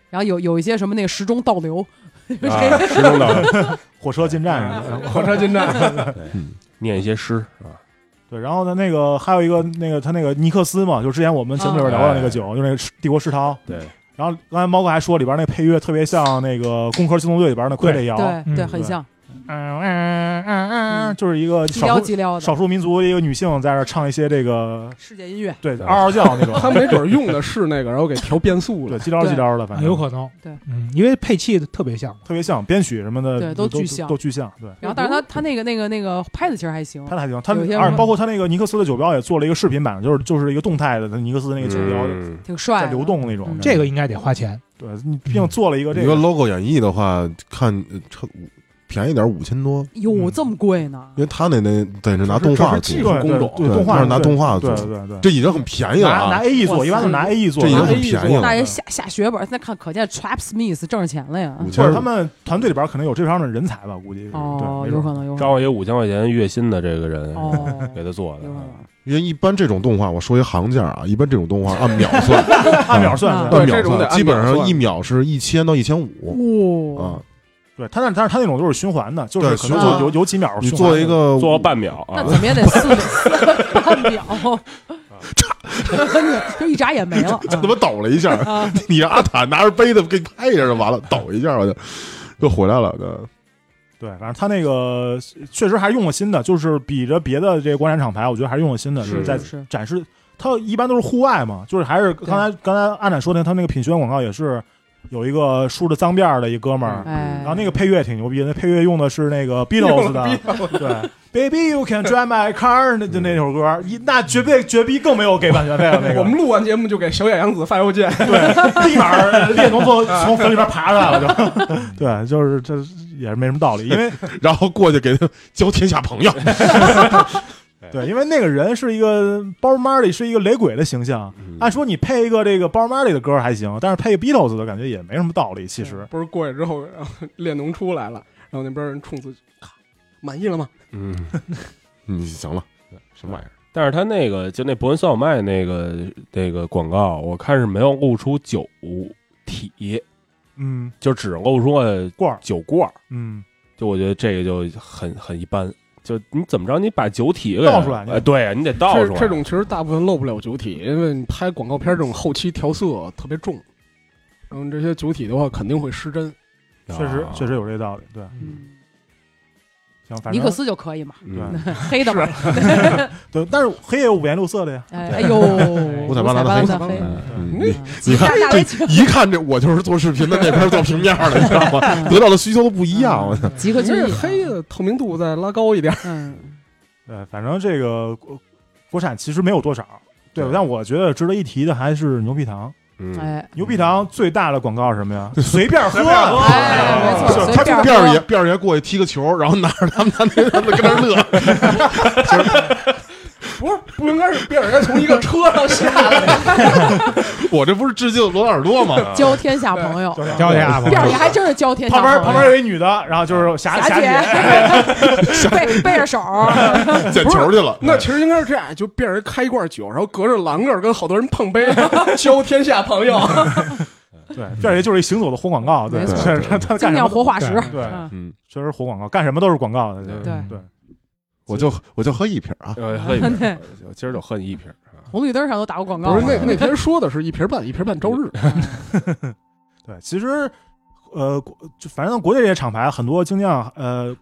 Speaker 2: 然后有有一些什么那个时钟倒流，
Speaker 6: 啊，石中岛
Speaker 1: 火车进站什么的。
Speaker 5: 火车进站，
Speaker 6: 念一些 诗啊，
Speaker 1: 对，然后呢，那个还有一个那个他那个尼克斯嘛，就之前我们节目里边聊到那个酒，就是那个帝国世涛。
Speaker 6: 对，
Speaker 1: 然后刚才猫哥还说里边那配乐特别像那个《工科机动队》里边那傀儡摇，
Speaker 2: 对
Speaker 4: 嗯
Speaker 2: 对，很像，
Speaker 1: 嗯嗯嗯嗯，就是一个
Speaker 2: 叽
Speaker 1: 少
Speaker 2: 撩
Speaker 1: 数
Speaker 2: 叽撩的
Speaker 1: 少数民族一个女性在这儿唱一些这个
Speaker 2: 世界音乐。
Speaker 1: 对嗷嗷叫那种，
Speaker 5: 他没准儿用的是那个，然后给调变 速
Speaker 1: 对
Speaker 5: 了。
Speaker 1: 叽撩叽撩的，反
Speaker 2: 哎
Speaker 1: 正
Speaker 4: 啊
Speaker 1: 嗯
Speaker 4: 有可能，
Speaker 2: 对，
Speaker 4: 嗯，因为配器特别像，
Speaker 1: 特别像编曲什么的，
Speaker 2: 对
Speaker 1: 都
Speaker 2: 都巨像
Speaker 1: 都巨像。对，
Speaker 2: 然后，但是他他那个那个那个拍的其实还行
Speaker 1: 他，的还行，他
Speaker 2: 有些
Speaker 1: 而
Speaker 2: 什么
Speaker 1: 包括他那个尼克斯的酒标也做了一个视频版，就是就是一个动态的尼克斯那个酒标
Speaker 6: 嗯
Speaker 2: 挺帅
Speaker 1: 在
Speaker 2: 的，
Speaker 1: 流动那种
Speaker 2: 嗯。
Speaker 4: 这个应该得花钱。
Speaker 1: 对你毕竟做了一个这
Speaker 7: 你说
Speaker 1: 个，
Speaker 7: logo 演绎的话，看呃差五便宜点五千多，
Speaker 2: 哟，这么贵呢
Speaker 7: 因？为他那那得是拿动画做
Speaker 1: 对，对对
Speaker 7: 对
Speaker 1: 动画
Speaker 7: 他是拿动画
Speaker 1: 对
Speaker 7: 做
Speaker 1: 对对对，
Speaker 7: 这已经很便宜了
Speaker 1: 拿拿
Speaker 7: 啊，
Speaker 1: A E 做，
Speaker 2: 哇
Speaker 1: 一般都拿 A E 做
Speaker 7: 这已经
Speaker 1: 的。然后
Speaker 7: 很便宜
Speaker 2: 那
Speaker 7: 了
Speaker 2: 也。下下血本，那看可见 Trap Smith 挣着钱了呀。
Speaker 7: 五千
Speaker 1: 或者他们团队里边可能有这方面的人才吧，估计是
Speaker 2: 哦，
Speaker 1: 对，没
Speaker 2: 有
Speaker 1: 准
Speaker 2: 可能，有可
Speaker 6: 张
Speaker 2: 能。
Speaker 6: 望爷五千块钱月薪的这个人
Speaker 2: 哦，
Speaker 6: 给他做的
Speaker 2: 有可，能。
Speaker 7: 因为一般这种动画，我说一行价啊，一般这种动画按秒算，
Speaker 1: 按
Speaker 2: 嗯
Speaker 1: 秒算算
Speaker 5: 对
Speaker 7: 按秒
Speaker 5: 这种
Speaker 7: 算，
Speaker 5: 得按秒
Speaker 7: 啊基本上
Speaker 5: 算
Speaker 7: 一秒是一千到一千五
Speaker 2: 哇
Speaker 7: 啊，。
Speaker 1: 对，他那但是他那种就是循环的，就是
Speaker 7: 对
Speaker 1: 可能
Speaker 2: 循环
Speaker 1: 就有有几秒
Speaker 7: 你
Speaker 1: 循环
Speaker 7: 做
Speaker 1: 的
Speaker 7: 一个
Speaker 6: 做到半秒啊
Speaker 2: 那，怎么也得四四半秒，就一眨眼没了。
Speaker 7: 他妈抖了一下，
Speaker 2: 啊，
Speaker 7: 你让阿塔拿着杯子给拍一下就完了，抖一下我就就回来了。对
Speaker 1: 对，反正他那个确实还是用了心的，就是比着别的这个国产厂牌，我觉得还是用了心的，就是在
Speaker 2: 嗯是
Speaker 1: 展示。它一般都是户外嘛，就是还是刚才刚才阿展说的，他那个品宣广告也是有一个梳着脏辫儿的一哥们儿，
Speaker 2: 哎，
Speaker 1: 然后那个配乐挺牛逼的，那配乐用的是那个 Beatles 的，嗯对，Baby You Can Drive My Car 那就那首歌，一那绝对绝逼更没有给版权费了，那个
Speaker 5: 我们录完节目就给小野洋子发邮件，
Speaker 1: 立 马列侬从从坟里边爬出来了，就 对，就是这也是没什么道理，因 为
Speaker 7: 然后过去给他交天下朋友，
Speaker 1: 对，因为那个人是一个包 Marley 是一个雷鬼的形象，
Speaker 6: 嗯
Speaker 1: 按说你配一个这个包 Marley 的歌还行，但是配 Beatles 的感觉也没什么道理。其实，
Speaker 5: 不是过去之后，然后列侬出来了，然后那边人冲自己，满意了吗？
Speaker 6: 嗯，
Speaker 7: 嗯， 行了，什么玩意儿？
Speaker 6: 但是他那个就那伯恩斯奥麦那个那个广告，我看是没有露出酒体，
Speaker 1: 嗯，
Speaker 6: 就只露出了
Speaker 1: 罐儿，
Speaker 6: 酒罐儿，
Speaker 1: 嗯，
Speaker 6: 就我觉得这个就很很一般。就你怎么着，你把酒体给
Speaker 1: 倒出来
Speaker 6: 哎，对你得倒
Speaker 5: 这
Speaker 6: 出来。
Speaker 5: 这种其实大部分露不了酒体，因为你拍广告片这种后期调色特别重，嗯，这些
Speaker 6: 啊
Speaker 5: 酒体的话肯定会失真。
Speaker 6: 嗯
Speaker 1: 确实确实有这道理。对，
Speaker 2: 嗯
Speaker 1: 行，反
Speaker 2: 尼克
Speaker 1: 正
Speaker 2: 斯就可以嘛，
Speaker 6: 嗯
Speaker 1: 对
Speaker 2: 黑的嘛，
Speaker 1: 对，但是黑也有五颜六色的呀。
Speaker 2: 哎哎呦，五
Speaker 7: 五彩斑斓
Speaker 2: 斑
Speaker 7: 的
Speaker 2: 斓哎黑，
Speaker 7: 嗯
Speaker 5: 那
Speaker 7: 你
Speaker 2: 一
Speaker 7: 你看
Speaker 2: 下打雷击
Speaker 7: 一看这我就是做视频的，那边做平面的，你知道吗？得到的需求都不一样。我操
Speaker 2: 极客
Speaker 5: 可
Speaker 2: 军
Speaker 5: 是
Speaker 2: 也
Speaker 5: 黑，的透明度再拉高一点，
Speaker 2: 嗯，
Speaker 1: 对，反正这个国国产其实没有多少，对，
Speaker 7: 对
Speaker 1: 但我觉得值得一提的还是牛皮糖。
Speaker 7: 嗯，
Speaker 2: 哎，
Speaker 1: 牛皮糖最大的广告是什么呀？随便喝，
Speaker 2: 哎没错
Speaker 1: 哦就
Speaker 2: 随
Speaker 1: 是它
Speaker 2: 便
Speaker 1: 就
Speaker 7: 辫儿爷辫儿爷过去踢个球，然后拿着他们他们他们跟那儿乐，
Speaker 5: 不是不应该是别人家从一个车上下来，
Speaker 7: 我这不是致敬罗纳尔多吗？
Speaker 2: 交天下朋友，
Speaker 4: 交天
Speaker 1: 哦
Speaker 4: 下朋
Speaker 2: 第二
Speaker 4: 友，
Speaker 2: 年还真是交天下
Speaker 1: 旁
Speaker 2: 朋
Speaker 1: 边
Speaker 2: 友，
Speaker 1: 旁边有一女的，然后就是霞
Speaker 2: 霞
Speaker 1: 姐，
Speaker 2: 姐 背背着手，
Speaker 7: 捡球去了。
Speaker 5: 那其实应该是这样，就别人开一罐酒，然后隔着栏杆儿跟好多人碰杯， 交天下朋 友。
Speaker 1: 对，辫儿爷就是一行走的活广告，对，
Speaker 2: 没错
Speaker 1: 是他
Speaker 2: 精
Speaker 1: 他干什
Speaker 2: 酿
Speaker 1: 么
Speaker 2: 活化石，
Speaker 1: 对
Speaker 2: 嗯
Speaker 7: 嗯，
Speaker 1: 确实活广告，干什么都是广告的，
Speaker 2: 对
Speaker 1: 对。
Speaker 7: 我就我就喝一瓶啊，
Speaker 6: 呃，恨一瓶，我今儿就恨一瓶。啊
Speaker 2: 红绿灯上都打过广告，嗯
Speaker 5: 不是那那天说的是一瓶半，一瓶半周日，
Speaker 1: 对，其实呃，国就反正国内这些厂牌很多精酿，呃，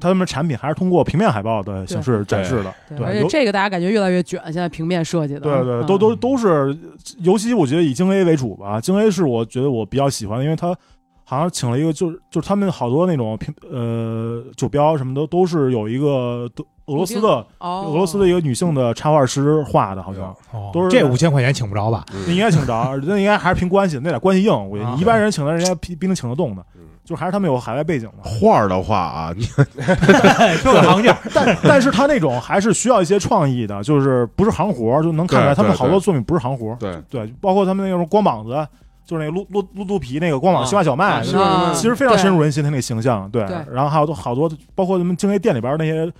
Speaker 1: 他们产品还是通过平面海报的形式展示的，
Speaker 2: 对
Speaker 1: 对
Speaker 2: 而且
Speaker 1: 有
Speaker 2: 这个大家感觉越来越卷，现在平面设计的，
Speaker 1: 对对，
Speaker 2: 嗯
Speaker 1: 都都都是，尤其我觉得以京 A 为主吧，京 A 是我觉得我比较喜欢的，因为他好像请了一个，就是就是他们好多那种平呃酒标什么的，都是有一个德俄罗斯的
Speaker 2: 哦，
Speaker 1: 俄罗斯的一个女性的插画师画的，好像
Speaker 4: 哦
Speaker 1: 都是
Speaker 4: 这五千块钱请不着吧？
Speaker 1: 那应该请着，那应该还是凭关系，那点关系硬，我觉得
Speaker 4: 啊
Speaker 1: 一般人请的人家必必定请得动的，就是还是他们有海外背景的。
Speaker 7: 画儿的话啊，你
Speaker 4: 各个行业，
Speaker 1: 但但是他那种还是需要一些创意的，就是不是行活儿，就能看出来
Speaker 7: 对
Speaker 1: 他们
Speaker 7: 对
Speaker 1: 好多作品不是行活儿。
Speaker 7: 对
Speaker 1: 对，包括他们那种光膀子，就是那个露露露肚皮那个光膀西瓜小麦，
Speaker 5: 是
Speaker 2: 啊
Speaker 1: 其实非常深入人心，他那个形象。对
Speaker 2: 对，
Speaker 1: 然后还有都好多，包括他们京 A 店里边那些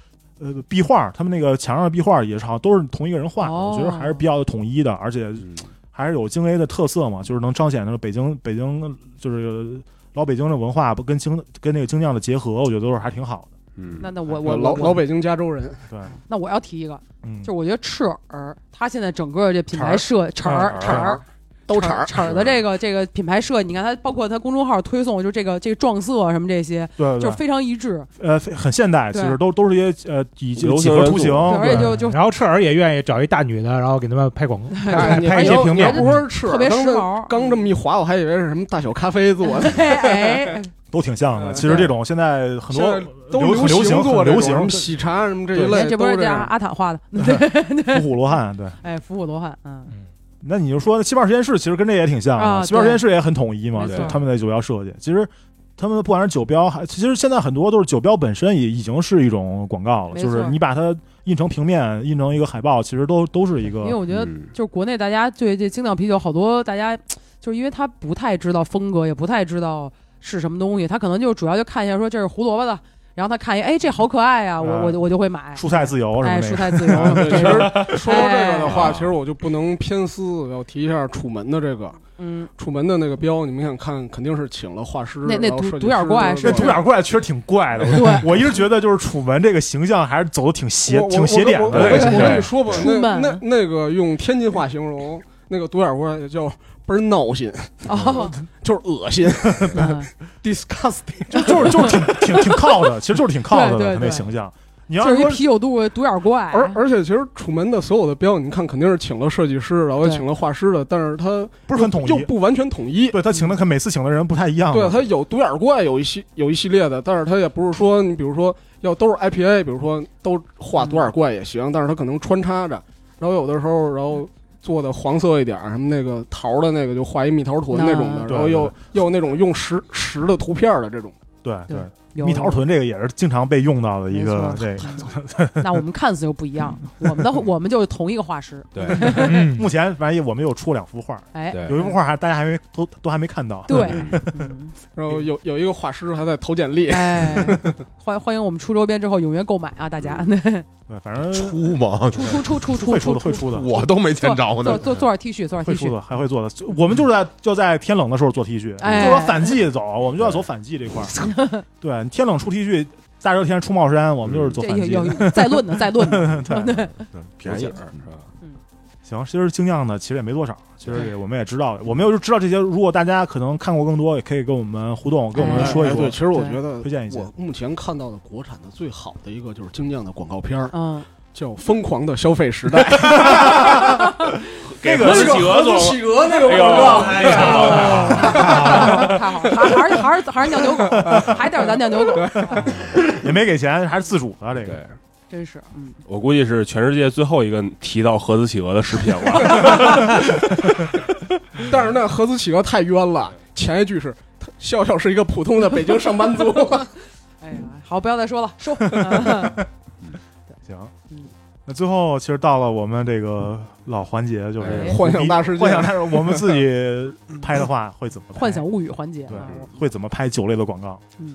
Speaker 1: 呃壁画，他们那个墙上的壁画也是好像都是同一个人画的，
Speaker 2: 哦
Speaker 1: 我觉得还是比较统一的，而且
Speaker 7: 嗯
Speaker 1: 还是有京 A 的特色嘛，就是能彰显那个北京北京就是老北京的文化不跟京跟那个京酿的结合，我觉得都是还挺好的。
Speaker 7: 嗯
Speaker 2: 那那我我
Speaker 5: 老
Speaker 2: 我
Speaker 5: 老北京加州人，
Speaker 1: 对，
Speaker 2: 那我要提一个，
Speaker 1: 嗯，
Speaker 2: 就是我觉得赤耳，它现在整个这品牌设
Speaker 1: 嗯
Speaker 2: 茬儿茬儿
Speaker 5: 都
Speaker 2: 茬
Speaker 5: 茬
Speaker 2: 儿茬儿的这个这个品牌设，你看它包括它公众号推送，就这个这个撞色什么这些，
Speaker 1: 对对
Speaker 2: 就非常一致，
Speaker 1: 呃，非很现代，其
Speaker 2: 对
Speaker 1: 实都都是一些呃以
Speaker 6: 流
Speaker 1: 几
Speaker 6: 行
Speaker 1: 何
Speaker 6: 元
Speaker 1: 图
Speaker 6: 素
Speaker 1: 形，
Speaker 2: 对而且
Speaker 1: 对
Speaker 2: 就就
Speaker 4: 然后赤耳也愿意找一大女的，然后给他们拍广告，拍
Speaker 5: 你
Speaker 4: 拍
Speaker 5: 还
Speaker 4: 一 些平
Speaker 5: 你还
Speaker 4: 面。
Speaker 5: 不说是
Speaker 2: 特别时
Speaker 5: 刚这
Speaker 2: 髦
Speaker 5: 刚这么一划，我还以为是什么大小咖啡做 的，
Speaker 2: 哎哎，
Speaker 1: 都挺像的。
Speaker 5: 嗯
Speaker 1: 其实这种现在很
Speaker 5: 现
Speaker 1: 多
Speaker 5: 在都
Speaker 1: 流
Speaker 5: 流
Speaker 1: 行
Speaker 5: 做
Speaker 1: 很
Speaker 5: 这
Speaker 1: 流
Speaker 5: 种
Speaker 1: 行
Speaker 5: 什么喜茶什么这一
Speaker 1: 对
Speaker 5: 类，
Speaker 2: 这不是啊
Speaker 5: 都这
Speaker 2: 家
Speaker 5: 样。
Speaker 2: 阿坦 画的，
Speaker 1: 伏虎罗汉，对。
Speaker 2: 哎，伏虎罗汉，嗯，
Speaker 1: 那你就说七八实验室其实跟这也挺像
Speaker 2: 啊
Speaker 1: 七八实
Speaker 2: 对
Speaker 1: 验室也很统一嘛，
Speaker 2: 没
Speaker 1: 对
Speaker 2: 错
Speaker 1: 他们的酒标设计，其实他们不管是酒标，还其实现在很多都是酒标本身也已经是一种广告了，
Speaker 2: 没
Speaker 1: 就是
Speaker 2: 错
Speaker 1: 你把它印成平面，印成一个海报，其实都都是一个
Speaker 2: 因为我觉得
Speaker 7: 嗯
Speaker 2: 就是国内大家对这精酿啤酒好多大家就是因为他不太知道风格，也不太知道是什么东西，他可能就主要就看一下说这是胡萝卜的，然后他看一哎这好可爱呀、我我就我就会买
Speaker 1: 啊蔬菜自由什么
Speaker 2: 哎
Speaker 1: 那
Speaker 2: 蔬
Speaker 1: 个。
Speaker 2: 菜自由 什么
Speaker 5: 对，
Speaker 2: 这
Speaker 5: 其
Speaker 2: 种，
Speaker 5: 实 说到这个的
Speaker 6: 哎
Speaker 5: 话，其实我就不能偏私，我要提一下楚门的这个
Speaker 2: 嗯，
Speaker 5: 楚门的那个标，你们想看，肯定是请了画师，
Speaker 2: 那那
Speaker 5: 然后
Speaker 2: 独
Speaker 5: 设计
Speaker 2: 独眼
Speaker 5: 师
Speaker 2: 怪
Speaker 5: 就是
Speaker 1: 这
Speaker 2: 是
Speaker 1: 独眼怪确实挺怪的，我我一直觉得就是楚门这个形象还是走的挺邪
Speaker 5: 我我
Speaker 1: 挺邪点
Speaker 5: 我
Speaker 1: 的
Speaker 5: 我
Speaker 1: 那
Speaker 5: 我
Speaker 1: 个
Speaker 5: 跟
Speaker 1: 形
Speaker 5: 你
Speaker 1: 象。
Speaker 5: 我跟你说吧，
Speaker 2: 出
Speaker 5: 那
Speaker 2: 门
Speaker 5: 那那个用天津话形容，那个独眼怪叫倍儿闹心，
Speaker 2: 哦，
Speaker 5: 就是恶心
Speaker 2: 嗯
Speaker 5: ，disgusting。
Speaker 1: 就就是就是挺挺挺靠的，其实就是挺靠
Speaker 2: 对
Speaker 1: 的
Speaker 2: 对
Speaker 1: 他那
Speaker 2: 对
Speaker 1: 形象。你要
Speaker 2: 就是是一
Speaker 1: 说
Speaker 2: 啤酒肚独眼怪，
Speaker 5: 而而且其实楚门的所有的标，你看肯定是请了设计师，然后也
Speaker 2: 对
Speaker 5: 请了画师的，但是他
Speaker 1: 不是很统
Speaker 5: 又
Speaker 1: 一，
Speaker 5: 不完全统一。
Speaker 1: 对他请的
Speaker 2: 嗯
Speaker 1: 可每次请的人不太一样嘛。
Speaker 5: 对，他有独眼怪，有一系有一系列的，但是他也不是说你比如说要都是 IPA，比如说都画独眼怪也行，但是他可能穿插着，然后有的时候然后做的黄色一点儿，什么那个桃的那个就画一蜜桃臀那种的，
Speaker 1: 那
Speaker 5: 然后
Speaker 1: 对
Speaker 5: 又又有那种用实实的图片的这种，
Speaker 1: 对对
Speaker 2: 对，有
Speaker 1: 蜜桃。臀这个也是经常被用到的一
Speaker 2: 没
Speaker 1: 个
Speaker 2: 错 嗯
Speaker 1: 这个。
Speaker 2: 那我们看似就不一样，我们的我们就是同一个画师，
Speaker 6: 对，
Speaker 4: 嗯，
Speaker 1: 目前反正我们有出两幅画，
Speaker 2: 哎，
Speaker 6: 对
Speaker 1: 有一幅画还大家还没都都还没看到。
Speaker 2: 对，嗯
Speaker 5: 然后有有一个画师还在投简历，
Speaker 2: 哎，欢欢迎我们出周边之后踊跃购买啊，大家
Speaker 1: 对，反正
Speaker 7: 出吗？
Speaker 2: 出出出出
Speaker 1: 会
Speaker 2: 出
Speaker 1: 出的会
Speaker 2: 出
Speaker 1: 出的
Speaker 7: 我都没见着
Speaker 2: 做
Speaker 7: 呢。
Speaker 2: 做做点 T 恤，做点
Speaker 1: 会
Speaker 2: T
Speaker 1: 出
Speaker 2: 恤，
Speaker 1: 的还会做的。我们就是在就在天冷的时候做 T 恤，
Speaker 2: 哎
Speaker 1: 就是说反季走，我们就要走反季这块儿。 对，天冷出 T 恤，大热天出帽
Speaker 2: 嗯
Speaker 1: 衫，我们就是做
Speaker 2: 这
Speaker 1: 反
Speaker 2: 有
Speaker 1: 季。
Speaker 2: 有再论的再论的，
Speaker 1: 对，
Speaker 6: 便宜点儿是吧？
Speaker 1: 行，其实精酿呢，其实也没多少，其实也我们也知道，我们也就知道这些。如果大家可能看过更多，也可以跟我们互动，跟我们说一
Speaker 5: 哎
Speaker 1: 说
Speaker 5: 对，，其实我觉得
Speaker 1: 推荐一些
Speaker 5: 我目前看到的国产的最好的一个就是精酿的广告片儿，
Speaker 2: 嗯，
Speaker 5: 叫《疯狂的消费 时代》。
Speaker 6: 给
Speaker 5: 那
Speaker 6: 何
Speaker 5: 哎个
Speaker 6: 子企鹅做
Speaker 5: 企鹅那个
Speaker 6: 哎
Speaker 5: 广
Speaker 6: 呦
Speaker 5: 告，
Speaker 6: 哎呀
Speaker 2: 太好了，还还是还是还是尿牛狗，还得是咱尿牛狗，
Speaker 1: 也没给钱，还是自主的这个。
Speaker 6: 对
Speaker 2: 真是，嗯，
Speaker 6: 我估计是全世界最后一个提到盒子企鹅的食品了。
Speaker 5: 但是那合资企鹅太冤了。前一句是他笑笑是一个普通的北京上班族，
Speaker 2: 哎呀，好，不要再说了，收。
Speaker 1: 行
Speaker 2: 嗯，
Speaker 1: 那最后其实到了我们这个老环节，就是
Speaker 6: 哎
Speaker 5: 幻想大世界
Speaker 1: 幻想大世界，我们自己拍的话会怎么拍
Speaker 2: 幻想物语环节啊，
Speaker 1: 对，会怎么拍酒类的广告？
Speaker 2: 嗯，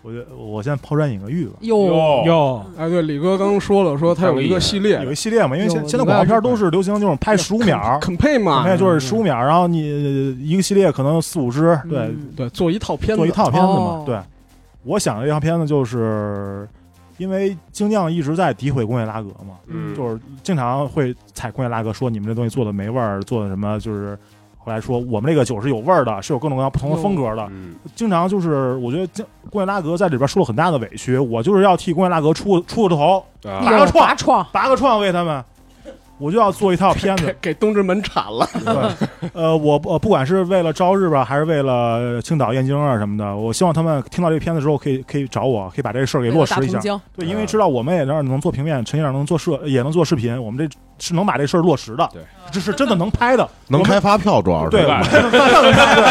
Speaker 1: 我觉得我先抛砖引个玉吧。
Speaker 2: 哟，
Speaker 4: 哟，
Speaker 5: 哎，对，李哥刚刚说了，说他有一个系
Speaker 6: 哎
Speaker 5: 列
Speaker 1: 有一系列嘛，因为现
Speaker 2: 有
Speaker 1: 现在广告
Speaker 2: 有
Speaker 1: 片都是流行这种拍十五秒，
Speaker 5: 肯配嘛，
Speaker 1: 那就是十五秒，然后你呃一个系列可能四五支，对，
Speaker 2: 嗯
Speaker 5: 对，做一套片
Speaker 1: 做一
Speaker 5: 子，
Speaker 1: 套片子嘛
Speaker 2: 哦。
Speaker 1: 对，我想的这套片子就是因为精酿一直在诋毁工业拉格嘛，
Speaker 6: 嗯，
Speaker 1: 就是经常会踩工业拉格，说你们这东西做的没味儿，做的什么就是。后来说我们这个酒是有味儿的，是有各种各样不同的风格的。
Speaker 6: 嗯，
Speaker 1: 经常就是我觉得精工业拉格在里边受了很大的委屈，我就是要替工业拉格出出个头，
Speaker 6: 啊
Speaker 1: 拔个
Speaker 2: 有拔
Speaker 1: 创，
Speaker 2: 创，
Speaker 1: 拔个创为他们，我就要做一套片子
Speaker 5: 给。给东直门铲了，
Speaker 1: 对，呃，我不呃不管是为了招日吧，还是为了青岛燕京啊什么的，我希望他们听到这片子之后，可以可以找我，可以把这个事儿给落实
Speaker 2: 大
Speaker 1: 一下
Speaker 2: 同。江，
Speaker 1: 对，因为知道我们也那儿能做平面，陈先生能做摄，也能做视频，我们这是能把这事儿落实的。
Speaker 6: 对，
Speaker 1: 这是真的能拍的。
Speaker 7: 能
Speaker 1: 我们
Speaker 7: 开发票主要是
Speaker 1: 对
Speaker 6: 吧
Speaker 1: 我们能拍的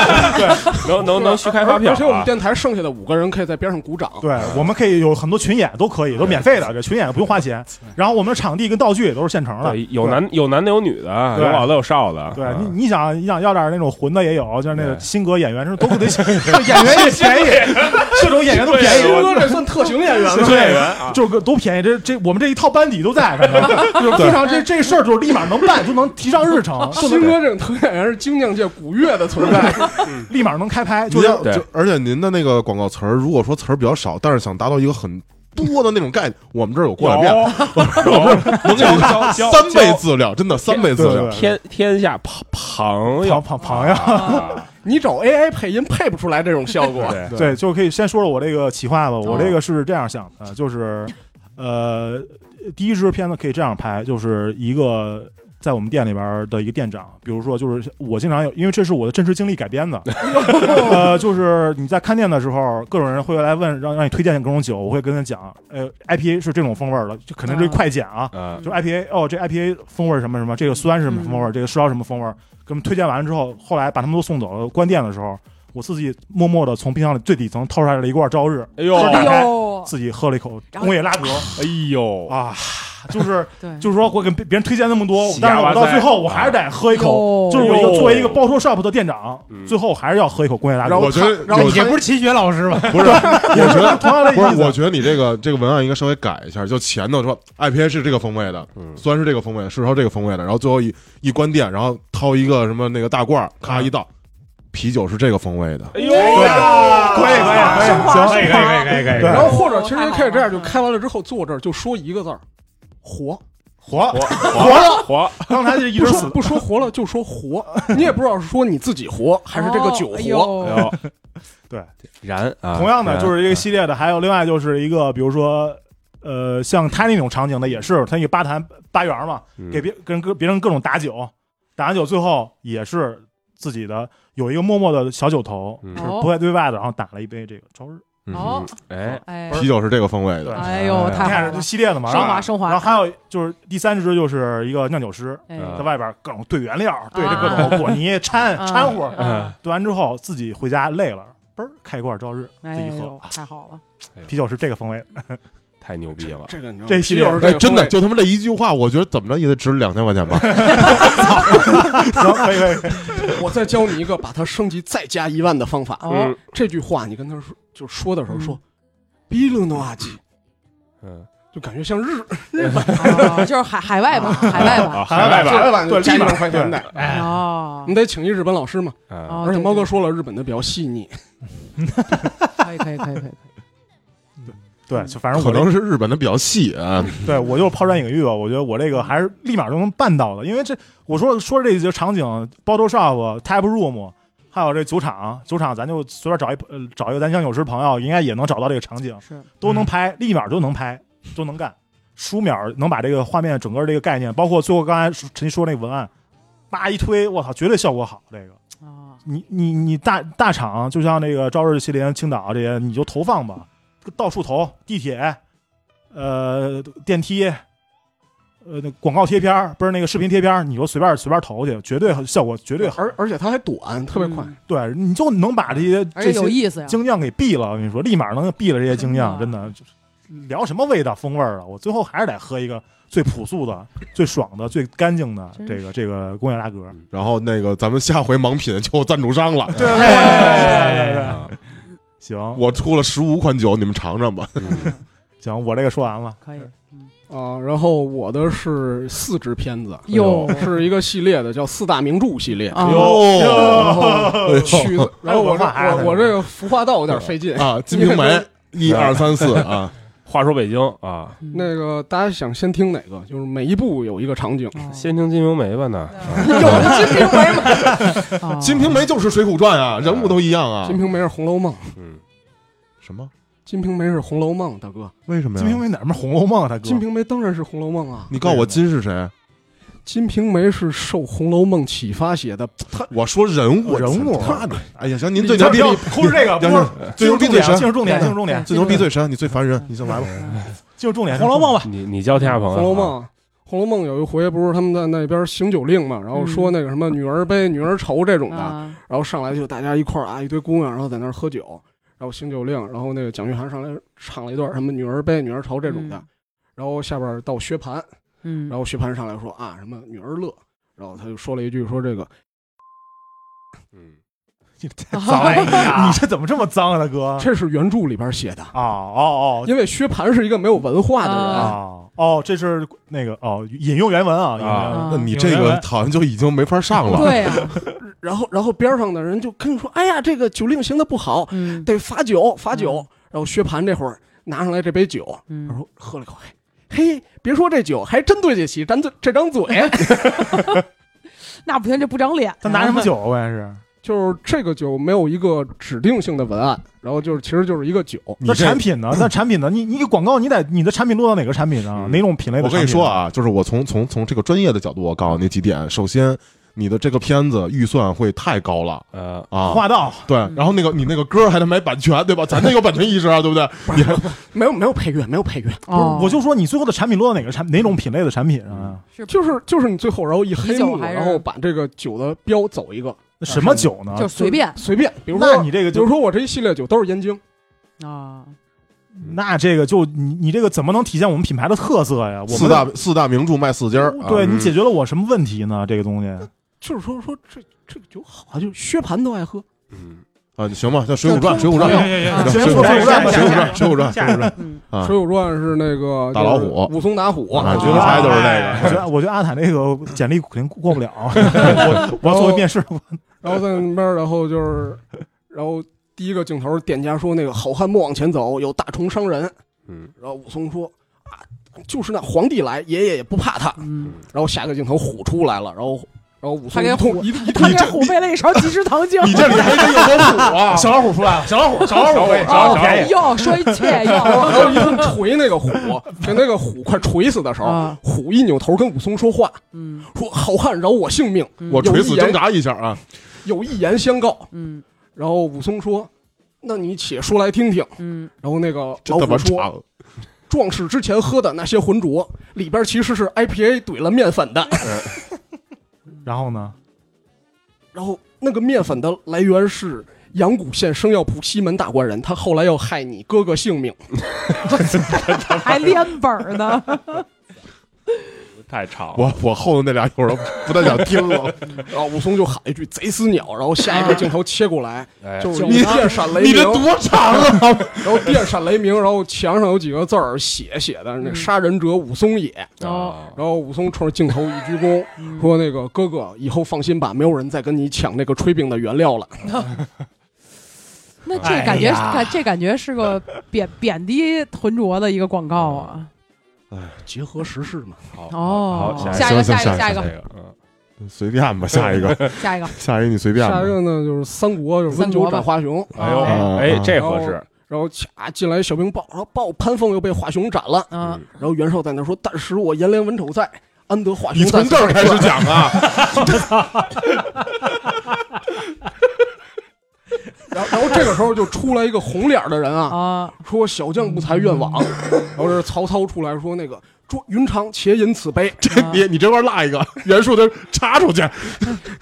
Speaker 1: 对
Speaker 6: 能能能去开发票
Speaker 5: 而且我们
Speaker 6: 啊！
Speaker 5: 电台剩下的五个人可以在边上鼓掌，
Speaker 1: 对，我们可以有很多群演，都可以，都免费的，这群演不用花钱。然后我们的场地跟道具也都是现成的
Speaker 6: 对，。有男有男的有女的，啊
Speaker 1: 对
Speaker 6: 有老的有少的。
Speaker 1: 对
Speaker 6: 啊
Speaker 1: 你，你想你想要点那种混的也有，就是那个
Speaker 6: 对
Speaker 1: 新格演员是都 得 演员也便宜，各种演员都便宜。
Speaker 5: 哥这算特型演员吗？
Speaker 1: 对，就是个都便宜。这这我们这一套班底都在，反正就是非常这这事儿就是立马能办，就能提上日程，就
Speaker 5: 新
Speaker 1: 能
Speaker 5: 哥这种特型演员是精酿界古月的存在，
Speaker 1: 立马能开拍。就
Speaker 7: 您
Speaker 1: 是
Speaker 7: 要
Speaker 6: 对
Speaker 7: 就而且您的那个广告词儿，如果说词儿比较少，但是想达到一个很多的那种概念，我们这儿有过两遍，能给您
Speaker 6: 交交
Speaker 7: 三倍资料，真的三倍资
Speaker 1: 对
Speaker 7: 料
Speaker 1: 对。
Speaker 6: 天天 下朋朋友
Speaker 1: 庞庞庞呀，
Speaker 6: 啊，
Speaker 5: 你找 AI 配音配不出来这种效果。
Speaker 6: 对
Speaker 1: 对，就可以先说说我这个企划吧。我这个是这样想的，就是呃，第一支片子可以这样拍，就是一个。在我们店里边的一个店长，比如说，就是我经常有，因为这是我的真实经历改编的，呃，就是你在看店的时候，各种人会来问，让让你推荐各种酒，我会跟他讲，呃，IPA 是这种风味儿的，就肯定是
Speaker 2: 啊
Speaker 1: 快剪啊，
Speaker 6: 啊，
Speaker 1: 就 IPA 哦，这 IPA 风味儿什么什么，这个酸是什么风味儿，这个烧什么风味儿，给我们推荐完了之后，后来把他们都送走了。关店的时候，我自己默默的从冰箱里最底层掏出来了一罐朝日，
Speaker 6: 哎呦
Speaker 1: 打开
Speaker 2: 哟，
Speaker 1: 自己喝了一口
Speaker 2: 然后
Speaker 1: 工业拉格
Speaker 6: 哎呦，
Speaker 1: 啊，就是
Speaker 2: 对，
Speaker 1: 就是说我给别别人推荐那么多
Speaker 6: 喜，
Speaker 1: 但
Speaker 6: 呀
Speaker 1: 是
Speaker 6: 哇
Speaker 1: 我
Speaker 6: 塞
Speaker 1: 到最后我还是得喝一口，
Speaker 2: 哟
Speaker 1: 就是我一个作为一个包装 shop 的店长
Speaker 6: 嗯，
Speaker 1: 最后还是要喝一口工业拉格。
Speaker 7: 我觉得
Speaker 5: 然后
Speaker 7: 有
Speaker 4: 也不是齐学老师吧？
Speaker 7: 不是，我觉得
Speaker 1: 同样的
Speaker 7: 不
Speaker 1: 意
Speaker 7: 是，我
Speaker 1: 思，
Speaker 7: 觉得你这个这个文案应该稍微改一下，就前头说哎 IPA 是这个风味的，
Speaker 6: 嗯
Speaker 7: 酸是这个风味的，是烧这个风味的，然后最后一一关店，然后掏一个什么那个大罐儿，
Speaker 1: 嗯
Speaker 7: 咔一倒，啤酒是这个风味的，
Speaker 6: 哎呦呀，
Speaker 1: 可以可以可以
Speaker 2: 升华
Speaker 1: 啊行
Speaker 6: 哎
Speaker 4: 可以可以可以可以
Speaker 1: 对
Speaker 5: 然后或者其实可以这样，
Speaker 2: 哦
Speaker 5: 就开完了之后坐这儿就说一个字儿，活。
Speaker 1: 活
Speaker 6: 活
Speaker 1: 了，
Speaker 6: 活，
Speaker 1: 刚才就一
Speaker 5: 不
Speaker 1: 直
Speaker 5: 说
Speaker 1: 死，
Speaker 5: 不说活了，就说活。你也不知道是说你自己活，还是这个酒
Speaker 2: 哦哎
Speaker 5: 活。
Speaker 6: 哎
Speaker 2: 呦
Speaker 6: 呦，
Speaker 1: 对。
Speaker 6: 燃啊！
Speaker 1: 同样的，
Speaker 6: 燃
Speaker 1: 就是这个系列的，还有另外就是一个，比如说，呃，像他那种场景的也是，他一个吧台吧园嘛，
Speaker 6: 嗯
Speaker 1: 给别跟各别人各种打酒，打完酒最后也是自己的有一个默默的小酒头，
Speaker 6: 嗯
Speaker 1: 是
Speaker 2: 哦
Speaker 1: 不会对外的，然后打了一杯这个朝日，
Speaker 6: 嗯
Speaker 2: 哦
Speaker 6: 哎，
Speaker 2: 哎，
Speaker 7: 啤酒是这个风味
Speaker 1: 对
Speaker 7: 的，
Speaker 6: 嗯
Speaker 2: 哎呦，
Speaker 1: 你
Speaker 2: 太好
Speaker 1: 看这
Speaker 2: 了，
Speaker 1: 系列的嘛，
Speaker 2: 升
Speaker 1: 是吧
Speaker 2: 华升华
Speaker 1: 然后还有就是第三支就是一个酿酒师。
Speaker 2: 哎，
Speaker 6: 嗯
Speaker 1: 在外边各种兑原料，兑这各
Speaker 2: 啊
Speaker 1: 种果泥掺
Speaker 2: 啊
Speaker 1: 掺和，
Speaker 2: 嗯
Speaker 1: 兑完之后自己回家累了，嘣儿开一罐朝日，自
Speaker 2: 哎
Speaker 1: 己喝
Speaker 2: 呦。，太好了，
Speaker 1: 啤酒是这个风味，
Speaker 6: 太牛逼
Speaker 2: 哦
Speaker 6: 了！
Speaker 5: 这个你知道吗，
Speaker 1: 这系列
Speaker 5: 就是
Speaker 7: 哎，
Speaker 5: 这个
Speaker 7: 真的
Speaker 5: 风味
Speaker 7: 就他妈这一句话，我觉得怎么着也得值两千块钱吧。
Speaker 1: 行，可以可以，可以
Speaker 5: 我再教你一个把它升级再加一万的方法。
Speaker 6: 嗯
Speaker 2: 哦，
Speaker 5: 这句话你跟他说，就说的时候
Speaker 2: 嗯
Speaker 5: 说，比鲁诺瓦基，
Speaker 6: 嗯，
Speaker 5: 就感觉像日
Speaker 2: 啊就是海海外吧，海外吧，
Speaker 1: 哦
Speaker 6: 啊，海外吧，
Speaker 5: 外版
Speaker 1: 对
Speaker 5: 加一
Speaker 1: 立马
Speaker 5: 万块钱的。
Speaker 4: 哎，
Speaker 2: 哦
Speaker 5: 你，得请一日本老师嘛，
Speaker 6: 啊，
Speaker 2: 哦
Speaker 5: 而且猫哥
Speaker 2: 对对
Speaker 5: 说了，日本的比较细腻，
Speaker 2: 对可以可以可以可以可以，
Speaker 1: 对，就反正
Speaker 8: 可
Speaker 1: 我这
Speaker 8: 能是日本的比较细啊，
Speaker 1: 对我就是抛砖引玉吧，我觉得我这个还是立马就能办到的，因为这我说说这些场景，bottle shop、tap room，还有这酒厂，酒厂咱就随便找一呃找一个咱相有识朋友，应该也能找到这个场景，
Speaker 2: 是
Speaker 1: 都能拍，立马就能拍，都能干，书秒能把这个画面整个这个概念，包括最后刚才陈曦说那个文案，叭一推，我操，绝对效果好，这个。
Speaker 2: 啊，
Speaker 1: 你你你大大厂，就像那个朝日、西林、青岛这些，你就投放吧，到处投，地铁，呃，电梯，呃，那广告贴片儿不是那个视频贴片儿你就随便随便投去，绝对效果绝对好。
Speaker 5: 而而且它还短，特别快。
Speaker 2: 嗯
Speaker 1: 对，你就能把这些
Speaker 2: 而
Speaker 1: 这
Speaker 2: 且有
Speaker 1: 些
Speaker 2: 意思呀，
Speaker 1: 精酿给毙了，我跟你说，立马能毙了这些精酿，真
Speaker 2: 真
Speaker 1: 的。就是
Speaker 2: 嗯
Speaker 1: 聊什么味道风味儿啊？我最后还是得喝一个最朴素的、最爽的、最干净的
Speaker 2: 真
Speaker 1: 这个这个工业拉格。
Speaker 8: 然后那个咱们下回盲品就有赞助商了，对
Speaker 1: 对对对， 行，
Speaker 8: 我出了十五款酒，你们尝尝吧。
Speaker 1: 行，我这个说完了。
Speaker 2: 嗯可以，嗯
Speaker 5: 啊，然后我的是四支片子，
Speaker 2: 哟
Speaker 5: 是一个系列的，叫四大名著系列。
Speaker 7: 哎
Speaker 2: 啊，
Speaker 7: 哦
Speaker 5: 然
Speaker 8: 哟，
Speaker 2: 哦
Speaker 5: 后
Speaker 6: 哦
Speaker 5: 曲子，然后我这
Speaker 6: 哎
Speaker 1: 还有文化
Speaker 5: 我我这个服化道有点费劲。
Speaker 8: 啊，《金瓶梅》一二三四啊，
Speaker 6: 话说北京
Speaker 2: 哦
Speaker 6: 啊，
Speaker 5: 那个大家想先听哪个？就是每一部有一个场
Speaker 6: 啊
Speaker 5: 景。
Speaker 2: 哦
Speaker 6: 先听《金瓶梅》吧呢。
Speaker 5: 有《金瓶梅》吗？
Speaker 2: 啊
Speaker 8: 《金瓶梅》就是《水浒传》啊，人物都一
Speaker 5: 《
Speaker 8: 样啊
Speaker 5: 金。瓶梅》是《红楼梦》，《
Speaker 6: 嗯，
Speaker 7: 什么？
Speaker 5: 金瓶梅》是《红楼梦》，大哥，《
Speaker 7: 为什
Speaker 1: 《
Speaker 7: 么呀？
Speaker 1: 金瓶梅》哪儿嘛《红楼梦》啊，大哥？
Speaker 5: 金瓶梅》当然是《红楼梦》啊，
Speaker 8: 你告诉我金是谁？
Speaker 5: 《金瓶梅》是受《红楼梦》启发写的。
Speaker 8: 我说人物，
Speaker 1: 人物
Speaker 8: 他的。哎呀，行，您
Speaker 1: 最
Speaker 8: 最牛逼，
Speaker 1: 不是这个，不
Speaker 8: 杨
Speaker 1: 是
Speaker 8: 最牛逼最神，
Speaker 1: 进入重点，进入重点，
Speaker 8: 最牛逼最神，你最烦
Speaker 2: 嗯
Speaker 8: 人，你先来吧。
Speaker 1: 进入重
Speaker 6: 哎
Speaker 1: 点。
Speaker 4: 红楼 梦》吧，
Speaker 6: 你你教天下朋
Speaker 5: 《
Speaker 6: 友，啊
Speaker 5: 红楼梦》，《红楼梦》有一回不是他们在那边行酒令嘛，然后说那个什么女儿悲、女儿愁这 种
Speaker 2: 嗯
Speaker 5: 的，
Speaker 2: 啊，
Speaker 5: 然后上来就大家一块儿啊，一堆姑娘，然后在那儿喝酒，然后行酒令，然后那个蒋玉菡上来唱了一段什么女儿悲、女儿愁这种的，
Speaker 2: 嗯
Speaker 5: 然后下边到薛蟠，
Speaker 2: 嗯，
Speaker 5: 然后薛蟠上来说啊什么女儿乐，然后他就说了一句说这个
Speaker 6: 嗯，
Speaker 2: 哦
Speaker 1: 哎呀， 你这怎么这么脏啊，大哥？
Speaker 5: 这是原著里边写的，
Speaker 1: 啊哦哦
Speaker 5: 因为薛�蟠是一个没有文化的人，
Speaker 2: 啊
Speaker 1: 哦哦，这是那个哦，引用原文啊，引用原文
Speaker 2: 啊
Speaker 8: 那你这个好像就已经没法上了。
Speaker 2: 对啊呀，
Speaker 5: 然后然后边上的人就跟你说，哎呀这个酒令行的不好，
Speaker 2: 嗯
Speaker 5: 得罚酒罚酒，然后薛蟠这会儿拿上来这杯酒，他
Speaker 2: 嗯，
Speaker 5: 说喝了一口，嘿，别说这酒还真对得起咱这 这张嘴，
Speaker 2: 那不行，这不长脸，
Speaker 1: 他拿什么酒啊？关键是
Speaker 5: 就是这个酒没有一个指定性的文案，然后就是其实就是一个 酒，
Speaker 1: 那产品呢？那产品呢？你你广告，你得你的产品落到哪个产品上？
Speaker 6: 嗯
Speaker 1: 哪种品类的？
Speaker 8: 我跟你说，啊，就是我从从从这个专业的角度，我告诉你几点：首先，你的这个片子预算会太高了
Speaker 6: 呃，
Speaker 8: 啊。
Speaker 1: 话道
Speaker 8: 对，然后那个你那个歌还得买版权，对吧？咱得有版权意识啊，对不对？你还
Speaker 5: 没有没有配乐，没有配乐，
Speaker 2: 哦，嗯
Speaker 1: 我就说你最后的产品落到哪个产哪种品类的产品上啊？
Speaker 2: 是
Speaker 5: 就是就是你最后然后一
Speaker 2: 啤
Speaker 5: 黑
Speaker 2: 酒
Speaker 5: 幕，
Speaker 2: 还是
Speaker 5: 然后把这个酒的标走一个，
Speaker 1: 那什么酒呢？
Speaker 2: 就随便
Speaker 5: 随便，比如说
Speaker 1: 那你这个
Speaker 5: 比
Speaker 1: 就
Speaker 5: 如说我这一系列酒都是燕京，
Speaker 2: 啊，
Speaker 1: 那这个就你你这个怎么能体现我们品牌的特色呀？我们
Speaker 8: 四大四大名著卖四家儿，啊
Speaker 1: 对你解决了我什么问题呢？这个东西，
Speaker 5: 就是说说这这个酒好啊，就薛蟠都爱喝，
Speaker 6: 嗯，
Speaker 8: 啊，行吧，叫《水浒传》，《水浒
Speaker 2: 不
Speaker 8: 传》
Speaker 2: 要
Speaker 8: 行，
Speaker 2: 啊
Speaker 8: 《水
Speaker 1: 行
Speaker 8: 浒传》，《
Speaker 1: 下一个
Speaker 8: 水浒传》，《
Speaker 1: 下
Speaker 8: 水浒传》，《水浒传》，《水浒传
Speaker 2: 嗯，》
Speaker 8: 啊
Speaker 5: 水浒传》是那个
Speaker 8: 打老虎
Speaker 5: 就是武松打虎，
Speaker 8: 啊，
Speaker 2: 啊
Speaker 8: 绝对拍就是
Speaker 1: 哎我
Speaker 8: 这
Speaker 1: 觉
Speaker 8: 个。
Speaker 1: 得我觉得阿坦这个简历肯定过不了，我我要做面试，
Speaker 5: 然后在那边儿，然后就是， 然后第一个镜头，店家说那个好汉莫往前走，有大虫伤人。
Speaker 6: 嗯，
Speaker 5: 然后武松说啊，就是那皇帝来，爷爷也不怕他。
Speaker 2: 嗯，
Speaker 5: 然后下个镜头虎出来了，然后然后武
Speaker 2: 他
Speaker 5: 松
Speaker 2: 给
Speaker 5: 一
Speaker 2: 虎
Speaker 5: 通一
Speaker 2: 他给虎备了一勺即食糖精，
Speaker 8: 你这里还真有个 谱啊！
Speaker 1: 小老虎出来了，小老虎，小老虎，
Speaker 2: 哦，要说一切
Speaker 5: 然
Speaker 2: 要
Speaker 5: 后一顿捶那 个虎，给那个虎快捶死的时候
Speaker 2: 啊，
Speaker 5: 虎一扭头跟武松说话，
Speaker 2: 嗯
Speaker 5: 说好汉饶我性命，
Speaker 8: 我垂死挣扎一下啊！
Speaker 5: 有一言相告。
Speaker 2: 嗯
Speaker 5: 然后武松说，那你且说来听听。
Speaker 2: 嗯，
Speaker 5: 然后那个
Speaker 8: 这
Speaker 5: 老
Speaker 8: 怎么
Speaker 5: 虎说。
Speaker 8: 长？
Speaker 5: 壮士之前喝的那些浑浊，里边其实是 IPA 怼了面粉的，
Speaker 1: 然后呢？
Speaker 5: 然后那个面粉的来源是阳谷县生药铺西门大官人，他后来要害你哥哥性命。
Speaker 2: 还连本儿呢，
Speaker 6: 太长了，
Speaker 8: 我我后头那俩有人 不太想听了。
Speaker 5: 然后武松就喊一句“贼死鸟”，然后下一个镜头切过 来，
Speaker 6: 哎
Speaker 5: 就是
Speaker 2: 你
Speaker 5: 电闪雷
Speaker 8: 你这
Speaker 5: 鸣，
Speaker 8: 多长啊？
Speaker 5: 然后电闪雷鸣，然后墙上有几个字儿写写的那“杀人者武松也”，
Speaker 2: 哦
Speaker 6: 哦，
Speaker 5: 然后武松冲着镜头一鞠躬，说：“那个哥哥，以后放心吧，没有人再跟你抢那个炊饼的原料了。”
Speaker 2: 那这
Speaker 4: 哎
Speaker 2: 感觉，
Speaker 4: 呀
Speaker 2: 感这感觉是个贬贬低浑浊的一个广告啊！
Speaker 5: 结合时事嘛，
Speaker 6: 好，
Speaker 2: 哦
Speaker 6: 好，
Speaker 2: 下
Speaker 6: 下
Speaker 2: 一个，
Speaker 7: 行
Speaker 2: 下
Speaker 7: 行
Speaker 2: 一个，下一个，
Speaker 6: 这个，嗯，
Speaker 7: 随便吧，下一个，
Speaker 2: 下一个，
Speaker 7: 下一个你随便吧
Speaker 5: 下一。个呢就是三国，就是
Speaker 2: 三
Speaker 5: 温
Speaker 2: 国
Speaker 5: 酒
Speaker 2: 吧
Speaker 5: 斩华雄，
Speaker 6: 哎呦，
Speaker 7: 啊
Speaker 8: 嗯
Speaker 6: 哎
Speaker 7: 啊，
Speaker 6: 这合适，
Speaker 5: 然后掐进来小兵报，然后报潘凤又被华雄斩了，
Speaker 2: 嗯，
Speaker 5: 然后袁绍在那说：“但使我颜良文丑在，安得华
Speaker 8: 你
Speaker 5: 雄在
Speaker 8: 从
Speaker 5: 此
Speaker 8: 这
Speaker 5: 上
Speaker 8: 儿开始讲啊，
Speaker 5: 然后，然后这个时候就出来一个红脸儿的人啊，
Speaker 2: 啊，
Speaker 5: 说小将不才愿往。然后是曹操出来说那个说云长且饮此杯，
Speaker 8: 这你你这块落一个袁术的插出去，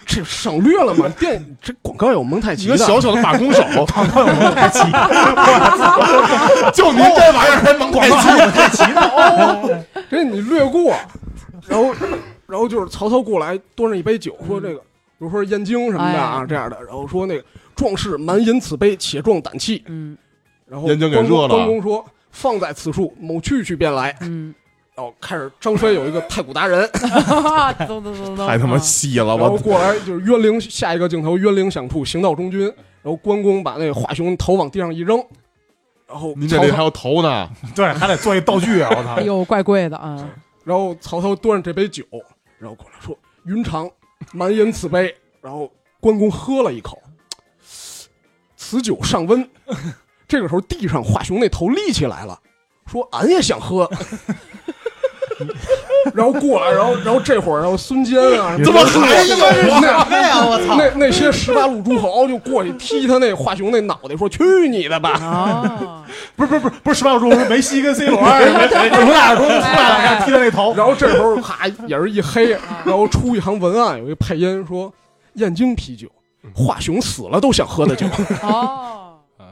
Speaker 5: 这省略了嘛？电影这广告有蒙太
Speaker 8: 你
Speaker 5: 奇
Speaker 8: 个
Speaker 5: 的，
Speaker 8: 小小的马弓手，
Speaker 4: 广告有蒙太 奇，
Speaker 8: 就您这玩意儿还蒙太奇，
Speaker 5: 这你略过。然后，然后就是曹操过来端着一杯酒，说这个。比如说燕京什么的啊，
Speaker 2: 哎
Speaker 5: 这样的，然后说那个壮士满饮此杯，且壮胆气。
Speaker 2: 嗯
Speaker 5: 然后
Speaker 8: 燕京给
Speaker 5: 关公
Speaker 8: 热了
Speaker 5: 关公说：“放在此处，某去去便来。
Speaker 2: 嗯，”
Speaker 5: 然后开始张飞有一个太古达人，
Speaker 2: 走走走走，
Speaker 8: 太他妈
Speaker 2: 啊
Speaker 8: 细了，
Speaker 5: 然后
Speaker 8: 我
Speaker 5: 过来就是冤灵，下一个镜头冤灵响处，行到中军，
Speaker 8: 嗯
Speaker 5: 然后关公把那华雄头往地上一扔，然后
Speaker 8: 您这
Speaker 5: 曹
Speaker 8: 里还
Speaker 5: 操，
Speaker 8: 有头 呢，
Speaker 4: 对，还得做一道 具啊！我操
Speaker 2: 哎，呦，怪贵的啊！
Speaker 5: 然后曹操端着这杯酒，然后过来说：“云长，满饮此 杯。”然后关公喝了一口，此酒尚 温。这个时候地上华雄那头立起来了，说：“俺也想 喝。”然后过来，然后然后这会儿，然后孙坚啊，
Speaker 8: 怎么还有啊？
Speaker 5: 那呀，我操！那那些十八路诸侯就过去踢他那华雄那脑袋，说：“去你的吧
Speaker 2: 哦，
Speaker 1: 不是不是不是不是十八个中，是梅西跟 C 罗，你们俩说出来了，看
Speaker 2: 哎
Speaker 1: 踢他那！”头，
Speaker 5: 然后这时候啪也是一黑，然后出一行文案，有一配音说：“燕京啤酒，华雄死了都想喝的酒。
Speaker 2: 哦，
Speaker 6: 嗯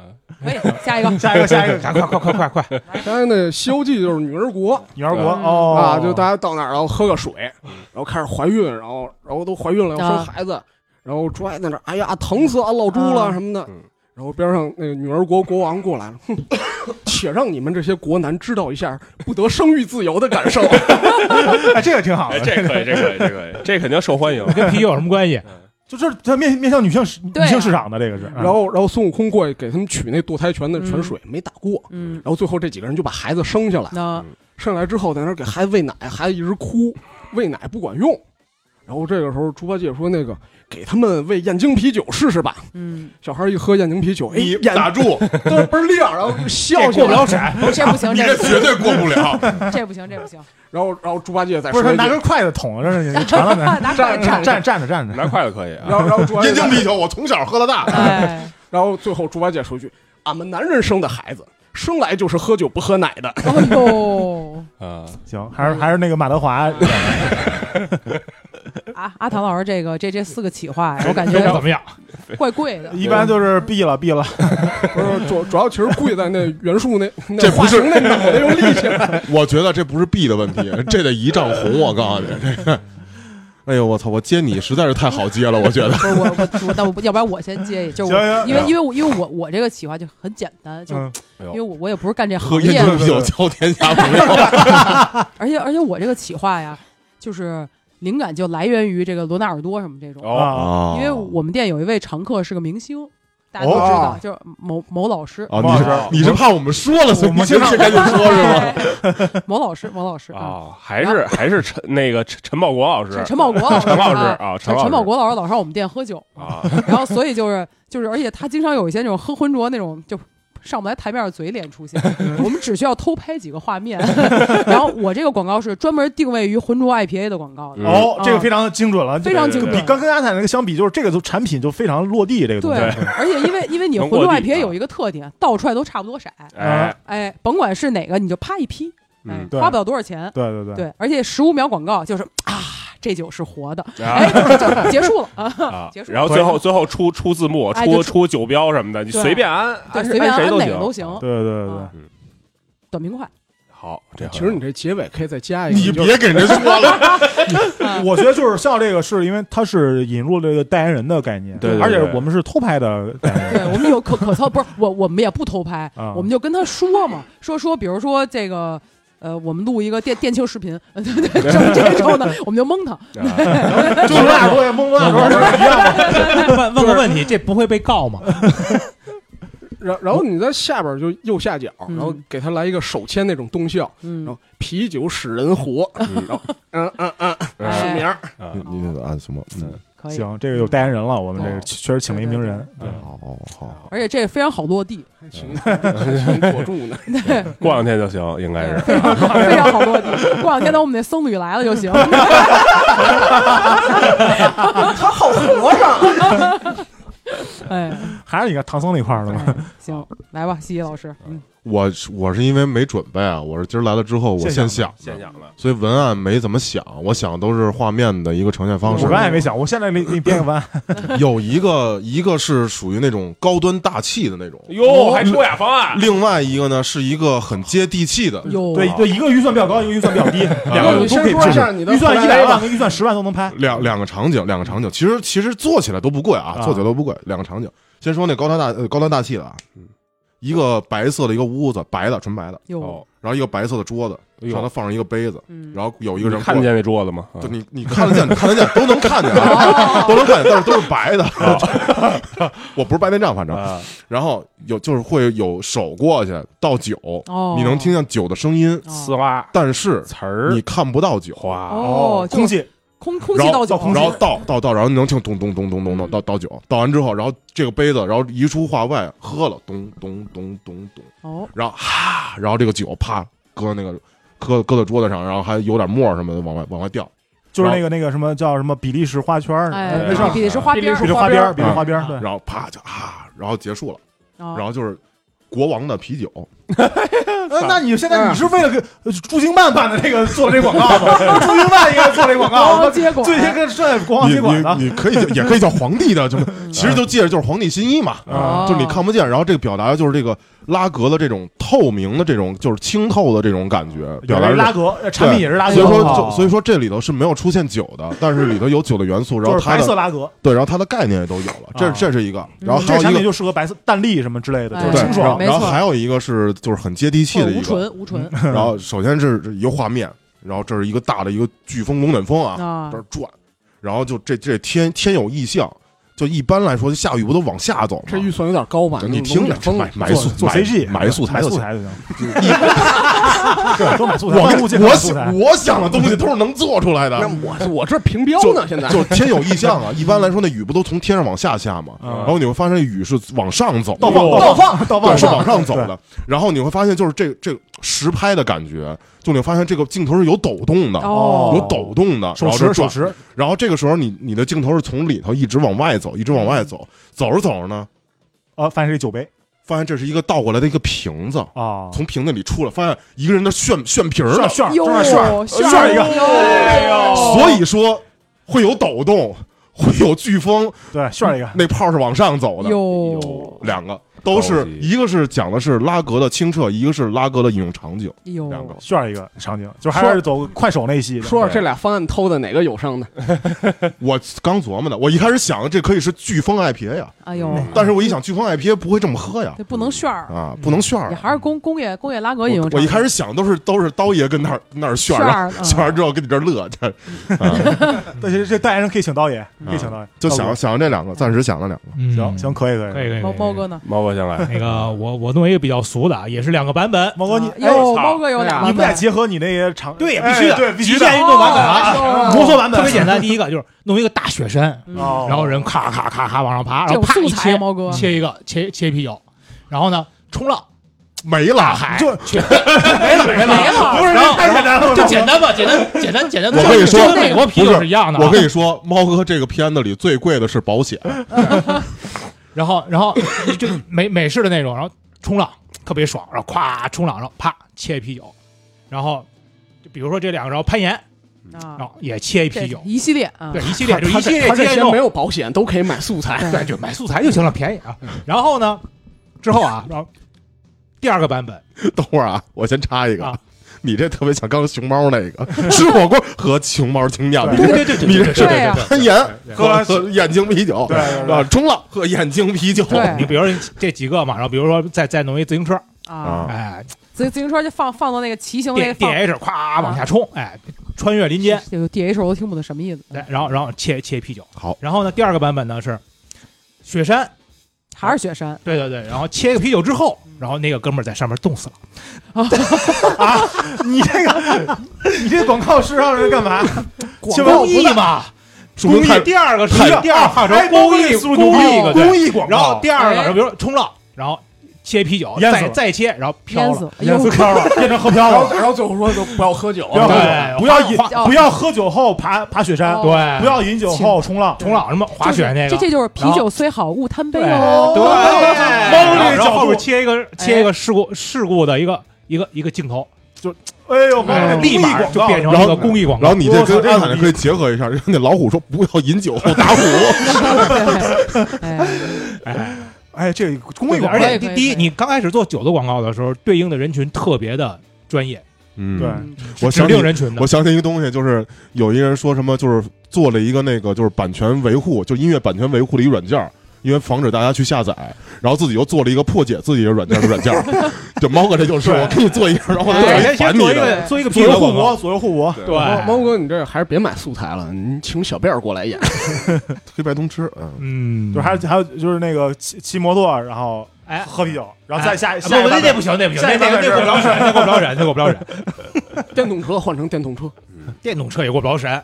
Speaker 2: 可以，下一个，
Speaker 4: 下一个，下一个，快快快快快！”
Speaker 5: 当然，那《西游记》就是女儿国
Speaker 4: 女儿国
Speaker 2: 嗯
Speaker 4: 哦
Speaker 5: 啊，就大家到那儿然后喝个水，然后开始怀孕，然后然后都怀孕了要
Speaker 2: 啊
Speaker 5: 生孩子，然后拽在那儿，哎呀，疼死俺老朱了
Speaker 2: 啊
Speaker 5: 什么的
Speaker 6: 嗯。
Speaker 5: 然后边上那个女儿国国王过来了，哼， 且让你们这些国男知道一下不得生育自由的感受。
Speaker 4: 哎，这个挺好
Speaker 6: 哎，
Speaker 4: 的，
Speaker 6: 这可以，这可以，这可以， 这肯定受欢迎。
Speaker 4: 跟啤酒有什么关系？
Speaker 1: 就这他面面向女性市
Speaker 2: 对啊
Speaker 1: 女性市场的这个
Speaker 8: 嗯
Speaker 1: 是，
Speaker 5: 然后，然后孙悟空过去给他们取那堕胎拳的泉水，没打过。
Speaker 2: 嗯，
Speaker 5: 然后最后这几个人就把孩子生下来，
Speaker 2: 那
Speaker 5: 生下来之后在那儿给孩子喂奶，孩子一直哭，喂奶不管用。然后这个时候猪八戒说：“那个给他们喂燕京啤酒试试吧。
Speaker 2: 嗯，”
Speaker 5: 小孩一喝燕京啤酒，哎，
Speaker 8: 你
Speaker 5: 眼
Speaker 8: 打住，
Speaker 5: 都倍儿亮，然后笑起
Speaker 4: 过不
Speaker 5: 来
Speaker 4: 了。审，
Speaker 2: 嗯这不行，
Speaker 8: 你
Speaker 2: 这
Speaker 8: 这
Speaker 2: 不
Speaker 8: 绝
Speaker 2: 行，
Speaker 8: 对过不 了。
Speaker 2: 这不行，这不行，，
Speaker 5: 然后，然后猪八戒再
Speaker 1: 不
Speaker 5: 说
Speaker 1: 是他
Speaker 5: 一
Speaker 1: 拿
Speaker 5: 句
Speaker 1: 根筷子捅着你，你尝尝呗
Speaker 2: 拿筷子蘸
Speaker 1: 站站站站着站着，
Speaker 6: 拿筷子可以啊
Speaker 5: 然，后，然后猪八戒
Speaker 8: 燕京
Speaker 5: 再，
Speaker 8: 啤酒我从小喝到大，
Speaker 2: 哎，
Speaker 5: 然后最后猪八戒说一句：“俺们男人生的孩子，生来就是喝酒不喝奶的。”
Speaker 2: 哎呦，
Speaker 6: 啊，
Speaker 1: 行，还是还是那个马德华，
Speaker 2: 啊， 阿唐老师这个这这四个企划呀，我感
Speaker 4: 非常
Speaker 2: 觉
Speaker 4: 怎么样？
Speaker 2: 怪贵的，
Speaker 1: 一般就是毙了毙了，
Speaker 5: 不是主主要其实跪在那袁术那
Speaker 8: 这
Speaker 5: 那
Speaker 8: 不
Speaker 5: 华
Speaker 8: 是
Speaker 5: 雄那脑袋又立起来，
Speaker 8: 我觉得这不是 B 的问 题，这得一丈红。我告诉你，这个，
Speaker 7: 哎呦我操，我接你实在是太好接了，我觉得。
Speaker 2: 不是我我我，那我要不然我先接一，就是
Speaker 1: 行
Speaker 2: 我
Speaker 1: 行
Speaker 2: 因为因为我因为我我这个企划就很简单，就
Speaker 1: 嗯
Speaker 6: 哎呦
Speaker 2: 因为我我 也不是干这
Speaker 8: 喝
Speaker 2: 行
Speaker 8: 燕
Speaker 2: 业，
Speaker 8: 京啤酒交天下朋友，
Speaker 2: 而且而且我这个企划呀，就是灵感就来源于这个罗纳尔多什么这种，
Speaker 6: 哦，
Speaker 1: 啊
Speaker 7: 啊
Speaker 2: 因为我们店有一位常客是个明星，大家都知道，
Speaker 5: 哦
Speaker 2: 就是某某老
Speaker 6: 哦
Speaker 2: 师，
Speaker 7: 啊，
Speaker 1: 王
Speaker 7: 你
Speaker 1: 老师
Speaker 7: 是你是怕我们说了，所以
Speaker 1: 我们
Speaker 7: 你先
Speaker 1: 知道
Speaker 7: 赶紧说是吗？
Speaker 2: 哎 某老师，某老师啊，
Speaker 6: 哦，还是还是陈那个陈陈宝国老师
Speaker 2: 陈陈宝国老师，
Speaker 6: 陈老师
Speaker 2: 啊
Speaker 6: 啊陈
Speaker 2: 陈
Speaker 6: 老师
Speaker 2: 陈宝国老师老上我们店喝酒，
Speaker 6: 啊，
Speaker 2: 然后所以就是就是，而且他经常有一些那种喝浑浊那种就。上不来台面的嘴脸 出现，我们只需要偷拍几个画面。 然后我这个广告是专门定位于浑浊 IPA 的广告的，
Speaker 1: 哦
Speaker 2: 嗯，
Speaker 1: 这个非常精准了，
Speaker 2: 非常
Speaker 6: 对
Speaker 2: 精
Speaker 6: 对
Speaker 2: 准。
Speaker 1: 比刚跟阿彩那个相比，就是这个产品就非常落地，这个东
Speaker 2: 对
Speaker 1: 西，
Speaker 2: 而且因为因为你
Speaker 6: 能
Speaker 2: 浑
Speaker 6: 过
Speaker 2: 浊
Speaker 6: 滤
Speaker 2: IPA
Speaker 6: 啊
Speaker 2: 有一个特点，倒出来都差不多色，
Speaker 6: 哎，
Speaker 2: 哎，甭管是哪个，你就啪一批，哎
Speaker 6: 嗯，
Speaker 1: 对
Speaker 2: 花不了多少钱，
Speaker 1: 对对对
Speaker 2: 对，而且十五秒广告就是啊，这酒是活的，哎，
Speaker 6: 啊
Speaker 2: 就就结束了啊，
Speaker 6: 啊
Speaker 2: 结束
Speaker 6: 然后最后最后出出字幕，
Speaker 2: 哎就
Speaker 6: 出
Speaker 2: 出
Speaker 6: 出酒标什么的，你
Speaker 2: 对啊
Speaker 6: 随便啊安，
Speaker 2: 对，
Speaker 6: 安
Speaker 2: 随便
Speaker 6: 谁
Speaker 2: 安哪
Speaker 6: 行
Speaker 2: 个都行，
Speaker 1: 对对对
Speaker 2: 啊，短平快，
Speaker 6: 好，这
Speaker 5: 其实你这结尾可以再加一个，
Speaker 8: 你
Speaker 5: 就
Speaker 8: 别给人家说了，
Speaker 1: 我觉得就是像这个，是因为它是引入了这个代言人的概念，
Speaker 6: 对对对
Speaker 1: 而且我们是偷拍的代言
Speaker 2: 对
Speaker 1: 人，
Speaker 2: 我们有可可操，不是我我们也不偷拍
Speaker 1: 啊，
Speaker 2: 我们就跟他说嘛，说说比如说这个。呃，我们录一个电电庆视频，呃对对对，这这种的，我们就蒙他，
Speaker 6: 啊
Speaker 1: 就罗纳多 也蒙罗纳多是一样的，
Speaker 4: 问问个问题，这不会被告吗？
Speaker 5: 然然后你在下边就右下角，
Speaker 2: 嗯
Speaker 5: 然后给他来一个手牵那种动效，然
Speaker 2: 嗯
Speaker 5: 后啤酒使人活，然后嗯嗯嗯，
Speaker 2: 哎
Speaker 5: 是 名儿，
Speaker 7: 你你得按什么？嗯，
Speaker 2: 可以。
Speaker 1: 行，这个有代言人了，我们这
Speaker 5: 哦
Speaker 1: 个确实请了一名人，嗯
Speaker 4: 对
Speaker 7: 哦，好，
Speaker 2: 而且这非常好落地，
Speaker 5: 还 行，还行，佐助呢，
Speaker 6: 过两天就行，应该是。
Speaker 2: 非常好，非常好落地。过两天等我们那僧侣来了就行。
Speaker 5: 他好和尚，
Speaker 2: 哎，
Speaker 1: 还是你看唐僧那块儿的吗？
Speaker 2: 行，来吧，西西老师，嗯，
Speaker 7: 我是我是因为没准备啊，我是今儿来了之后我现想的，
Speaker 6: 现想的，
Speaker 7: 所以文案没怎么想，我想的都是画面的一个呈现方
Speaker 6: 嗯
Speaker 1: 我
Speaker 7: 式
Speaker 1: 刚。才也没想，我现在给你给你编个 文案，
Speaker 7: 有一个一个是属于那种高端大气的那种，
Speaker 6: 哟，还出俩方案，
Speaker 7: 另外一个呢是一个很接地气的，
Speaker 2: 有
Speaker 1: 对对，一个预算比较高，一个预算比 较低，两个
Speaker 5: 你
Speaker 1: 都
Speaker 5: 先
Speaker 1: 可以
Speaker 5: 说一下
Speaker 1: 制
Speaker 5: 你
Speaker 1: 作，
Speaker 5: 的啊
Speaker 1: 预算一百万啊
Speaker 5: 吧，
Speaker 1: 跟预算十万都能拍。
Speaker 7: 两两个场景，两个场景，其实其实做起来都不贵啊，
Speaker 1: 啊
Speaker 7: 做起来都不贵。两个场景，先说那高端大呃高端大气的啊，一个白色的一个屋子，白的纯白的，
Speaker 2: 有，
Speaker 6: 哦，
Speaker 7: 然后一个白色的桌子，
Speaker 6: 哎呦
Speaker 7: 上头放上一个杯子，
Speaker 2: 嗯，
Speaker 7: 然后有一个
Speaker 6: 你
Speaker 7: 人
Speaker 6: 看
Speaker 7: 过
Speaker 6: 得见那桌子吗？啊
Speaker 7: 就你你看得见，你看得见，都能看见啊，
Speaker 2: 哦
Speaker 7: 都能看见，但是都是白的。 我不是白内障，反正。
Speaker 6: 啊，
Speaker 7: 然后有就是会有手过去倒酒，
Speaker 2: 哦
Speaker 7: 你能听见酒的声音，
Speaker 2: 哦
Speaker 6: 丝袜
Speaker 7: 但是
Speaker 6: 词儿
Speaker 7: 你看不到酒。
Speaker 6: 花，
Speaker 2: 哦，就
Speaker 1: 空气
Speaker 2: 空空
Speaker 7: 然
Speaker 2: 气倒
Speaker 7: 后
Speaker 2: 酒，
Speaker 7: 然后倒倒倒，然后你能听咚咚咚咚咚咚倒倒酒，倒完之后，然后这个杯子，然后移出话外，喝了，咚咚咚咚咚，
Speaker 2: 哦，
Speaker 7: 然后哈，然后这个酒啪搁那个搁搁在桌子上，然后还有点沫儿什么的往外往外掉，
Speaker 1: 就是那个那个什么叫什么比利时花圈儿，
Speaker 2: 哎，
Speaker 1: 那啊上
Speaker 2: 比利时花边
Speaker 5: 比利
Speaker 1: 比
Speaker 5: 时
Speaker 1: 利
Speaker 2: 儿，
Speaker 1: 花边儿，比利
Speaker 7: 啊
Speaker 1: 花边儿，对，
Speaker 7: 然后啪就啊，然后结束了，
Speaker 2: 然
Speaker 7: 然后就是国王的啤酒，
Speaker 1: 呃，那你
Speaker 2: 嗯
Speaker 1: 现在你是为了给呃驻京办办的这个做这广告 吗？驻京办应该做这广告，
Speaker 2: 光接管
Speaker 1: 最先跟这国王
Speaker 7: 你
Speaker 1: 接管的
Speaker 7: 你你可以叫也可以叫皇帝的， 就是其实就借着就是皇帝新衣
Speaker 1: 啊
Speaker 7: 嘛，
Speaker 2: 哦
Speaker 7: 就是你看不见，然后这个表达就是这个拉格的这种透明的这种就是清透的这种感觉，
Speaker 1: 有
Speaker 7: 表达
Speaker 1: 人
Speaker 7: 是
Speaker 1: 拉格，呃产品也是拉格，
Speaker 7: 所以说
Speaker 1: 哦
Speaker 7: 就所以说这里头是没有出现酒 的，但是里头有酒的元素，然后
Speaker 1: 就是
Speaker 7: 它
Speaker 1: 白色
Speaker 7: 的
Speaker 1: 拉格，
Speaker 7: 对，然后它的概念也都有了，这
Speaker 1: 啊
Speaker 7: 这是一个，然后还
Speaker 1: 这
Speaker 7: 有
Speaker 1: 产
Speaker 7: 一个
Speaker 1: 品就适合白色蛋力什么之类的，就
Speaker 2: 哎
Speaker 1: 是
Speaker 7: 对，
Speaker 1: 清
Speaker 7: 然后
Speaker 1: 爽。
Speaker 2: 没
Speaker 7: 然
Speaker 2: 错
Speaker 7: 后还有一个是就是很接地气的
Speaker 2: 哦无
Speaker 7: 一个，
Speaker 2: 唇无唇
Speaker 7: 然后首先是是一个画面，然后这是一个大的一个飓风龙卷风啊，
Speaker 2: 啊
Speaker 7: 这，儿转，然后就这这天天有异象，就一般来说下雨不都往下走吗？
Speaker 5: 这预算有点高吧？
Speaker 7: 你
Speaker 5: 那种
Speaker 7: 听
Speaker 5: 龙
Speaker 7: 着
Speaker 5: 卷，风
Speaker 7: 买买素
Speaker 1: 做做
Speaker 7: 买
Speaker 1: CG，
Speaker 7: 买素材
Speaker 1: 买
Speaker 7: 就
Speaker 1: 素
Speaker 7: 行。
Speaker 1: 材就行。 对，多买素材，
Speaker 7: 我
Speaker 1: 万物皆可
Speaker 7: 我
Speaker 1: 素材
Speaker 7: 想。我想的东西都是能做出来的。
Speaker 5: 那我我这评标
Speaker 7: 就
Speaker 5: 呢，现在
Speaker 7: 就天有异象啊，一般来说那雨不都从天上往下下吗？
Speaker 1: 嗯
Speaker 7: 然后你会发现雨是往上走的，
Speaker 1: 倒放
Speaker 5: 倒放
Speaker 1: 倒
Speaker 7: 对，
Speaker 1: 放
Speaker 7: 是往上走的。然后你会发现，就是这这实拍的感觉，就你会发现这个镜头是有抖动的，
Speaker 2: 哦
Speaker 7: 有抖动的，
Speaker 1: 手
Speaker 7: 然后这
Speaker 1: 持手
Speaker 7: 转，
Speaker 1: 持，
Speaker 7: 然后这个时候你你的镜头是从里头一直往外走，一直往外走，走着走着呢，
Speaker 1: 呃，发现是一酒杯
Speaker 7: 发现这是一个倒过来的一个瓶子，
Speaker 1: 啊，
Speaker 7: 从瓶子里出来，发现一个人的炫炫瓶儿
Speaker 1: 旋
Speaker 7: 呢，
Speaker 1: 旋
Speaker 2: 哟
Speaker 1: 正在旋，
Speaker 2: 炫
Speaker 1: 炫一个
Speaker 2: 哟
Speaker 1: 哎呦
Speaker 7: 所以说会有抖动，会有飓风，
Speaker 1: 对，炫一个。
Speaker 7: 那泡是往上走的，
Speaker 2: 哟
Speaker 7: 两个都
Speaker 6: 高
Speaker 7: 是
Speaker 6: 级
Speaker 7: 一个是讲的是拉格的清澈，一个是拉格的饮用场景，
Speaker 2: 哟，
Speaker 7: 两个
Speaker 1: 炫一个场景，就还是走快手那一系的。
Speaker 5: 说说这俩方案偷的哪个有上的？
Speaker 7: 我刚琢磨的，我一开始想这可以是飓风 IPA 呀，
Speaker 2: 哎呦，
Speaker 7: 但是我一想飓风 IPA 不会这么喝呀，
Speaker 2: 这不能炫儿，
Speaker 7: 啊，不能炫
Speaker 2: 也
Speaker 7: 儿。
Speaker 2: 还是工工业工业拉格饮用
Speaker 7: 我
Speaker 2: 场。
Speaker 7: 我一开始想都是都是刀爷跟那儿跟那儿炫，
Speaker 2: 炫
Speaker 7: 然
Speaker 2: 儿
Speaker 7: 后炫完之后跟你这儿乐，这
Speaker 1: 但是这代言人可以请导演，可以请导演。
Speaker 7: 嗯就想想了这两个，暂时想了两个。
Speaker 4: 嗯
Speaker 1: 行行，可以可以
Speaker 4: 可以可以。
Speaker 2: 猫
Speaker 4: 可以
Speaker 2: 猫哥呢？
Speaker 6: 猫哥先来，
Speaker 4: 那个我我弄一个比较俗的，啊也是两个版本。
Speaker 1: 猫哥你
Speaker 2: 啊哟，
Speaker 1: 哎
Speaker 2: 猫哥有俩
Speaker 1: 你
Speaker 2: 版
Speaker 1: 们俩
Speaker 2: 本，
Speaker 1: 结合你那些场
Speaker 4: 对必须的
Speaker 1: 哎对必须
Speaker 4: 极
Speaker 1: 的
Speaker 4: 限运动版本
Speaker 2: 哦
Speaker 1: 啊，摩梭版本
Speaker 4: 特别简单，第一个就是弄一个大雪山，
Speaker 2: 嗯
Speaker 1: 哦
Speaker 4: 然后人咔咔咔咔往上爬，然
Speaker 2: 这
Speaker 4: 后
Speaker 2: 有
Speaker 4: 啪
Speaker 2: 素
Speaker 4: 一
Speaker 2: 材
Speaker 4: 切
Speaker 2: 啊，猫哥
Speaker 4: 切一个切切啤酒，然后呢冲浪
Speaker 7: 没了，海
Speaker 4: 就 去没了没了
Speaker 2: 没了
Speaker 4: 不是
Speaker 1: 然后
Speaker 4: 太简单
Speaker 1: 了
Speaker 4: 就简单吧，简单简单简单。
Speaker 7: 我跟你说
Speaker 4: 就跟美国啤
Speaker 7: 不
Speaker 4: 酒
Speaker 7: 是
Speaker 4: 是一样的啊。
Speaker 7: 我跟你说，猫哥这个片子里最贵的是保险，
Speaker 4: 然后然后就美美式的那种，然后冲浪特别爽，然后咵冲浪，然后啪切一啤酒，然后就比如说这两个，然后攀岩，
Speaker 2: 啊
Speaker 4: 然后也切一
Speaker 2: 这
Speaker 4: 啤酒，
Speaker 2: 一系列啊
Speaker 4: 对，，一系 列就
Speaker 5: 他
Speaker 4: 一系
Speaker 5: 这
Speaker 4: 列
Speaker 5: 他
Speaker 4: 接
Speaker 5: 这
Speaker 4: 着
Speaker 5: 些
Speaker 4: 弄
Speaker 5: 没有保险都可以买素材，
Speaker 2: 嗯
Speaker 4: 对，就买素材就行了，便宜啊。然后呢，之后啊，然后第二个版本
Speaker 7: 等会儿啊，我先插一个，
Speaker 4: 啊
Speaker 7: 你这特别像刚刚熊猫那个吃火锅和熊猫清酿，你这
Speaker 4: 对对
Speaker 7: 你这
Speaker 2: 对对呀
Speaker 7: 攀岩喝喝眼睛啤酒，
Speaker 1: 对对对
Speaker 7: 啊，冲浪喝眼睛啤酒，
Speaker 2: 对
Speaker 4: 你比如说这几个嘛，然后比如说再再弄一自行车，
Speaker 2: 啊，
Speaker 4: 哎，
Speaker 2: 自自行车就放放到那个骑行那个
Speaker 4: D
Speaker 2: 放嗯
Speaker 4: D，H 咵往下冲，哎，穿越林间，
Speaker 2: 这个 D H 我都听不懂什么意思。
Speaker 4: 哎然后然后切切啤酒。
Speaker 7: 好，
Speaker 4: 然后呢，第二个版本呢是雪山
Speaker 2: 还是雪山，
Speaker 4: 对对对，然后切个啤酒之后，然后那个哥们儿在上面冻死了。啊，你这个，你这广告是让人干嘛？
Speaker 2: 广
Speaker 4: 公益嘛，
Speaker 8: 说
Speaker 4: 公
Speaker 8: 明
Speaker 4: 益
Speaker 8: 太。
Speaker 4: 第二个是
Speaker 8: 太
Speaker 4: 第
Speaker 1: 啊
Speaker 4: 二号
Speaker 8: 哎
Speaker 4: 是公
Speaker 8: 公益
Speaker 4: 益
Speaker 8: 思路
Speaker 4: 公
Speaker 8: 牛
Speaker 4: 益
Speaker 8: 逼
Speaker 4: 个
Speaker 8: 公
Speaker 4: 对
Speaker 8: 益广告
Speaker 4: 然后第二个
Speaker 2: 哎
Speaker 4: 是比如说冲浪，然后切啤酒，
Speaker 1: 淹死
Speaker 4: 再
Speaker 1: 了
Speaker 4: 再切，然后飘
Speaker 2: 淹死
Speaker 4: 了。
Speaker 2: 了，哟
Speaker 1: 漂了， 变成喝漂
Speaker 5: 然后
Speaker 1: 了。
Speaker 5: 然后最后说就不要喝酒，
Speaker 1: 不要喝酒，
Speaker 4: 对
Speaker 1: 不要饮
Speaker 2: 花，
Speaker 1: 不要喝酒后爬爬雪山，
Speaker 2: 哦
Speaker 4: 对，
Speaker 1: 不要饮酒后冲浪，
Speaker 4: 冲浪什么滑雪那个，
Speaker 2: 这这就是啤酒虽好勿贪杯
Speaker 4: 对
Speaker 2: 哦。
Speaker 4: 对，
Speaker 1: 往这个
Speaker 4: 然
Speaker 1: 角
Speaker 4: 后
Speaker 1: 度
Speaker 4: 后边切一
Speaker 2: 哎
Speaker 4: 个切一个事故事故的一个一个一个镜头，
Speaker 1: 哎呦妈呀，
Speaker 4: 立马
Speaker 1: 公益广
Speaker 4: 就
Speaker 1: 告
Speaker 4: 变成一个公益广
Speaker 8: 然
Speaker 4: 告
Speaker 8: 后。你这跟安海可以结合一下，让那老虎说不要饮酒后打虎，
Speaker 2: 对哦哎
Speaker 1: 哎，这个公益广
Speaker 4: 而
Speaker 1: 告，
Speaker 4: 且
Speaker 2: 可以可以
Speaker 4: 第
Speaker 2: 可
Speaker 4: 一，
Speaker 2: 以
Speaker 4: 你刚开始做酒的广告的时候，对应的人群特别的专业，
Speaker 8: 嗯
Speaker 1: 对，
Speaker 8: 我
Speaker 4: 指
Speaker 8: 想
Speaker 4: 定
Speaker 8: 起
Speaker 4: 人群的
Speaker 8: 我。想起一个东西，就是有一个人说什么，就是做了一个那个就是版权维护，就音乐版权维护的一个软件儿，因为防止大家去下载，然后自己又做了一个破解自己的软件的软件儿。这猫哥这就是，
Speaker 1: 对
Speaker 8: 我给你做一个，然后我
Speaker 4: 对，
Speaker 8: 再
Speaker 4: 先先
Speaker 8: 烦你
Speaker 4: 做一
Speaker 8: 的。
Speaker 4: 个做一个啤
Speaker 1: 左右
Speaker 4: 酒
Speaker 1: 互
Speaker 4: 广告，
Speaker 1: 搏，左右互搏，
Speaker 4: 对，
Speaker 5: 猫猫哥，你这还是别买素材了，你请小辫儿过来演。
Speaker 8: 黑白通吃，嗯，
Speaker 4: 嗯，
Speaker 1: 就是还有还有就是那个骑骑摩托，然后
Speaker 4: 哎
Speaker 1: 喝啤酒，然后再下
Speaker 4: 哎
Speaker 1: 下一个
Speaker 4: 不不，
Speaker 1: 版
Speaker 4: 那
Speaker 1: 本
Speaker 4: 不行，那不行，
Speaker 1: 下
Speaker 4: 那
Speaker 1: 一版
Speaker 4: 那
Speaker 1: 本
Speaker 4: 那过不了审， 那过不了审，那过不了审。
Speaker 5: 电动车换成电动车，
Speaker 4: 电动车也过不了审，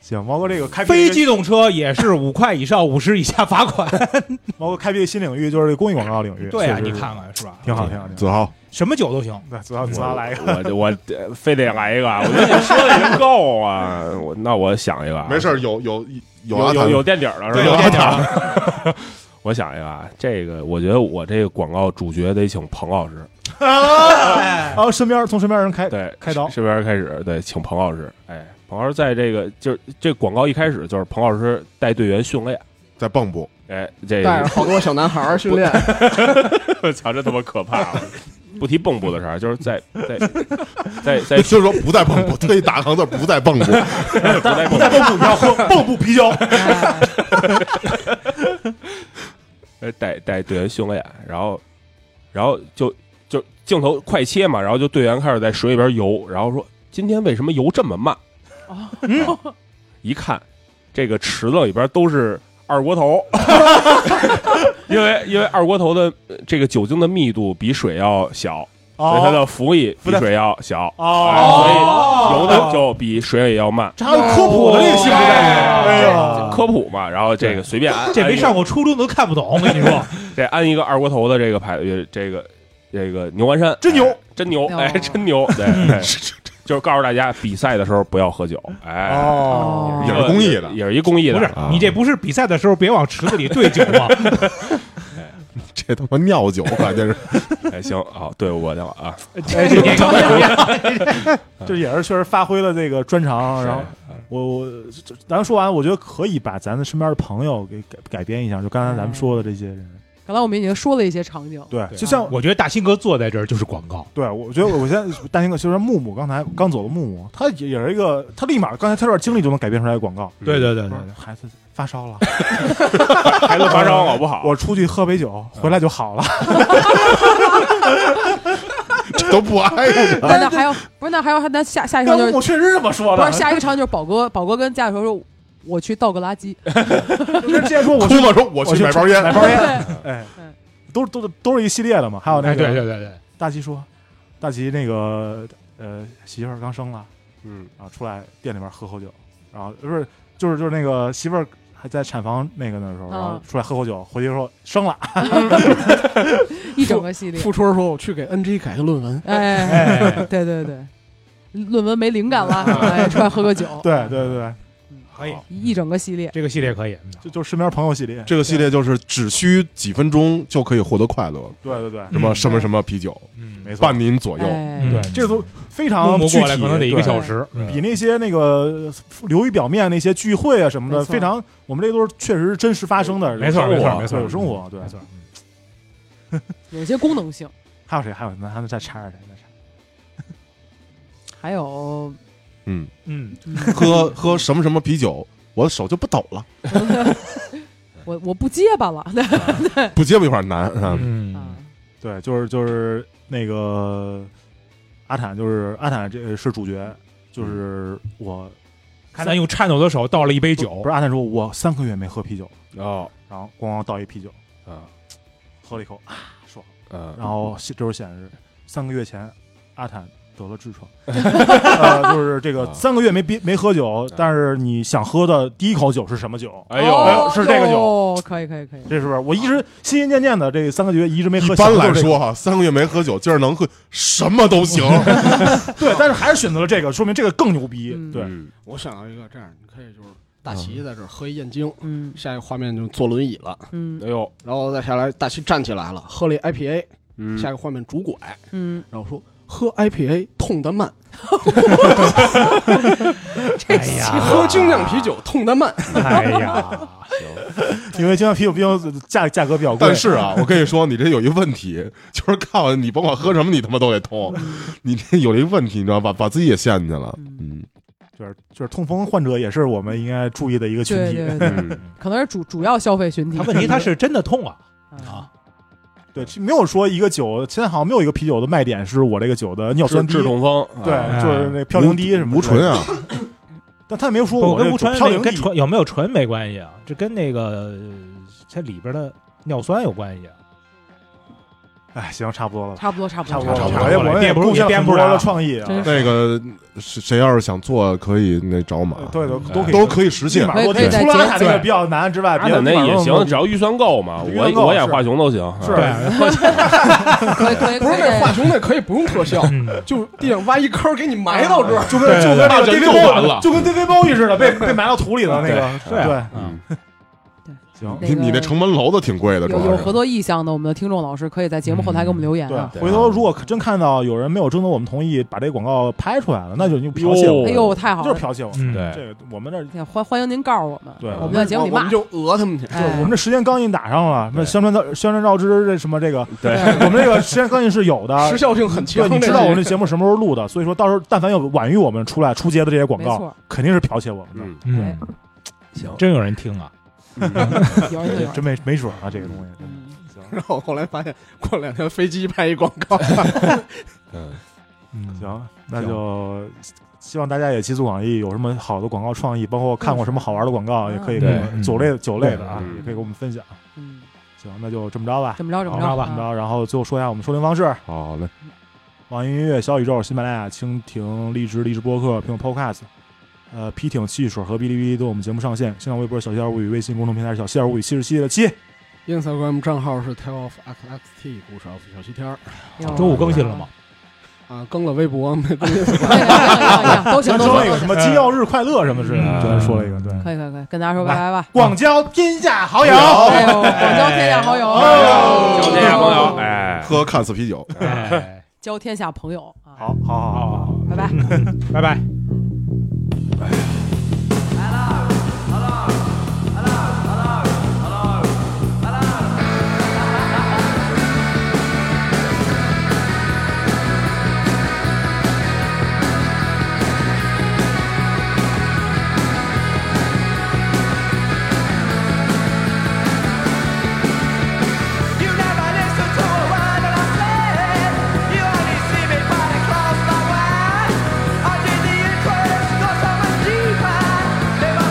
Speaker 1: 行，毛哥这个开辟
Speaker 4: 非机动车也是五块以上五十以下罚款。
Speaker 1: 毛哥开辟新领域就是这公益广告领域，
Speaker 4: 对
Speaker 1: 确
Speaker 4: 啊，
Speaker 1: 实
Speaker 4: 你
Speaker 1: 是
Speaker 4: 看看是吧？
Speaker 1: 挺好挺好挺好。
Speaker 8: 子豪，
Speaker 4: 什么酒都行。
Speaker 1: 那主要主要来一个，
Speaker 6: 我我呃非得来一个，我觉得你说的已经够啊。我那我想一个啊，
Speaker 8: 没事儿，有有
Speaker 6: 有
Speaker 8: 有阿
Speaker 6: 有
Speaker 8: 谭
Speaker 6: 有垫底儿了是
Speaker 8: 有
Speaker 6: 吧？
Speaker 8: 阿谭，
Speaker 6: 我想一个啊，这个我觉得我这个广告主角得请彭老师，
Speaker 4: 哎
Speaker 1: 然后哦身边从身边人开
Speaker 6: 对，
Speaker 1: 哎开刀
Speaker 6: 这边开始，对，请彭老师，哎，彭老师在这个就是这广告一开始就是彭老师带队员训练，
Speaker 8: 在蚌埠，
Speaker 6: 哎，这
Speaker 5: 带着好多小男孩儿训练，
Speaker 6: 我操，这他妈可怕了！ 不提蚌埠的事儿，就是 在在在在
Speaker 8: 就是说不在蚌埠，特意打行字不在蚌埠，
Speaker 6: 不在蚌
Speaker 1: 在
Speaker 6: 埠
Speaker 1: 蚌埠你要喝蚌埠啤酒，
Speaker 2: 哎
Speaker 6: 呃带带队员训练，然后然后就就镜头快切嘛，然后就队员开始在水里边游，然后说今天为什么游这么慢？ 啊
Speaker 2: 哦
Speaker 6: 一看这个池子里边都是二锅头，因为因为二锅头的呃这个酒精的密度比水要小，所以它的浮力比水要小，哎
Speaker 1: 哦，
Speaker 6: 游的就比水里要慢。
Speaker 1: 这还有科普的这个性质在里面，哦哎呀，
Speaker 6: 科普嘛，然后这个随便安，
Speaker 4: 这没
Speaker 6: 安一个
Speaker 4: 上过初中都看不懂，我跟你 说，
Speaker 6: 这安一个二锅头的这个牌，呃这个这个牛栏山，
Speaker 1: 真牛
Speaker 6: 哎，真牛，
Speaker 2: 哦
Speaker 6: 哎，真牛， 对，对就是告诉大家比赛的时候不要喝酒，哎，
Speaker 1: 哦
Speaker 2: 哦，
Speaker 8: 也是公益的
Speaker 6: 也是一公益
Speaker 4: 不
Speaker 6: 的，
Speaker 4: 是
Speaker 6: 啊
Speaker 4: 你这不是比赛的时候别往池子里兑酒 吗？
Speaker 8: 这他妈尿酒，关键是
Speaker 6: 哎，行，好，对我的了啊，
Speaker 1: 哎
Speaker 4: 这这这
Speaker 1: 这也是确实发挥了这个专长，然后。我我这咱说完，我觉得可以把咱的身边的朋友给改改编一下，就刚才咱
Speaker 4: 嗯
Speaker 1: 们说的这些人，
Speaker 2: 刚才我们已经说了一些场景，
Speaker 1: 对，
Speaker 4: 对
Speaker 1: 就像
Speaker 4: 我觉得大兴哥坐在这儿就是广告，
Speaker 1: 对我觉得我现在大兴哥其实木木刚才刚走的木木，他也也是一个，他立马刚才他这段经历就能改变出来的广告，
Speaker 4: 对对对
Speaker 1: 不
Speaker 4: 对
Speaker 2: 嗯
Speaker 1: 是孩子发烧了，
Speaker 6: 孩子发烧好不好？
Speaker 1: 我出去喝杯酒，回来就
Speaker 2: 嗯
Speaker 1: 好了，
Speaker 8: 这都不挨着。
Speaker 2: 那那还有不是那还有那下下一场
Speaker 1: 但
Speaker 2: 就
Speaker 1: 哎木
Speaker 2: 是
Speaker 1: 木确实是这么说
Speaker 2: 不
Speaker 1: 的
Speaker 2: 是，下一个场景就是宝哥，宝哥跟家里头说我去倒个垃圾，
Speaker 1: 就是之前说我
Speaker 8: 哭
Speaker 1: 去
Speaker 8: 了说我
Speaker 1: 我
Speaker 8: 去买包烟，
Speaker 1: 买包烟，哎
Speaker 2: 嗯，
Speaker 1: 都都都是一系列的嘛，还有那
Speaker 4: 哎，对
Speaker 1: 个
Speaker 4: 对对对，
Speaker 1: 大齐说，大齐那个呃媳妇儿刚生了，
Speaker 6: 嗯，
Speaker 1: 然后出来店里面喝口酒，然后不是就是就是那个媳妇儿还在产房那个那时候，然后
Speaker 2: 嗯
Speaker 1: 出来喝口酒，回去说生了。
Speaker 2: 一整个系列，
Speaker 5: 富春说我去给 NG 改个论文，
Speaker 2: 哎，对对对，论文没灵感了，哎，出来喝个酒，
Speaker 1: 对对对，
Speaker 4: 可以，
Speaker 2: 一整个系列，
Speaker 4: 这个系列可以，嗯
Speaker 1: 就就身边朋友系列，
Speaker 8: 这个系列就是只需几分钟就可以获得快乐，
Speaker 1: 对对对，
Speaker 8: 什么什么什么啤酒，
Speaker 4: 嗯，
Speaker 1: 没错，
Speaker 8: 伴您左右。
Speaker 2: 哎，
Speaker 4: 对
Speaker 1: 这都非
Speaker 4: 木
Speaker 1: 常
Speaker 4: 木
Speaker 1: 具
Speaker 4: 过
Speaker 1: 体
Speaker 4: 来，可能得一个
Speaker 1: 对
Speaker 4: 小时，嗯
Speaker 1: 比那些那个呃流于表面那些聚会啊什么的，
Speaker 2: 没错
Speaker 1: 非常我们这都是确实是真实发生的，
Speaker 4: 没错
Speaker 1: 有生活
Speaker 4: 没错没错
Speaker 1: 有生活，对
Speaker 4: 没错。
Speaker 2: 有些功能性，
Speaker 1: 还有谁？还有咱还能再插着谁？再插
Speaker 2: 还有
Speaker 4: 嗯，
Speaker 8: 喝喝什么什么啤酒，我的手就不抖了，
Speaker 2: 我我不结巴了，对
Speaker 8: 不接不有点难啊。
Speaker 4: 嗯，
Speaker 1: 对，就是就是那个阿坦，就是阿坦这是主角，
Speaker 4: 嗯
Speaker 1: 就是我
Speaker 4: 看咱用颤抖的手倒了一杯酒
Speaker 1: 不，是阿坦说，我三个月没喝啤酒了，
Speaker 6: 哦
Speaker 1: 然后咣咣倒一啤酒，
Speaker 6: 啊，
Speaker 1: 喝了一口啊，爽。
Speaker 6: 嗯，
Speaker 1: 然后这时候显示三个月前阿坦得了 痔疮，呃，就是这个
Speaker 6: 啊
Speaker 1: 三个月没憋没喝酒，但是你想喝的第一口酒是什么酒？
Speaker 8: 啊
Speaker 6: 哎呦，
Speaker 1: 哎呦是这个酒
Speaker 2: 酒，哦可以可以可以。
Speaker 1: 这是不是？我一直心心念念的这三个月一直没喝。
Speaker 8: 一般来
Speaker 1: 想喝这个
Speaker 8: 说哈，三个月没喝酒，今儿能喝什么都行。
Speaker 1: 对，但是还是选择了这个，说明这个更牛逼。
Speaker 2: 嗯
Speaker 1: 对，
Speaker 6: 嗯
Speaker 5: 我想到一个，这样你可以就是
Speaker 1: 嗯
Speaker 5: 大齐在这儿喝一燕京，
Speaker 2: 嗯
Speaker 5: 下一个画面就坐轮椅了，
Speaker 2: 嗯
Speaker 6: 哎呦，
Speaker 5: 然后再下来大齐站起来了，喝了一 IPA，
Speaker 6: 嗯，
Speaker 5: 下一个画面拄拐，
Speaker 2: 嗯，
Speaker 5: 然后说喝 IPA 痛得慢，
Speaker 8: 哎
Speaker 2: 这
Speaker 1: 啊
Speaker 2: 行
Speaker 5: 喝精酿啤酒痛得慢。
Speaker 4: 哎呀，
Speaker 1: 因为精酿啤酒毕竟价价格比较贵，
Speaker 8: 但是啊，我跟你说，你这有一问题，就是看完你甭管喝什么，你他妈都得痛。
Speaker 1: 嗯
Speaker 8: 你这有一问题，你知道吧？把自己也陷进去了。嗯，
Speaker 1: 就是就是痛风患者也是我们应该注意的一个群
Speaker 2: 对
Speaker 1: 体。
Speaker 2: 对 对，可能是主主要消费群体。
Speaker 4: 嗯他问题他是真的痛啊，
Speaker 2: 啊，
Speaker 1: 对，其实没有说一个酒，现在好像没有一个啤酒的卖点是我这个酒的尿酸低
Speaker 6: 治。痛风，
Speaker 1: 对，
Speaker 6: 哎
Speaker 1: 就是那个嘌呤低什么
Speaker 8: 无醇
Speaker 1: 之类的，
Speaker 8: 啊，
Speaker 1: 但他也没有说
Speaker 4: 不
Speaker 1: 这
Speaker 4: 跟
Speaker 1: 个
Speaker 4: 无醇
Speaker 1: 嘌呤
Speaker 4: 跟
Speaker 1: 低
Speaker 4: 醇有没有醇没关系啊，这跟那个它里边的尿酸有关系啊。
Speaker 1: 哎，行，差不多了吧，
Speaker 2: 差不多差不
Speaker 1: 差
Speaker 2: 多
Speaker 1: 不多
Speaker 4: 差
Speaker 1: 了。
Speaker 4: 不多
Speaker 1: 我也
Speaker 4: 了
Speaker 1: 我
Speaker 4: 你也
Speaker 1: 也
Speaker 4: 不是
Speaker 1: 贡献
Speaker 4: 你也
Speaker 1: 了很
Speaker 4: 编不
Speaker 1: 多
Speaker 4: 了
Speaker 1: 的创意啊，
Speaker 2: 真
Speaker 8: 那个
Speaker 7: 呃
Speaker 8: 谁谁要是想做，可以那找我们
Speaker 1: 呃
Speaker 8: 啊，
Speaker 1: 对的，都可以
Speaker 8: 都可以实现。
Speaker 1: 马
Speaker 2: 可以再
Speaker 1: 除了
Speaker 2: 接
Speaker 1: 阿塔这个
Speaker 4: 对
Speaker 1: 比较难之
Speaker 6: 阿
Speaker 1: 外，哎别
Speaker 6: 坦
Speaker 1: 的
Speaker 6: 那也行，只
Speaker 1: 只要
Speaker 6: 要预算够嘛。
Speaker 1: 预算
Speaker 6: 我
Speaker 1: 够
Speaker 6: 我演
Speaker 1: 是
Speaker 6: 化熊都行，
Speaker 1: 是
Speaker 6: 哎
Speaker 2: 可以可以
Speaker 5: 不
Speaker 2: 可以
Speaker 5: 是那
Speaker 2: 再
Speaker 5: 华雄那可以不用特效，
Speaker 4: 嗯
Speaker 5: 就地上挖一坑给你埋到这儿。
Speaker 1: 就跟就跟那
Speaker 6: 大
Speaker 1: 个
Speaker 6: 神
Speaker 1: David
Speaker 6: 就完
Speaker 1: Bowie
Speaker 6: 了
Speaker 1: 就跟 David Bowie 似的，被被埋到土里的那个，
Speaker 4: 对
Speaker 1: 对，
Speaker 6: 嗯
Speaker 1: 行。
Speaker 2: 那
Speaker 8: 你
Speaker 2: 个
Speaker 8: 你那城门楼子挺贵的，主
Speaker 2: 有
Speaker 8: 要
Speaker 2: 有
Speaker 8: 是
Speaker 2: 合作意向的，我们的听众老师可以在节目后台给我们留言
Speaker 1: 对
Speaker 2: 啊。，
Speaker 1: 回头如果真看到有人没有征得我们同意，把这广告拍出来了，那就你就剽窃我，
Speaker 2: 哎呦，太好
Speaker 1: 就是
Speaker 2: 了！
Speaker 1: 剽窃我。
Speaker 4: 嗯，
Speaker 6: 对
Speaker 1: 这个我们这，
Speaker 2: 也欢欢迎您告诉我们，
Speaker 1: 对
Speaker 2: 我们在节目里
Speaker 5: 我们
Speaker 2: 骂。
Speaker 5: 就讹他们去。
Speaker 2: 哎
Speaker 1: 我们这时间刚印打上了，那
Speaker 6: 对
Speaker 1: 宣传照宣传照之这什么这个，
Speaker 6: 对
Speaker 1: 我们这个时间刚印是有的，
Speaker 5: 时效性很强
Speaker 1: 啊对，，你
Speaker 5: 这
Speaker 1: 知道我们
Speaker 5: 是
Speaker 1: 这节目什么时候录的，所以说到时候但凡要晚于我们出来出街的这些广
Speaker 2: 没
Speaker 1: 告，
Speaker 2: 错，
Speaker 1: 肯定是剽窃我们的。
Speaker 6: 嗯，
Speaker 4: 嗯，
Speaker 6: 行，
Speaker 4: 真有人听啊，
Speaker 2: 有人嗯
Speaker 1: 这
Speaker 2: 有
Speaker 1: 真没没准啊，这个东西真的。行
Speaker 5: 然后后来发现，过两天飞机拍一广告，
Speaker 6: 嗯，
Speaker 4: 嗯，
Speaker 1: 行，那就希望大家也记住网易有什么好的广告创意，包括看过什么好玩的广告，
Speaker 2: 嗯
Speaker 1: 也可以
Speaker 6: 对
Speaker 1: 给我们酒类酒类的啊
Speaker 6: 嗯，
Speaker 1: 也可以给我们分享。
Speaker 2: 嗯，
Speaker 1: 行，那就这么着吧，
Speaker 2: 怎么着怎么
Speaker 1: 好
Speaker 2: 着
Speaker 1: 吧
Speaker 2: 啊
Speaker 1: 怎么着。然后最后说一下我们收听方式：
Speaker 8: 好嘞，
Speaker 1: 网易音乐、小宇宙、喜马拉雅、蜻蜓、荔枝、荔枝播客、苹果 Podcast。呃，皮艇、汽水和哔哩哔哩对我们节目上线，新浪微博小仙儿物语，微信公众平台是小仙儿物语七十七的七。
Speaker 5: Instagram 账号是 Tale of XXT 故事 of 小西天儿
Speaker 2: 哎呦
Speaker 4: 周五更新了吗？
Speaker 5: 啊，更了微博 没更新，
Speaker 2: 哎呀哎呀哎呀哎呀都行
Speaker 1: 咱
Speaker 2: 都
Speaker 1: 说
Speaker 2: 行都
Speaker 1: 那个
Speaker 2: 行
Speaker 1: 什，么“金曜日快乐”什么之类的，
Speaker 4: 嗯
Speaker 1: 昨天说了一个，对，
Speaker 2: 可以可以可以，跟大家说拜拜吧。
Speaker 1: 广交天下好友，
Speaker 2: 哎呦，广交天下好友，
Speaker 1: 哎呦
Speaker 6: 交天下朋友，，哎，
Speaker 8: 喝看似啤酒。
Speaker 4: 哎，
Speaker 2: 交天下朋友啊，
Speaker 1: 好好好好好。
Speaker 2: 拜拜。
Speaker 4: 拜拜。
Speaker 3: You never listen to a word that I said. You only see me when I close my eyes. I did the inquest 'cause I'm a thief.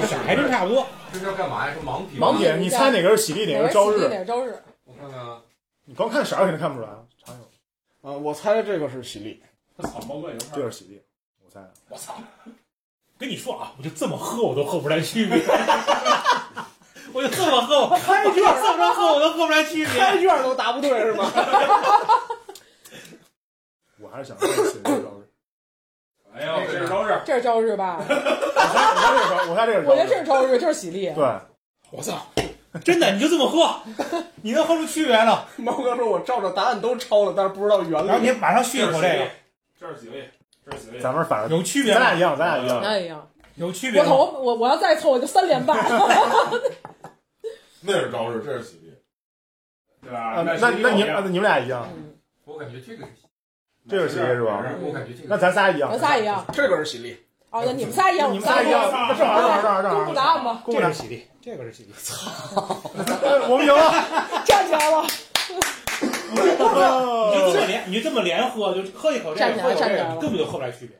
Speaker 6: 是干嘛呀？是盲品。
Speaker 1: 盲品，你猜哪个是喜力，哪个是朝
Speaker 2: 哪
Speaker 1: 日？
Speaker 2: 个朝日？
Speaker 6: 我看看啊，
Speaker 1: 你光看色儿肯定看不出来。常有，
Speaker 5: 啊，我猜这个是喜力，
Speaker 6: 他草毛怪油
Speaker 1: 这是喜力，我猜的。
Speaker 4: 我操！跟你说啊，我就这么喝，我都喝不出来区 别。我就这么喝，我
Speaker 5: 开卷
Speaker 4: 我这么喝我都喝不出来区别。
Speaker 5: 开卷都答不对是吗？
Speaker 1: 我还是想说喜力朝日。
Speaker 6: 哎呦，这是招式。
Speaker 2: 这是朝日吧？
Speaker 1: 我猜我猜这个朝，我
Speaker 2: 我觉
Speaker 1: 猜这是朝
Speaker 2: 得这
Speaker 1: 日。
Speaker 2: 是朝日，就是喜力。
Speaker 1: 对，
Speaker 4: 我操！ 真的，你就这么喝，你能喝出区别了。
Speaker 5: 猫哥说：“我照着答案都抄了，但是不知道原
Speaker 4: 然后你
Speaker 5: 理。
Speaker 4: 马上续一口这个，
Speaker 6: 这是喜力，这是喜力。
Speaker 1: 咱们反正
Speaker 4: 有区别
Speaker 1: 咱
Speaker 4: 吗
Speaker 1: 俩？一样，咱俩一
Speaker 4: 嗯
Speaker 1: 样。
Speaker 2: 那一样。
Speaker 4: 有区别
Speaker 2: 我
Speaker 4: 吗？
Speaker 2: 头我我要再凑，我就三连败。
Speaker 11: 那是招式，这是喜力。
Speaker 6: 对吧？
Speaker 1: 啊那那
Speaker 6: 那
Speaker 1: 你那你们俩一样，
Speaker 6: 我感觉这个啊
Speaker 1: 这是喜力是吧？嗯
Speaker 6: 我感觉这
Speaker 1: 那咱仨一样，
Speaker 2: 咱仨一样”。
Speaker 5: 这个是喜力，
Speaker 2: 哦，那你们仨一样，
Speaker 1: 你
Speaker 2: 我
Speaker 1: 们仨一样，那正好正好正好正
Speaker 2: 公布
Speaker 1: 好，
Speaker 2: 答案吧，
Speaker 1: 公布答案
Speaker 4: 喜力，这个是喜力。
Speaker 1: 哎我们赢了。
Speaker 2: 站起来了，
Speaker 1: 哦
Speaker 4: 你就
Speaker 5: 呃
Speaker 4: 这么连，你就这么连喝，就喝一口这
Speaker 2: 站
Speaker 4: 个，
Speaker 2: 起
Speaker 4: 喝
Speaker 2: 来
Speaker 4: 一口这
Speaker 2: 站起来
Speaker 4: 个，
Speaker 2: 了
Speaker 4: 根本就喝不出来区别。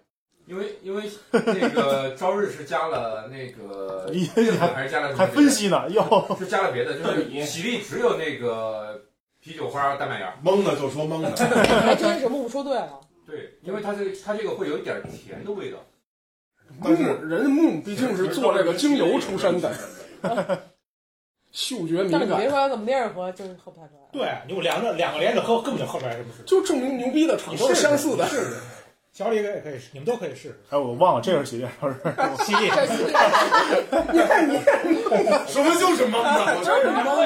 Speaker 6: 因为因为那个朝日是加了那个
Speaker 1: 你
Speaker 6: 淀粉还是加了什么
Speaker 1: 还分析呢，哟，
Speaker 6: 是加了别的，就是喜力只有那个啤酒花大麦芽。
Speaker 11: 蒙的就说蒙的，
Speaker 2: 还真是目不说对了。
Speaker 6: 对，因为它这个它这个会有一点甜的味道。
Speaker 2: 嗯
Speaker 5: 木人木毕竟是做这个精油出身 的，嗅觉敏
Speaker 2: 但是你
Speaker 5: 感
Speaker 2: 别，说要怎么连着喝，就是喝不太出来。
Speaker 4: 对，你我两个两个连着喝，根本就喝不出来什么是。
Speaker 5: 就证明牛逼的厂都是相似的。
Speaker 4: 是的。小李哥也可以试，你们都可以 试
Speaker 1: 哎，我忘了这是喜力朝日，
Speaker 4: 试。犀利，
Speaker 2: 这是喜力，
Speaker 11: 什么就是蒙的。
Speaker 2: 真是蒙的。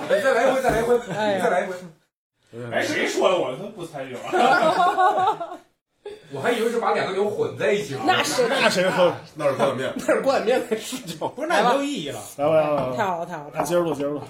Speaker 6: 你再来一回，再来一回，
Speaker 2: 哎呀
Speaker 6: 你再来一回。
Speaker 4: 哎，谁说的我他妈不参与了？
Speaker 6: 我还以为是把两个牛混在一起了。
Speaker 2: 那是
Speaker 1: 那谁喝？
Speaker 11: 那是挂面，
Speaker 5: 那是灌面那是酒，
Speaker 4: 不是，那也没有意义了。
Speaker 1: 来吧来吧来吧，
Speaker 2: 太好了，太好了，太
Speaker 1: 来
Speaker 2: 好
Speaker 1: 接着录接着录，